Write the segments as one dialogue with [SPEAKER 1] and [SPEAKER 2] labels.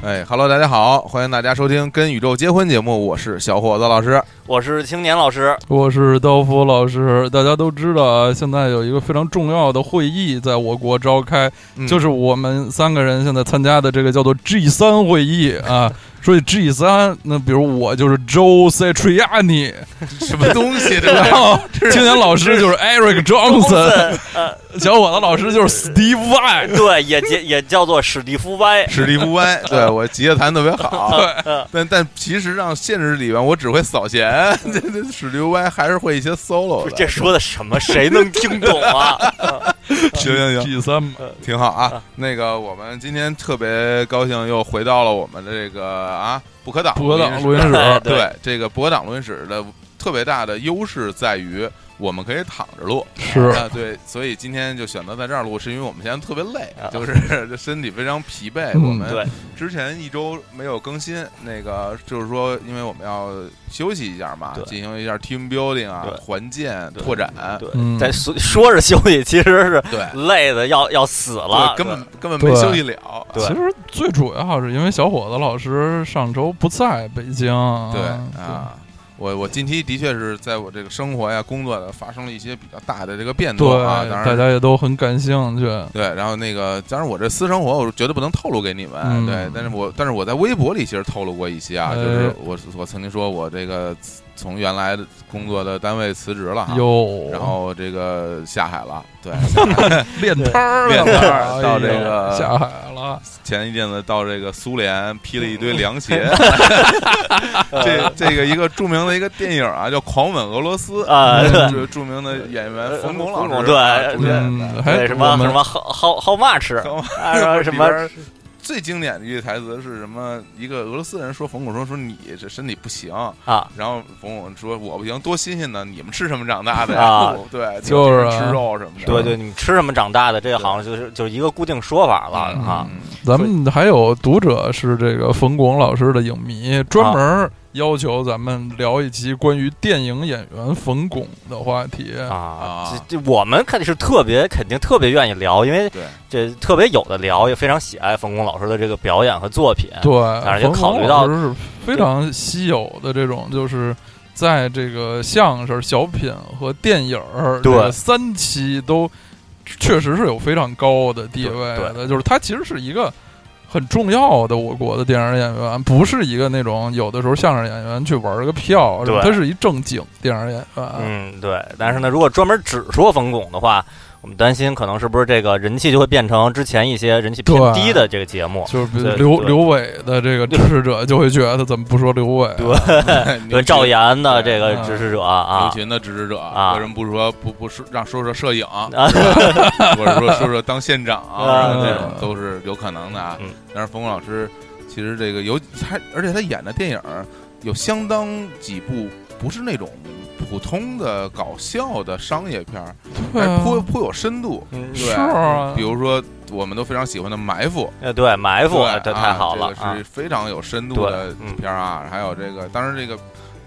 [SPEAKER 1] 哎，Hello，大家好，欢迎大家收听《跟宇宙结婚》节目，我是小伙子老师。
[SPEAKER 2] 我是青年 老师，
[SPEAKER 3] 我是刀夫老师。大家都知道啊，现在有一个非常重要的会议在我国召开，
[SPEAKER 1] 嗯
[SPEAKER 3] 就是我们三个人现在参加的这个叫做 G 三会议啊。 所以 G 三，那比如我就是 Joe Satriani，
[SPEAKER 1] 什么东西？这个
[SPEAKER 3] 然后青年老师就是 Eric Johnson，
[SPEAKER 2] 呃，
[SPEAKER 3] 小伙子老师就是 Steve Y。
[SPEAKER 2] 对，也也也叫做史蒂夫歪，
[SPEAKER 1] 史蒂夫 歪，对我吉他弹得特别 好，
[SPEAKER 2] 嗯，
[SPEAKER 1] 但但其实让现实里边我只会扫弦，这这 史蒂夫歪还是会一些 solo
[SPEAKER 2] 不是
[SPEAKER 1] 的。
[SPEAKER 2] 这说的什么？谁能听懂啊？嗯
[SPEAKER 1] 行行行，
[SPEAKER 3] G 三嘛，
[SPEAKER 1] 挺好啊
[SPEAKER 2] 啊。
[SPEAKER 1] 那个我们今天特别高兴，又回到了我们的这个啊不可挡
[SPEAKER 3] 不可挡录音
[SPEAKER 1] 室。
[SPEAKER 3] 室，
[SPEAKER 2] 哎 对
[SPEAKER 1] 对这个不可挡录音室的特别大的优势在于，我们可以躺着录。
[SPEAKER 3] 是
[SPEAKER 1] 啊，对，所以今天就选择在这儿录，是因为我们现在特别累，
[SPEAKER 2] 啊
[SPEAKER 1] 就是这身体非常疲惫。
[SPEAKER 3] 嗯
[SPEAKER 1] 我们
[SPEAKER 2] 对
[SPEAKER 1] 之前一周没有更新，那个就是说，因为我们要休息一下嘛，
[SPEAKER 2] 对
[SPEAKER 1] 进行一下 team building 啊
[SPEAKER 2] 对，
[SPEAKER 1] 团建
[SPEAKER 2] 对
[SPEAKER 1] 拓展，
[SPEAKER 2] 对
[SPEAKER 3] 嗯，
[SPEAKER 2] 但说说是休息，其实是
[SPEAKER 1] 对，
[SPEAKER 2] 累的要要死了
[SPEAKER 1] 对，根本
[SPEAKER 2] 对
[SPEAKER 1] 根本没
[SPEAKER 3] 对
[SPEAKER 1] 休息了。
[SPEAKER 2] 对
[SPEAKER 3] 其实最主要是因为小伙子老师上周不在北京，
[SPEAKER 1] 对啊。我我近期的确是在我这个生活呀、工作的发生了一些比较大的这个变动
[SPEAKER 3] 对，
[SPEAKER 1] 啊，当
[SPEAKER 3] 大
[SPEAKER 1] 然
[SPEAKER 3] 家也都很感兴趣。
[SPEAKER 1] 对，然后那个，当然我这私生活我绝对不能透露给你们，
[SPEAKER 3] 嗯
[SPEAKER 1] 对，但是我但是我在微博里其实透露过一些啊，就是
[SPEAKER 3] 哎
[SPEAKER 1] 我我曾经说我这个从原来的工作的单位辞职了哈，啊
[SPEAKER 3] 有，
[SPEAKER 1] 然后这个下海了，对，
[SPEAKER 3] 练摊儿了，
[SPEAKER 1] 练摊儿到
[SPEAKER 3] 哎呀
[SPEAKER 1] 这个
[SPEAKER 3] 下海了，
[SPEAKER 1] 前一阵子到这个苏联批了一堆凉 鞋，
[SPEAKER 2] 呃
[SPEAKER 1] 这这个一个著名的一个电影啊叫《狂吻俄罗斯》
[SPEAKER 2] 啊
[SPEAKER 3] 嗯
[SPEAKER 2] 对
[SPEAKER 1] 就是著名的演员冯巩
[SPEAKER 2] 冯
[SPEAKER 1] 老
[SPEAKER 2] 巩
[SPEAKER 1] 师
[SPEAKER 2] 对
[SPEAKER 1] 啊主演的
[SPEAKER 3] 嗯，还
[SPEAKER 2] 对什么
[SPEAKER 3] 我们
[SPEAKER 2] 什么 how how how much
[SPEAKER 1] 刚
[SPEAKER 2] 啊什 么什
[SPEAKER 1] 里边
[SPEAKER 2] 么
[SPEAKER 1] 儿最经典的一句台词是什么？一个俄罗斯人说冯巩说说你这身体不行，
[SPEAKER 2] 啊？
[SPEAKER 1] 然后冯巩说我不行，多新鲜呢！你们吃什么长大的呀？
[SPEAKER 2] 啊
[SPEAKER 1] 对，
[SPEAKER 3] 就是啊
[SPEAKER 1] 吃肉什么的。
[SPEAKER 2] 对对，你们吃什么长大的？这个好像就是就是一个固定说法了
[SPEAKER 1] 嗯
[SPEAKER 2] 啊。
[SPEAKER 1] 嗯
[SPEAKER 3] 咱们还有读者是这个冯巩老师的影
[SPEAKER 1] 啊
[SPEAKER 3] 迷，专门要求咱们聊一期关于电影演员冯巩的话题。
[SPEAKER 2] 啊
[SPEAKER 1] 啊，
[SPEAKER 2] 这这我们肯定是特别肯定特别愿意聊，因为
[SPEAKER 1] 对
[SPEAKER 2] 这特别有的聊，也非常喜爱冯巩老师的这个表演和作品。
[SPEAKER 3] 对，
[SPEAKER 2] 正也
[SPEAKER 3] 冯
[SPEAKER 2] 考
[SPEAKER 3] 巩
[SPEAKER 2] 虑
[SPEAKER 3] 老
[SPEAKER 2] 到
[SPEAKER 3] 师是非常稀有的这种，就是在这个相声、小品和电影儿
[SPEAKER 2] 对
[SPEAKER 3] 这个三期都确实是有非常高的地位
[SPEAKER 2] 对
[SPEAKER 3] 的，就是他其实是一个。很重要的我国的电影演员，不是一个那种有的时候相声演员去玩个票，
[SPEAKER 2] 对
[SPEAKER 3] 他是一正经电影演员。
[SPEAKER 2] 嗯，对。但是呢，如果专门只说冯巩的话，我们担心可能是不是这个人气就会变成之前一些人气偏
[SPEAKER 3] 对
[SPEAKER 2] 低的这个节目。
[SPEAKER 3] 就是比如
[SPEAKER 2] 对
[SPEAKER 3] 刘
[SPEAKER 2] 对
[SPEAKER 3] 刘伟的这个支持者就会觉得怎么不说刘伟？
[SPEAKER 2] 对，
[SPEAKER 1] 牛
[SPEAKER 2] 对
[SPEAKER 1] 群
[SPEAKER 2] 赵岩的这个
[SPEAKER 3] 嗯
[SPEAKER 2] 支持者啊
[SPEAKER 1] 嗯牛，群的支持者，
[SPEAKER 2] 啊
[SPEAKER 1] 为什么不说不不说让说说摄影，
[SPEAKER 2] 啊，
[SPEAKER 1] 或者说说说当县长啊，
[SPEAKER 2] 啊
[SPEAKER 1] 这种都是有可能的啊
[SPEAKER 2] 嗯。
[SPEAKER 1] 但是冯巩老师其实这个有他，而且他演的电影儿有相当几部不是那种普通的搞笑的商业片儿，
[SPEAKER 3] 对
[SPEAKER 1] 还
[SPEAKER 3] 啊
[SPEAKER 1] 颇颇有深度。
[SPEAKER 2] 嗯
[SPEAKER 1] 对
[SPEAKER 3] 是啊，
[SPEAKER 1] 比如说我们都非常喜欢的《埋伏
[SPEAKER 2] 呃，对，》，埋伏
[SPEAKER 1] 对，
[SPEAKER 2] 这
[SPEAKER 1] 啊
[SPEAKER 2] 太好了
[SPEAKER 1] 这
[SPEAKER 2] 啊
[SPEAKER 1] 个是，非常有深度的
[SPEAKER 2] 对嗯
[SPEAKER 1] 片儿啊。还有这个，当然这个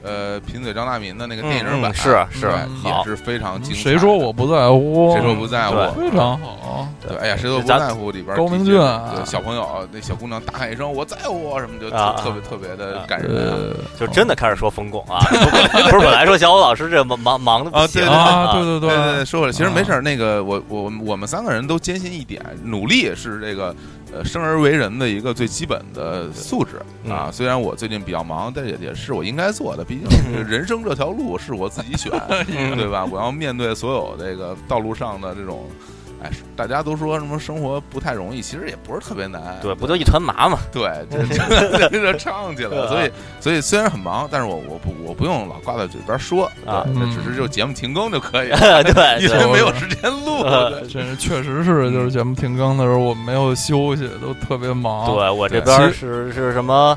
[SPEAKER 1] 呃，贫嘴张大民的那个电影
[SPEAKER 2] 嗯
[SPEAKER 1] 版
[SPEAKER 2] 嗯是是
[SPEAKER 1] 对也
[SPEAKER 2] 好
[SPEAKER 1] 是非常精彩的。
[SPEAKER 3] 嗯谁说我不在乎？啊
[SPEAKER 1] 谁说不在乎？
[SPEAKER 2] 对
[SPEAKER 3] 非常好。
[SPEAKER 1] 对，哎呀，谁都不
[SPEAKER 2] 咱
[SPEAKER 1] 在乎里边儿
[SPEAKER 3] 高
[SPEAKER 1] 这
[SPEAKER 3] 明
[SPEAKER 1] 些
[SPEAKER 3] 俊啊
[SPEAKER 1] 对小朋友那小姑娘大喊一声“我在乎”什么，就
[SPEAKER 2] 啊
[SPEAKER 1] 特特别特别的
[SPEAKER 2] 啊
[SPEAKER 1] 感人
[SPEAKER 3] 呃，
[SPEAKER 2] 就真的开始说冯巩啊，不是本来说小虎老师这忙忙忙的不
[SPEAKER 1] 啊
[SPEAKER 2] 行
[SPEAKER 1] 对
[SPEAKER 3] 啊，对对
[SPEAKER 1] 哎对对对，，说回来，其实
[SPEAKER 3] 啊
[SPEAKER 1] 没事儿。那个，我我我我们三个人都坚信一点，努力是这个呃生而为人的一个最基本的素质
[SPEAKER 2] 嗯
[SPEAKER 1] 啊。虽然我最近比较忙，但也也是我应该做的，毕竟人生这条路是我自己选，
[SPEAKER 2] 嗯
[SPEAKER 1] 对吧？我要面对所有这个道路上的这种。哎，大家都说什么生活不太容易，其实也不是特别难。
[SPEAKER 2] 对，不就一团麻嘛？
[SPEAKER 1] 对，这这这唱 起来了，
[SPEAKER 2] 啊
[SPEAKER 1] 所以所以虽然很忙，但是我我不我不用老挂在嘴边说
[SPEAKER 2] 啊
[SPEAKER 1] 对
[SPEAKER 3] 嗯
[SPEAKER 1] 这只是就节目停更就可以了，
[SPEAKER 2] 对对
[SPEAKER 1] 因
[SPEAKER 3] 就
[SPEAKER 1] 为
[SPEAKER 3] 是
[SPEAKER 1] 没有时间录。
[SPEAKER 2] 呃
[SPEAKER 1] 对
[SPEAKER 3] 真是确实是，就是节目停更的时候，我们没有休息，都特别忙。
[SPEAKER 2] 对我哦这
[SPEAKER 1] 对
[SPEAKER 2] 边儿
[SPEAKER 3] 其
[SPEAKER 2] 是是什么？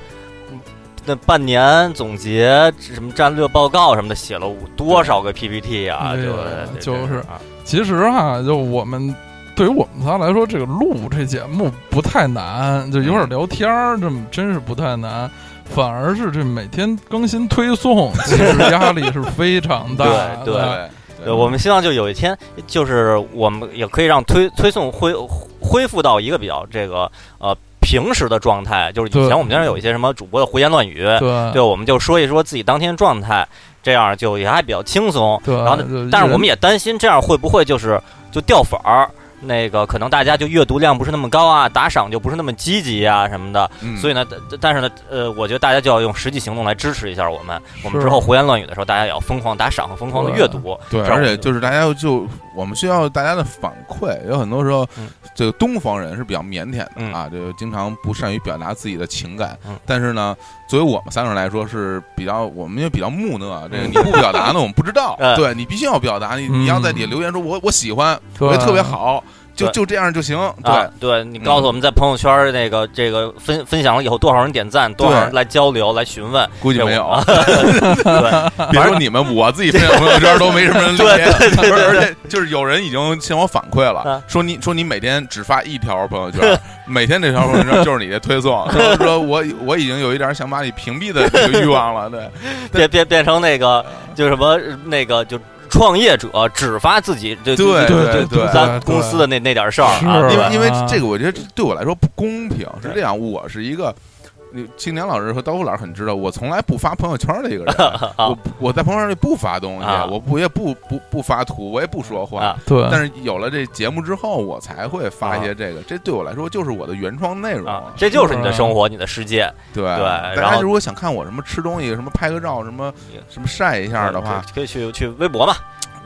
[SPEAKER 2] 嗯那半年总结什么战略报告什么的，写了五多少个 PPT 啊？
[SPEAKER 3] 哎
[SPEAKER 2] 就
[SPEAKER 3] 呀
[SPEAKER 2] 对
[SPEAKER 3] 就
[SPEAKER 2] 这
[SPEAKER 3] 是
[SPEAKER 2] 啊
[SPEAKER 3] 其实哈，就我们对于我们仨来说，这个录这节目不太难，就有点聊天儿，这么真是不太难。反而是这每天更新推送，其实压力是非常大的。
[SPEAKER 2] 对
[SPEAKER 1] 对
[SPEAKER 2] 对我们希望就有一天，就是我们也可以让推推送恢恢复到一个比较这个呃平时的状态，就是以
[SPEAKER 3] 对
[SPEAKER 2] 前我们经常有一些什么主播的胡言乱语，
[SPEAKER 3] 对
[SPEAKER 2] 对，我们就说一说自己当天的状态，这样就也还比较轻松。
[SPEAKER 3] 对，
[SPEAKER 2] 然后呢
[SPEAKER 3] 就
[SPEAKER 2] 但是
[SPEAKER 3] 一
[SPEAKER 2] 我们
[SPEAKER 3] 人
[SPEAKER 2] 也担心这样会不会就是就掉粉儿，那个可能大家就阅读量不是那么高啊，打赏就不是那么积极啊什么的。
[SPEAKER 1] 嗯
[SPEAKER 2] 所以呢，但但是呢，呃，我觉得大家就要用实际行动来支持一下我们。我们
[SPEAKER 3] 是
[SPEAKER 2] 之后胡言乱语的时候，大家也要疯狂打赏和疯狂的阅读。
[SPEAKER 1] 对，
[SPEAKER 2] 这样
[SPEAKER 1] 而且
[SPEAKER 2] 我
[SPEAKER 1] 就是大家就我们需要大家的反馈，有很多时候
[SPEAKER 2] 嗯，
[SPEAKER 1] 这个东方人是比较腼腆
[SPEAKER 2] 嗯
[SPEAKER 1] 的啊，就经常不善于表达自己的情感
[SPEAKER 2] 嗯。
[SPEAKER 1] 但是呢，作为我们三个人来说是比较，我们也比较木讷，啊这个
[SPEAKER 2] 嗯
[SPEAKER 1] 你不表达呢，我们不知道
[SPEAKER 2] 嗯。
[SPEAKER 1] 对你必须要表达，你你要在底下留言说我我喜欢，我觉得特别，好，就
[SPEAKER 2] 对
[SPEAKER 1] 就这样就行。
[SPEAKER 2] 啊
[SPEAKER 1] 对，，
[SPEAKER 2] 对你告诉我们在朋友圈儿那个这个分 分享了以后，多少人点赞，多少人来交流来询 问，
[SPEAKER 1] 估计没有。
[SPEAKER 2] 对，
[SPEAKER 1] 别说你们，我自己分享朋友圈都没什么 人留言，而而且就是有人已经向我反馈了
[SPEAKER 2] 啊，
[SPEAKER 1] 说你说你每天只发一条朋友圈， 每天这条朋友圈就是你的 推送，说说我我已经有一点想把你屏蔽的这个欲望了， 对，
[SPEAKER 2] 变变变成那个就什么那个就创业者只发自己就就
[SPEAKER 1] 对
[SPEAKER 2] 就
[SPEAKER 3] 对
[SPEAKER 1] 对对
[SPEAKER 2] 咱公司的那那点事儿啊，
[SPEAKER 3] 是
[SPEAKER 1] 因
[SPEAKER 2] 对
[SPEAKER 1] 为因为
[SPEAKER 3] 啊
[SPEAKER 1] 这个我觉得对我来说不公平，是这样，我是一个。青年老师和刀夫老师很知道，我从来不发朋友圈的一 个人，我我在朋友圈里不发东西，
[SPEAKER 2] 啊
[SPEAKER 1] 我不也不不不发图，我也不说话，
[SPEAKER 2] 啊
[SPEAKER 3] 对，
[SPEAKER 1] 但是有了这节目之后，我才会发一些这个，这对我来说就是嗯我的原创内容。
[SPEAKER 2] 啊，这就是你的生活，你的世界。
[SPEAKER 1] 对
[SPEAKER 2] 对
[SPEAKER 1] 大
[SPEAKER 2] 然
[SPEAKER 1] 家
[SPEAKER 2] 后
[SPEAKER 1] 如果想看我什么吃东西、什么拍个照、什么什么晒一
[SPEAKER 2] 这
[SPEAKER 1] 下的话，
[SPEAKER 2] 可以去去微博嘛，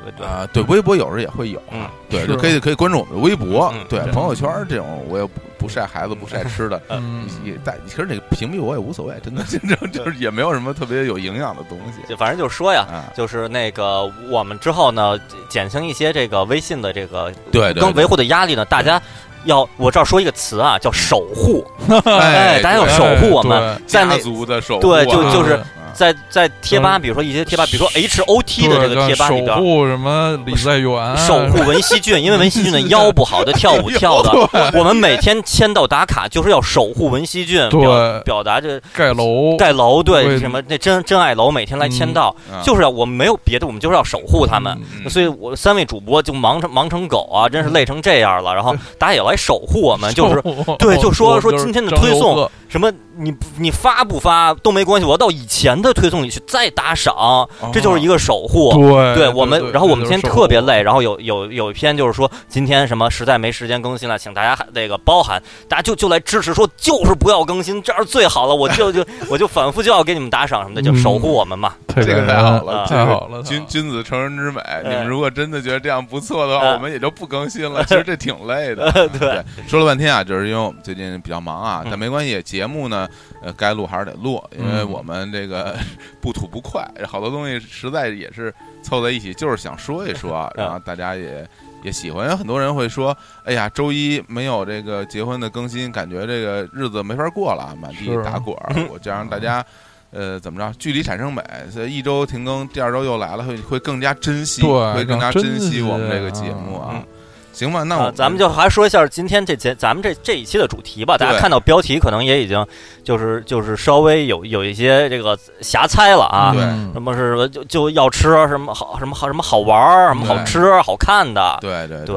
[SPEAKER 2] 嗯对
[SPEAKER 1] 啊、对，微博有时候也会有啊，
[SPEAKER 2] 嗯
[SPEAKER 1] 对，
[SPEAKER 3] 是
[SPEAKER 1] 就可以可以关注我们的微博，
[SPEAKER 2] 嗯
[SPEAKER 1] 对，
[SPEAKER 2] 对
[SPEAKER 1] 朋友圈这种我也不不晒孩子、不 晒吃的，
[SPEAKER 3] 嗯，
[SPEAKER 1] 也但其实这个屏蔽我也无所谓，真的，真正就是也没有什么特别有营养的东西
[SPEAKER 2] 就反正就说呀。
[SPEAKER 1] 啊。
[SPEAKER 2] 就是那个，我们之后呢，减轻一些这个微信的这个
[SPEAKER 1] 对对嗯
[SPEAKER 2] 跟维护的压力呢，大家要我这儿说一个词啊，叫守护，
[SPEAKER 1] 哎，
[SPEAKER 2] 大家要
[SPEAKER 1] 对
[SPEAKER 2] 守护我们，在那
[SPEAKER 1] 家族的守护啊，
[SPEAKER 2] 对就
[SPEAKER 3] 对
[SPEAKER 2] 就是
[SPEAKER 1] 啊
[SPEAKER 2] 在在贴吧，
[SPEAKER 3] 嗯
[SPEAKER 2] 比如说一些贴吧，比如说 H O T 的这个贴吧里
[SPEAKER 3] 守
[SPEAKER 2] 边，
[SPEAKER 3] 护什么李在 元，
[SPEAKER 2] 守护文熙俊，因为文 熙俊的腰不好，他跳舞跳的，我们每天签到打卡就是要守护文熙俊，表
[SPEAKER 3] 对
[SPEAKER 2] 表达这
[SPEAKER 3] 盖楼，
[SPEAKER 2] 盖楼对
[SPEAKER 3] 对
[SPEAKER 2] 什么那真真爱楼每天来签到，
[SPEAKER 1] 啊
[SPEAKER 2] 就是要我们没有别的，我们就是要守护他们。
[SPEAKER 3] 嗯
[SPEAKER 1] 嗯
[SPEAKER 2] 所以我三位主播就忙成忙成狗啊，真是累成这样了。然后大家也来嗯守护我们， 就是
[SPEAKER 3] 守护
[SPEAKER 2] 对就说
[SPEAKER 3] 哦我
[SPEAKER 2] 说
[SPEAKER 3] 就是
[SPEAKER 2] 今天的
[SPEAKER 3] 张
[SPEAKER 2] 推
[SPEAKER 3] 柔
[SPEAKER 2] 送
[SPEAKER 3] 赫
[SPEAKER 2] 什么你你发不发都没关系，我要到以前的推送里去再打赏，这就是一个守护。
[SPEAKER 3] 对
[SPEAKER 2] 哦对我们，然后我们
[SPEAKER 3] 这
[SPEAKER 2] 今天
[SPEAKER 3] 就是
[SPEAKER 2] 特别
[SPEAKER 3] 守护
[SPEAKER 2] 累，然后有有有一篇就是说今天什么实在没时间更新了，请大家那个包涵，大家就就来支持，说就是不要更新，这样最好了，我就就我就反复就要给你们打赏什么的，就守护我们嘛。
[SPEAKER 3] 特
[SPEAKER 1] 这
[SPEAKER 3] 别
[SPEAKER 1] 个太
[SPEAKER 3] 感
[SPEAKER 1] 好
[SPEAKER 3] 人
[SPEAKER 1] 了，
[SPEAKER 2] 啊
[SPEAKER 1] 这
[SPEAKER 3] 太
[SPEAKER 1] 个
[SPEAKER 3] 好了，
[SPEAKER 1] 君
[SPEAKER 3] 太
[SPEAKER 1] 君子成人之美，你们如果真的觉得这样不错的话，
[SPEAKER 2] 哎
[SPEAKER 1] 我们也就不更新了。其实这挺累的。对，说了半天啊，就是因为我们最近比较忙啊，但
[SPEAKER 2] 嗯
[SPEAKER 1] 没关系，节目呢，呃，该录还是得录，因为
[SPEAKER 3] 嗯
[SPEAKER 1] 我们这个不吐不快，好多东西实在也是凑在一起，就是想说一说，啊
[SPEAKER 2] 嗯
[SPEAKER 1] 然后大家也。也喜欢，有很多人会说：“哎呀，周一没有这个结婚的更新，感觉这个日子没法过了，啊满地
[SPEAKER 3] 是
[SPEAKER 1] 打滚儿。”我就让大家呃，怎么着？距离产生美，所以一周停更，第二周又来了，会会更加珍惜，
[SPEAKER 3] 对
[SPEAKER 1] 会更加
[SPEAKER 3] 更
[SPEAKER 1] 珍惜
[SPEAKER 3] 珍惜
[SPEAKER 1] 我们这个节目啊
[SPEAKER 2] 嗯。
[SPEAKER 1] 行吧，那我
[SPEAKER 2] 啊，咱们就还说一下今天这节咱们这这一期的主题吧。大家
[SPEAKER 1] 对
[SPEAKER 2] 看到标题可能也已经就是就是稍微有有一些这个瑕疵了啊。
[SPEAKER 1] 对
[SPEAKER 3] 嗯
[SPEAKER 2] 什么是就就要吃什么好什么好什么好玩儿什么好
[SPEAKER 1] 对
[SPEAKER 2] 吃好看的，
[SPEAKER 1] 对对
[SPEAKER 2] 对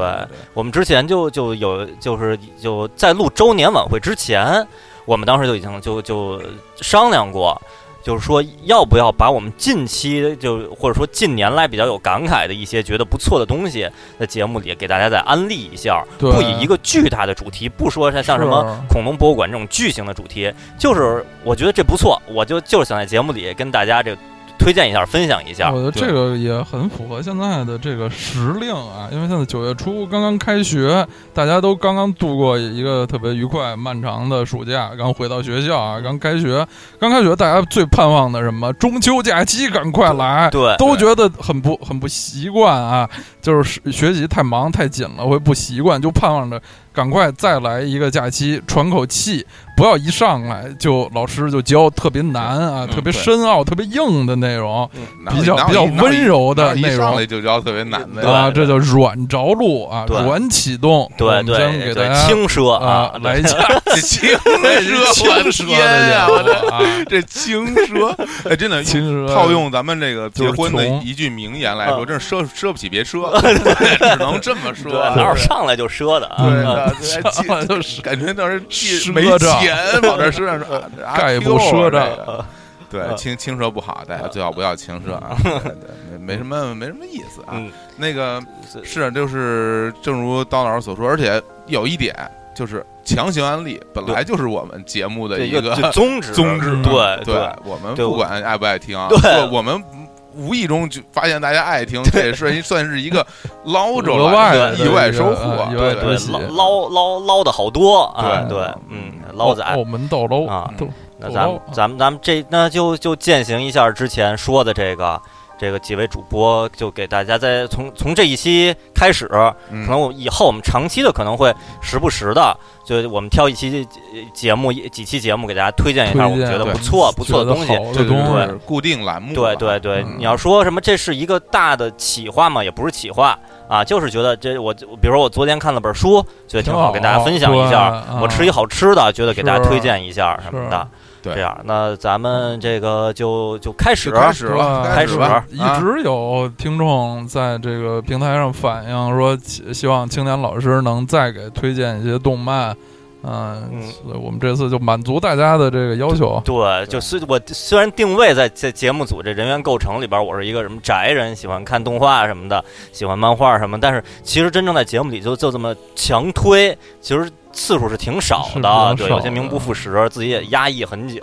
[SPEAKER 2] 我们之前就就有就是就在录周年晚会之前，我们当时就已经就就商量过，就是说要不要把我们近期就或者说近年来比较有感慨的一些觉得不错的东西，在节目里给大家再安利一下，
[SPEAKER 3] 对啊
[SPEAKER 2] 不以一个巨大的主题，不说像像什么。恐龙博物馆这种巨型的主题，就是我觉得这不错，我就就是想在节目里跟大家这推荐一下，分享一下
[SPEAKER 3] 我。觉得
[SPEAKER 1] 对
[SPEAKER 3] 这个也很符合现在的这个时令啊，因为现在九月初刚刚开学，大家都刚刚度过一个特别愉快漫长的暑假，刚回到学校啊，刚开学，刚开学，大家最盼望的是什么？中秋假期赶快来。
[SPEAKER 2] 对，
[SPEAKER 3] 都觉得很不很不习惯啊，就是学习太忙太紧了，会不习惯，就盼望着赶快再来一个假期喘口气，不要一上来就老师就教特别难啊，
[SPEAKER 1] 嗯
[SPEAKER 3] 特别
[SPEAKER 1] 对
[SPEAKER 3] 深奥、特别硬的内容。
[SPEAKER 1] 哪有
[SPEAKER 3] 比较
[SPEAKER 1] 哪有一
[SPEAKER 3] 比较
[SPEAKER 1] 哪有一
[SPEAKER 3] 温柔的
[SPEAKER 1] 哪有一
[SPEAKER 3] 内
[SPEAKER 1] 上
[SPEAKER 3] 容
[SPEAKER 1] 来就教特别难的
[SPEAKER 2] 对
[SPEAKER 1] 呀。
[SPEAKER 3] 啊，这叫软着陆啊，
[SPEAKER 2] 对
[SPEAKER 3] 软启动。
[SPEAKER 2] 对
[SPEAKER 3] 我们先
[SPEAKER 2] 对
[SPEAKER 3] 给大
[SPEAKER 2] 对，
[SPEAKER 3] 家
[SPEAKER 2] 轻奢
[SPEAKER 3] 啊来一下
[SPEAKER 1] 这轻奢，我
[SPEAKER 3] 轻
[SPEAKER 1] 的
[SPEAKER 3] 奢
[SPEAKER 1] 哎天呀！我
[SPEAKER 3] 的
[SPEAKER 1] 这
[SPEAKER 3] 啊，
[SPEAKER 1] 这轻 奢，哎，真的
[SPEAKER 3] 轻 奢
[SPEAKER 1] 套用咱们这个结婚的
[SPEAKER 3] 就是穷
[SPEAKER 1] 一句名言来说，
[SPEAKER 2] 啊
[SPEAKER 1] 真是奢奢不起别奢，只能这么说
[SPEAKER 2] 对，哪有
[SPEAKER 1] 啊。
[SPEAKER 2] 上来就奢的啊？
[SPEAKER 1] 对，
[SPEAKER 3] 嗯
[SPEAKER 1] 哪啊，对
[SPEAKER 3] 上 来就
[SPEAKER 1] 记
[SPEAKER 3] 是
[SPEAKER 1] 感觉到是记
[SPEAKER 3] 赊
[SPEAKER 1] 没
[SPEAKER 3] 账
[SPEAKER 1] 钱往这身上说，啊
[SPEAKER 3] 概不赊账。
[SPEAKER 1] 啊 Q 啊这个 对，轻轻奢不好，大家最好不要轻奢啊，对对对没没什么没什么意思啊
[SPEAKER 2] 嗯。
[SPEAKER 1] 那个
[SPEAKER 2] 是
[SPEAKER 1] 是啊就是正如刀老师所说，而且有一点就是强行安利，本来就是我们节目的
[SPEAKER 2] 这
[SPEAKER 1] 一
[SPEAKER 2] 个 这
[SPEAKER 1] 个
[SPEAKER 2] 宗旨
[SPEAKER 1] 宗旨，
[SPEAKER 2] 对
[SPEAKER 1] 对，我们
[SPEAKER 2] 对
[SPEAKER 1] 不管爱不爱听啊，
[SPEAKER 2] 对
[SPEAKER 1] 对我们无意中就发现大家爱听，这也是算是一个捞着
[SPEAKER 3] 额
[SPEAKER 1] 来
[SPEAKER 3] 外
[SPEAKER 1] 的
[SPEAKER 2] 的
[SPEAKER 1] 意外
[SPEAKER 3] 一个
[SPEAKER 1] 收获啊，
[SPEAKER 3] 呃意
[SPEAKER 1] 对对
[SPEAKER 3] 外东
[SPEAKER 2] 对
[SPEAKER 3] 西
[SPEAKER 2] 捞捞捞捞的好多啊，
[SPEAKER 1] 对
[SPEAKER 2] 对
[SPEAKER 1] 嗯，
[SPEAKER 2] 嗯，捞
[SPEAKER 3] 澳
[SPEAKER 2] 仔
[SPEAKER 3] 澳门斗楼
[SPEAKER 2] 啊
[SPEAKER 3] 斗
[SPEAKER 2] 那
[SPEAKER 3] 走
[SPEAKER 2] 咱们
[SPEAKER 3] 喽啊
[SPEAKER 2] 咱们咱们这那就就践行一下之前说的这个这个几位主播，就给大家在从从这一期开始，可
[SPEAKER 1] 嗯
[SPEAKER 2] 能我以后我们长期的可能会时不时的，就我们挑一期呃节目一几期节目给大家推荐一哎下，我们觉得
[SPEAKER 1] 对
[SPEAKER 2] 不错不错的东西。
[SPEAKER 1] 这
[SPEAKER 3] 这东
[SPEAKER 1] 就
[SPEAKER 3] 西
[SPEAKER 1] 是固定栏目吧，
[SPEAKER 2] 对对对，
[SPEAKER 1] 嗯
[SPEAKER 2] 你要说什么这是一个大的企划嘛，也不是企划啊，就是觉得这我比如说我昨天看了本书，觉得挺好，哦
[SPEAKER 3] 挺好
[SPEAKER 2] 给大家分享一
[SPEAKER 3] 对
[SPEAKER 2] 下
[SPEAKER 3] 啊。
[SPEAKER 2] 我吃一好吃的，觉得给大家
[SPEAKER 3] 是
[SPEAKER 2] 推荐一下什么的。
[SPEAKER 1] 对
[SPEAKER 2] 这样那咱们这个就就开始
[SPEAKER 1] 就开始了，
[SPEAKER 3] 对
[SPEAKER 1] 开始吧，
[SPEAKER 3] 一
[SPEAKER 1] 啊
[SPEAKER 3] 直有听众在这个平台上反映说，希希望青年老师能再给推荐一些动漫。嗯
[SPEAKER 2] 嗯，
[SPEAKER 3] 所以我们这次就满足大家的这个要求。
[SPEAKER 2] 对，就虽我虽然定位在在节目组这人员构成里边，我是一个什么宅人，喜欢看动画什么的，喜欢漫画什么，但是其实真正在节目里就就这么强推，其实次数是挺少
[SPEAKER 3] 是比较
[SPEAKER 2] 的，对，
[SPEAKER 3] 少
[SPEAKER 2] 有些名不副实，自己也压抑很 久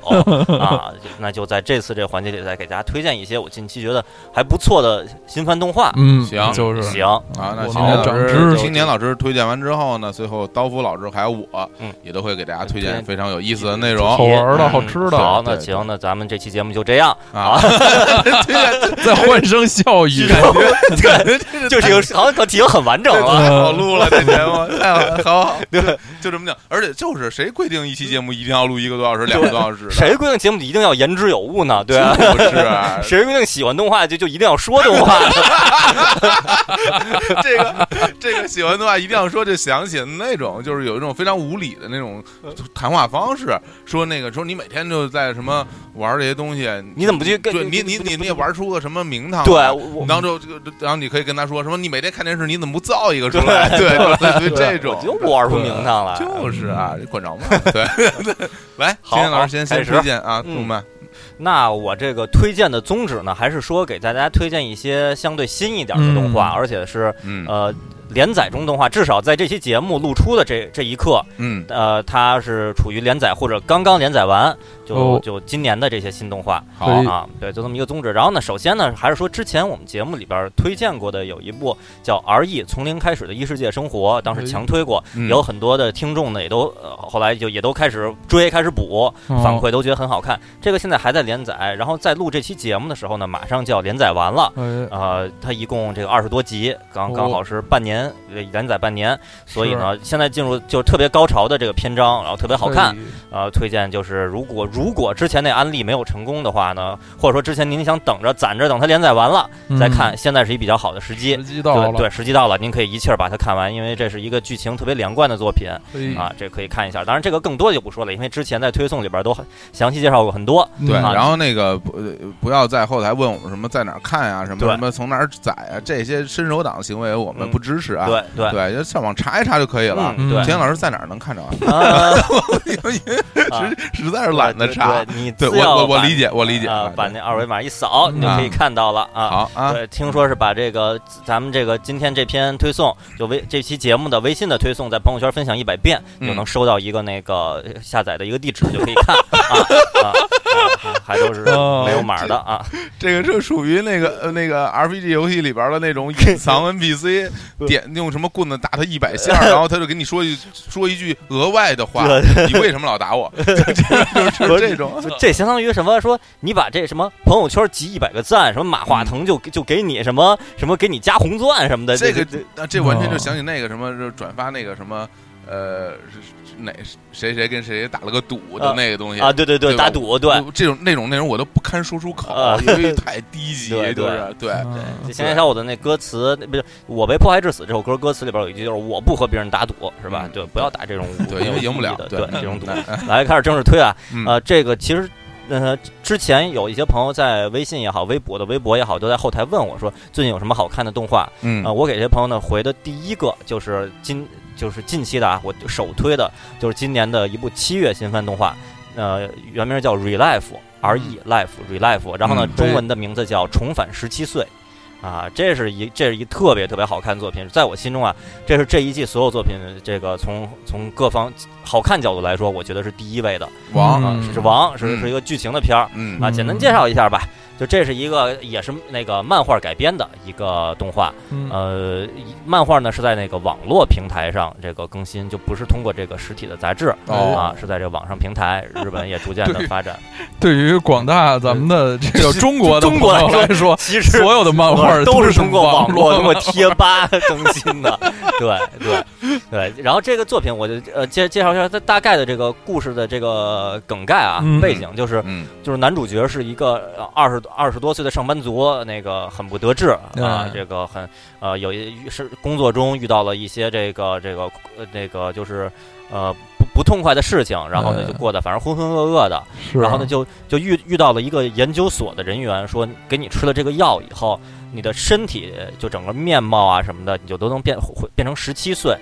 [SPEAKER 2] 啊。那就在这次这环节里，再给大家推荐一些我近期觉得还不错的新番动画。
[SPEAKER 3] 嗯，
[SPEAKER 1] 行
[SPEAKER 3] 就是
[SPEAKER 2] 行，
[SPEAKER 1] 啊，那
[SPEAKER 3] 我
[SPEAKER 1] 青年
[SPEAKER 3] 们也
[SPEAKER 1] 老
[SPEAKER 3] 长
[SPEAKER 1] 师，
[SPEAKER 3] 知识
[SPEAKER 1] 青年老师推荐完之后呢，最后刀夫老师还有我，
[SPEAKER 2] 嗯
[SPEAKER 1] 也都会给大家推
[SPEAKER 2] 推
[SPEAKER 1] 荐
[SPEAKER 2] 荐
[SPEAKER 1] 非常有意思的内
[SPEAKER 3] 好
[SPEAKER 1] 容
[SPEAKER 3] 玩儿的
[SPEAKER 2] 嗯
[SPEAKER 3] 好吃的
[SPEAKER 2] 好，
[SPEAKER 1] 对
[SPEAKER 2] 那
[SPEAKER 1] 对
[SPEAKER 2] 行，那咱们这期节目就这样，
[SPEAKER 1] 啊。
[SPEAKER 3] 在欢声笑语。
[SPEAKER 1] 对
[SPEAKER 2] 就挺好像挺很完整啊
[SPEAKER 1] 这
[SPEAKER 2] 了。
[SPEAKER 1] 太好录了，这节 目太好了，好好，对，就这么讲。而且就是谁规定一期节目一定要录一个多小时、两个多小时的？
[SPEAKER 2] 谁规定节目里一定要言之有物呢？对啊，？
[SPEAKER 1] 不是啊
[SPEAKER 2] 谁规定喜欢动画就就一定要说动画？
[SPEAKER 1] 这个这个喜欢的话，一定要说就想起那种，就是有一种非常无理的那种谈话方式，说那个说你每天就在什么玩儿这些东西，
[SPEAKER 2] 你怎么不去跟
[SPEAKER 1] 对你你你你也玩出个什么名堂来？
[SPEAKER 2] 对我
[SPEAKER 1] 然后就这个，然后你可以跟他说什么？你每天看电视，你怎么不造一个出来？ 对，对，对这种
[SPEAKER 2] 啊我就不玩出名堂来。
[SPEAKER 1] 就是啊，你管着吗？对 对，来，
[SPEAKER 2] 好
[SPEAKER 1] 金老师先先
[SPEAKER 2] 好开始
[SPEAKER 1] 推荐啊，
[SPEAKER 2] 嗯
[SPEAKER 1] 动漫
[SPEAKER 2] 那我这个推荐的宗旨呢，还是说给大家推荐一些相对新一点的动画，
[SPEAKER 3] 嗯
[SPEAKER 2] 而且是
[SPEAKER 1] 嗯
[SPEAKER 2] 呃连载中动画，至少在这期节目露出的这这一刻，
[SPEAKER 1] 嗯
[SPEAKER 2] 呃，它是处于连载或者刚刚连载完，就、
[SPEAKER 3] 哦
[SPEAKER 2] 就今年的这些新动画。
[SPEAKER 1] 好
[SPEAKER 3] 可以
[SPEAKER 2] 啊，对，就这么一个宗旨。然后呢，首先呢，还是说之前我们节目里边推荐过的有一部叫《R.E. 从零开始的异世界生活》，当
[SPEAKER 3] 哎
[SPEAKER 2] 时强推过，
[SPEAKER 1] 嗯
[SPEAKER 2] 有很多的听众呢也都、呃、后来就也都开始追，开始
[SPEAKER 3] 哦
[SPEAKER 2] 补，反馈都觉得很好看。这个现在还在连载，然后在录这期节目的时候呢，马上就要连载完了。
[SPEAKER 3] 哎，
[SPEAKER 2] 呃，它一共这个二十多集，刚
[SPEAKER 3] 哦
[SPEAKER 2] 刚好是半年、呃连载半年，所以呢，现在进入就是特别高潮的这个篇章，然后特别好看。
[SPEAKER 3] 可以，
[SPEAKER 2] 呃，推荐就是如果如果之前那安利没有成功的话呢，或者说之前您想等着攒着等它连载完了
[SPEAKER 1] 嗯
[SPEAKER 2] 再看，现在是一比较好的时
[SPEAKER 3] 嗯，
[SPEAKER 2] 机。
[SPEAKER 3] 时嗯机到
[SPEAKER 2] 对
[SPEAKER 3] 了，
[SPEAKER 2] 对，时机到了，您可以一气儿把它看完，因为这是一个剧情特别连贯的作品
[SPEAKER 3] 可以，
[SPEAKER 2] 啊，这可以看一下。当然，这个更多就不说了，因为之前在推送里边都很详细介绍过很多。
[SPEAKER 1] 对，
[SPEAKER 3] 嗯
[SPEAKER 1] 然后那个不呃不要在后台问我们什么在哪儿看啊，什么
[SPEAKER 2] 对
[SPEAKER 1] 什么从哪儿载啊，这些伸手党行为我们
[SPEAKER 2] 嗯
[SPEAKER 1] 不支持啊。
[SPEAKER 2] 对对，
[SPEAKER 1] 对，就上网查一查就可以了。
[SPEAKER 2] 嗯
[SPEAKER 1] 秦
[SPEAKER 2] 对
[SPEAKER 1] 岩老师在哪儿能看着啊？
[SPEAKER 2] 呃啊
[SPEAKER 1] 实实在是懒得查。
[SPEAKER 2] 对，你
[SPEAKER 1] 对
[SPEAKER 2] 只
[SPEAKER 1] 我我
[SPEAKER 2] 要
[SPEAKER 1] 我
[SPEAKER 2] 把
[SPEAKER 1] 理解我理解
[SPEAKER 2] 啊
[SPEAKER 1] 啊，
[SPEAKER 2] 把
[SPEAKER 1] 对
[SPEAKER 2] 那二维码一扫，你就可以
[SPEAKER 1] 嗯
[SPEAKER 2] 看到了啊。
[SPEAKER 1] 好啊，
[SPEAKER 2] 对，听说是把这个咱们这个今天这篇推送，就微这期节目的微信的推送，在朋友圈分享一百遍，
[SPEAKER 1] 嗯
[SPEAKER 2] 就能收到一个那个呃下载的一个地址，就可以 看啊啊，啊还都是
[SPEAKER 3] 哦
[SPEAKER 2] 没有码的啊，
[SPEAKER 1] 这个是属于那个呃那个 RPG 游戏里边的那种隐 藏 NPC，点用什么棍子打他一百下，然后他就给你说一说一句额外的话，你为什么老打我？ 就就就是这种。
[SPEAKER 2] 就这相当于什么？说你把这什么朋友圈集一百个赞，什么马化腾就就给你什么什么给你加红钻什么的，
[SPEAKER 1] 这个
[SPEAKER 2] 这
[SPEAKER 1] 那这完全就
[SPEAKER 2] 哦
[SPEAKER 1] 想起那个什么，就转发那个什么，呃，是是哪谁谁跟谁打了个赌的那个东西
[SPEAKER 2] 啊，对对
[SPEAKER 1] 对
[SPEAKER 2] 对，
[SPEAKER 1] 吧
[SPEAKER 2] 打赌对。
[SPEAKER 1] 我这种那种内容我都不堪说出口
[SPEAKER 2] 啊，
[SPEAKER 1] 因为太低级，
[SPEAKER 2] 对
[SPEAKER 1] 就
[SPEAKER 2] 对
[SPEAKER 1] 是对。
[SPEAKER 3] 嗯
[SPEAKER 2] 现在小伙子那歌词，那不是“我被迫害致死”这首歌歌词里边有一句就是“我不和别人打赌”，是吧
[SPEAKER 1] 嗯？
[SPEAKER 2] 对，不要打这 种无
[SPEAKER 1] 对，因为赢不
[SPEAKER 2] 意义
[SPEAKER 1] 了，
[SPEAKER 2] 的
[SPEAKER 1] 对
[SPEAKER 2] 对这种赌。
[SPEAKER 1] 嗯
[SPEAKER 2] 来开始正式推啊，
[SPEAKER 1] 嗯
[SPEAKER 2] 呃，这个其实。呃，之前有一些朋友在微信也好、微博的微博也好，都在后台啊问我说，最近有什么好看的动画？
[SPEAKER 1] 嗯
[SPEAKER 2] 啊、，我给这些朋友呢回的第一个就是今就是近期的啊，我首推的就是今年的一部七月新番动画，呃，原名叫《Relife》，R E Life Relife，然后呢
[SPEAKER 1] 嗯，
[SPEAKER 2] 中文的名字叫《重返十七岁》。啊，这是一这是一特别特别好看的作品，在我心中啊，这是这一季所有作品，这个从从各方好看角度来说，我觉得是第一位的。
[SPEAKER 1] 王，
[SPEAKER 2] 啊，
[SPEAKER 3] 嗯
[SPEAKER 2] 是王，是
[SPEAKER 1] 嗯
[SPEAKER 2] 是一个剧情的片儿
[SPEAKER 1] 嗯
[SPEAKER 2] 啊。简单介绍一下吧，就这是一个也是那个漫画改编的一个动画，
[SPEAKER 3] 嗯
[SPEAKER 2] 呃，一漫画呢是在那个网络平台上这个更新，就不是通过这个实体的杂志。
[SPEAKER 1] 哦
[SPEAKER 2] 啊，是在这个网上平台，日本也逐渐 的
[SPEAKER 3] 对
[SPEAKER 2] 发展。
[SPEAKER 3] 对于广大咱们的这个中国的
[SPEAKER 2] 中国来
[SPEAKER 3] 朋友来说，
[SPEAKER 2] 其实
[SPEAKER 3] 所有的漫画
[SPEAKER 2] 都
[SPEAKER 3] 是
[SPEAKER 2] 是通过网
[SPEAKER 3] 络
[SPEAKER 2] 络、通过贴吧更新的。 对对对，然后这个作品我就呃介介绍一下它大概的这个故事的这个梗概啊、
[SPEAKER 3] 嗯
[SPEAKER 2] 背景，就是
[SPEAKER 1] 嗯
[SPEAKER 2] 就是男主角是一个二十二十多岁的上班族，那个很不得志啊、
[SPEAKER 3] 嗯
[SPEAKER 2] 这个很呃有一是工作中遇到了一些这个这个呃那个就是呃不不痛快的事情，然后呢
[SPEAKER 3] 嗯
[SPEAKER 2] 就过得反正浑浑噩噩的，
[SPEAKER 3] 是啊
[SPEAKER 2] 然后呢就就遇遇到了一个研究所的人员说给你吃了这个药以后，你的身体就整个面貌啊什么的，你就都能变回变成十七岁，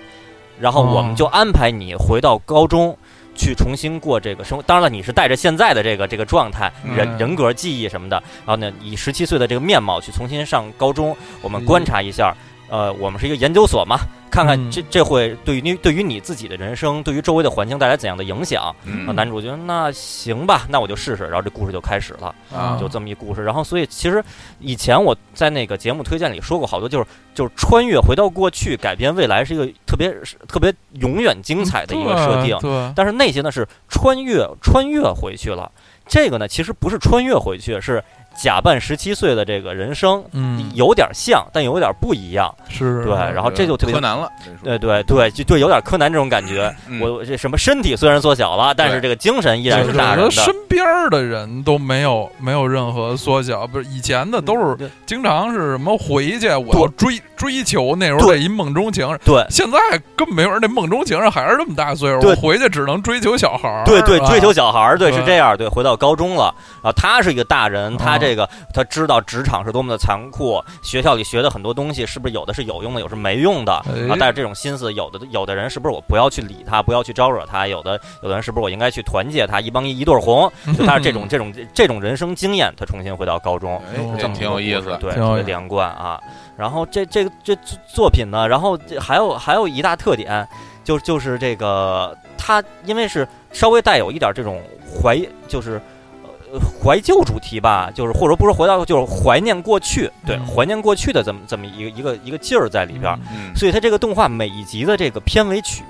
[SPEAKER 2] 然后我们
[SPEAKER 3] 哦
[SPEAKER 2] 就安排你回到高中。去重新过这个生活，当然了，你是带着现在的这个这个状态、人
[SPEAKER 3] 嗯
[SPEAKER 2] 人格记忆什么的，然后呢，以十七岁的这个面貌去重新上高中，我们观察一下，呃，我们是一个研究所嘛，看看
[SPEAKER 3] 嗯
[SPEAKER 2] 这这会对于你对于你自己的人生，对于周围的环境带来怎样的影响，啊，
[SPEAKER 1] 嗯
[SPEAKER 2] 男主角那行吧，那我就试试，然后这故事就开始了，
[SPEAKER 1] 啊
[SPEAKER 2] 就这么一故事。然后，所以其实以前我在那个节目推荐里说过好多，就是就是穿越回到过去改变未来是一个特别是特别永远精彩的一个设定，
[SPEAKER 3] 嗯对，
[SPEAKER 2] 但是那些呢是穿越穿越回去了，这个呢其实不是穿越回去，是假扮十七岁的这个人生，
[SPEAKER 3] 嗯，
[SPEAKER 2] 有点像，但有点不一样。
[SPEAKER 3] 是，
[SPEAKER 2] 对，然后这就特别
[SPEAKER 1] 嗯柯南了，
[SPEAKER 2] 对对对，就对有点柯南这种感觉。
[SPEAKER 1] 嗯
[SPEAKER 2] 我这什么身体虽然缩小了，但是
[SPEAKER 1] 对
[SPEAKER 2] 这个精神依然
[SPEAKER 3] 就是是
[SPEAKER 2] 大人
[SPEAKER 3] 说
[SPEAKER 2] 的。
[SPEAKER 3] 身边儿的人都没有没有任何缩小，不是以前的都是
[SPEAKER 2] 对
[SPEAKER 3] 经常是什么回去，我要追追求那时候
[SPEAKER 2] 对
[SPEAKER 3] 这一梦中情，
[SPEAKER 2] 对
[SPEAKER 3] 现在根本没有人，那梦中情人还是这么大岁数，
[SPEAKER 2] 对
[SPEAKER 3] 我回去只能追求小孩儿，啊
[SPEAKER 2] 对对
[SPEAKER 3] 是，吧
[SPEAKER 2] 追 求小孩儿，对是
[SPEAKER 3] 对
[SPEAKER 2] 这样，对，回到高中了，然后他是一个大人，他
[SPEAKER 3] 哦
[SPEAKER 2] 这个他知道职场是多么的残酷，学校里学的很多东西是不是有的是有用的，有的是没用的啊
[SPEAKER 3] 哎？
[SPEAKER 2] 带着这种心思，有的有的人是不是我不要去理他，不要去招惹他？有的有的人是不是我应该去团结他，一帮一一对儿红？就他是这
[SPEAKER 3] 嗯
[SPEAKER 2] 种这种这种人生经验，他重新回到高中，
[SPEAKER 1] 哎，
[SPEAKER 3] 这
[SPEAKER 1] 这
[SPEAKER 2] 么
[SPEAKER 1] 挺有意
[SPEAKER 2] 一个故
[SPEAKER 1] 思
[SPEAKER 2] 事，对，
[SPEAKER 3] 挺有
[SPEAKER 2] 特别
[SPEAKER 3] 意思
[SPEAKER 2] 连贯啊。然后这这个这作作品呢，然后这还有还有一大特点，就就是这个它因为是稍微带有一点这种怀，就是呃怀旧主题吧，就是或者不是回到就是怀念过去，对，
[SPEAKER 3] 嗯
[SPEAKER 2] 怀念过去的这么这么一个一个一个劲儿在里边儿。
[SPEAKER 1] 嗯
[SPEAKER 2] 所以它这个动画每一集的这个片尾曲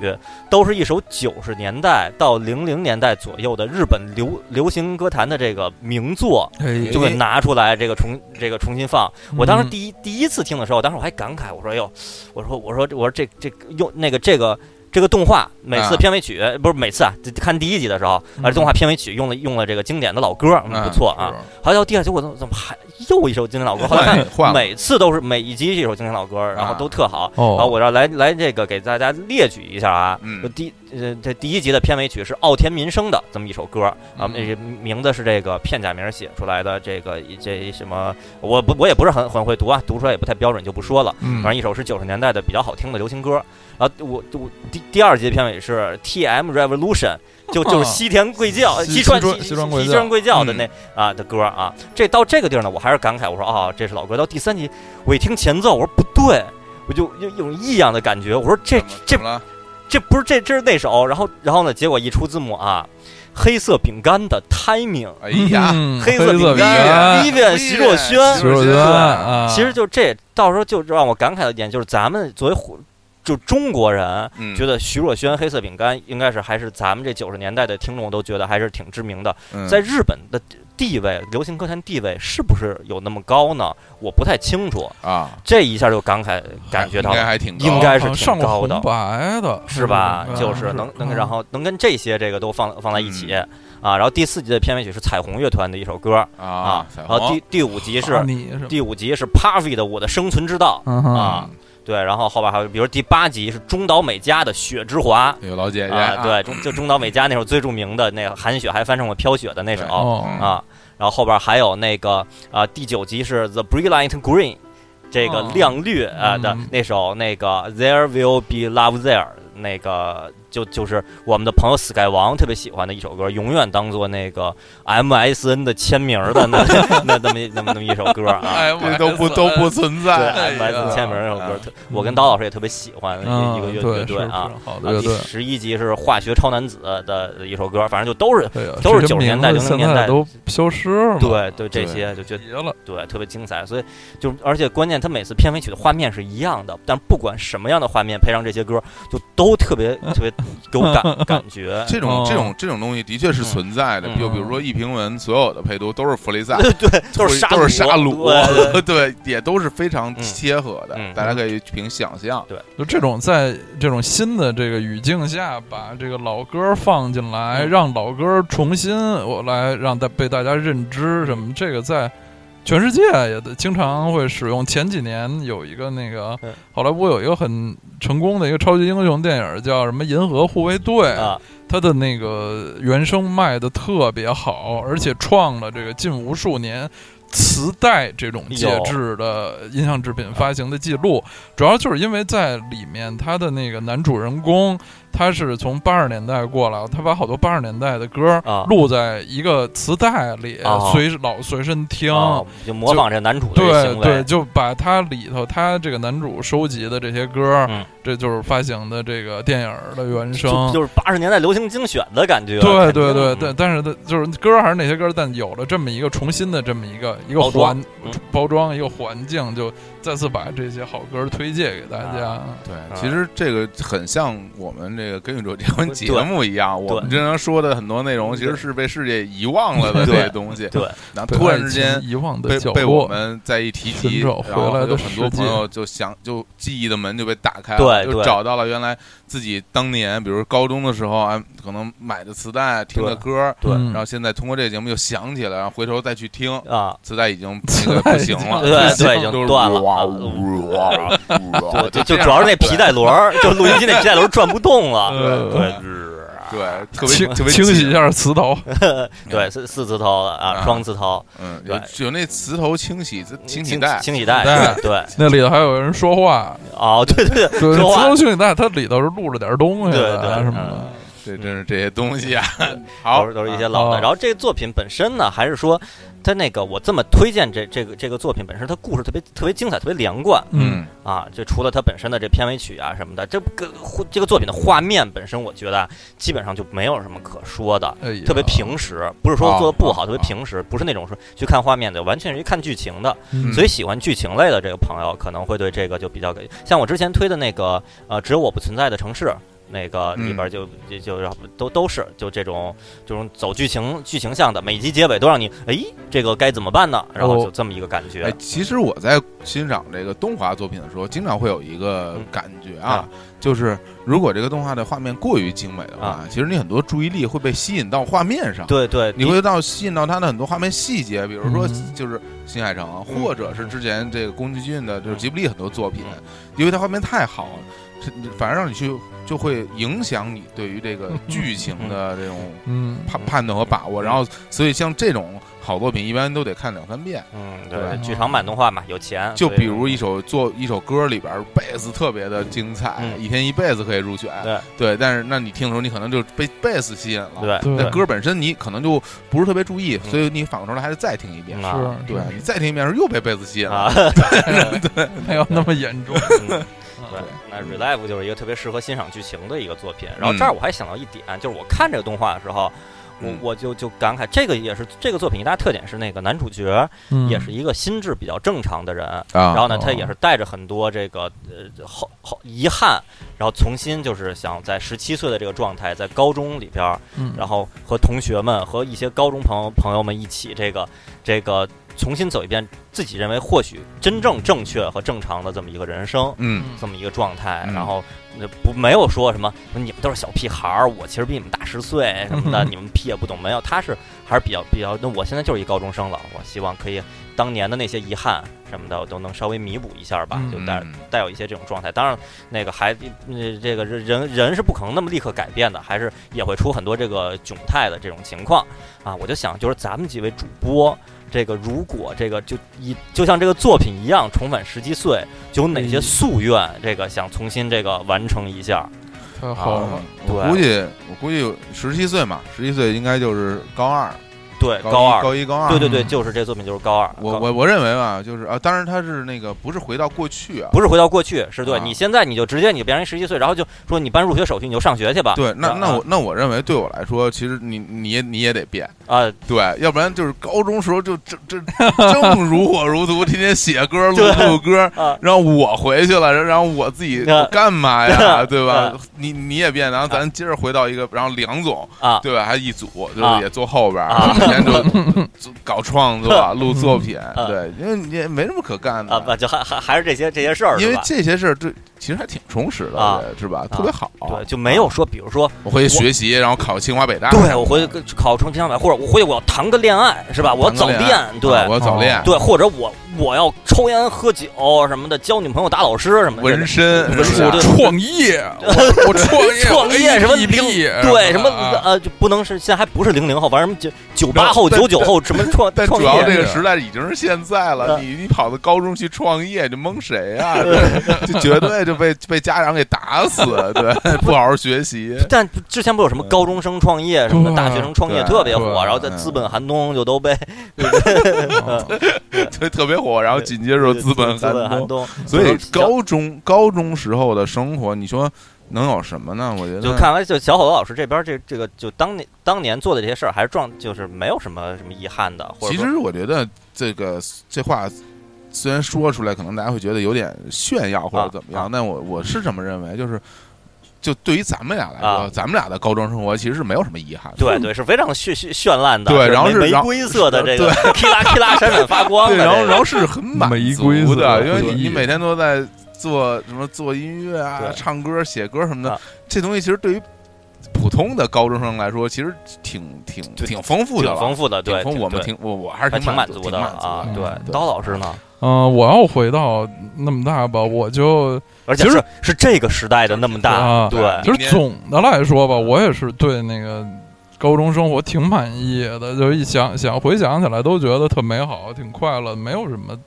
[SPEAKER 2] 都是一首九十年代到零零年代左右的日本流流行歌坛的这个名作，
[SPEAKER 3] 哎
[SPEAKER 2] 就
[SPEAKER 1] 会
[SPEAKER 2] 给拿出来，这个重这个重新放。我当时
[SPEAKER 3] 嗯
[SPEAKER 2] 第一第一次听的时候，当时我还感慨，我说：“哎呦，我说我说我说这这用那个这个这个动画，每次
[SPEAKER 1] 啊
[SPEAKER 2] 片尾曲、不是每次啊，这看第一集的时候，啊，
[SPEAKER 3] 嗯
[SPEAKER 2] 动画片尾曲用了用了这个经典的老歌，嗯，不错啊。，好像到第二集我怎么怎么还又一首经典老歌？后来
[SPEAKER 1] 换换
[SPEAKER 2] 看
[SPEAKER 1] 了
[SPEAKER 2] 每次都是每一集一首经典老歌，然后
[SPEAKER 1] 啊
[SPEAKER 2] 都特好。好，
[SPEAKER 3] 哦，
[SPEAKER 2] 我这来来这个给大家列举一下啊。
[SPEAKER 1] 嗯
[SPEAKER 2] 就第呃这第一集的片尾曲是奥田民生的这么一首歌
[SPEAKER 3] 嗯
[SPEAKER 2] 啊，这名字是这个片假名写出来的，这个这什么我不我也不是很很会读啊，读出来也不太标准，就不说了。
[SPEAKER 3] 嗯
[SPEAKER 2] 反正一首是九十年代的比较好听的流行歌，然后我我第第二集的片尾是 T M Revolution，就就是西田贵教、
[SPEAKER 3] 哦西
[SPEAKER 2] 西川
[SPEAKER 3] 西川
[SPEAKER 2] 西
[SPEAKER 3] 西川贵教嗯
[SPEAKER 2] 川贵教的那啊的歌啊，这到这个地儿呢，我还是感慨，我说啊，这是老歌。到第三集，我一听前奏，我说不对，我就有一种异样的感觉，我说这这
[SPEAKER 1] 怎么了
[SPEAKER 2] 这不是这这是那首，然后然后呢，结果一出字幕啊，黑色饼干的 Timing，
[SPEAKER 1] 哎呀，
[SPEAKER 3] 嗯
[SPEAKER 2] 黑
[SPEAKER 3] 黑
[SPEAKER 2] 色饼
[SPEAKER 3] 饼哎
[SPEAKER 1] 干
[SPEAKER 2] 第一遍徐若瑄
[SPEAKER 3] 徐若瑄啊，
[SPEAKER 2] 其实就这，到时候就让我感慨的一点就是，咱们作为虎就中国人，
[SPEAKER 1] 嗯
[SPEAKER 2] 觉得徐若瑄《黑色饼干》应该是还是咱们这九十年代的听众都觉得还是挺知名的，
[SPEAKER 1] 嗯
[SPEAKER 2] 在日本的地位，流行歌坛地位是不是有那么高呢？我不太清楚，
[SPEAKER 1] 啊，
[SPEAKER 2] 这一下就感慨感觉到
[SPEAKER 1] 应该还挺高
[SPEAKER 2] 应该是挺
[SPEAKER 3] 好像哦上
[SPEAKER 2] 高
[SPEAKER 3] 过
[SPEAKER 2] 的
[SPEAKER 3] 红白的，
[SPEAKER 2] 是吧？
[SPEAKER 3] 嗯
[SPEAKER 2] 就是能能，然
[SPEAKER 3] 嗯
[SPEAKER 2] 后能跟这些这个都放放在一起啊。然后第四集的片尾曲是彩虹乐团的一首歌
[SPEAKER 1] 啊
[SPEAKER 2] 啊，，
[SPEAKER 1] 彩
[SPEAKER 2] 然后
[SPEAKER 1] 虹
[SPEAKER 2] 第第五集
[SPEAKER 3] 哈
[SPEAKER 2] 是
[SPEAKER 3] 尼啊是吧
[SPEAKER 2] 第五集是 Puffy 的《我的生存之道》
[SPEAKER 3] 嗯哼
[SPEAKER 2] 啊，对，然后后边还有，比如第八集是中岛美嘉的《雪之华
[SPEAKER 1] 有老姐》姐
[SPEAKER 2] 啊，，对，中就中岛美嘉那首最著名的那个韩雪还翻唱过《飘雪》的那首
[SPEAKER 1] 对
[SPEAKER 3] 哦
[SPEAKER 2] 啊，然后后边还有那个啊，第九集是 The Brilliant Green，这个
[SPEAKER 3] 哦
[SPEAKER 2] 亮绿啊的
[SPEAKER 3] 嗯
[SPEAKER 2] 那首那个 There Will Be Love There 那个就就是我们的朋友 Sky 王特别喜欢的一首歌，永远当做那个 MSN 的签名儿的那 那那么一那么那么一首歌啊。
[SPEAKER 3] 哎，
[SPEAKER 1] 这都不都不存
[SPEAKER 2] 对
[SPEAKER 1] 在。
[SPEAKER 3] 哎呀
[SPEAKER 2] ，MSN 签名儿那首歌
[SPEAKER 1] 嗯，
[SPEAKER 2] 特我跟刀老师也特别喜欢一一个
[SPEAKER 3] 嗯
[SPEAKER 2] 乐
[SPEAKER 3] 对
[SPEAKER 2] 乐队啊
[SPEAKER 3] 是。是好
[SPEAKER 2] 啊
[SPEAKER 3] 的乐
[SPEAKER 2] 第
[SPEAKER 3] 队，
[SPEAKER 2] 十一集是化学超男子的一首歌，反正就都是
[SPEAKER 3] 哎呀，
[SPEAKER 2] 都是
[SPEAKER 3] 这个
[SPEAKER 2] 90年代
[SPEAKER 3] 名字
[SPEAKER 2] 90年
[SPEAKER 3] 现
[SPEAKER 2] 代
[SPEAKER 3] 在都消失了，
[SPEAKER 2] 对对这
[SPEAKER 1] 对
[SPEAKER 2] 些，就觉得
[SPEAKER 3] 急了，
[SPEAKER 2] 对特别精彩。所以就而且关键，它每次片尾曲的画面是一样的，但不管什么样的画面配上这些歌，就都特别特别有感感觉。
[SPEAKER 1] 这种
[SPEAKER 3] 哦
[SPEAKER 1] 这种这种东西的确是存在的，
[SPEAKER 2] 嗯
[SPEAKER 1] 就比如说一评文所有的配图都是弗雷萨，
[SPEAKER 2] 对，都
[SPEAKER 1] 会
[SPEAKER 2] 是沙
[SPEAKER 1] 都是沙
[SPEAKER 2] 鲁啊
[SPEAKER 1] 鲁，啊
[SPEAKER 2] 对，对
[SPEAKER 1] 对，也都是非常
[SPEAKER 2] 嗯
[SPEAKER 1] 贴合的，
[SPEAKER 2] 嗯
[SPEAKER 1] 大家可以凭想象。
[SPEAKER 3] 就这种在这种新的这个语境下，把这个老歌放进来，
[SPEAKER 2] 嗯
[SPEAKER 3] 让老歌重新我来让大被大家认知什么，这个在全世界也都经常会使用。前几年有一个那个
[SPEAKER 2] 嗯
[SPEAKER 3] 好莱坞有一个很成功的一个超级英雄电影叫什么《银河护卫队》
[SPEAKER 2] 啊，
[SPEAKER 3] 它的那个原声卖的特别好，而且创了这个近无数年磁带这种介质的音像制品发行的记录。主要就是因为在里面，他的那个男主人公他是从八十年代过来，他把好多八十年代的歌
[SPEAKER 2] 啊
[SPEAKER 3] 录在一个磁带里，
[SPEAKER 2] 啊
[SPEAKER 3] 随老随身听。
[SPEAKER 2] 啊就模仿这男主的这
[SPEAKER 3] 对
[SPEAKER 2] 行
[SPEAKER 3] 对，
[SPEAKER 2] 为，
[SPEAKER 3] 就把他里头他这个男主收集的这些歌，
[SPEAKER 2] 嗯
[SPEAKER 3] 这就是发行的这个电影儿的原声，
[SPEAKER 2] 就就是八十年代流行精选的感觉。
[SPEAKER 3] 对
[SPEAKER 2] 感觉
[SPEAKER 3] 对对
[SPEAKER 2] 嗯
[SPEAKER 3] 对，但是它就是歌还是那些歌，但有了这么一个重新的这么一个一个
[SPEAKER 2] 包装
[SPEAKER 3] 环
[SPEAKER 2] 嗯
[SPEAKER 3] 包装一个环境，就再次把这些好歌推荐给大家。
[SPEAKER 2] 啊
[SPEAKER 1] 对，其实这个很像我们这个《跟宇宙结婚》节目一样，
[SPEAKER 2] 对
[SPEAKER 1] 我们经常说的很多内容，其实是被世界遗忘了的这
[SPEAKER 2] 对
[SPEAKER 1] 些东西。
[SPEAKER 2] 对，
[SPEAKER 1] 那
[SPEAKER 3] 被
[SPEAKER 1] 突然
[SPEAKER 3] 爱
[SPEAKER 1] 之间
[SPEAKER 3] 情遗忘的
[SPEAKER 1] 被
[SPEAKER 3] 角
[SPEAKER 1] 被我
[SPEAKER 3] 落，
[SPEAKER 1] 们再一提及，
[SPEAKER 3] 寻找
[SPEAKER 1] 然
[SPEAKER 3] 回
[SPEAKER 1] 后
[SPEAKER 3] 来的
[SPEAKER 1] 有很多
[SPEAKER 3] 世界
[SPEAKER 1] 朋友就想就记忆的门就被打开
[SPEAKER 2] 对
[SPEAKER 1] 了，就
[SPEAKER 2] 对
[SPEAKER 1] 找到了原来自己当年，比如高中的时候啊，可能买的磁带、听的歌，
[SPEAKER 2] 对
[SPEAKER 3] 嗯
[SPEAKER 1] 然后现在通过这个节目又想起来，然后回头再去听，
[SPEAKER 2] 啊，
[SPEAKER 1] 磁带已经那个不行了，
[SPEAKER 2] 对对，已
[SPEAKER 1] 啊都
[SPEAKER 2] 经
[SPEAKER 1] 是
[SPEAKER 2] 断了。
[SPEAKER 1] 哇
[SPEAKER 2] 啊
[SPEAKER 1] 呜哇呜哇，
[SPEAKER 2] 就就主要是那皮带轮儿，就录音机那皮带轮儿转不动了。
[SPEAKER 3] 呃
[SPEAKER 2] 对，
[SPEAKER 1] 对，特
[SPEAKER 3] 清
[SPEAKER 1] 别特别
[SPEAKER 3] 清洗一
[SPEAKER 1] 紧，
[SPEAKER 3] 下 磁头，
[SPEAKER 2] 对，四四字头的啊，
[SPEAKER 1] 啊
[SPEAKER 2] 双字头，
[SPEAKER 1] 嗯，
[SPEAKER 2] 对
[SPEAKER 1] 有有那磁头清洗清洗
[SPEAKER 2] 清
[SPEAKER 1] 带，
[SPEAKER 2] 清洗带
[SPEAKER 3] 带，
[SPEAKER 2] 对，
[SPEAKER 3] 那里头还有人说话，
[SPEAKER 2] 哦，对对对，
[SPEAKER 3] 就是磁
[SPEAKER 2] 说话
[SPEAKER 3] 头清洗带，它里头是录着点东西的
[SPEAKER 2] 对
[SPEAKER 3] 啊
[SPEAKER 2] 对
[SPEAKER 3] 什么的。
[SPEAKER 1] 这真是这些东西啊， 好，啊
[SPEAKER 2] 都是都是一些老的。
[SPEAKER 3] 哦
[SPEAKER 2] 然后这个作品本身呢，还是说它那个我这么推荐这这个这个作品本身，它故事特别特别精彩，特别连贯
[SPEAKER 3] 嗯，
[SPEAKER 1] 嗯
[SPEAKER 2] 啊。这除了它本身的这片尾曲啊什么的，这个这个作品的画面本身，我觉得啊基本上就没有什么可说的。
[SPEAKER 3] 哎呀
[SPEAKER 2] 嗯特别，平实，不是说
[SPEAKER 1] 啊
[SPEAKER 2] 做的不
[SPEAKER 1] 啊
[SPEAKER 2] 好，特别
[SPEAKER 1] 啊
[SPEAKER 2] 平实，不是那种说去看画面的，完全是一看剧情的。
[SPEAKER 3] 嗯
[SPEAKER 2] 所以喜欢剧情类的这个朋友，可能会对这个就比较感像我之前推的那个呃，只有我不存在的城市。那个里边就就就都都是就这种这种走剧情剧情向的，每集结尾都让你哎这个该怎么办呢？然后就这么一个感觉
[SPEAKER 1] 哎，其实我在欣赏这个动画作品的时候，经常会有一个
[SPEAKER 2] 嗯
[SPEAKER 1] 感觉
[SPEAKER 2] 啊
[SPEAKER 1] 啊，就是如果这个动画的画面过于精美的话
[SPEAKER 2] 啊，
[SPEAKER 1] 其实你很多注意力会被吸引到画面上。
[SPEAKER 2] 对对，
[SPEAKER 1] 你会到吸引到它的很多画面细节，比如说
[SPEAKER 3] 嗯
[SPEAKER 1] 就是新海诚，
[SPEAKER 2] 嗯
[SPEAKER 1] 或者是之前这个宫崎骏的，就是吉卜力很多作品
[SPEAKER 2] 嗯，
[SPEAKER 1] 因为它画面太好了，是反而让你去就会影响你对于这 个
[SPEAKER 3] 嗯
[SPEAKER 1] 剧情的这种
[SPEAKER 3] 嗯，
[SPEAKER 1] 判判断和把握。然后，所以像这种好作品，一般都得看两三遍。
[SPEAKER 2] 嗯对，
[SPEAKER 1] 对
[SPEAKER 2] 剧场版动画嘛，有钱，
[SPEAKER 1] 就
[SPEAKER 2] 所以
[SPEAKER 1] 比如一首做一首歌里边儿贝斯特别的精彩，
[SPEAKER 2] 嗯
[SPEAKER 1] 一天一贝斯可以入选，
[SPEAKER 2] 对
[SPEAKER 1] 但是那你听的时候，你可能就被贝斯吸引了，
[SPEAKER 2] 对
[SPEAKER 3] 对
[SPEAKER 1] 那歌本身你可能就不是特别注意，
[SPEAKER 2] 嗯
[SPEAKER 1] 所以你反过头来还得再听一遍
[SPEAKER 2] 嗯，
[SPEAKER 3] 是
[SPEAKER 2] 啊
[SPEAKER 1] 对你再听一遍的时候又被贝斯吸引了，
[SPEAKER 2] 啊，
[SPEAKER 3] 没有那么严重。
[SPEAKER 2] 嗯对，那
[SPEAKER 1] 嗯
[SPEAKER 2] Relive 就是一个特别适合欣赏剧情的一个作品。然后这儿我还想到一点，就是我看这个动画的时候，我
[SPEAKER 1] 嗯
[SPEAKER 2] 我就就感慨，这个也是这个作品一大特点是那个男主角
[SPEAKER 3] 嗯
[SPEAKER 2] 也是一个心智比较正常的人，
[SPEAKER 1] 啊
[SPEAKER 2] 然后呢，他
[SPEAKER 3] 哦
[SPEAKER 2] 也是带着很多这个呃后后遗憾，然后重新就是想在十七岁的这个状态，在高中里边儿，
[SPEAKER 3] 嗯
[SPEAKER 2] 然后和同学们和一些高中朋友朋友们一起这个这个重新走一遍自己认为或许真正正确和正常的这么一个人生。
[SPEAKER 1] 嗯
[SPEAKER 2] 这么一个状态，
[SPEAKER 1] 嗯
[SPEAKER 2] 然后呃不没有说什么你们都是小屁孩儿，我其实比你们大十岁什么的，
[SPEAKER 1] 嗯
[SPEAKER 2] 你们屁也不懂，没有，他是还是比较比较，那我现在就是一高中生了，我希望可以当年的那些遗憾什么的，我都能稍微弥补一下吧，
[SPEAKER 3] 嗯
[SPEAKER 2] 就带
[SPEAKER 1] 嗯
[SPEAKER 2] 带有一些这种状态。当然，那个还呃这个人人人是不可能那么立刻改变的，还是也会出很多这个窘态的这种情况啊。我就想，就是咱们几位主播。这个如果这个就一就像这个作品一样重返十七岁，有哪些夙愿？这个想重新这个完成一下
[SPEAKER 3] 太好了
[SPEAKER 1] 啊，我
[SPEAKER 2] 嗯对
[SPEAKER 1] 估计我估计有十七岁嘛，十七岁应该就是高二、
[SPEAKER 2] 对，
[SPEAKER 1] 高
[SPEAKER 2] 高
[SPEAKER 1] 一
[SPEAKER 2] 二，
[SPEAKER 1] 高一、高二。
[SPEAKER 2] 对对对，
[SPEAKER 3] 嗯
[SPEAKER 2] 就是这作品就是高二。
[SPEAKER 1] 我
[SPEAKER 2] 高
[SPEAKER 1] 我我认为吧，就是啊，当然他是那个不是回到过去啊，
[SPEAKER 2] 不是回到过去，是对、
[SPEAKER 1] 啊
[SPEAKER 2] 你现在你就直接你变成十七岁，然后就说你办入学手续你就上学去吧。
[SPEAKER 1] 对，那
[SPEAKER 2] 啊
[SPEAKER 1] 那我那我认为对我来说，其实你你也你也得变，
[SPEAKER 2] 啊，
[SPEAKER 1] 对，要不然就是高中时候就这这正如火如荼，天天写歌录
[SPEAKER 2] 对
[SPEAKER 1] 录歌
[SPEAKER 2] 啊，
[SPEAKER 1] 让我回去了，让我自己
[SPEAKER 2] 啊
[SPEAKER 1] 干嘛呀，
[SPEAKER 2] 啊
[SPEAKER 1] 对吧
[SPEAKER 2] 啊？
[SPEAKER 1] 你你也变，然后咱接着回到一个，然后梁总
[SPEAKER 2] 啊
[SPEAKER 1] 对吧？还一组，就
[SPEAKER 2] 啊
[SPEAKER 1] 是也坐后边儿，
[SPEAKER 2] 啊
[SPEAKER 1] 每天就就搞创作、录作品，
[SPEAKER 2] 嗯
[SPEAKER 1] 对，因为你也没什么可干
[SPEAKER 2] 啊，
[SPEAKER 1] 的。
[SPEAKER 2] 不就还还还是这些这些事儿
[SPEAKER 1] 因
[SPEAKER 2] 是
[SPEAKER 1] 为
[SPEAKER 2] 吧？
[SPEAKER 1] 这些事儿，对，其实还挺充实的，
[SPEAKER 2] 啊
[SPEAKER 1] 我觉得是吧？
[SPEAKER 2] 啊
[SPEAKER 1] 特别好。
[SPEAKER 2] 对，就没有说，比如说，
[SPEAKER 1] 我回去学习，然后考清华北大。啊
[SPEAKER 2] 对我回去跟考成天上百，或者我回去我要谈个恋爱，是吧？我要
[SPEAKER 1] 谈个
[SPEAKER 2] 早
[SPEAKER 1] 恋爱
[SPEAKER 2] 恋，对、
[SPEAKER 1] 啊我要早恋
[SPEAKER 3] 哦，
[SPEAKER 2] 对，或者我我要抽烟喝酒什么的，交女朋友打老师什么的，
[SPEAKER 1] 纹身，
[SPEAKER 2] 纹
[SPEAKER 1] 是
[SPEAKER 2] 身
[SPEAKER 1] 吧
[SPEAKER 2] 对
[SPEAKER 3] 创业，啊我 我创业，
[SPEAKER 2] 创业什么零
[SPEAKER 3] APP
[SPEAKER 2] 对什么
[SPEAKER 3] 啊
[SPEAKER 2] 呃，就不能是现在还不是零零后，反正什么九九
[SPEAKER 1] 没
[SPEAKER 2] 八
[SPEAKER 1] 有
[SPEAKER 2] 后、
[SPEAKER 1] 但
[SPEAKER 2] 九九后什么创
[SPEAKER 1] 但
[SPEAKER 2] 创
[SPEAKER 1] 主要
[SPEAKER 2] 业
[SPEAKER 1] 这个时代已经是现在了，
[SPEAKER 2] 嗯
[SPEAKER 1] 你你跑到高中去创业，就蒙谁 啊？对就绝对就被 被家长给打死，对，不好好学 习。
[SPEAKER 2] 但之前不有什么
[SPEAKER 1] 嗯
[SPEAKER 2] 高中生创业什么的，
[SPEAKER 3] 对
[SPEAKER 2] 大学生创业
[SPEAKER 1] 对
[SPEAKER 2] 特别
[SPEAKER 3] 对
[SPEAKER 2] 火，然后在
[SPEAKER 1] 嗯
[SPEAKER 2] 资本寒冬就都被 嗯
[SPEAKER 1] 对，特别火，然后紧接着 就资本
[SPEAKER 2] 资本
[SPEAKER 1] 寒
[SPEAKER 2] 寒
[SPEAKER 1] 冬。
[SPEAKER 2] 冬，
[SPEAKER 1] 所以
[SPEAKER 2] 就
[SPEAKER 1] 高中高中时候的生活，你说能有什么呢？我觉得
[SPEAKER 2] 就看来就小伙子老师这边这这个就当年当年做的这些事儿，还是撞就是没有什么什么遗憾的，或者
[SPEAKER 1] 其
[SPEAKER 2] 说
[SPEAKER 1] 实我觉得这个这话虽然说出来，可能大家会觉得有点炫耀或者怎么样，
[SPEAKER 2] 啊
[SPEAKER 1] 但我我是这么认为，就是就对于咱们俩来说，
[SPEAKER 2] 啊
[SPEAKER 1] 咱们俩的高中生活其实是没有什么遗憾的。
[SPEAKER 2] 对对是非常绚绚绚烂的，
[SPEAKER 1] 对
[SPEAKER 2] 是
[SPEAKER 1] 然后
[SPEAKER 2] 玫
[SPEAKER 1] 是
[SPEAKER 2] 玫
[SPEAKER 1] 然后
[SPEAKER 2] 瑰色的这个， 噼啦噼啦闪闪发光的
[SPEAKER 1] 对，
[SPEAKER 2] 这个，
[SPEAKER 1] 然后然后是很满
[SPEAKER 3] 玫
[SPEAKER 1] 足
[SPEAKER 3] 瑰色
[SPEAKER 1] 的，啊因为
[SPEAKER 3] 回
[SPEAKER 1] 你你
[SPEAKER 3] 忆
[SPEAKER 1] 每天都在做什么做音乐啊
[SPEAKER 2] 对、
[SPEAKER 1] 唱歌、写歌什么的
[SPEAKER 2] 啊，
[SPEAKER 1] 这东西其实对于普通的高中生来说，其实挺挺
[SPEAKER 2] 对
[SPEAKER 1] 挺丰富
[SPEAKER 2] 挺
[SPEAKER 1] 的了。
[SPEAKER 2] 丰富的，对，
[SPEAKER 1] 挺丰富，我们
[SPEAKER 2] 对
[SPEAKER 1] 挺我我还是
[SPEAKER 2] 还挺
[SPEAKER 1] 满
[SPEAKER 2] 足
[SPEAKER 1] 挺
[SPEAKER 2] 的
[SPEAKER 1] 满足
[SPEAKER 2] 啊，
[SPEAKER 3] 的
[SPEAKER 2] 对
[SPEAKER 3] 嗯。
[SPEAKER 2] 刀老师呢，
[SPEAKER 3] 嗯，我要回到那么大吧，我就
[SPEAKER 2] 而且
[SPEAKER 3] 其实
[SPEAKER 2] 是是这个时代的那么大，
[SPEAKER 3] 啊
[SPEAKER 2] 对
[SPEAKER 1] 对
[SPEAKER 3] 就
[SPEAKER 1] 明
[SPEAKER 3] 是
[SPEAKER 1] 年
[SPEAKER 3] 总的来说吧，我也是对那个高中生活挺满意的，就一想想回想起来都觉得特美好，挺快乐，没有什么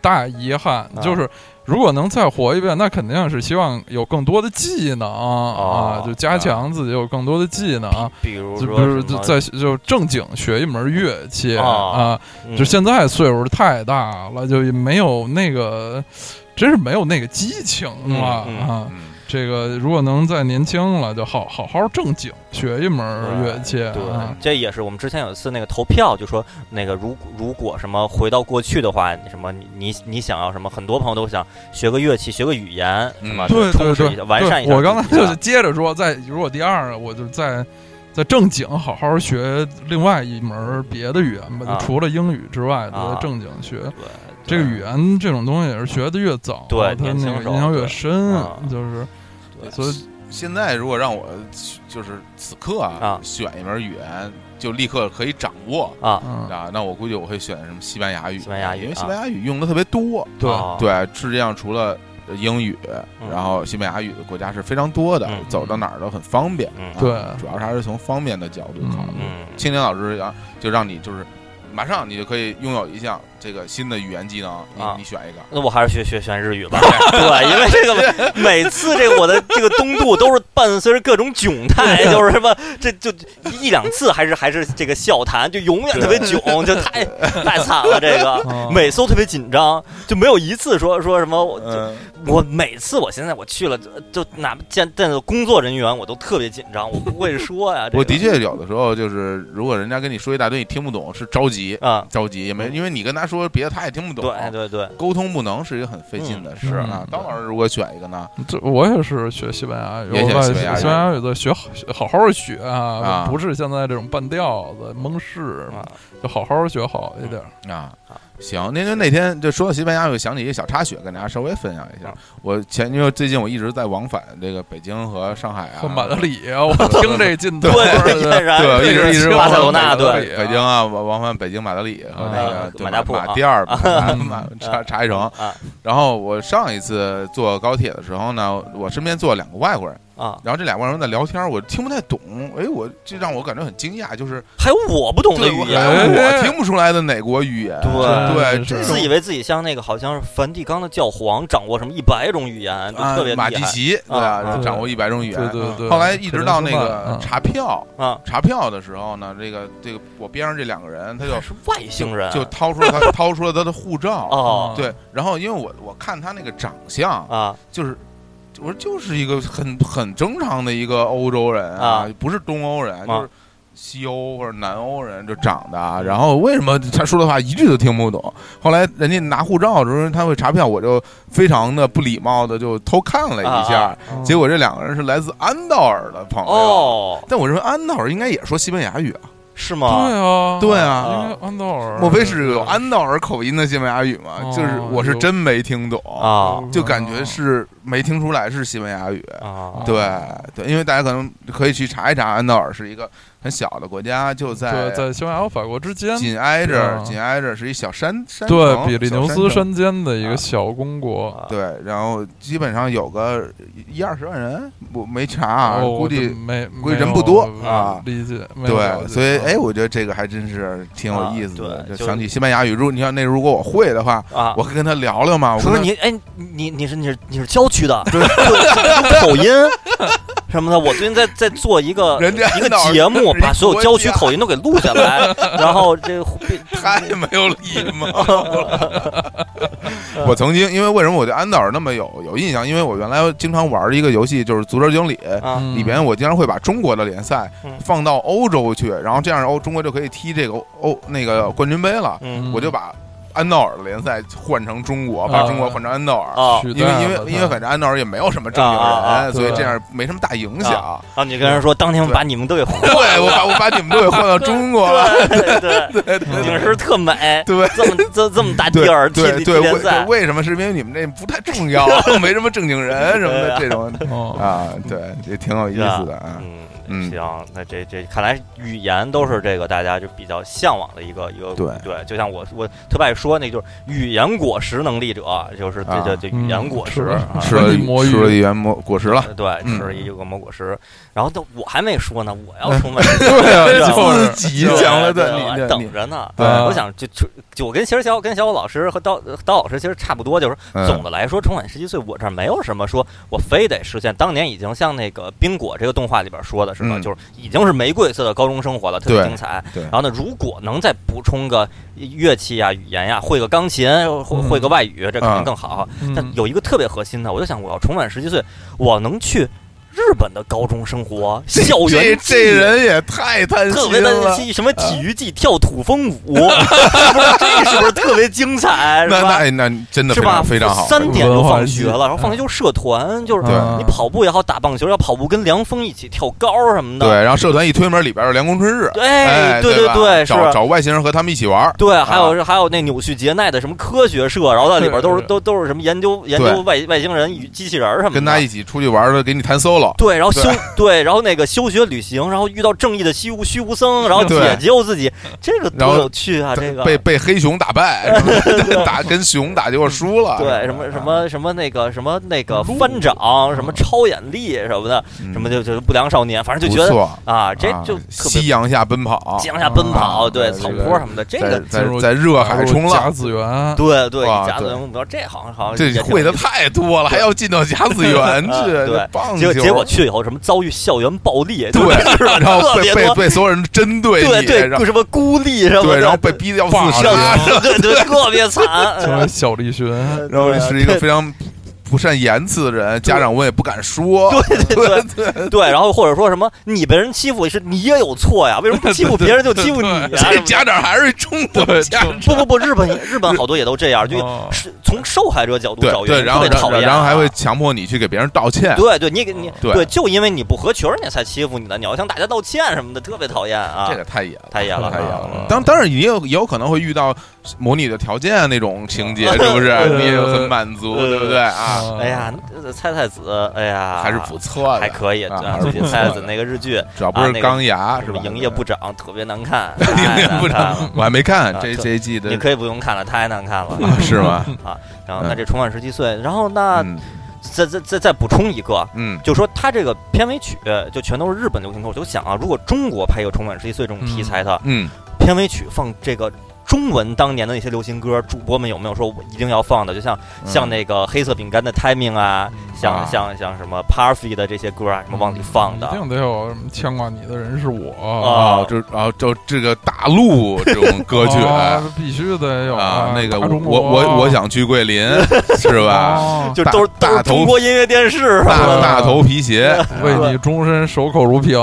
[SPEAKER 3] 大遗憾。
[SPEAKER 2] 啊
[SPEAKER 3] 就是如果能再活一遍，那肯定是希望有更多的技能、啊，就加强自己有更多的技能。
[SPEAKER 2] 哦比如
[SPEAKER 3] 就
[SPEAKER 2] 说
[SPEAKER 3] 不是
[SPEAKER 2] 什
[SPEAKER 3] 就
[SPEAKER 2] 么
[SPEAKER 3] 在就正经学一门乐器
[SPEAKER 2] 啊
[SPEAKER 3] 啊，
[SPEAKER 2] 嗯
[SPEAKER 3] 就现在岁数太大了，就也没有那个，真是没有那个激情了
[SPEAKER 2] 嗯
[SPEAKER 3] 啊。
[SPEAKER 1] 嗯，
[SPEAKER 3] 这个如果能再年轻了，就好好好正经学一门
[SPEAKER 2] 对
[SPEAKER 3] 乐器啊。
[SPEAKER 2] 对，这也是我们之前有一次那个投票，就说那个如如果什么回到过去的话，你什么你你你想要什么？很多朋友都想学个乐器，学个语言，
[SPEAKER 1] 嗯
[SPEAKER 2] 什么
[SPEAKER 3] 对
[SPEAKER 2] 啊充
[SPEAKER 3] 对
[SPEAKER 2] 实
[SPEAKER 3] 对
[SPEAKER 2] 一下，
[SPEAKER 3] 对
[SPEAKER 2] 完善一下自己的。
[SPEAKER 3] 我刚才就是接着说，在如果第二个，我就再再正经好好学另外一门别的语言吧，
[SPEAKER 2] 啊
[SPEAKER 3] 就除了英语之外，就
[SPEAKER 2] 啊
[SPEAKER 3] 再正经学。
[SPEAKER 2] 对
[SPEAKER 3] 这个语言这种东西也是学的越早，
[SPEAKER 2] 对
[SPEAKER 3] 它
[SPEAKER 2] 年
[SPEAKER 3] 那
[SPEAKER 2] 轻
[SPEAKER 3] 个
[SPEAKER 2] 时候
[SPEAKER 3] 影响越
[SPEAKER 2] 对
[SPEAKER 3] 深
[SPEAKER 2] 啊，
[SPEAKER 3] 就是
[SPEAKER 2] 对
[SPEAKER 3] 所以
[SPEAKER 1] 现在如果让我就是此刻
[SPEAKER 2] 啊
[SPEAKER 1] 选一门语言，就立刻可以掌握
[SPEAKER 2] 啊，
[SPEAKER 3] 嗯，
[SPEAKER 1] 啊，那我估计我会选什么西班牙语，
[SPEAKER 2] 西班牙语
[SPEAKER 1] 因为
[SPEAKER 2] 啊
[SPEAKER 1] 西班牙语用的特别多。
[SPEAKER 3] 对
[SPEAKER 2] 哦，
[SPEAKER 1] 对，世界上除了英语，
[SPEAKER 2] 嗯
[SPEAKER 1] 然后西班牙语的国家是非常多的
[SPEAKER 2] 嗯，
[SPEAKER 1] 走到哪儿都很方便。
[SPEAKER 2] 嗯
[SPEAKER 1] 啊
[SPEAKER 3] 对
[SPEAKER 1] 主要是还是从方便的角度考虑。
[SPEAKER 2] 嗯，
[SPEAKER 1] 青年老师啊，就让你就是马上你就可以拥有一项这个新的语言技能，你
[SPEAKER 2] 啊
[SPEAKER 1] 你选一个。
[SPEAKER 2] 那我还是学学学日语吧， 对，因为这个每次这个我的这个东渡都是伴随着各种窘态，就是什么这就一两次还是还是这个笑谈，就永远特别囧，就太太惨了这个。
[SPEAKER 3] 啊
[SPEAKER 1] 哦
[SPEAKER 2] 每次都特别紧张，就没有一次说说什么。我就
[SPEAKER 1] 嗯，
[SPEAKER 2] 我每次我现在我去了，就就哪怕见见到工作人员，我都特别紧张，我不会 说呀。这个
[SPEAKER 1] 我的确有的时候就是，如果人家跟你说一大堆你听不懂，是着急，
[SPEAKER 2] 啊，
[SPEAKER 1] 着急也没，因为你跟他说别的他也听不懂，
[SPEAKER 2] 对对对，
[SPEAKER 1] 沟通不能是一个很费劲的事啊
[SPEAKER 3] 嗯。
[SPEAKER 1] 当老师如果选一个呢，
[SPEAKER 3] 这我也是学西班牙语，
[SPEAKER 1] 也
[SPEAKER 3] 我
[SPEAKER 1] 学
[SPEAKER 3] 把
[SPEAKER 1] 西班牙语
[SPEAKER 3] 西班牙语的学好好好学啊
[SPEAKER 1] 啊，
[SPEAKER 3] 不是现在这种半吊子蒙式嘛，
[SPEAKER 2] 啊
[SPEAKER 3] 就好好学好一点儿。
[SPEAKER 1] 啊
[SPEAKER 2] 啊，
[SPEAKER 1] 行，那就那天就说到西班牙，我想起一个小插曲，跟大家稍微分享一下
[SPEAKER 2] 啊。
[SPEAKER 1] 我前因为最近我一直在往返这个北京和上海啊
[SPEAKER 3] 和，马德里 啊，我听这劲头
[SPEAKER 2] 对
[SPEAKER 3] 儿，
[SPEAKER 2] 对，
[SPEAKER 3] 对
[SPEAKER 2] 俨然
[SPEAKER 1] 对，一
[SPEAKER 3] 对
[SPEAKER 1] 直一直
[SPEAKER 2] 巴塞罗
[SPEAKER 1] 往返
[SPEAKER 2] 那
[SPEAKER 1] 北
[SPEAKER 2] 对，
[SPEAKER 1] 北京啊，往往返北京马德里和那
[SPEAKER 2] 啊
[SPEAKER 1] 个对
[SPEAKER 2] 马家铺啊
[SPEAKER 1] 马甸 儿、马
[SPEAKER 3] 啊
[SPEAKER 1] 马茶茶叶城。
[SPEAKER 2] 啊
[SPEAKER 1] 然后我上一次坐高铁的时候呢，我身边坐两个外国人，
[SPEAKER 2] 啊，
[SPEAKER 1] 然后这俩外国人在聊天，我听不太懂，哎，我这让我感觉很惊讶，就是
[SPEAKER 2] 还有我不懂的
[SPEAKER 1] 对
[SPEAKER 2] 语
[SPEAKER 1] 我
[SPEAKER 2] 言，
[SPEAKER 1] 哎我
[SPEAKER 3] 哎
[SPEAKER 1] 听不出来的哪国语言，
[SPEAKER 2] 对
[SPEAKER 1] 对，
[SPEAKER 3] 是
[SPEAKER 1] 这
[SPEAKER 2] 自
[SPEAKER 1] 种
[SPEAKER 2] 以为自己像那个好像是梵蒂冈的教皇，掌握什么一百种语言，就
[SPEAKER 1] 啊
[SPEAKER 2] 特别厉
[SPEAKER 1] 马蒂
[SPEAKER 2] 害
[SPEAKER 1] 奇对
[SPEAKER 2] 啊
[SPEAKER 1] 啊，
[SPEAKER 3] 对
[SPEAKER 1] 掌握一百种语
[SPEAKER 3] 对
[SPEAKER 1] 言。嗯
[SPEAKER 3] 对对。
[SPEAKER 1] 后来一直到那个
[SPEAKER 3] 嗯
[SPEAKER 1] 查票
[SPEAKER 2] 啊。
[SPEAKER 1] 查票的时候呢，这个这个我边上这两个人，他就
[SPEAKER 2] 他是外星人，
[SPEAKER 1] 就掏出了 他掏出了他的护照，
[SPEAKER 2] 哦
[SPEAKER 1] 对，然后因为我我看他那个长相，
[SPEAKER 2] 啊
[SPEAKER 1] 就是我说就是一个很很正常的一个欧洲人
[SPEAKER 2] 啊
[SPEAKER 1] 不是东欧人，就是西欧或者南欧人就长的啊。然后为什么他说的话一句都听不懂？后来人家拿护照的时候他会查票，我就非常的不礼貌的就偷看了一下，
[SPEAKER 2] 啊
[SPEAKER 3] 嗯
[SPEAKER 1] 结果这两个人是来自安道尔的朋友。
[SPEAKER 2] 哦，
[SPEAKER 1] 但我认为安道尔应该也说西班牙语啊，
[SPEAKER 2] 是
[SPEAKER 3] 对
[SPEAKER 2] 吗？
[SPEAKER 3] 啊，
[SPEAKER 1] 对
[SPEAKER 2] 啊
[SPEAKER 1] 啊，
[SPEAKER 3] 因为安道尔，
[SPEAKER 1] 莫非是有安道尔口音的西班牙语吗？
[SPEAKER 3] 哦
[SPEAKER 1] 就是我是真没听懂，
[SPEAKER 2] 啊
[SPEAKER 1] 就感觉是没听出来是西班牙语。
[SPEAKER 2] 啊
[SPEAKER 1] 对
[SPEAKER 3] 哦
[SPEAKER 1] 对，因为大家可能可以去查一查，安道尔是一个很小的国家，就
[SPEAKER 3] 对，
[SPEAKER 1] 在
[SPEAKER 3] 在西班牙和法国之间，
[SPEAKER 1] 紧挨着
[SPEAKER 3] 嗯
[SPEAKER 1] 紧挨着是一小山山
[SPEAKER 3] 对
[SPEAKER 1] 城
[SPEAKER 3] 比利
[SPEAKER 1] 小
[SPEAKER 3] 牛斯
[SPEAKER 1] 城
[SPEAKER 3] 山间的一
[SPEAKER 2] 啊
[SPEAKER 3] 个小公国。
[SPEAKER 2] 啊
[SPEAKER 1] 对，然后基本上有个一一二十万人，我没查啊，
[SPEAKER 3] 哦
[SPEAKER 1] 估
[SPEAKER 3] 我
[SPEAKER 1] 计
[SPEAKER 3] 就没
[SPEAKER 1] 估计人
[SPEAKER 3] 没有呃
[SPEAKER 1] 不多啊
[SPEAKER 3] 理解没有了
[SPEAKER 1] 对，
[SPEAKER 3] 解
[SPEAKER 1] 所以
[SPEAKER 3] 啊
[SPEAKER 1] 哎，我觉得这个还真是挺有意思的
[SPEAKER 2] 啊。
[SPEAKER 1] 就
[SPEAKER 2] 对就
[SPEAKER 1] 想起西班牙语，如果你看那如果我会的话，
[SPEAKER 2] 啊！
[SPEAKER 1] 我会跟他聊聊嘛。我
[SPEAKER 2] 说
[SPEAKER 1] 跟
[SPEAKER 2] 是
[SPEAKER 1] 他
[SPEAKER 2] 你哎，你你是你是你是郊区的，对，口音什么的。我最近在在做一个
[SPEAKER 1] 人家
[SPEAKER 2] 一个
[SPEAKER 1] 脑
[SPEAKER 2] 节目，
[SPEAKER 1] 人家
[SPEAKER 2] 把所有
[SPEAKER 1] 国
[SPEAKER 2] 郊区
[SPEAKER 1] 家
[SPEAKER 2] 口音都给录下来，然后这个
[SPEAKER 1] 太没有礼貌 了。我曾经，因为为什么我对安道尔那么有有印象？因为我原来经常玩的一个游戏就是《足球经理》，
[SPEAKER 2] 啊
[SPEAKER 3] 嗯
[SPEAKER 1] 里边我经常会把中国的联赛
[SPEAKER 2] 嗯
[SPEAKER 1] 放到欧洲去，然后这样欧中国就可以踢这个欧欧那个冠军杯了。
[SPEAKER 2] 嗯
[SPEAKER 1] 我就把安道尔的联赛换成中国，
[SPEAKER 3] 啊
[SPEAKER 1] 把中国换成安道尔。
[SPEAKER 2] 啊
[SPEAKER 3] 取
[SPEAKER 1] 因为
[SPEAKER 3] 代
[SPEAKER 1] 因
[SPEAKER 3] 了
[SPEAKER 1] 为因为
[SPEAKER 3] 它
[SPEAKER 1] 反正安道尔也没有什么正经人，哎
[SPEAKER 2] 啊啊啊
[SPEAKER 1] 所以
[SPEAKER 3] 对
[SPEAKER 1] 这样没什么大影响。
[SPEAKER 2] 啊！你跟人说，当天我把你们都给换
[SPEAKER 1] 对，我把我把你们都给换到中国 了。
[SPEAKER 2] 对对，
[SPEAKER 1] 对对
[SPEAKER 2] 你们是不是特美？
[SPEAKER 1] 对，
[SPEAKER 2] 这么这这么大地
[SPEAKER 1] 对
[SPEAKER 2] 儿踢
[SPEAKER 1] 对
[SPEAKER 2] 踢
[SPEAKER 1] 对，
[SPEAKER 2] 联
[SPEAKER 1] 为
[SPEAKER 2] 赛
[SPEAKER 1] 对，为什么？是因为你们这不太重 要，没什么正经人什么的这种
[SPEAKER 3] 哦，
[SPEAKER 1] 啊，对，也挺有意思的啊。
[SPEAKER 2] 嗯，
[SPEAKER 1] 嗯
[SPEAKER 2] 行，那这这看来语言都是这个大家就比较向往的一个一个
[SPEAKER 1] 对
[SPEAKER 2] 对，就像我我特别爱说那就是语言果实能力者，就是这
[SPEAKER 1] 啊
[SPEAKER 2] 这这语言果实
[SPEAKER 3] 嗯
[SPEAKER 2] 啊
[SPEAKER 1] 吃
[SPEAKER 3] 是
[SPEAKER 1] 了
[SPEAKER 3] 一魔芋
[SPEAKER 1] 吃了一元魔果实 了，
[SPEAKER 2] 对，
[SPEAKER 1] 嗯
[SPEAKER 2] 吃一个魔果实，然后到我还没说呢，我要 充满啊
[SPEAKER 1] 对啊
[SPEAKER 3] 就是
[SPEAKER 1] 自己
[SPEAKER 2] 对
[SPEAKER 1] 讲了
[SPEAKER 2] 对，
[SPEAKER 1] 的，
[SPEAKER 2] 我还
[SPEAKER 1] 你的你
[SPEAKER 2] 等着呢。
[SPEAKER 1] 对啊
[SPEAKER 2] 我想就就就我跟其实小跟小武老师和刀刀老师其实差不多，就是
[SPEAKER 1] 嗯
[SPEAKER 2] 总的来说，重返十七岁，我这儿没有什么说我非得实现。当年已经像那个冰果这个动画里边说的似的，
[SPEAKER 1] 嗯
[SPEAKER 2] 就是已经是玫瑰色的高中生活了，特别
[SPEAKER 1] 对
[SPEAKER 2] 精彩。
[SPEAKER 1] 对
[SPEAKER 2] 然后呢，如果能再补充个乐器呀、语言呀，会个钢琴，会
[SPEAKER 1] 嗯
[SPEAKER 2] 会个外语，这肯定更好。但
[SPEAKER 3] 嗯
[SPEAKER 2] 有一个特别核心的，我就想我要重返十七岁，我能去日本的高中生活，校
[SPEAKER 1] 这
[SPEAKER 2] 园
[SPEAKER 1] 这
[SPEAKER 2] 季
[SPEAKER 1] 人也太贪
[SPEAKER 2] 特
[SPEAKER 1] 心
[SPEAKER 2] 别的
[SPEAKER 1] 了。啊
[SPEAKER 2] 戏，什么体育季、跳土风舞， 是不是这是不是特别精彩？
[SPEAKER 1] 那
[SPEAKER 2] 是吧？
[SPEAKER 1] 那那真的
[SPEAKER 2] 是
[SPEAKER 1] 非
[SPEAKER 2] 吧？
[SPEAKER 1] 常非常好，
[SPEAKER 2] 三点就放学
[SPEAKER 3] 文
[SPEAKER 2] 了，
[SPEAKER 3] 化
[SPEAKER 2] 然后放学就是社团，就是
[SPEAKER 1] 对
[SPEAKER 2] 你跑步也好，打棒球要跑步跟凉风一起跳高什么
[SPEAKER 1] 对，
[SPEAKER 2] 的。
[SPEAKER 1] 然后社团一推门里边有梁公春 日，哎，
[SPEAKER 2] 对
[SPEAKER 1] 吧
[SPEAKER 2] 对，是
[SPEAKER 1] 找。啊找外星人和他们一起玩儿，
[SPEAKER 2] 对，还有还有那纽旭杰奈的什么科学社，然后在里边都是
[SPEAKER 3] 对
[SPEAKER 2] 都都是什么研究研究外外星人与机器人什么的。
[SPEAKER 1] 跟他一起出去玩儿的，给你弹 solo，
[SPEAKER 2] 对，然后休对，然后那个休学旅行，然后遇到正义的虚无虚无僧，然后
[SPEAKER 1] 对
[SPEAKER 2] 解救自己，这个
[SPEAKER 1] 然
[SPEAKER 2] 多
[SPEAKER 1] 后
[SPEAKER 2] 有趣啊！这个
[SPEAKER 1] 被被黑熊打败， 是吧 打跟熊打结果输了，
[SPEAKER 2] 对什么什么什么那个什么那个
[SPEAKER 3] 路
[SPEAKER 2] 翻掌，
[SPEAKER 3] 啊
[SPEAKER 2] 什么超眼力什么的，
[SPEAKER 1] 嗯
[SPEAKER 2] 什么就就是不良少年，反正就
[SPEAKER 1] 不
[SPEAKER 2] 觉得
[SPEAKER 1] 错
[SPEAKER 2] 啊，这就
[SPEAKER 1] 啊
[SPEAKER 2] 特别
[SPEAKER 1] 夕阳下奔跑，
[SPEAKER 2] 江下奔跑，
[SPEAKER 1] 啊
[SPEAKER 2] 对
[SPEAKER 1] 对
[SPEAKER 2] 草
[SPEAKER 1] 这个
[SPEAKER 2] 坡什么的，这
[SPEAKER 1] 在
[SPEAKER 2] 个
[SPEAKER 3] 进
[SPEAKER 1] 在
[SPEAKER 3] 入
[SPEAKER 1] 在热海冲
[SPEAKER 3] 甲
[SPEAKER 1] 浪，
[SPEAKER 3] 子园，
[SPEAKER 2] 对对，
[SPEAKER 1] 哇
[SPEAKER 2] 以甲子
[SPEAKER 1] 对
[SPEAKER 2] 园目标，这好像好像
[SPEAKER 1] 这
[SPEAKER 2] 也挺
[SPEAKER 1] 会的太多了，还要进到甲子园
[SPEAKER 2] 啊
[SPEAKER 1] 去，
[SPEAKER 2] 对
[SPEAKER 1] 这棒球，
[SPEAKER 2] 结果结果去以后什么遭遇校园暴力，
[SPEAKER 1] 对
[SPEAKER 2] 就是
[SPEAKER 1] 然后
[SPEAKER 2] 特
[SPEAKER 1] 被
[SPEAKER 2] 别
[SPEAKER 1] 被
[SPEAKER 2] 多，
[SPEAKER 1] 被所有人针对
[SPEAKER 2] 对
[SPEAKER 1] 你，
[SPEAKER 2] 对，
[SPEAKER 1] 然后
[SPEAKER 2] 什么孤立什么
[SPEAKER 1] 对，
[SPEAKER 2] 的，
[SPEAKER 1] 然后被逼得要
[SPEAKER 3] 棒
[SPEAKER 1] 自
[SPEAKER 3] 球
[SPEAKER 1] 杀，
[SPEAKER 2] 对对对，特别惨，
[SPEAKER 3] 成为小栗旬，
[SPEAKER 2] 呃
[SPEAKER 1] 然后是一个
[SPEAKER 2] 对
[SPEAKER 1] 非常不善言辞的人，家长我也不敢说，
[SPEAKER 2] 对对对对对，然后或者说什么你被人欺负是你也有错呀，为什么不欺负别人就欺负你 呀？
[SPEAKER 3] 对
[SPEAKER 2] 什
[SPEAKER 1] 这
[SPEAKER 2] 么的
[SPEAKER 1] 家长还是中国
[SPEAKER 3] 对
[SPEAKER 1] 家长，
[SPEAKER 2] 不不不，日本也日本好多也都这样，就是
[SPEAKER 3] 哦
[SPEAKER 2] 是从受害者角度
[SPEAKER 1] 啊对
[SPEAKER 2] 找原
[SPEAKER 1] 对，
[SPEAKER 2] 因，
[SPEAKER 1] 然
[SPEAKER 2] 特
[SPEAKER 1] 后
[SPEAKER 2] 别
[SPEAKER 1] 然后
[SPEAKER 2] 讨厌啊，
[SPEAKER 1] 然后还会强迫你去给别人道歉，
[SPEAKER 2] 对对，你给你
[SPEAKER 1] 对
[SPEAKER 2] 就因为你不合群儿，你才欺负你的，你要向大家道歉什么的，特别讨厌啊！
[SPEAKER 1] 这个太野了。
[SPEAKER 2] 太野了，
[SPEAKER 1] 太野
[SPEAKER 2] 啊
[SPEAKER 1] 了，当当然也有也有可能会遇到模拟的条件那种情
[SPEAKER 2] 嗯
[SPEAKER 1] 节，是不是？
[SPEAKER 3] 呃
[SPEAKER 1] 你也很满足，
[SPEAKER 2] 呃
[SPEAKER 1] 对不对啊？
[SPEAKER 3] 啊
[SPEAKER 2] 哎呀，呃菜菜子，哎呀，
[SPEAKER 1] 还是不错的，
[SPEAKER 2] 还可以。
[SPEAKER 1] 啊
[SPEAKER 2] 啊
[SPEAKER 1] 还是
[SPEAKER 2] 最
[SPEAKER 1] 不
[SPEAKER 2] 近
[SPEAKER 1] 错
[SPEAKER 2] 菜菜子
[SPEAKER 1] 的
[SPEAKER 2] 那个日剧
[SPEAKER 1] 只要不
[SPEAKER 2] 啊
[SPEAKER 1] 是
[SPEAKER 2] 那个
[SPEAKER 1] 钢牙
[SPEAKER 2] 什
[SPEAKER 1] 是
[SPEAKER 2] 么
[SPEAKER 1] 吧？
[SPEAKER 2] 营业不涨，特别难看，
[SPEAKER 1] 营
[SPEAKER 2] 太
[SPEAKER 1] 业
[SPEAKER 2] 难
[SPEAKER 1] 不
[SPEAKER 2] 看
[SPEAKER 1] 涨
[SPEAKER 2] 了，。
[SPEAKER 1] 我还没看
[SPEAKER 2] 啊
[SPEAKER 1] 这
[SPEAKER 2] 对
[SPEAKER 1] 这一季的
[SPEAKER 2] 你，可以不用看了，太难看了。
[SPEAKER 1] 啊是吗？
[SPEAKER 2] 然
[SPEAKER 1] 啊嗯
[SPEAKER 2] 后 那这重返十七岁，然后那
[SPEAKER 1] 嗯
[SPEAKER 2] 再再再再补充一个，
[SPEAKER 1] 嗯
[SPEAKER 2] 就说它这个片尾曲就全都是日本流行歌，我就想啊，如果中国拍一个《重返十七岁》这种题材的、
[SPEAKER 1] 嗯，
[SPEAKER 2] 片尾曲放这个。中文当年的那些流行歌，主播们有没有说我一定要放的？就像
[SPEAKER 1] 嗯
[SPEAKER 2] 像那个黑色饼干的 timing 啊，
[SPEAKER 3] 嗯
[SPEAKER 2] 像、
[SPEAKER 1] 啊嗯
[SPEAKER 2] 像像什么 Parfy 的这些歌啊，什么往里放的
[SPEAKER 3] 一，定得有什么牵挂你的人是我
[SPEAKER 1] 啊，就是啊，就这个大陆这种歌曲。
[SPEAKER 2] 哦
[SPEAKER 3] 啊必须得有
[SPEAKER 1] 啊，那个
[SPEAKER 3] 大
[SPEAKER 1] 我
[SPEAKER 3] 中国哦
[SPEAKER 1] 我我想去桂林，是 吧？
[SPEAKER 3] 啊
[SPEAKER 2] 就都是
[SPEAKER 1] 大
[SPEAKER 2] 都是
[SPEAKER 1] 大头
[SPEAKER 2] 中国音乐电视，
[SPEAKER 1] 大
[SPEAKER 3] 啊
[SPEAKER 1] 大头皮鞋，
[SPEAKER 3] 为你终身守口如瓶，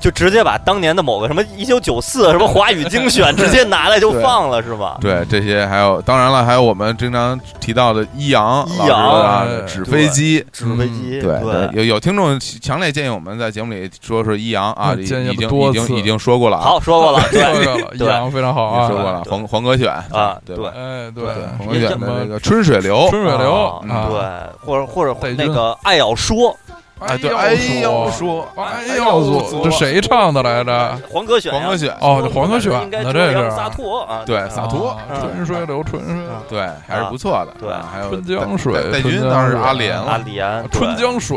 [SPEAKER 2] 就直接把当年的某个什么一九九四什么华语精选直接拿来就放了，是吧？
[SPEAKER 1] 对这些，还有当然了，还有我们经常提到的一阳
[SPEAKER 2] 一
[SPEAKER 1] 老师
[SPEAKER 2] 阳
[SPEAKER 1] 的啊
[SPEAKER 3] 对
[SPEAKER 1] 纸飞机，
[SPEAKER 2] 纸飞机，
[SPEAKER 1] 对有有听众强烈建议我们在节目里说说一阳啊，
[SPEAKER 3] 嗯
[SPEAKER 1] 已
[SPEAKER 3] 建议
[SPEAKER 1] 已经
[SPEAKER 3] 多
[SPEAKER 1] 已经
[SPEAKER 3] 次
[SPEAKER 1] 已经说过了啊，
[SPEAKER 2] 好 说过了，
[SPEAKER 3] 这
[SPEAKER 2] 对
[SPEAKER 3] 个杨非常好
[SPEAKER 1] 已经说
[SPEAKER 3] 啊，
[SPEAKER 1] 过了，
[SPEAKER 2] 对
[SPEAKER 1] 黄黄格选
[SPEAKER 2] 啊，
[SPEAKER 1] 对
[SPEAKER 2] 对
[SPEAKER 1] 吧
[SPEAKER 3] 哎对
[SPEAKER 2] 对
[SPEAKER 1] 黄格
[SPEAKER 2] 也
[SPEAKER 1] 选
[SPEAKER 2] 这
[SPEAKER 1] 的
[SPEAKER 3] 么
[SPEAKER 1] 那个春水流，
[SPEAKER 3] 春水流
[SPEAKER 2] 啊
[SPEAKER 1] 啊
[SPEAKER 2] 对，或者或者
[SPEAKER 3] 得
[SPEAKER 2] 那
[SPEAKER 3] 劲
[SPEAKER 2] 个爱要说，
[SPEAKER 1] 哎对，
[SPEAKER 3] 哎
[SPEAKER 1] 要说，
[SPEAKER 3] 哎要
[SPEAKER 1] 说
[SPEAKER 3] 说，这谁唱的来着？
[SPEAKER 2] 黄格选呀，
[SPEAKER 1] 黄格选，
[SPEAKER 3] 哦，这黄河选
[SPEAKER 2] 应该
[SPEAKER 3] 的
[SPEAKER 2] 这
[SPEAKER 3] 这
[SPEAKER 2] 样
[SPEAKER 3] 是
[SPEAKER 2] 洒脱啊，
[SPEAKER 1] 对洒脱
[SPEAKER 3] 啊
[SPEAKER 2] 嗯
[SPEAKER 3] 春水流，春水
[SPEAKER 2] 啊
[SPEAKER 3] 流，
[SPEAKER 1] 对，还是不错的。
[SPEAKER 2] 对
[SPEAKER 1] 啊还有
[SPEAKER 3] 春江水
[SPEAKER 1] 戴戴
[SPEAKER 3] 春
[SPEAKER 1] 军
[SPEAKER 3] 江
[SPEAKER 1] 当时
[SPEAKER 3] 水啊
[SPEAKER 1] 阿莲
[SPEAKER 2] 阿
[SPEAKER 1] 了，
[SPEAKER 2] 莲，对啊
[SPEAKER 3] 春，江水，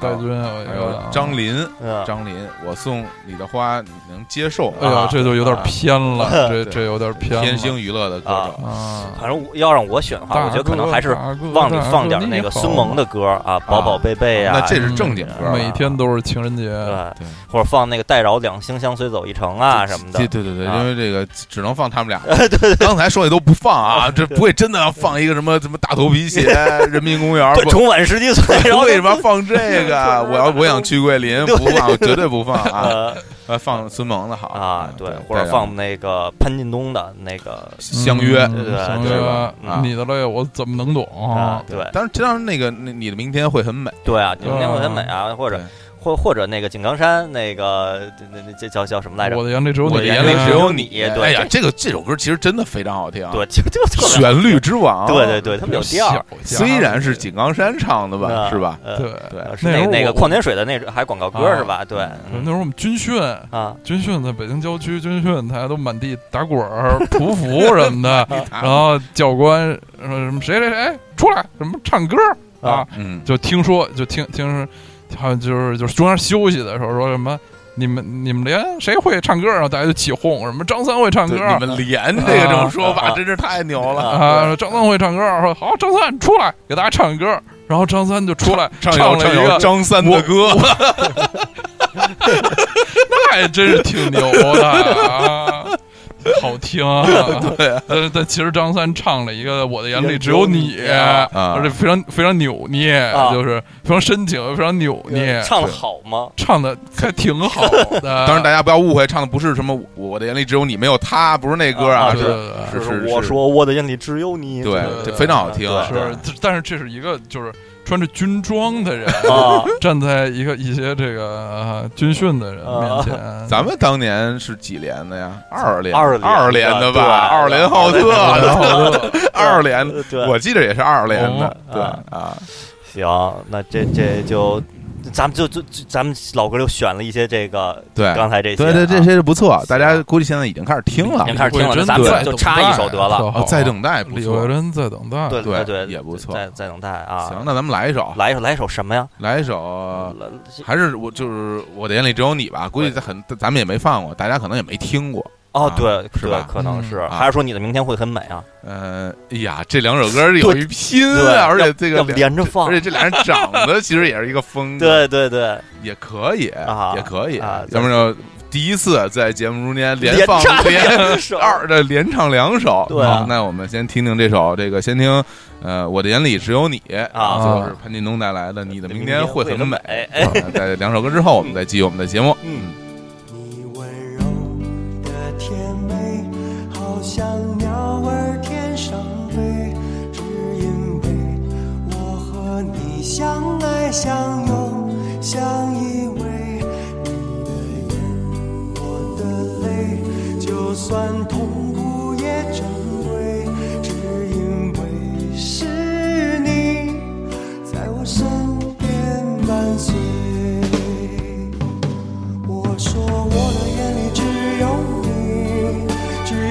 [SPEAKER 3] 戴军啊有一
[SPEAKER 1] 还
[SPEAKER 3] 个
[SPEAKER 1] 有张林，
[SPEAKER 3] 啊
[SPEAKER 2] 嗯，
[SPEAKER 1] 张林，我送你的花，你能接受吗？
[SPEAKER 3] 哎
[SPEAKER 2] 啊
[SPEAKER 3] 呀，这就有点偏了，
[SPEAKER 1] 对
[SPEAKER 3] 这这有点偏了
[SPEAKER 1] 天星娱乐的歌手，
[SPEAKER 3] 啊。
[SPEAKER 2] 反正我要让我选的话，啊我觉得可能还是往里放点那个孙萌的
[SPEAKER 3] 的，
[SPEAKER 2] 歌啊，宝宝贝贝啊，
[SPEAKER 1] 那这是正经歌了，
[SPEAKER 2] 嗯
[SPEAKER 3] 每天都是情人节，
[SPEAKER 2] 对
[SPEAKER 1] 对，
[SPEAKER 2] 或者放那个带饶两星相随走一程啊什么的
[SPEAKER 1] 对，对对对，
[SPEAKER 2] 啊
[SPEAKER 1] 因为这个只能放他 们俩。对对，刚才说的都不放啊，这不会真的要放一个什么什么大头皮鞋、人民公园
[SPEAKER 2] 对，
[SPEAKER 1] 不？
[SPEAKER 2] 重返十七岁，然后
[SPEAKER 1] 为什么要放 这个？我要我想去桂林，
[SPEAKER 2] 对
[SPEAKER 1] 不放，绝对不放啊！
[SPEAKER 2] 呃
[SPEAKER 1] 呃，放孙萌的好
[SPEAKER 2] 啊，对，或
[SPEAKER 1] 带上
[SPEAKER 2] 者放那个潘劲东的那个
[SPEAKER 1] 相约。
[SPEAKER 3] 嗯
[SPEAKER 2] 对
[SPEAKER 3] 相
[SPEAKER 2] 对
[SPEAKER 3] 约
[SPEAKER 1] 嗯，
[SPEAKER 3] 你的泪我怎么能懂？
[SPEAKER 2] 啊，对
[SPEAKER 1] 当然，当然那个那你的明天会很美，
[SPEAKER 2] 对啊，牛年会很美啊，或者
[SPEAKER 1] 对
[SPEAKER 2] 或或者那个井冈山那个那那这叫叫什么来着
[SPEAKER 3] 我？的眼里只有你，啊
[SPEAKER 1] 我
[SPEAKER 2] 我
[SPEAKER 1] 的
[SPEAKER 2] 的
[SPEAKER 1] 眼
[SPEAKER 2] 眼
[SPEAKER 1] 里
[SPEAKER 2] 里
[SPEAKER 1] 只
[SPEAKER 2] 只
[SPEAKER 1] 有
[SPEAKER 2] 有
[SPEAKER 1] 你
[SPEAKER 2] 你。
[SPEAKER 1] 哎
[SPEAKER 2] 对
[SPEAKER 1] 呀，这个这首歌其实真的非常好听啊，
[SPEAKER 2] 对，就就特别
[SPEAKER 1] 旋律之王。
[SPEAKER 2] 对对对，特别有调儿，
[SPEAKER 1] 虽然是井冈山唱的吧，
[SPEAKER 2] 嗯
[SPEAKER 1] 是吧？
[SPEAKER 2] 呃
[SPEAKER 3] 对，
[SPEAKER 1] 对，
[SPEAKER 2] 呃是
[SPEAKER 3] 那时
[SPEAKER 2] 那
[SPEAKER 3] 候
[SPEAKER 2] 那个
[SPEAKER 3] 我
[SPEAKER 2] 矿泉水的那还广告歌
[SPEAKER 3] 啊
[SPEAKER 2] 是吧？对，
[SPEAKER 3] 那
[SPEAKER 2] 嗯
[SPEAKER 3] 时候我们军训，
[SPEAKER 2] 啊，
[SPEAKER 3] 军训在北京郊区，军训大家都满地打滚儿、匍匐什 么的，
[SPEAKER 1] 啊
[SPEAKER 3] 然后教官说什么谁谁谁出来，什么唱歌啊，
[SPEAKER 1] 嗯，
[SPEAKER 3] 就听说就听听说，好像就是就是中间休息的时候说什么你们你们连谁会唱歌，然后大家就起哄，什么张三会唱歌
[SPEAKER 1] 对你们连这个这种说法
[SPEAKER 2] 啊
[SPEAKER 1] 真是太牛了。
[SPEAKER 3] 啊，张三会唱歌，说好张三出来给大家唱歌，然后张三就出来
[SPEAKER 1] 唱
[SPEAKER 3] 了
[SPEAKER 1] 有
[SPEAKER 3] 一
[SPEAKER 1] 唱有
[SPEAKER 3] 个，
[SPEAKER 1] 张三的歌，
[SPEAKER 3] 那还哎真是挺牛的啊。好听、啊，对，但但其实张三唱了一个《我的眼里只有你》
[SPEAKER 1] 啊
[SPEAKER 3] 而且非常非常扭捏，
[SPEAKER 2] 啊呃
[SPEAKER 3] 就是非常深情，非常扭捏，
[SPEAKER 2] 唱的好
[SPEAKER 1] 啊
[SPEAKER 2] 吗？
[SPEAKER 3] 唱的还挺好 的。
[SPEAKER 1] 当然大家不要误会，唱的不是什么“我的眼里只有你，没有他”，不是那歌
[SPEAKER 2] 啊
[SPEAKER 1] 啊，
[SPEAKER 3] 对
[SPEAKER 1] 是
[SPEAKER 3] 对对
[SPEAKER 1] 是是
[SPEAKER 2] 我
[SPEAKER 1] 是
[SPEAKER 2] 说我的眼里只有你。
[SPEAKER 1] 对
[SPEAKER 3] 对
[SPEAKER 1] 这非常好听啊
[SPEAKER 2] 对
[SPEAKER 3] 是，这但是这是一个就是穿着军装的人，
[SPEAKER 2] 啊，
[SPEAKER 3] 站在一个一些这个、呃军训的人面前，
[SPEAKER 1] 咱们当年是几连的呀？二连，
[SPEAKER 2] 二连
[SPEAKER 1] 二连的
[SPEAKER 2] 对
[SPEAKER 1] 吧？二连浩特，
[SPEAKER 2] 二
[SPEAKER 3] 然后
[SPEAKER 1] 二连的，
[SPEAKER 2] 呃对，
[SPEAKER 1] 我记得也是二连的，
[SPEAKER 2] 哦
[SPEAKER 1] 对
[SPEAKER 2] 啊
[SPEAKER 1] 啊，
[SPEAKER 2] 行，那这这就，咱们就就就咱们老哥就选了一些这个
[SPEAKER 1] 对，
[SPEAKER 2] 刚才这些，
[SPEAKER 1] 哎对对，这
[SPEAKER 2] 啊
[SPEAKER 1] 些是不错，大
[SPEAKER 2] 行
[SPEAKER 1] 家估计现在已经开始听了
[SPEAKER 2] 已经，开始听了，
[SPEAKER 3] 真
[SPEAKER 2] 那
[SPEAKER 3] 的
[SPEAKER 2] 咱
[SPEAKER 1] 在
[SPEAKER 2] 们就插一首得了。
[SPEAKER 1] 哦，在等待不
[SPEAKER 3] 啊李慧
[SPEAKER 1] 错。
[SPEAKER 3] 珍在等待，
[SPEAKER 2] 对啊
[SPEAKER 1] 对
[SPEAKER 2] 对，
[SPEAKER 1] 也不错
[SPEAKER 2] 再再等待啊，
[SPEAKER 1] 行，那啊咱们来一首，
[SPEAKER 2] 来一首来一首什么呀？呃
[SPEAKER 1] 来一首，
[SPEAKER 2] 来
[SPEAKER 1] 还是我就是我的眼里只有你吧？估计在很咱们也没放过，大家可能也没听过。
[SPEAKER 2] 哦
[SPEAKER 1] 啊，
[SPEAKER 2] 对
[SPEAKER 1] 是吧
[SPEAKER 2] 对，可能是，
[SPEAKER 1] 嗯啊
[SPEAKER 2] 还是说你的明天会很美啊？
[SPEAKER 1] 呃，哎呀，这两首歌有一拼
[SPEAKER 2] 对
[SPEAKER 1] 啊，而且这个
[SPEAKER 2] 要
[SPEAKER 1] 两，
[SPEAKER 2] 连着放
[SPEAKER 1] 而，且这俩人长得其实也是一个风格，
[SPEAKER 2] 对对对，
[SPEAKER 1] 也可以
[SPEAKER 2] 啊，
[SPEAKER 1] 也可以
[SPEAKER 2] 啊。
[SPEAKER 1] 要不然就第一次在节目中间
[SPEAKER 2] 连
[SPEAKER 1] 放
[SPEAKER 2] 唱
[SPEAKER 1] 连
[SPEAKER 2] 两首
[SPEAKER 1] 二的连唱两首。
[SPEAKER 2] 对啊
[SPEAKER 1] 好那我们先听听这首，这个先听，呃，我的眼里只有你
[SPEAKER 2] 啊
[SPEAKER 1] 就是潘劲东带来的《你的明天会很美》
[SPEAKER 2] 哎
[SPEAKER 1] 啊。在两首歌之后，我们再继续我们的节目。
[SPEAKER 2] 嗯，
[SPEAKER 4] 你温柔的甜美，好像鸟儿天上飞，只因为我和你相爱相拥相依偎。你的眼，我的泪，就算痛苦也珍贵，只因为是你在我身边伴随。我说我的眼里只有你，只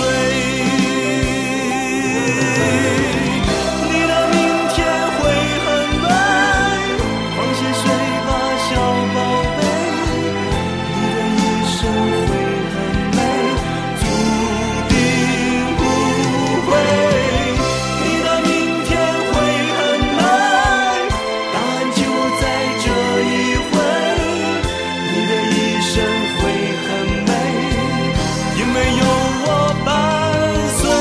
[SPEAKER 4] 你的明天会很美，放心睡吧，小宝贝。你的一生会很美，注定不悔。你的明天会很美，答案就在这一回。你的一生会很美，因为有我伴随。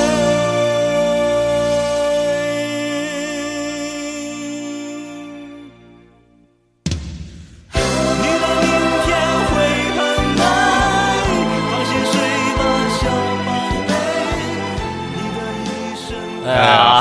[SPEAKER 4] 你的明天会很美，放心睡吧，小宝贝。你的一
[SPEAKER 1] 嗯
[SPEAKER 4] 生。
[SPEAKER 2] 哎呀，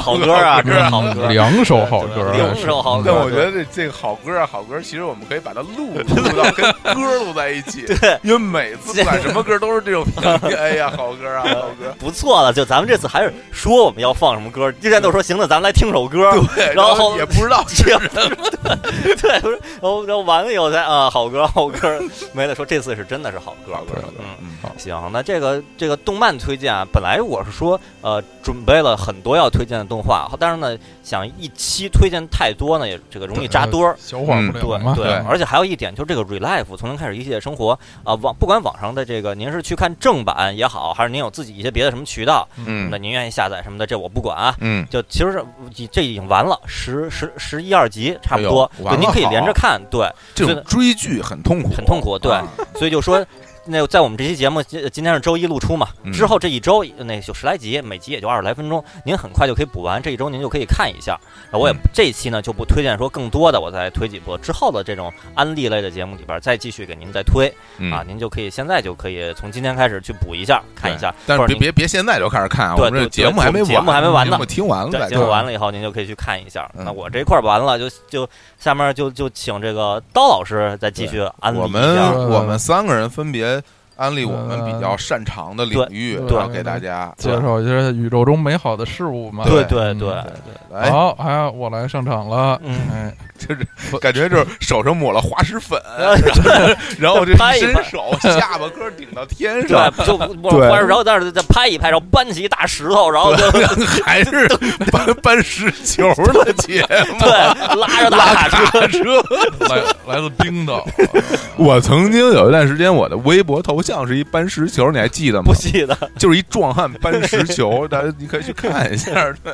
[SPEAKER 2] 好歌啊，真是好歌，
[SPEAKER 3] 嗯两首好歌啊，
[SPEAKER 2] 两 首好歌
[SPEAKER 1] 但我觉得这这个好歌啊，好歌，其实我们可以把它录录到跟歌录在一起，
[SPEAKER 2] 对，
[SPEAKER 1] 因为每次不管什么歌都是这种评价。哎呀，好歌啊，好歌！
[SPEAKER 2] 不错了。就咱们这次还是说我们要放什么歌，之前都说行了，咱们来听首歌。
[SPEAKER 1] 对，
[SPEAKER 2] 然
[SPEAKER 1] 然
[SPEAKER 2] 后
[SPEAKER 1] 也不知道是
[SPEAKER 2] 这对，不是，然后然后完了以后才啊，好歌好歌，没得说，这次是真的是好歌。
[SPEAKER 1] 好歌，好歌
[SPEAKER 2] 嗯
[SPEAKER 1] 嗯，
[SPEAKER 2] 行，那这个这个动漫推荐啊，本来我是说呃准备了很多要推荐的动画，但是呢，想一期推荐太多呢，也这个容易扎堆儿。
[SPEAKER 3] 消化不了嘛。
[SPEAKER 2] 对
[SPEAKER 1] 对
[SPEAKER 2] 而且还有一点，就是这个 relife 从零开始一系列生活啊、网不管网上的这个，您是去看正版也好，还是您有自己一些别的什么渠道，那
[SPEAKER 1] 嗯
[SPEAKER 2] 您愿意下载什么的，这我不管啊。
[SPEAKER 1] 嗯，
[SPEAKER 2] 就其实是已这已经完了，十十十一二集差不多，
[SPEAKER 1] 哎呦
[SPEAKER 2] 对，
[SPEAKER 1] 完了
[SPEAKER 2] 您可以连着看，对，
[SPEAKER 1] 这
[SPEAKER 2] 觉得
[SPEAKER 1] 种追剧很痛苦，
[SPEAKER 2] 很痛苦，对，
[SPEAKER 1] 啊
[SPEAKER 2] 所以就说。那在我们这期节目，今今天是周一露出嘛，
[SPEAKER 1] 嗯
[SPEAKER 2] 之后这一周那就十来集，每集也就二十来分钟，您很快就可以补完。这一周您就可以看一下。然后我也
[SPEAKER 1] 嗯
[SPEAKER 2] 这一期呢就不推荐说更多的，我再推几部之后的这种安利类的节目里边再继续给您再推
[SPEAKER 1] 嗯
[SPEAKER 2] 啊，您就可以现在就可以从今天开始去补一下看一下
[SPEAKER 1] 对，但
[SPEAKER 2] 或
[SPEAKER 1] 是
[SPEAKER 2] 者
[SPEAKER 1] 别别
[SPEAKER 2] 您
[SPEAKER 1] 别现在就开始看啊，
[SPEAKER 2] 对
[SPEAKER 1] 我们这
[SPEAKER 2] 对对
[SPEAKER 1] 节目还没
[SPEAKER 2] 节目还没完呢
[SPEAKER 1] 节目听完了
[SPEAKER 2] 对，
[SPEAKER 1] 再
[SPEAKER 2] 节目
[SPEAKER 1] 看。
[SPEAKER 2] 完了以后，您就可以去看一下。
[SPEAKER 1] 啊嗯
[SPEAKER 2] 那我这块儿完了，就就下面就就请这个刀老师再继续安利
[SPEAKER 1] 我
[SPEAKER 2] 一下。
[SPEAKER 1] 们
[SPEAKER 3] 嗯
[SPEAKER 1] 我们三个人分别安利我们比较擅长的领域，
[SPEAKER 3] 对
[SPEAKER 1] 然后
[SPEAKER 3] 对
[SPEAKER 1] 给大家
[SPEAKER 3] 介绍一下宇宙中美好的事物嘛。
[SPEAKER 2] 对
[SPEAKER 1] 对啊
[SPEAKER 2] 对
[SPEAKER 3] 嗯
[SPEAKER 2] 对，
[SPEAKER 1] 来，
[SPEAKER 3] 好，哎，我来上场了。
[SPEAKER 2] 嗯
[SPEAKER 3] 哎，
[SPEAKER 1] 就是感觉就是手上抹了滑石 粉，
[SPEAKER 2] 呃
[SPEAKER 1] 然后这
[SPEAKER 2] 拍
[SPEAKER 1] 一
[SPEAKER 2] 一
[SPEAKER 1] 伸
[SPEAKER 2] 拍
[SPEAKER 1] 手，下巴颏顶到天上，
[SPEAKER 2] 对， 就我
[SPEAKER 1] 对
[SPEAKER 2] 或者然后但是再拍一拍，然后搬起一大石头，然后就对
[SPEAKER 1] 还是搬搬石球的节目。
[SPEAKER 2] 拉着
[SPEAKER 3] 啊
[SPEAKER 2] 大卡车，
[SPEAKER 1] 卡车，
[SPEAKER 3] 来来 自冰岛，
[SPEAKER 1] 我曾经有一段时间，我的微博头像是一搬石球，你还记得吗
[SPEAKER 2] 不？记
[SPEAKER 3] 啊
[SPEAKER 2] 得。
[SPEAKER 1] 就是一壮汉搬石球，大家 你可以去看一下。对，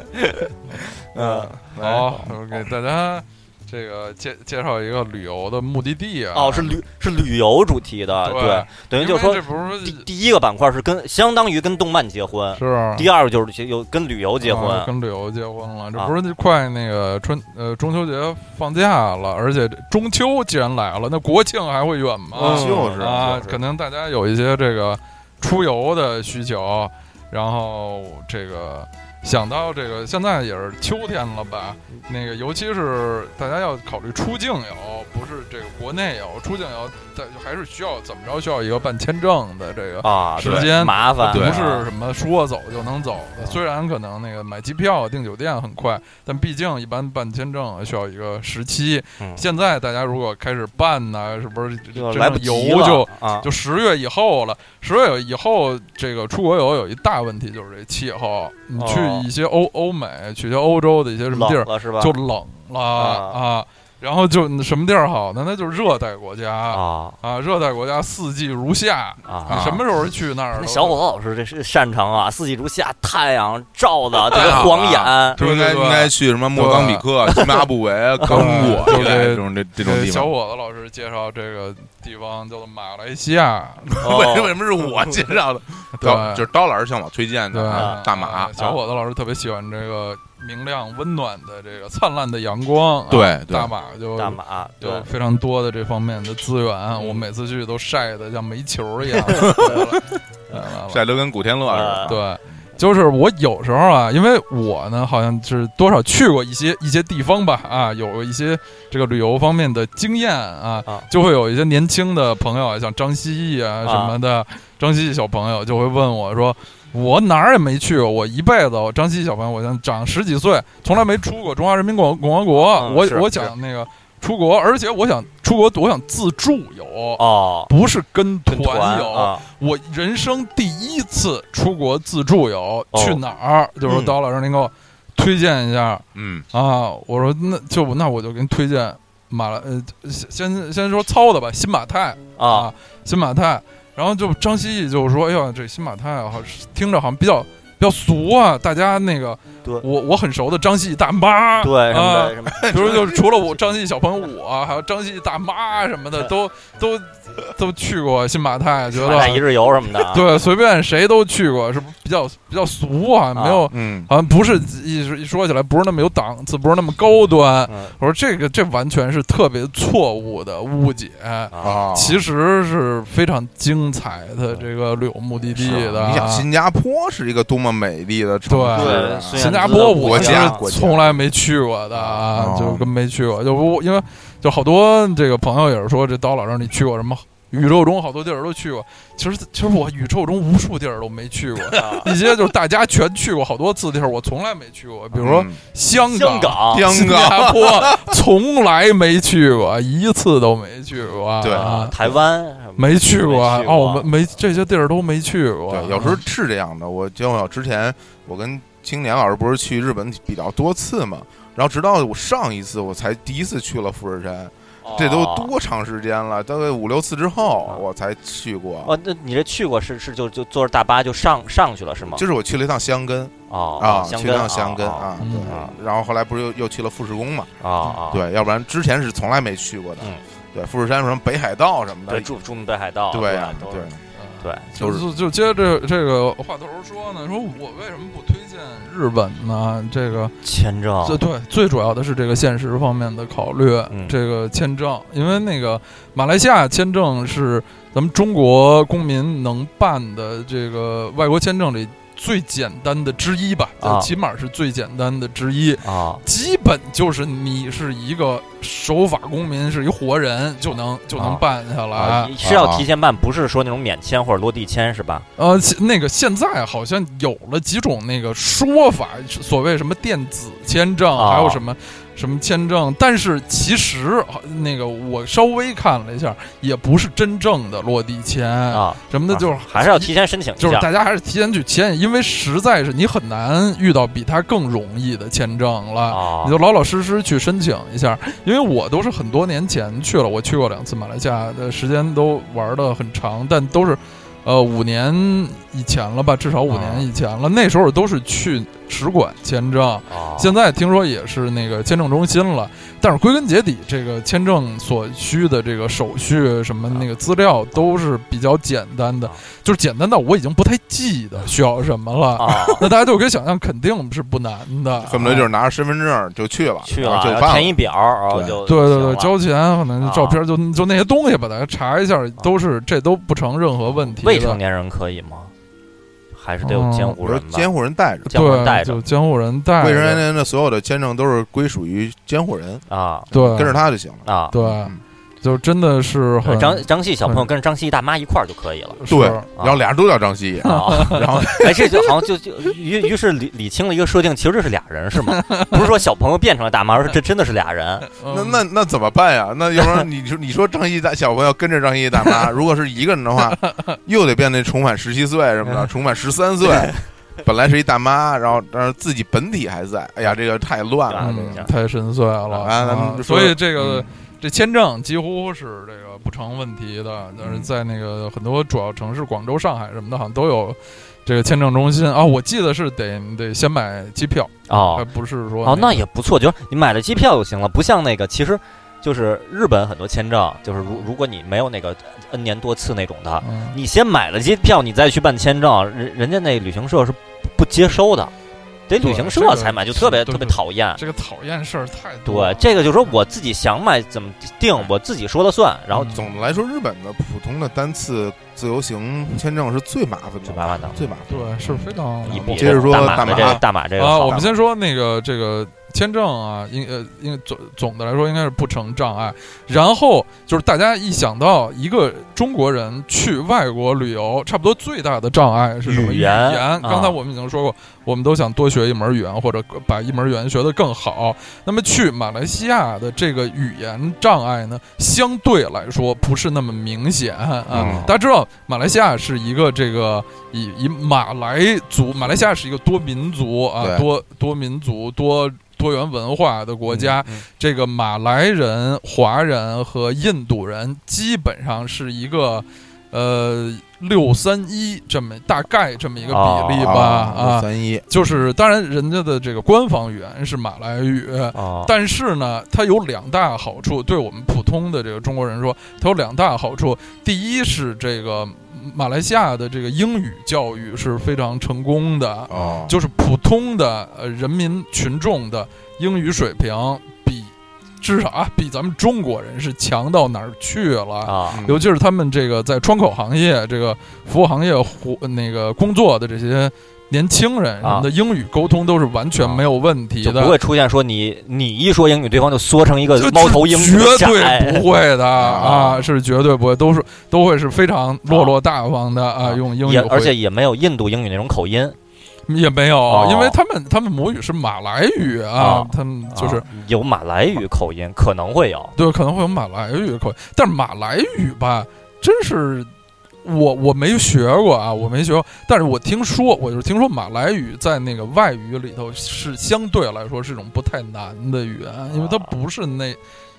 [SPEAKER 2] 嗯，
[SPEAKER 1] 来，
[SPEAKER 3] 好，我给大家这个介介绍一个旅游的目的地啊。
[SPEAKER 2] 哦，是旅是旅游主题的，
[SPEAKER 3] 对
[SPEAKER 2] 对，等于
[SPEAKER 3] 因
[SPEAKER 2] 就
[SPEAKER 3] 为
[SPEAKER 2] 是说
[SPEAKER 3] 这不是
[SPEAKER 2] 第第一个板块是跟相当于跟动漫结婚，
[SPEAKER 3] 是吧
[SPEAKER 2] 第二个就是有跟旅游结婚
[SPEAKER 3] 啊，跟旅游结婚了，这
[SPEAKER 2] 啊
[SPEAKER 3] 不是就快那个春呃中秋节放假了，而且这中秋既然来了，那国庆还会远吗？
[SPEAKER 2] 嗯
[SPEAKER 1] 就是
[SPEAKER 3] 啊，
[SPEAKER 1] 就是
[SPEAKER 3] 可能大家有一些这个出游的需求，然后这个想到这个现在也是秋天了吧，那个尤其是大家要考虑出境游，不是这个国内游，出境游在还是需要怎么着需要一个办签证的这个
[SPEAKER 2] 啊，对
[SPEAKER 3] 时间
[SPEAKER 2] 麻烦，啊
[SPEAKER 3] 不
[SPEAKER 1] 对
[SPEAKER 3] 是什么说走就能走的。虽然可能那个买机票、订酒店很快，但毕竟一般办签证啊需要一个时期。
[SPEAKER 2] 嗯
[SPEAKER 3] 现在大家如果开始办呢，是不是
[SPEAKER 2] 就
[SPEAKER 3] 真
[SPEAKER 2] 来不
[SPEAKER 3] 正
[SPEAKER 2] 及
[SPEAKER 3] 游
[SPEAKER 2] 了
[SPEAKER 3] 就
[SPEAKER 2] 啊，
[SPEAKER 3] 就十月以后了？十月以后，这个出国游有一大问题就是这气候。你去
[SPEAKER 2] 哦
[SPEAKER 3] 一些欧欧美，去一些欧洲的一些什么地儿
[SPEAKER 2] 冷，了是吧？
[SPEAKER 3] 就冷了
[SPEAKER 2] 啊
[SPEAKER 3] 啊。然后就什么地儿好呢？那就是热带国家
[SPEAKER 2] 啊
[SPEAKER 3] 啊，热带国家四季如夏。你
[SPEAKER 1] 啊。
[SPEAKER 2] 啊
[SPEAKER 3] 什么时候去那儿
[SPEAKER 2] 那
[SPEAKER 3] 都？
[SPEAKER 2] 小伙子老师这是擅长啊，四季如夏，太阳照
[SPEAKER 3] 哎
[SPEAKER 2] 的特
[SPEAKER 1] 太
[SPEAKER 2] 别
[SPEAKER 1] 好
[SPEAKER 2] 晃
[SPEAKER 1] 了
[SPEAKER 2] 眼，
[SPEAKER 1] 就应该
[SPEAKER 3] 对对对
[SPEAKER 1] 应该去什么莫冈比克、津巴布韦、啊刚果
[SPEAKER 3] 对
[SPEAKER 1] 之类
[SPEAKER 3] 对
[SPEAKER 1] 的这种这这种
[SPEAKER 3] 给
[SPEAKER 1] 地
[SPEAKER 3] 小
[SPEAKER 1] 方。
[SPEAKER 3] 伙子老师介绍这个地方叫做马来西亚，
[SPEAKER 1] 为什么为
[SPEAKER 2] 哦
[SPEAKER 1] 什么是我介绍的？
[SPEAKER 3] 对
[SPEAKER 1] 刀就是刀老师向我推荐
[SPEAKER 3] 对
[SPEAKER 1] 的啊，大马
[SPEAKER 3] 呃。小伙子老师特别喜欢这个明亮、温暖的这个灿烂的阳光。啊
[SPEAKER 1] 对对
[SPEAKER 3] 大马就
[SPEAKER 2] 大马哦对嗯
[SPEAKER 3] 有非常多的这方面的资源，我每次去都晒得像煤 球一样。对了对了
[SPEAKER 1] 晒得跟古天乐
[SPEAKER 2] 啊呃
[SPEAKER 1] 似的。
[SPEAKER 3] 对，就是我有时候啊，因为我呢好像是多少去过一些一些地方吧，啊，有过一些这个旅游方面的经验啊，
[SPEAKER 2] 啊
[SPEAKER 3] 就会有一些年轻的朋友啊，像张希毅啊
[SPEAKER 2] 啊
[SPEAKER 3] 什么的，张希毅小朋友就会问我说。我哪儿也没去过，我一辈子，我张希毅小朋友，我像长十几岁，从来没出过中华人民共和共和国。
[SPEAKER 2] 嗯
[SPEAKER 3] 我
[SPEAKER 2] 是
[SPEAKER 3] 我想那个出国，而且我想出国，我想自助游，
[SPEAKER 2] 哦，
[SPEAKER 3] 不是跟
[SPEAKER 2] 跟
[SPEAKER 3] 团游。
[SPEAKER 2] 啊
[SPEAKER 3] 我人生第一次出国自助游、
[SPEAKER 2] 哦
[SPEAKER 3] 去哪儿？就是
[SPEAKER 1] 嗯
[SPEAKER 3] 刀老师，您给我推荐一下、
[SPEAKER 1] 嗯，
[SPEAKER 3] 啊！我说那就那我就给您推荐马来呃，先先说糙的吧，新马泰
[SPEAKER 2] 啊，
[SPEAKER 3] 新马泰。然后就张希毅就说：“哎呀，这新马泰好像是听着好像比较比较俗啊，大家那个
[SPEAKER 2] 对
[SPEAKER 3] 我我很熟的张希毅大妈，
[SPEAKER 2] 对什么
[SPEAKER 3] 啊
[SPEAKER 2] 的，什么
[SPEAKER 3] 比如就是除了我张希小朋友我，还有张希大妈什 么的，都都都去过新马泰，觉
[SPEAKER 2] 马
[SPEAKER 3] 得
[SPEAKER 2] 代一日游什么的啊，
[SPEAKER 3] 对，随便谁都去过，是不比较比较俗啊，没有，
[SPEAKER 1] 嗯，
[SPEAKER 3] 好像不是一一说起来不是那么有档次，不是那么高端。
[SPEAKER 2] 嗯
[SPEAKER 3] 我说这个这完全是特别错误的误解，
[SPEAKER 2] 啊，
[SPEAKER 3] 其实是非常精彩的这个旅游目的地
[SPEAKER 1] 是
[SPEAKER 3] 的啊。
[SPEAKER 1] 你想，新加坡是一个多么美丽的城市啊，
[SPEAKER 2] 对，孙燕
[SPEAKER 3] 新加
[SPEAKER 2] 姿的
[SPEAKER 3] 坡
[SPEAKER 2] 国
[SPEAKER 3] 我是
[SPEAKER 1] 家
[SPEAKER 3] 从来没去过的啊，
[SPEAKER 1] 哦
[SPEAKER 3] 就跟没去过，就我因为就好多这个朋友也是说，这刀老师你去过什么？宇宙中好多地儿都去过，其实其实我宇宙中无数地儿都没 去过，
[SPEAKER 2] 啊
[SPEAKER 3] 一些就是大家全去过好多次的地儿，我从来没去过，比如说
[SPEAKER 1] 嗯
[SPEAKER 3] 香
[SPEAKER 2] 香港
[SPEAKER 1] 香
[SPEAKER 3] 新
[SPEAKER 1] 港
[SPEAKER 3] 加坡，从来没去过，一次都没去过，
[SPEAKER 1] 对
[SPEAKER 2] 啊，
[SPEAKER 3] 啊，
[SPEAKER 2] 台湾什么
[SPEAKER 3] 没去过，
[SPEAKER 2] 没去过
[SPEAKER 3] 澳门没这些地儿都没去过，啊
[SPEAKER 1] 对，有时候是这样的。我就像之前我跟青年老师不是去日本比较多次嘛，然后直到我上一次我才第一次去了富士山，
[SPEAKER 2] 哦
[SPEAKER 1] 这都多长时间了？大概五六次之后
[SPEAKER 2] 啊
[SPEAKER 1] 我才去过。
[SPEAKER 2] 哦，那你这去过是是就就坐着大巴就上上去了是吗？
[SPEAKER 1] 就是我去了一趟箱根
[SPEAKER 2] 哦
[SPEAKER 1] 啊，
[SPEAKER 2] 香
[SPEAKER 1] 去
[SPEAKER 2] 根哦
[SPEAKER 1] 了趟箱根啊，
[SPEAKER 3] 嗯
[SPEAKER 1] 对，然后后来不是又又去了富士宫嘛，
[SPEAKER 2] 啊啊，
[SPEAKER 1] 对，要不然之前是从来没去过的
[SPEAKER 2] 嗯，
[SPEAKER 1] 对，富士山什么北海道什么
[SPEAKER 2] 对
[SPEAKER 1] 的，
[SPEAKER 2] 住住北海道
[SPEAKER 1] 对
[SPEAKER 2] 呀
[SPEAKER 1] 呀，
[SPEAKER 2] 都
[SPEAKER 1] 对
[SPEAKER 2] 是，对
[SPEAKER 1] 就是
[SPEAKER 3] 就就接着这这个话头说呢，说我为什么不推荐日本呢？这个
[SPEAKER 2] 签证
[SPEAKER 3] 最对最主要的是这个现实方面的考虑，
[SPEAKER 2] 嗯
[SPEAKER 3] 这个签证，因为那个马来西亚签证是咱们中国公民能办的这个外国签证里最简单的之一吧，
[SPEAKER 2] 啊
[SPEAKER 3] 起码是最简单的之一。
[SPEAKER 2] 啊
[SPEAKER 3] 基本就是你是一个守法公民，是一活人，就能就能
[SPEAKER 2] 啊
[SPEAKER 3] 办下来。
[SPEAKER 2] 啊，是要
[SPEAKER 1] 啊
[SPEAKER 2] 提前办，不是说那种免签或者落地签是吧？
[SPEAKER 3] 呃，其那个现在好像有了几种那个说法，所谓什么电子签证，
[SPEAKER 2] 啊
[SPEAKER 3] 还有什么什么签证，但是其实好那个我稍微看了一下，也不是真正的落地签
[SPEAKER 2] 啊，
[SPEAKER 3] 什么的，就是
[SPEAKER 2] 还是要提前申请一
[SPEAKER 3] 就是
[SPEAKER 2] 下
[SPEAKER 3] 大家还是提前去签，因为实在是你很难遇到比它更容易的签证了。
[SPEAKER 2] 啊
[SPEAKER 3] 你就老老实实去申请一下，因为我都是很多年前去了，我去过两次马来西亚的时间都玩的很长，但都是，呃，五年以前了吧，至少五
[SPEAKER 2] 啊
[SPEAKER 3] 年以前了。那时候都是去使馆签证，
[SPEAKER 2] 啊
[SPEAKER 3] 现在听说也是那个签证中心了，但是归根结底，这个签证所需的这个手续什么那个资料都是比较简单的
[SPEAKER 2] 啊，
[SPEAKER 3] 就是简单到我已经不太记得需要什么了。
[SPEAKER 2] 啊，
[SPEAKER 3] 那大家就可以想象，肯定是不难的。
[SPEAKER 1] 恨不得就是拿着身份证就去了，
[SPEAKER 2] 去
[SPEAKER 1] 然
[SPEAKER 2] 了
[SPEAKER 1] 后就
[SPEAKER 2] 然后
[SPEAKER 1] 办
[SPEAKER 2] 填一表，然后
[SPEAKER 1] 对
[SPEAKER 2] 就
[SPEAKER 3] 对对
[SPEAKER 2] 行
[SPEAKER 3] 对，
[SPEAKER 2] 了
[SPEAKER 3] 交钱可能
[SPEAKER 2] 啊
[SPEAKER 3] 照片就就那些东西吧，大家查一下，都是这都不成任何问题的。
[SPEAKER 2] 未成年人可以吗？还是得有
[SPEAKER 3] 嗯
[SPEAKER 2] 监
[SPEAKER 1] 我
[SPEAKER 2] 护
[SPEAKER 1] 说
[SPEAKER 2] 人吧？
[SPEAKER 1] 监护人带着。
[SPEAKER 2] 监护人带
[SPEAKER 3] 对，
[SPEAKER 2] 着
[SPEAKER 3] 就监护人带着，
[SPEAKER 1] 未成年人的所有的签证都是归属于监护人，
[SPEAKER 2] 啊
[SPEAKER 3] 对，
[SPEAKER 1] 跟着他就行了。
[SPEAKER 2] 啊！
[SPEAKER 3] 对，
[SPEAKER 1] 嗯
[SPEAKER 3] 就真的是
[SPEAKER 2] 呃
[SPEAKER 3] 很
[SPEAKER 2] 张张希小朋友跟着张希大妈一块儿就可以了。
[SPEAKER 3] 是
[SPEAKER 1] 对然后俩人都叫张 希，
[SPEAKER 2] 啊，
[SPEAKER 1] 然后
[SPEAKER 2] 哎，这就好像就就于于是理理清了一个设定，其实这是俩人是吗？不是说小朋友变成了大妈，而是这真的是俩人。
[SPEAKER 3] 嗯
[SPEAKER 1] 那那那怎么办呀？那要不然你说你说张译大小朋友跟着张译大妈，如果是一个人的 话，又得变那重返十七岁什
[SPEAKER 3] 嗯
[SPEAKER 1] 么的，重返十三岁，本来是一大妈，然后但是自己本体还在，哎呀，这个太乱了，
[SPEAKER 2] 对
[SPEAKER 3] 嗯太深邃了
[SPEAKER 1] 啊咱们说
[SPEAKER 3] 所以这个
[SPEAKER 1] 嗯
[SPEAKER 3] 这签证几乎是这个不成问题的，但是
[SPEAKER 1] 嗯
[SPEAKER 3] 在那个很多主要城市，广州、上海什么的，好像都有。这个签证中心啊，我记得是得得先买机票，还
[SPEAKER 2] 哦
[SPEAKER 3] 不是说
[SPEAKER 2] 哦，那
[SPEAKER 3] 个
[SPEAKER 2] 也不错，就是你买了机票就行了，不像那个其实。就是日本很多签证，就是如如果你没有那个 N 年多次那种的，
[SPEAKER 3] 嗯
[SPEAKER 2] 你先买了机票，你再去办签证，人人家那旅行社是不不接收的，得旅行
[SPEAKER 3] 对这
[SPEAKER 2] 社
[SPEAKER 3] 个
[SPEAKER 2] 才买，就是特别
[SPEAKER 3] 对
[SPEAKER 2] 特别
[SPEAKER 3] 对
[SPEAKER 2] 讨厌。
[SPEAKER 3] 这个讨厌事儿太多了。
[SPEAKER 2] 对，这个就是说我自己想买怎么定，我自己说了算，然后
[SPEAKER 3] 嗯
[SPEAKER 1] 总的来说，日本的普通的单次自由行签证是最麻烦的，
[SPEAKER 2] 最麻烦的
[SPEAKER 1] 最麻烦的。
[SPEAKER 3] 对是非常
[SPEAKER 2] 一笔
[SPEAKER 1] 接着说
[SPEAKER 2] 大
[SPEAKER 1] 大
[SPEAKER 2] 马
[SPEAKER 1] 马
[SPEAKER 2] 这个大马这个
[SPEAKER 3] 啊，
[SPEAKER 2] 好
[SPEAKER 3] 我们先说那个这个签证啊，应呃应总总的来说应该是不成障碍。然后就是大家一想到一个中国人去外国旅游，差不多最大的障碍是什么？
[SPEAKER 2] 语
[SPEAKER 3] 语
[SPEAKER 2] 言啊
[SPEAKER 3] 刚才我们已经说过，我们都想多学一门语言，或者把一门语言学得更好。那么去马来西亚的这个语言障碍呢，相对来说不是那么明显啊。
[SPEAKER 1] 嗯
[SPEAKER 3] 大家知道，马来西亚是一个这个以以马来族，马来西亚是一个多民族啊，
[SPEAKER 1] 对
[SPEAKER 3] 多多民族多。多元文化的国家，
[SPEAKER 1] 嗯
[SPEAKER 3] 这个马来人、华人和印度人基本上是一个，呃，六三一这么大概这么一个比例吧、啊，
[SPEAKER 1] 哦三一
[SPEAKER 3] 就是当然人家的这个官方语言是马来语，
[SPEAKER 2] 哦，
[SPEAKER 3] 但是呢，它有两大好处，对我们普通的这个中国人说，它有两大好处。第一是这个马来西亚的这个英语教育是非常成功的，
[SPEAKER 1] 哦，
[SPEAKER 3] 就是普通的呃人民群众的英语水平比至少啊比咱们中国人是强到哪儿去了
[SPEAKER 2] 啊
[SPEAKER 3] 尤其是他们这个在窗口行业、这个服务行业活那个工作的这些年轻人，什
[SPEAKER 2] 啊
[SPEAKER 3] 么的英语沟通都是完全没有问题
[SPEAKER 2] 就
[SPEAKER 3] 的，
[SPEAKER 2] 不会出现说你你一说英语，对方就缩成一个
[SPEAKER 3] 就
[SPEAKER 2] 呃猫头鹰，
[SPEAKER 3] 绝对
[SPEAKER 2] 哎
[SPEAKER 3] 不会的
[SPEAKER 1] 啊
[SPEAKER 3] 啊，是绝对不会，都是都会是非常落落大方的啊，
[SPEAKER 2] 啊
[SPEAKER 3] 用英语
[SPEAKER 2] 也
[SPEAKER 3] 回，
[SPEAKER 2] 而且也没有印度英语那种口音
[SPEAKER 3] 也没有
[SPEAKER 2] 哦，
[SPEAKER 3] 因为他们他们母语是马来语啊
[SPEAKER 2] 啊，
[SPEAKER 3] 他们就是
[SPEAKER 2] 啊。有马来语口音，可能会有
[SPEAKER 3] 对，可能会有马来语口音，但是马来语吧，真是我我没学过啊，我没学过，但是我听说，我就是听说马来语在那个外语里头是相对来说是一种不太难的语言，因为它
[SPEAKER 2] 啊
[SPEAKER 3] 不是那。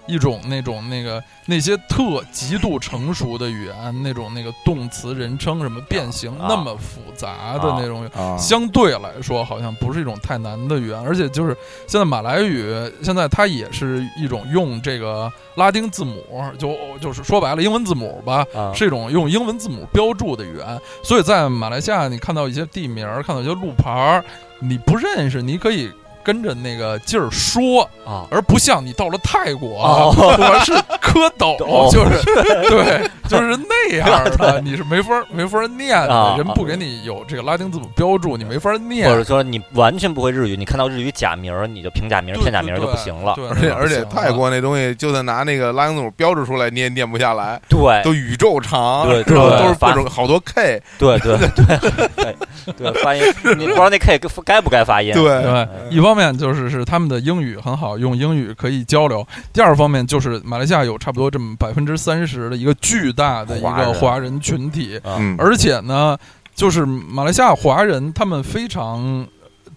[SPEAKER 3] 一种那种那个那些特极度成熟的语言，那种那个动词、人称什么变形
[SPEAKER 2] 啊
[SPEAKER 3] 那么复杂的那种语言
[SPEAKER 1] 啊，
[SPEAKER 3] 相对来说，好像不是一种太难的语言，而且就是现在马来语，现在它也是一种用这个拉丁字母，就就是说白了，英文字母吧，
[SPEAKER 2] 啊
[SPEAKER 3] 是一种用英文字母标注的语言。所以在马来西亚，你看到一些地名儿，看到一些路牌儿，你不认识，你可以跟着那个劲儿说，
[SPEAKER 2] 啊
[SPEAKER 3] 而不像你到了泰国，
[SPEAKER 2] 哦
[SPEAKER 3] 我是蝌蚪，
[SPEAKER 2] 哦
[SPEAKER 3] 就是对，就是那样的，你是没法没法念
[SPEAKER 2] 啊
[SPEAKER 3] 的，人不给你有这个拉丁字母标注，你没法
[SPEAKER 2] 或者
[SPEAKER 3] 念。
[SPEAKER 2] 说你完全不会日语，你看到日语假名儿，你就凭假名儿、
[SPEAKER 3] 对
[SPEAKER 2] 片假名儿就不行啊了。
[SPEAKER 3] 对，
[SPEAKER 1] 而且而且
[SPEAKER 3] 不行了
[SPEAKER 1] 泰国那东西，就算拿那个拉丁字母标志出来，你也念不下来，
[SPEAKER 2] 对
[SPEAKER 1] 都宇宙长，
[SPEAKER 2] 哎对
[SPEAKER 1] 然后
[SPEAKER 3] 对
[SPEAKER 1] 都是各
[SPEAKER 2] 发
[SPEAKER 1] 种好多 K，
[SPEAKER 2] 对对对对对，发音你不知道那 K 该不该发音？
[SPEAKER 1] 对，
[SPEAKER 3] 对，一方面就是是他们的英语很好，用英语可以交流；第二方面就是马来西亚有差不多这么百分之三十的一个巨大的一
[SPEAKER 2] 华人
[SPEAKER 3] 个华人群体，
[SPEAKER 2] 啊
[SPEAKER 1] 嗯，
[SPEAKER 3] 而且呢，就是马来西亚华人他们非常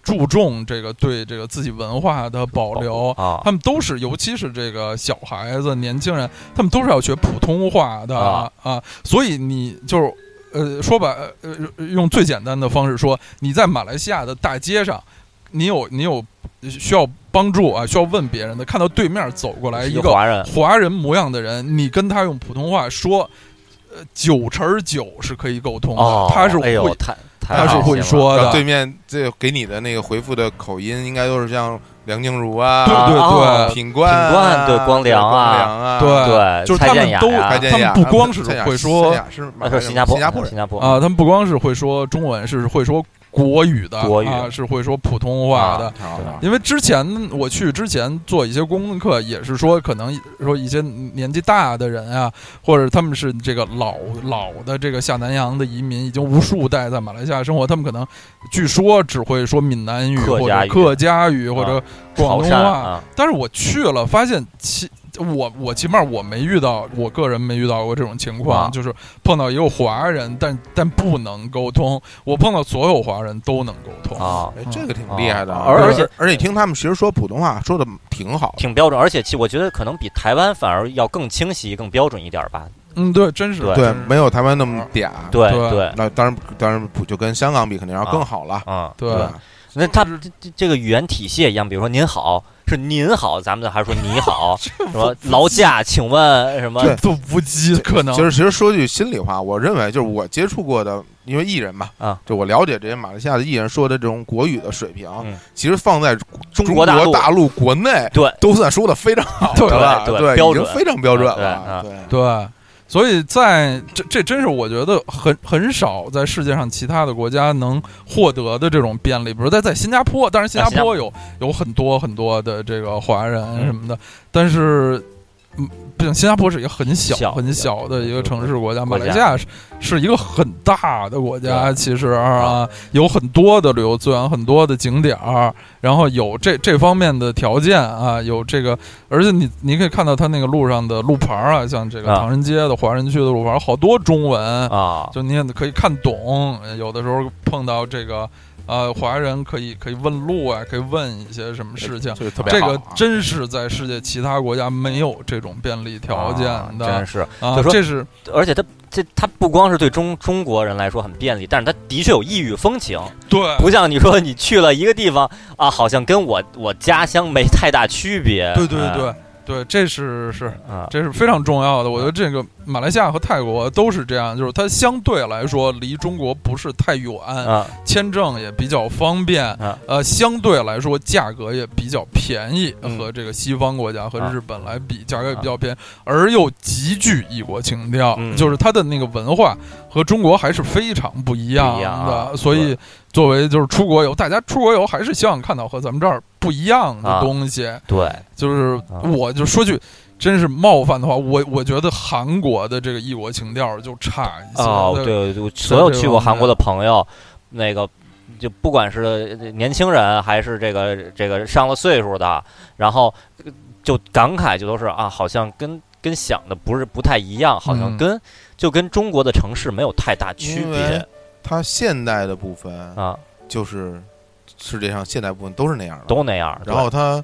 [SPEAKER 3] 注重这个对这个自己文化的保留，
[SPEAKER 2] 啊
[SPEAKER 3] 他们都是，尤其是这个小孩子、年轻人，他们都是要学普通话的
[SPEAKER 2] 啊
[SPEAKER 3] 啊所以你就是呃，说白呃，用最简单的方式说，你在马来西亚的大街上。你有你有需要帮助啊，需要问别人的，看到对面走过来一
[SPEAKER 2] 一
[SPEAKER 3] 个
[SPEAKER 2] 华人，
[SPEAKER 3] 华人模样的人，你跟他用普通话说，呃，九成儿九是可以沟通的。
[SPEAKER 2] 哦，
[SPEAKER 3] 他是
[SPEAKER 2] 哎
[SPEAKER 3] 会，
[SPEAKER 2] 呦，太太
[SPEAKER 3] 他是
[SPEAKER 2] 好
[SPEAKER 3] 会
[SPEAKER 2] 了
[SPEAKER 3] 说
[SPEAKER 1] 然
[SPEAKER 3] 的。
[SPEAKER 1] 后对面这给你的那个回复的口音，应该都是像梁静茹啊，
[SPEAKER 3] 对对
[SPEAKER 2] 哦
[SPEAKER 3] 对
[SPEAKER 1] 品冠啊、
[SPEAKER 2] 品冠对光良啊
[SPEAKER 1] 光良啊，
[SPEAKER 3] 对
[SPEAKER 2] 对，
[SPEAKER 3] 就是
[SPEAKER 2] 蔡
[SPEAKER 3] 他
[SPEAKER 2] 健
[SPEAKER 3] 们
[SPEAKER 2] 雅
[SPEAKER 3] 都
[SPEAKER 2] 呀
[SPEAKER 1] 蔡健雅啊
[SPEAKER 3] 他们不光是
[SPEAKER 1] 蔡健雅
[SPEAKER 3] 会说
[SPEAKER 1] 蔡健雅是马
[SPEAKER 2] 那
[SPEAKER 1] 来
[SPEAKER 2] 是
[SPEAKER 1] 人
[SPEAKER 2] 呃新加坡，
[SPEAKER 1] 新加坡人，
[SPEAKER 2] 新加坡
[SPEAKER 3] 啊，他们不光是会说中文，是会说国语的，
[SPEAKER 2] 国语
[SPEAKER 3] 啊、是会说普通话的。
[SPEAKER 1] 啊好好好
[SPEAKER 3] 因为之前我去之前做一些功课，也是说可能说一些年纪大的人啊，或者他们是这个老老的这个下南洋的移民，已经无数代在马来西亚生活，他们可能据说只会说闽南语
[SPEAKER 2] 客
[SPEAKER 3] 或
[SPEAKER 2] 家
[SPEAKER 3] 者
[SPEAKER 2] 语
[SPEAKER 3] 客家语或者广
[SPEAKER 2] 潮
[SPEAKER 3] 东
[SPEAKER 2] 汕
[SPEAKER 3] 话。
[SPEAKER 2] 啊，
[SPEAKER 3] 但是我去了，发现其我我起码我没遇到，我个人没遇到过这种情况，
[SPEAKER 2] 啊
[SPEAKER 3] 就是碰到一个华人，但但不能沟通。我碰到所有华人都能沟通
[SPEAKER 2] 啊，
[SPEAKER 1] 哎，这个挺厉害的，
[SPEAKER 2] 啊而
[SPEAKER 3] 而
[SPEAKER 2] 且
[SPEAKER 1] 而且听他们其实说普通话说的挺好的，
[SPEAKER 2] 挺标准，而且其我觉得可能比台湾反而要更清晰、更标准一点儿吧。
[SPEAKER 3] 嗯，对，真是
[SPEAKER 2] 对嗯
[SPEAKER 1] 对，
[SPEAKER 3] 真是
[SPEAKER 1] 没有台湾那么嗲。
[SPEAKER 2] 对
[SPEAKER 3] 对
[SPEAKER 2] 对，
[SPEAKER 1] 那当然，当然不就跟香港比，肯定要更好了。
[SPEAKER 2] 嗯，
[SPEAKER 3] 对
[SPEAKER 1] 对
[SPEAKER 3] 啊
[SPEAKER 1] 吧，
[SPEAKER 2] 那他这这这个语言体系也一样，比如说您好是您好，咱们这还说你 好，什么劳驾，请问什么
[SPEAKER 1] 对
[SPEAKER 3] 都不及可能。
[SPEAKER 1] 就是其实说句心里话，我认为就是我接触过的，因为艺人嘛，
[SPEAKER 2] 啊，
[SPEAKER 1] 就我了解这些马来西亚的艺人说的这种国语的水平
[SPEAKER 2] 嗯，
[SPEAKER 1] 其实放在中
[SPEAKER 2] 国大陆
[SPEAKER 1] 大陆国内
[SPEAKER 2] 对
[SPEAKER 1] 都算说的非常好
[SPEAKER 3] 对
[SPEAKER 1] 的了，
[SPEAKER 2] 对
[SPEAKER 1] 对，
[SPEAKER 2] 标
[SPEAKER 1] 已经
[SPEAKER 2] 准
[SPEAKER 1] 非常标准
[SPEAKER 2] 对
[SPEAKER 1] 了
[SPEAKER 2] 啊，
[SPEAKER 1] 对。
[SPEAKER 3] 对，所以在这这真是我觉得很很少在世界上其他的国家能获得的这种便利，比如在在新加坡，当然新
[SPEAKER 2] 啊
[SPEAKER 3] 加
[SPEAKER 2] 新加
[SPEAKER 3] 坡有嗯有很多很多的这个华人什么的，但是。嗯，不行，新加坡是一个很小
[SPEAKER 2] 小
[SPEAKER 3] 很小的一个城市国家，
[SPEAKER 2] 国
[SPEAKER 3] 马
[SPEAKER 2] 家
[SPEAKER 3] 来西亚是是一个很大的国家，
[SPEAKER 2] 对
[SPEAKER 3] 其实啊，有很多的旅游资源，很多的景点儿，然后有这这方面的条件啊，有这个，而且你你可以看到它那个路上的路牌儿啊，像这个
[SPEAKER 2] 啊
[SPEAKER 3] 唐人街的、华人区的路牌儿，好多中文，
[SPEAKER 2] 啊？
[SPEAKER 3] 就你也可以看懂。呃有的时候碰到这个呃华人，可以可以问路啊，可以问一些什么事情。
[SPEAKER 1] 就是特别
[SPEAKER 3] 这
[SPEAKER 1] 好
[SPEAKER 3] 个
[SPEAKER 1] 啊
[SPEAKER 3] 真是在世界其他国家没有这种便利条件的
[SPEAKER 2] 真是，
[SPEAKER 3] 啊
[SPEAKER 2] 就说
[SPEAKER 3] 这是
[SPEAKER 2] 而且他这他不光是对中中国人来说很便利，但是他的确有异域风情，
[SPEAKER 3] 对
[SPEAKER 2] 不像你说你去了一个地方啊，好像跟我我家乡没太大区别。
[SPEAKER 3] 对对
[SPEAKER 2] 嗯
[SPEAKER 3] 对对，这是是
[SPEAKER 2] 啊，
[SPEAKER 3] 这是非常重要的。我觉得这个马来西亚和泰国都是这样，就是它相对来说离中国不是太远，
[SPEAKER 2] 啊
[SPEAKER 3] 签证也比较方便，
[SPEAKER 2] 啊
[SPEAKER 3] 呃，相对来说价格也比较便宜，
[SPEAKER 1] 嗯
[SPEAKER 3] 和这个西方国家和
[SPEAKER 2] 啊
[SPEAKER 3] 日本来比，价格也比较便宜，而又极具异国情调，
[SPEAKER 2] 嗯
[SPEAKER 3] 就是它的那个文化和中国还是非常不一样
[SPEAKER 2] 不
[SPEAKER 3] 的。
[SPEAKER 2] 一样啊
[SPEAKER 3] 所以，作为就是出国游，大家出国游还是希望看到和咱们这儿不一样的
[SPEAKER 2] 啊
[SPEAKER 3] 东西。
[SPEAKER 2] 对，
[SPEAKER 3] 就是
[SPEAKER 2] 啊
[SPEAKER 3] 我就说句真是冒犯的话，我我觉得韩国的这个异国情调就差一些。
[SPEAKER 2] 哦，
[SPEAKER 3] 啊对
[SPEAKER 2] 对，我所有去过韩国的朋友，那个就不管是年轻人还是这个这个上了岁数的，然后呃就感慨就都是啊，好像跟跟想的不是不太一样，好像
[SPEAKER 3] 嗯
[SPEAKER 2] 跟、就跟中国的城市没有太大区
[SPEAKER 1] 因
[SPEAKER 2] 别
[SPEAKER 1] 为它现代的部分
[SPEAKER 2] 啊，
[SPEAKER 1] 就是世界上现代部分都是那样的，
[SPEAKER 2] 都那样。
[SPEAKER 1] 然后它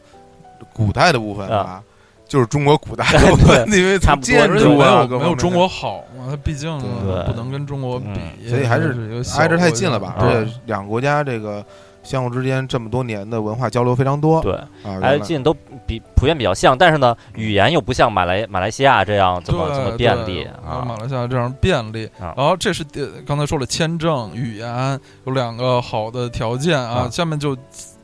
[SPEAKER 1] 古代的部分啊，就是中国古代
[SPEAKER 2] 对
[SPEAKER 1] 的部分，因为
[SPEAKER 2] 差
[SPEAKER 1] 从
[SPEAKER 2] 不多
[SPEAKER 1] 建
[SPEAKER 3] 而且
[SPEAKER 1] 筑
[SPEAKER 3] 没
[SPEAKER 1] 啊，
[SPEAKER 3] 有
[SPEAKER 1] 各方
[SPEAKER 3] 没有
[SPEAKER 1] 面
[SPEAKER 3] 中
[SPEAKER 1] 的
[SPEAKER 3] 国好嘛，它毕竟
[SPEAKER 1] 对
[SPEAKER 3] 不能跟中国比，
[SPEAKER 2] 嗯
[SPEAKER 1] 所以还是
[SPEAKER 3] 是
[SPEAKER 1] 挨着太近了吧？
[SPEAKER 2] 小国
[SPEAKER 1] 而
[SPEAKER 2] 家
[SPEAKER 3] 嗯
[SPEAKER 1] 且两个国家这个相互之间这么多年的文化交流非常多
[SPEAKER 2] 对对，
[SPEAKER 1] 啊，
[SPEAKER 2] 挨
[SPEAKER 1] 原
[SPEAKER 2] 着
[SPEAKER 1] 来
[SPEAKER 2] 近都比普遍比较像，但是呢，语言又不像马来马来西亚这样这
[SPEAKER 3] 对
[SPEAKER 2] 么这么便利
[SPEAKER 3] 对马
[SPEAKER 2] 啊。
[SPEAKER 3] 来西亚这样便利。
[SPEAKER 2] 啊
[SPEAKER 3] 然后这是呃刚才说了签证、语言有两个好的条件啊，
[SPEAKER 2] 啊
[SPEAKER 3] 下面就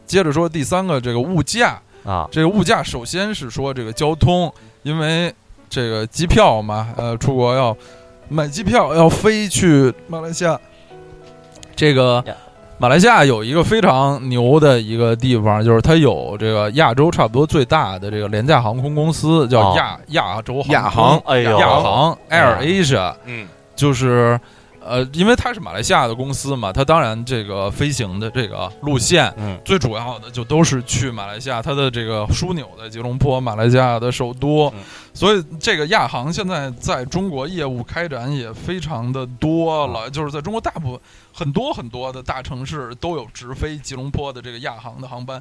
[SPEAKER 3] 接着说第三个这个物价。
[SPEAKER 2] 啊，
[SPEAKER 3] 这个物价首先是说这个交通，因为这个机票嘛，呃，出国要买机票要飞去马来西亚，这个
[SPEAKER 2] 呀。
[SPEAKER 3] 马来西亚有一个非常牛的一个地方，就是它有这个亚洲差不多最大的这个廉价航空公司，叫
[SPEAKER 2] 哦
[SPEAKER 3] 亚、亚洲航
[SPEAKER 1] 亚
[SPEAKER 3] 空
[SPEAKER 1] 航，
[SPEAKER 2] 哎呦，
[SPEAKER 3] 亚航 Air
[SPEAKER 2] 嗯
[SPEAKER 3] Asia，、
[SPEAKER 1] 嗯，
[SPEAKER 3] 就是呃，因为它是马来西亚的公司嘛，它当然这个飞行的这个路线
[SPEAKER 2] 嗯
[SPEAKER 3] 最主要的就都是去马来西亚，它的这个枢纽在吉隆坡，马来西亚的首都，
[SPEAKER 2] 嗯
[SPEAKER 3] 所以这个亚航现在在中国业务开展也非常的多
[SPEAKER 2] 嗯
[SPEAKER 3] 了，就是在中国大部分很多很多的大城市都有直飞吉隆坡的这个亚航的航班。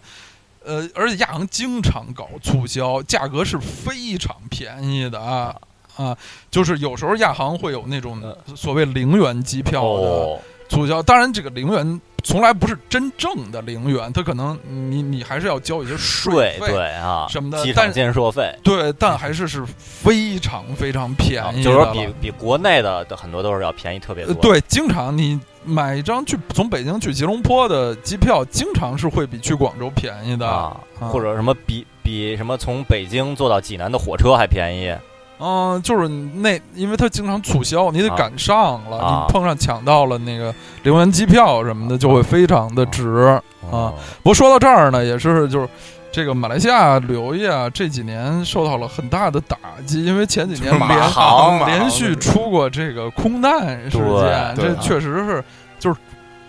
[SPEAKER 3] 呃，而且亚航经常搞促销，价格是非常便宜的啊啊！就是有时候亚航会有那种
[SPEAKER 2] 呃
[SPEAKER 3] 所谓零元机票的
[SPEAKER 2] 哦，
[SPEAKER 3] 促销，当然这个零元从来不是真正的零元，他可能你你还是要交一些
[SPEAKER 2] 税
[SPEAKER 3] 费。
[SPEAKER 2] 对啊，
[SPEAKER 3] 什么的
[SPEAKER 2] 机
[SPEAKER 3] 但
[SPEAKER 2] 场
[SPEAKER 3] 是
[SPEAKER 2] 建设费，
[SPEAKER 3] 对，但还是是非常非常便
[SPEAKER 2] 啊
[SPEAKER 3] 宜
[SPEAKER 2] 就
[SPEAKER 3] 的
[SPEAKER 2] 是
[SPEAKER 3] 了，
[SPEAKER 2] 说比比国内的的很多都是要便宜特别
[SPEAKER 3] 呃
[SPEAKER 2] 多。，
[SPEAKER 3] 对，经常你买一张去从北京去吉隆坡的机票，经常是会比去广州便宜的。
[SPEAKER 2] 啊，
[SPEAKER 3] 啊
[SPEAKER 2] 或者什么比比什么从北京坐到济南的火车还便宜
[SPEAKER 3] 嗯，就是那，因为它经常促销，你得
[SPEAKER 2] 啊
[SPEAKER 3] 赶上了，
[SPEAKER 2] 啊
[SPEAKER 3] 你碰上抢到了那个零元机票什么的，就会非常的值。啊，
[SPEAKER 2] 哦
[SPEAKER 3] 不过说到这儿呢，也是就是。这个马来西亚旅游业啊，这几年受到了很大的打击，因为前几年
[SPEAKER 1] 就是马
[SPEAKER 3] 连啊
[SPEAKER 1] 航马航
[SPEAKER 3] 连续出过这个空难事
[SPEAKER 2] 对
[SPEAKER 3] 件，这
[SPEAKER 1] 对
[SPEAKER 3] 确实是就是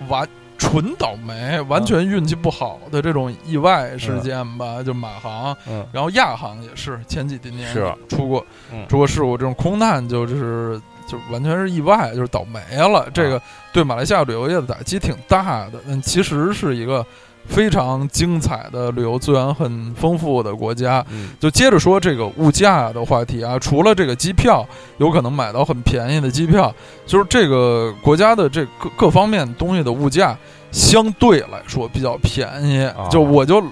[SPEAKER 3] 完纯倒霉，
[SPEAKER 2] 嗯
[SPEAKER 3] 完全运气不好的这种意外事件吧。就马航，
[SPEAKER 2] 嗯
[SPEAKER 3] 然后亚航也是前几年
[SPEAKER 2] 是
[SPEAKER 3] 出过、
[SPEAKER 2] 嗯
[SPEAKER 3] 出过事故，这种空难就是就完全是意外，就是倒霉了。这
[SPEAKER 2] 啊
[SPEAKER 3] 个对马来西亚旅游业的打击挺大的，但其实是一个非常精彩的旅游资源很丰富的国家。
[SPEAKER 2] 嗯
[SPEAKER 3] 就接着说这个物价的话题啊，除了这个机票有可能买到很便宜的机票，就是这个国家的这各各方面东西的物价相对来说比较便宜
[SPEAKER 2] 啊。
[SPEAKER 3] 就我就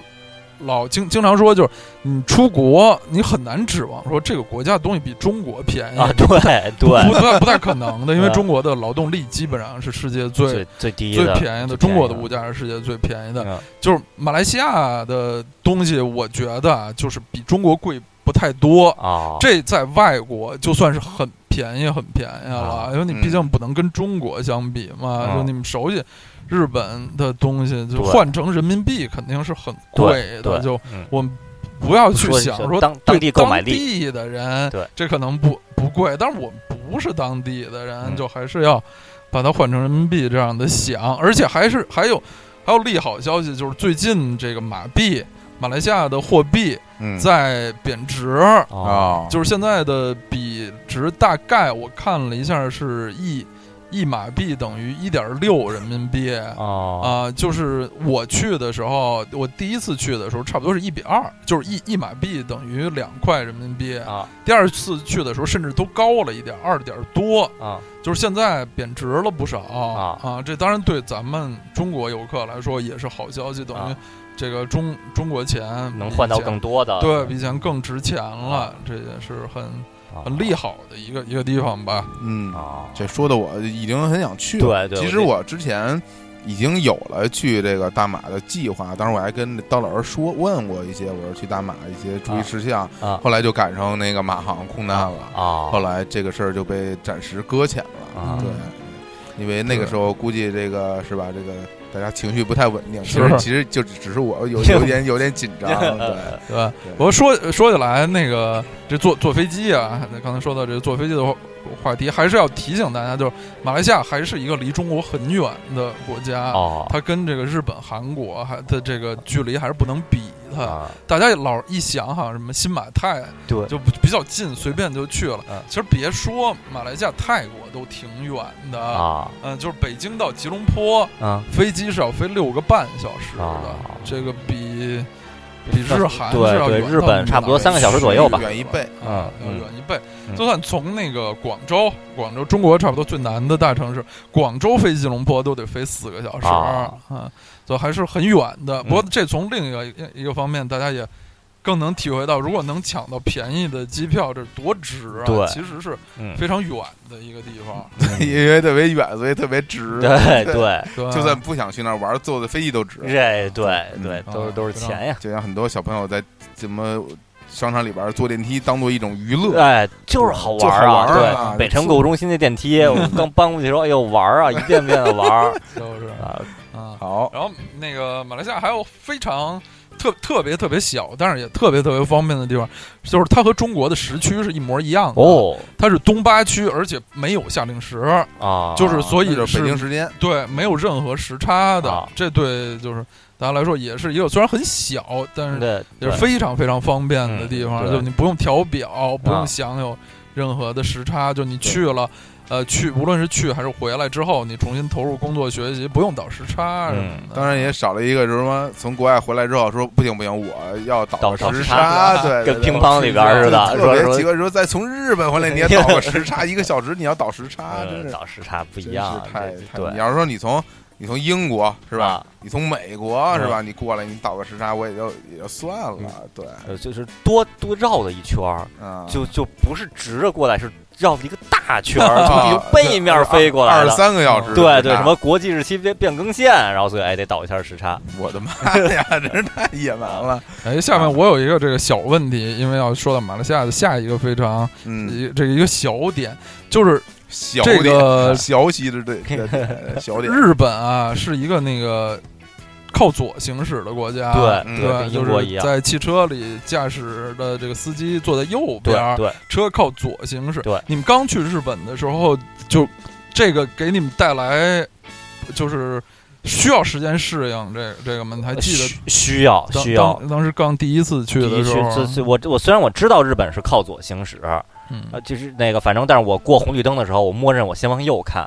[SPEAKER 3] 老经经常说，就是你出国你很难指望说这个国家的东西比中国便宜
[SPEAKER 2] 啊， 对
[SPEAKER 3] 不
[SPEAKER 2] 对，
[SPEAKER 3] 不太不太可 能的，因为
[SPEAKER 2] 嗯
[SPEAKER 3] 中国的劳动力基本上是世界最
[SPEAKER 2] 最最低
[SPEAKER 3] 最
[SPEAKER 2] 的
[SPEAKER 3] 便宜的，中国的物价是世界最便宜的。就是马来西亚的东西，我觉得啊，就是比中国贵不太多。
[SPEAKER 2] 啊，
[SPEAKER 3] 这在外国就算是很便宜，很便宜
[SPEAKER 2] 啊
[SPEAKER 3] 了，因为你毕竟不能跟中国相比嘛。
[SPEAKER 2] 嗯
[SPEAKER 3] 就你们熟悉日本的东西，就
[SPEAKER 2] 对
[SPEAKER 3] 换成人民币肯定是很贵
[SPEAKER 2] 对
[SPEAKER 3] 的。
[SPEAKER 2] 对
[SPEAKER 3] 就
[SPEAKER 2] 嗯
[SPEAKER 3] 我们不要去
[SPEAKER 2] 说
[SPEAKER 3] 想
[SPEAKER 2] 说
[SPEAKER 3] 说
[SPEAKER 2] 当
[SPEAKER 3] 对
[SPEAKER 2] 当地购买力
[SPEAKER 3] 当地的人，
[SPEAKER 2] 对
[SPEAKER 3] 这可能不不贵，但是我们不是当地的人，
[SPEAKER 2] 嗯
[SPEAKER 3] 就还是要把它换成人民币这样的想，而且还是还有还有利好消息，就是最近这个马币，马来西亚的货币
[SPEAKER 1] 嗯
[SPEAKER 3] 在贬值。
[SPEAKER 2] 啊
[SPEAKER 1] 啊，
[SPEAKER 3] 就是现在的比值大概我看了一下是一一马币等于一点六人民币啊、
[SPEAKER 2] 啊
[SPEAKER 3] 就是我去的时候，我第一次去的时候差不多是一比二，就是一一马币等于两块人民币。
[SPEAKER 2] 啊
[SPEAKER 3] 第二次去的时候甚至都高了一点，二点多，
[SPEAKER 2] 啊
[SPEAKER 3] 就是现在贬值了不少
[SPEAKER 2] 啊
[SPEAKER 3] 这当然对咱们中国游客来说也是好消息，等于
[SPEAKER 2] 啊
[SPEAKER 3] 这个中中国钱
[SPEAKER 2] 能
[SPEAKER 3] 嗯比
[SPEAKER 2] 换到
[SPEAKER 3] 以前
[SPEAKER 2] 更多的，
[SPEAKER 3] 对比以前更值钱了
[SPEAKER 2] 啊，
[SPEAKER 3] 这也是很
[SPEAKER 2] 啊
[SPEAKER 3] 很利好的一个一个地方吧。
[SPEAKER 1] 嗯，
[SPEAKER 2] 啊，
[SPEAKER 1] 这说的我已经很想去了。
[SPEAKER 2] 对对
[SPEAKER 1] 其实我之前已经有了去这个大马的计划，当时我还跟刀老师说问过一些，我说去大马一些注意事项，
[SPEAKER 2] 啊
[SPEAKER 1] 后来就赶上那个马航空难了，
[SPEAKER 2] 啊
[SPEAKER 1] 后来这个事儿就被暂时搁浅了。
[SPEAKER 2] 啊
[SPEAKER 3] 嗯
[SPEAKER 1] 对，因为那个时候估计这个是吧，这个大家情绪不太稳定，其
[SPEAKER 3] 是
[SPEAKER 1] 实其实就只只是我 有有点有点紧张， 对。
[SPEAKER 3] 对，
[SPEAKER 1] 对
[SPEAKER 3] 我说说起来，那个这坐坐飞机啊，那刚才说到这坐飞机的话话题，还是要提醒大家，就是马来西亚还是一个离中国很远的国家，
[SPEAKER 2] 哦
[SPEAKER 3] 它跟这个日本、韩国还的这个距离还是不能比的。
[SPEAKER 2] 啊
[SPEAKER 3] 大家老一想，好像什么新马泰啊
[SPEAKER 2] 对
[SPEAKER 3] 就比较近，随便就去了
[SPEAKER 2] 嗯。
[SPEAKER 3] 其实别说马来西亚、泰国都挺远的，
[SPEAKER 2] 啊
[SPEAKER 3] 嗯，就是北京到吉隆坡，
[SPEAKER 2] 啊
[SPEAKER 3] 飞机是要飞六个半小时的
[SPEAKER 2] 啊，
[SPEAKER 3] 这个比比日韩是
[SPEAKER 2] 对
[SPEAKER 3] 要
[SPEAKER 2] 对
[SPEAKER 3] 远
[SPEAKER 2] 日
[SPEAKER 3] 到
[SPEAKER 2] 本
[SPEAKER 3] 哪
[SPEAKER 2] 差不多
[SPEAKER 3] 儿
[SPEAKER 2] 三个小时左右吧
[SPEAKER 1] 远一倍
[SPEAKER 3] 啊，要
[SPEAKER 2] 嗯
[SPEAKER 3] 远一倍。
[SPEAKER 2] 嗯
[SPEAKER 3] 就算从那个广州，广州中国差不多最南的大城市，广州飞吉隆坡都得飞四个小时
[SPEAKER 2] 啊嗯
[SPEAKER 3] 啊，所以还是很远的。不过这从另一个一个方面，大家也更能体会到，如果能抢到便宜的机票，这多值啊！
[SPEAKER 2] 对
[SPEAKER 3] 其实是
[SPEAKER 2] 嗯，
[SPEAKER 3] 非常远的一个地方。
[SPEAKER 1] 因为特别远，所以特别值。
[SPEAKER 2] 对对，
[SPEAKER 3] 对，
[SPEAKER 1] 就算不想去那儿玩，坐的飞机都值。
[SPEAKER 2] 这对对
[SPEAKER 3] 嗯
[SPEAKER 2] 都是
[SPEAKER 3] 啊
[SPEAKER 2] 都是
[SPEAKER 3] 非常
[SPEAKER 2] 钱呀。
[SPEAKER 1] 就像很多小朋友在怎么商场里边坐电梯当做一种娱乐，
[SPEAKER 2] 哎，就是好玩儿
[SPEAKER 1] 就好玩儿啊
[SPEAKER 2] 对，北城购物中心那电梯，我们刚搬过去的时候，哎呦玩儿啊，一遍遍的玩儿
[SPEAKER 3] 就是
[SPEAKER 2] 啊，
[SPEAKER 3] 啊，
[SPEAKER 1] 好，
[SPEAKER 3] 然后那个马来西亚还有非常特特别特别小，但是也特别特别方便的地方，就是它和中国的时区是一模一样的。，
[SPEAKER 2] 哦
[SPEAKER 3] 它是东八区，而且没有夏令时，
[SPEAKER 2] 啊，
[SPEAKER 3] 就是所以
[SPEAKER 1] 就是是北京时间，
[SPEAKER 3] 对没有任何时差的。
[SPEAKER 2] 啊
[SPEAKER 3] 这对就是大家来说也是一个虽然很小，但是
[SPEAKER 2] 对
[SPEAKER 3] 也
[SPEAKER 2] 对
[SPEAKER 3] 是非常非常方便的地
[SPEAKER 2] 嗯
[SPEAKER 3] 方，
[SPEAKER 2] 对
[SPEAKER 3] 就你不用调表，不
[SPEAKER 2] 啊
[SPEAKER 3] 用享有任何的时差，就你去了。呃，去无论是去还是回来之后，你重新投入工作学习，不用倒时差什
[SPEAKER 2] 嗯
[SPEAKER 3] 么的。
[SPEAKER 1] 当然也少了一个就是什么从国外回来之后说不行不行，我要倒
[SPEAKER 2] 倒
[SPEAKER 1] 个时
[SPEAKER 2] 时
[SPEAKER 1] 差，对，
[SPEAKER 2] 跟
[SPEAKER 1] 对
[SPEAKER 2] 乒乓里边儿似的，
[SPEAKER 1] 对
[SPEAKER 2] 说
[SPEAKER 1] 特别
[SPEAKER 2] 说
[SPEAKER 1] 奇怪，说再从日本回来你也倒个时差，一个小时你要倒时差，
[SPEAKER 2] 呃
[SPEAKER 1] 真是
[SPEAKER 2] 倒时差不
[SPEAKER 1] 真
[SPEAKER 2] 一
[SPEAKER 1] 是
[SPEAKER 2] 样，
[SPEAKER 1] 太
[SPEAKER 2] 这
[SPEAKER 1] 太。
[SPEAKER 2] 对
[SPEAKER 1] 你要是说你从你从英国是吧？
[SPEAKER 2] 啊
[SPEAKER 1] 你从美国
[SPEAKER 2] 嗯
[SPEAKER 1] 是吧？你过来你倒个时差，我也就也就算了。对，
[SPEAKER 2] 呃，就是多多绕了一圈儿，
[SPEAKER 1] 啊，
[SPEAKER 2] 就就不是直着过来，是绕了一个大圈儿，
[SPEAKER 1] 啊
[SPEAKER 2] 从地球背面飞过来
[SPEAKER 1] 二
[SPEAKER 2] 的嗯
[SPEAKER 1] 十。三个小时，
[SPEAKER 2] 对对，
[SPEAKER 1] 是吧
[SPEAKER 2] 什么国际日期变变更线，然后所以哎得倒一下时差。
[SPEAKER 1] 我的妈呀，真是太野蛮 了。
[SPEAKER 3] 哎，下面我有一个这个小问题，因为要说到马来西亚的下一个非常
[SPEAKER 1] 嗯，
[SPEAKER 3] 一这个一个小点，就是
[SPEAKER 1] 小
[SPEAKER 3] 这个
[SPEAKER 1] 点，小息的对，这点小点，
[SPEAKER 3] 日本啊是一个那个靠左行驶的国家，
[SPEAKER 1] 嗯
[SPEAKER 2] 对
[SPEAKER 3] 对吧，
[SPEAKER 2] 跟
[SPEAKER 3] 就
[SPEAKER 2] 英国一
[SPEAKER 3] 是
[SPEAKER 2] 样。
[SPEAKER 3] 在汽车里驾驶的这个司机坐在右
[SPEAKER 2] 对
[SPEAKER 3] 边儿，
[SPEAKER 2] 对，
[SPEAKER 3] 车靠左行驶。
[SPEAKER 2] 对，
[SPEAKER 3] 你们刚去日本的时候，就这个给你们带来就是需要时间适应这这个吗？你还记得
[SPEAKER 2] 需需要
[SPEAKER 3] 当
[SPEAKER 2] 需要。
[SPEAKER 3] 当当时刚第一次去的时候，啊
[SPEAKER 2] 这这我我虽然我知道日本是靠左行驶，
[SPEAKER 3] 嗯
[SPEAKER 2] 呃，就是那个，反正，但是我过红绿灯的时候，我默认我先往右 看，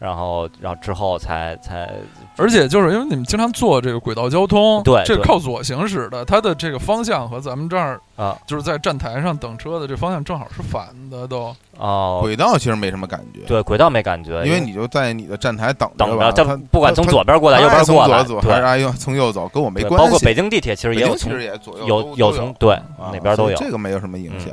[SPEAKER 2] 然后，然后之后才才
[SPEAKER 3] 而且就是因为你们经常坐这个轨道交通，
[SPEAKER 2] 对
[SPEAKER 3] 这个
[SPEAKER 2] 对
[SPEAKER 3] 靠左行驶的，它的这个方向和咱们这儿
[SPEAKER 2] 啊
[SPEAKER 3] 就是在站台上等车的这方向正好是反的，都
[SPEAKER 2] 哦，
[SPEAKER 1] 轨道其实没什么感觉，
[SPEAKER 2] 对，轨道没感觉，
[SPEAKER 1] 因为你就在你的站台等
[SPEAKER 2] 等
[SPEAKER 1] 吧。
[SPEAKER 2] 着，
[SPEAKER 1] 他
[SPEAKER 2] 他不管从左边过来，右
[SPEAKER 1] 他爱
[SPEAKER 2] 边
[SPEAKER 1] 从
[SPEAKER 2] 过来，
[SPEAKER 1] 左走还是
[SPEAKER 2] 对，
[SPEAKER 1] 爱用从右走，跟我没
[SPEAKER 2] 对
[SPEAKER 1] 关系。
[SPEAKER 2] 包括北京地铁其实
[SPEAKER 1] 北
[SPEAKER 2] 也
[SPEAKER 1] 京
[SPEAKER 2] 有
[SPEAKER 1] 其
[SPEAKER 2] 从
[SPEAKER 1] 实也左右
[SPEAKER 2] 有
[SPEAKER 1] 都
[SPEAKER 2] 有
[SPEAKER 1] 都
[SPEAKER 2] 从对
[SPEAKER 1] 啊
[SPEAKER 2] 哪边都
[SPEAKER 1] 所以
[SPEAKER 2] 有
[SPEAKER 1] 这个没有什么影
[SPEAKER 2] 嗯
[SPEAKER 1] 响。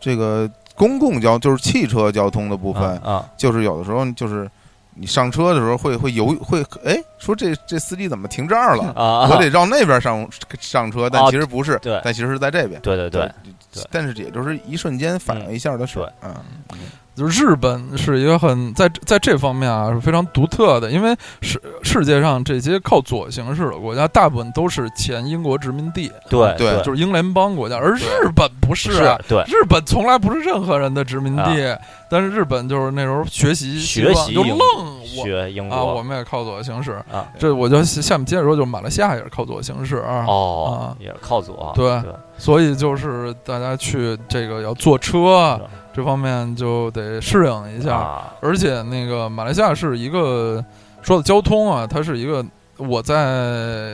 [SPEAKER 1] 这个公共交就是汽车交通的部分，
[SPEAKER 2] 嗯嗯
[SPEAKER 1] 就是有的时候就是你上车的时候会会犹会哎说这这司机怎么停这儿了？
[SPEAKER 2] 啊，
[SPEAKER 1] 我得绕那边上上车，但
[SPEAKER 2] 啊
[SPEAKER 1] 其实不是，
[SPEAKER 2] 对
[SPEAKER 1] 但其实是在这边。
[SPEAKER 2] 对对对，对
[SPEAKER 1] 但是也就是一瞬间反应一下的事儿。嗯，
[SPEAKER 3] 就是日本是一个很在在这方面啊是非常独特的，因为世世界上这些靠左行驶的国家，大部分都是前英国殖民地，
[SPEAKER 2] 对
[SPEAKER 1] 对
[SPEAKER 2] 对
[SPEAKER 3] 就是英联邦国家，而
[SPEAKER 1] 对
[SPEAKER 3] 日本不是啊。
[SPEAKER 2] 对
[SPEAKER 3] 日本从来不是任何人的殖民地，但是日本就是那时候学习习
[SPEAKER 2] 啊学
[SPEAKER 3] 惯
[SPEAKER 2] 习
[SPEAKER 3] 就
[SPEAKER 2] 英
[SPEAKER 3] 愣我
[SPEAKER 2] 学英
[SPEAKER 3] 啊，我
[SPEAKER 2] 国
[SPEAKER 3] 们也靠左行驶。
[SPEAKER 2] 啊
[SPEAKER 3] 这我就下面接着说，就是马来西亚也是靠左行驶啊，
[SPEAKER 2] 哦
[SPEAKER 3] 啊，
[SPEAKER 2] 也是靠左，
[SPEAKER 3] 对啊
[SPEAKER 2] 对
[SPEAKER 3] 所以就是大家去这个要坐车
[SPEAKER 2] 是
[SPEAKER 3] 这方面就得适应一下。
[SPEAKER 2] 啊
[SPEAKER 3] 而且那个马来西亚是一个说的交通啊，它是一个我在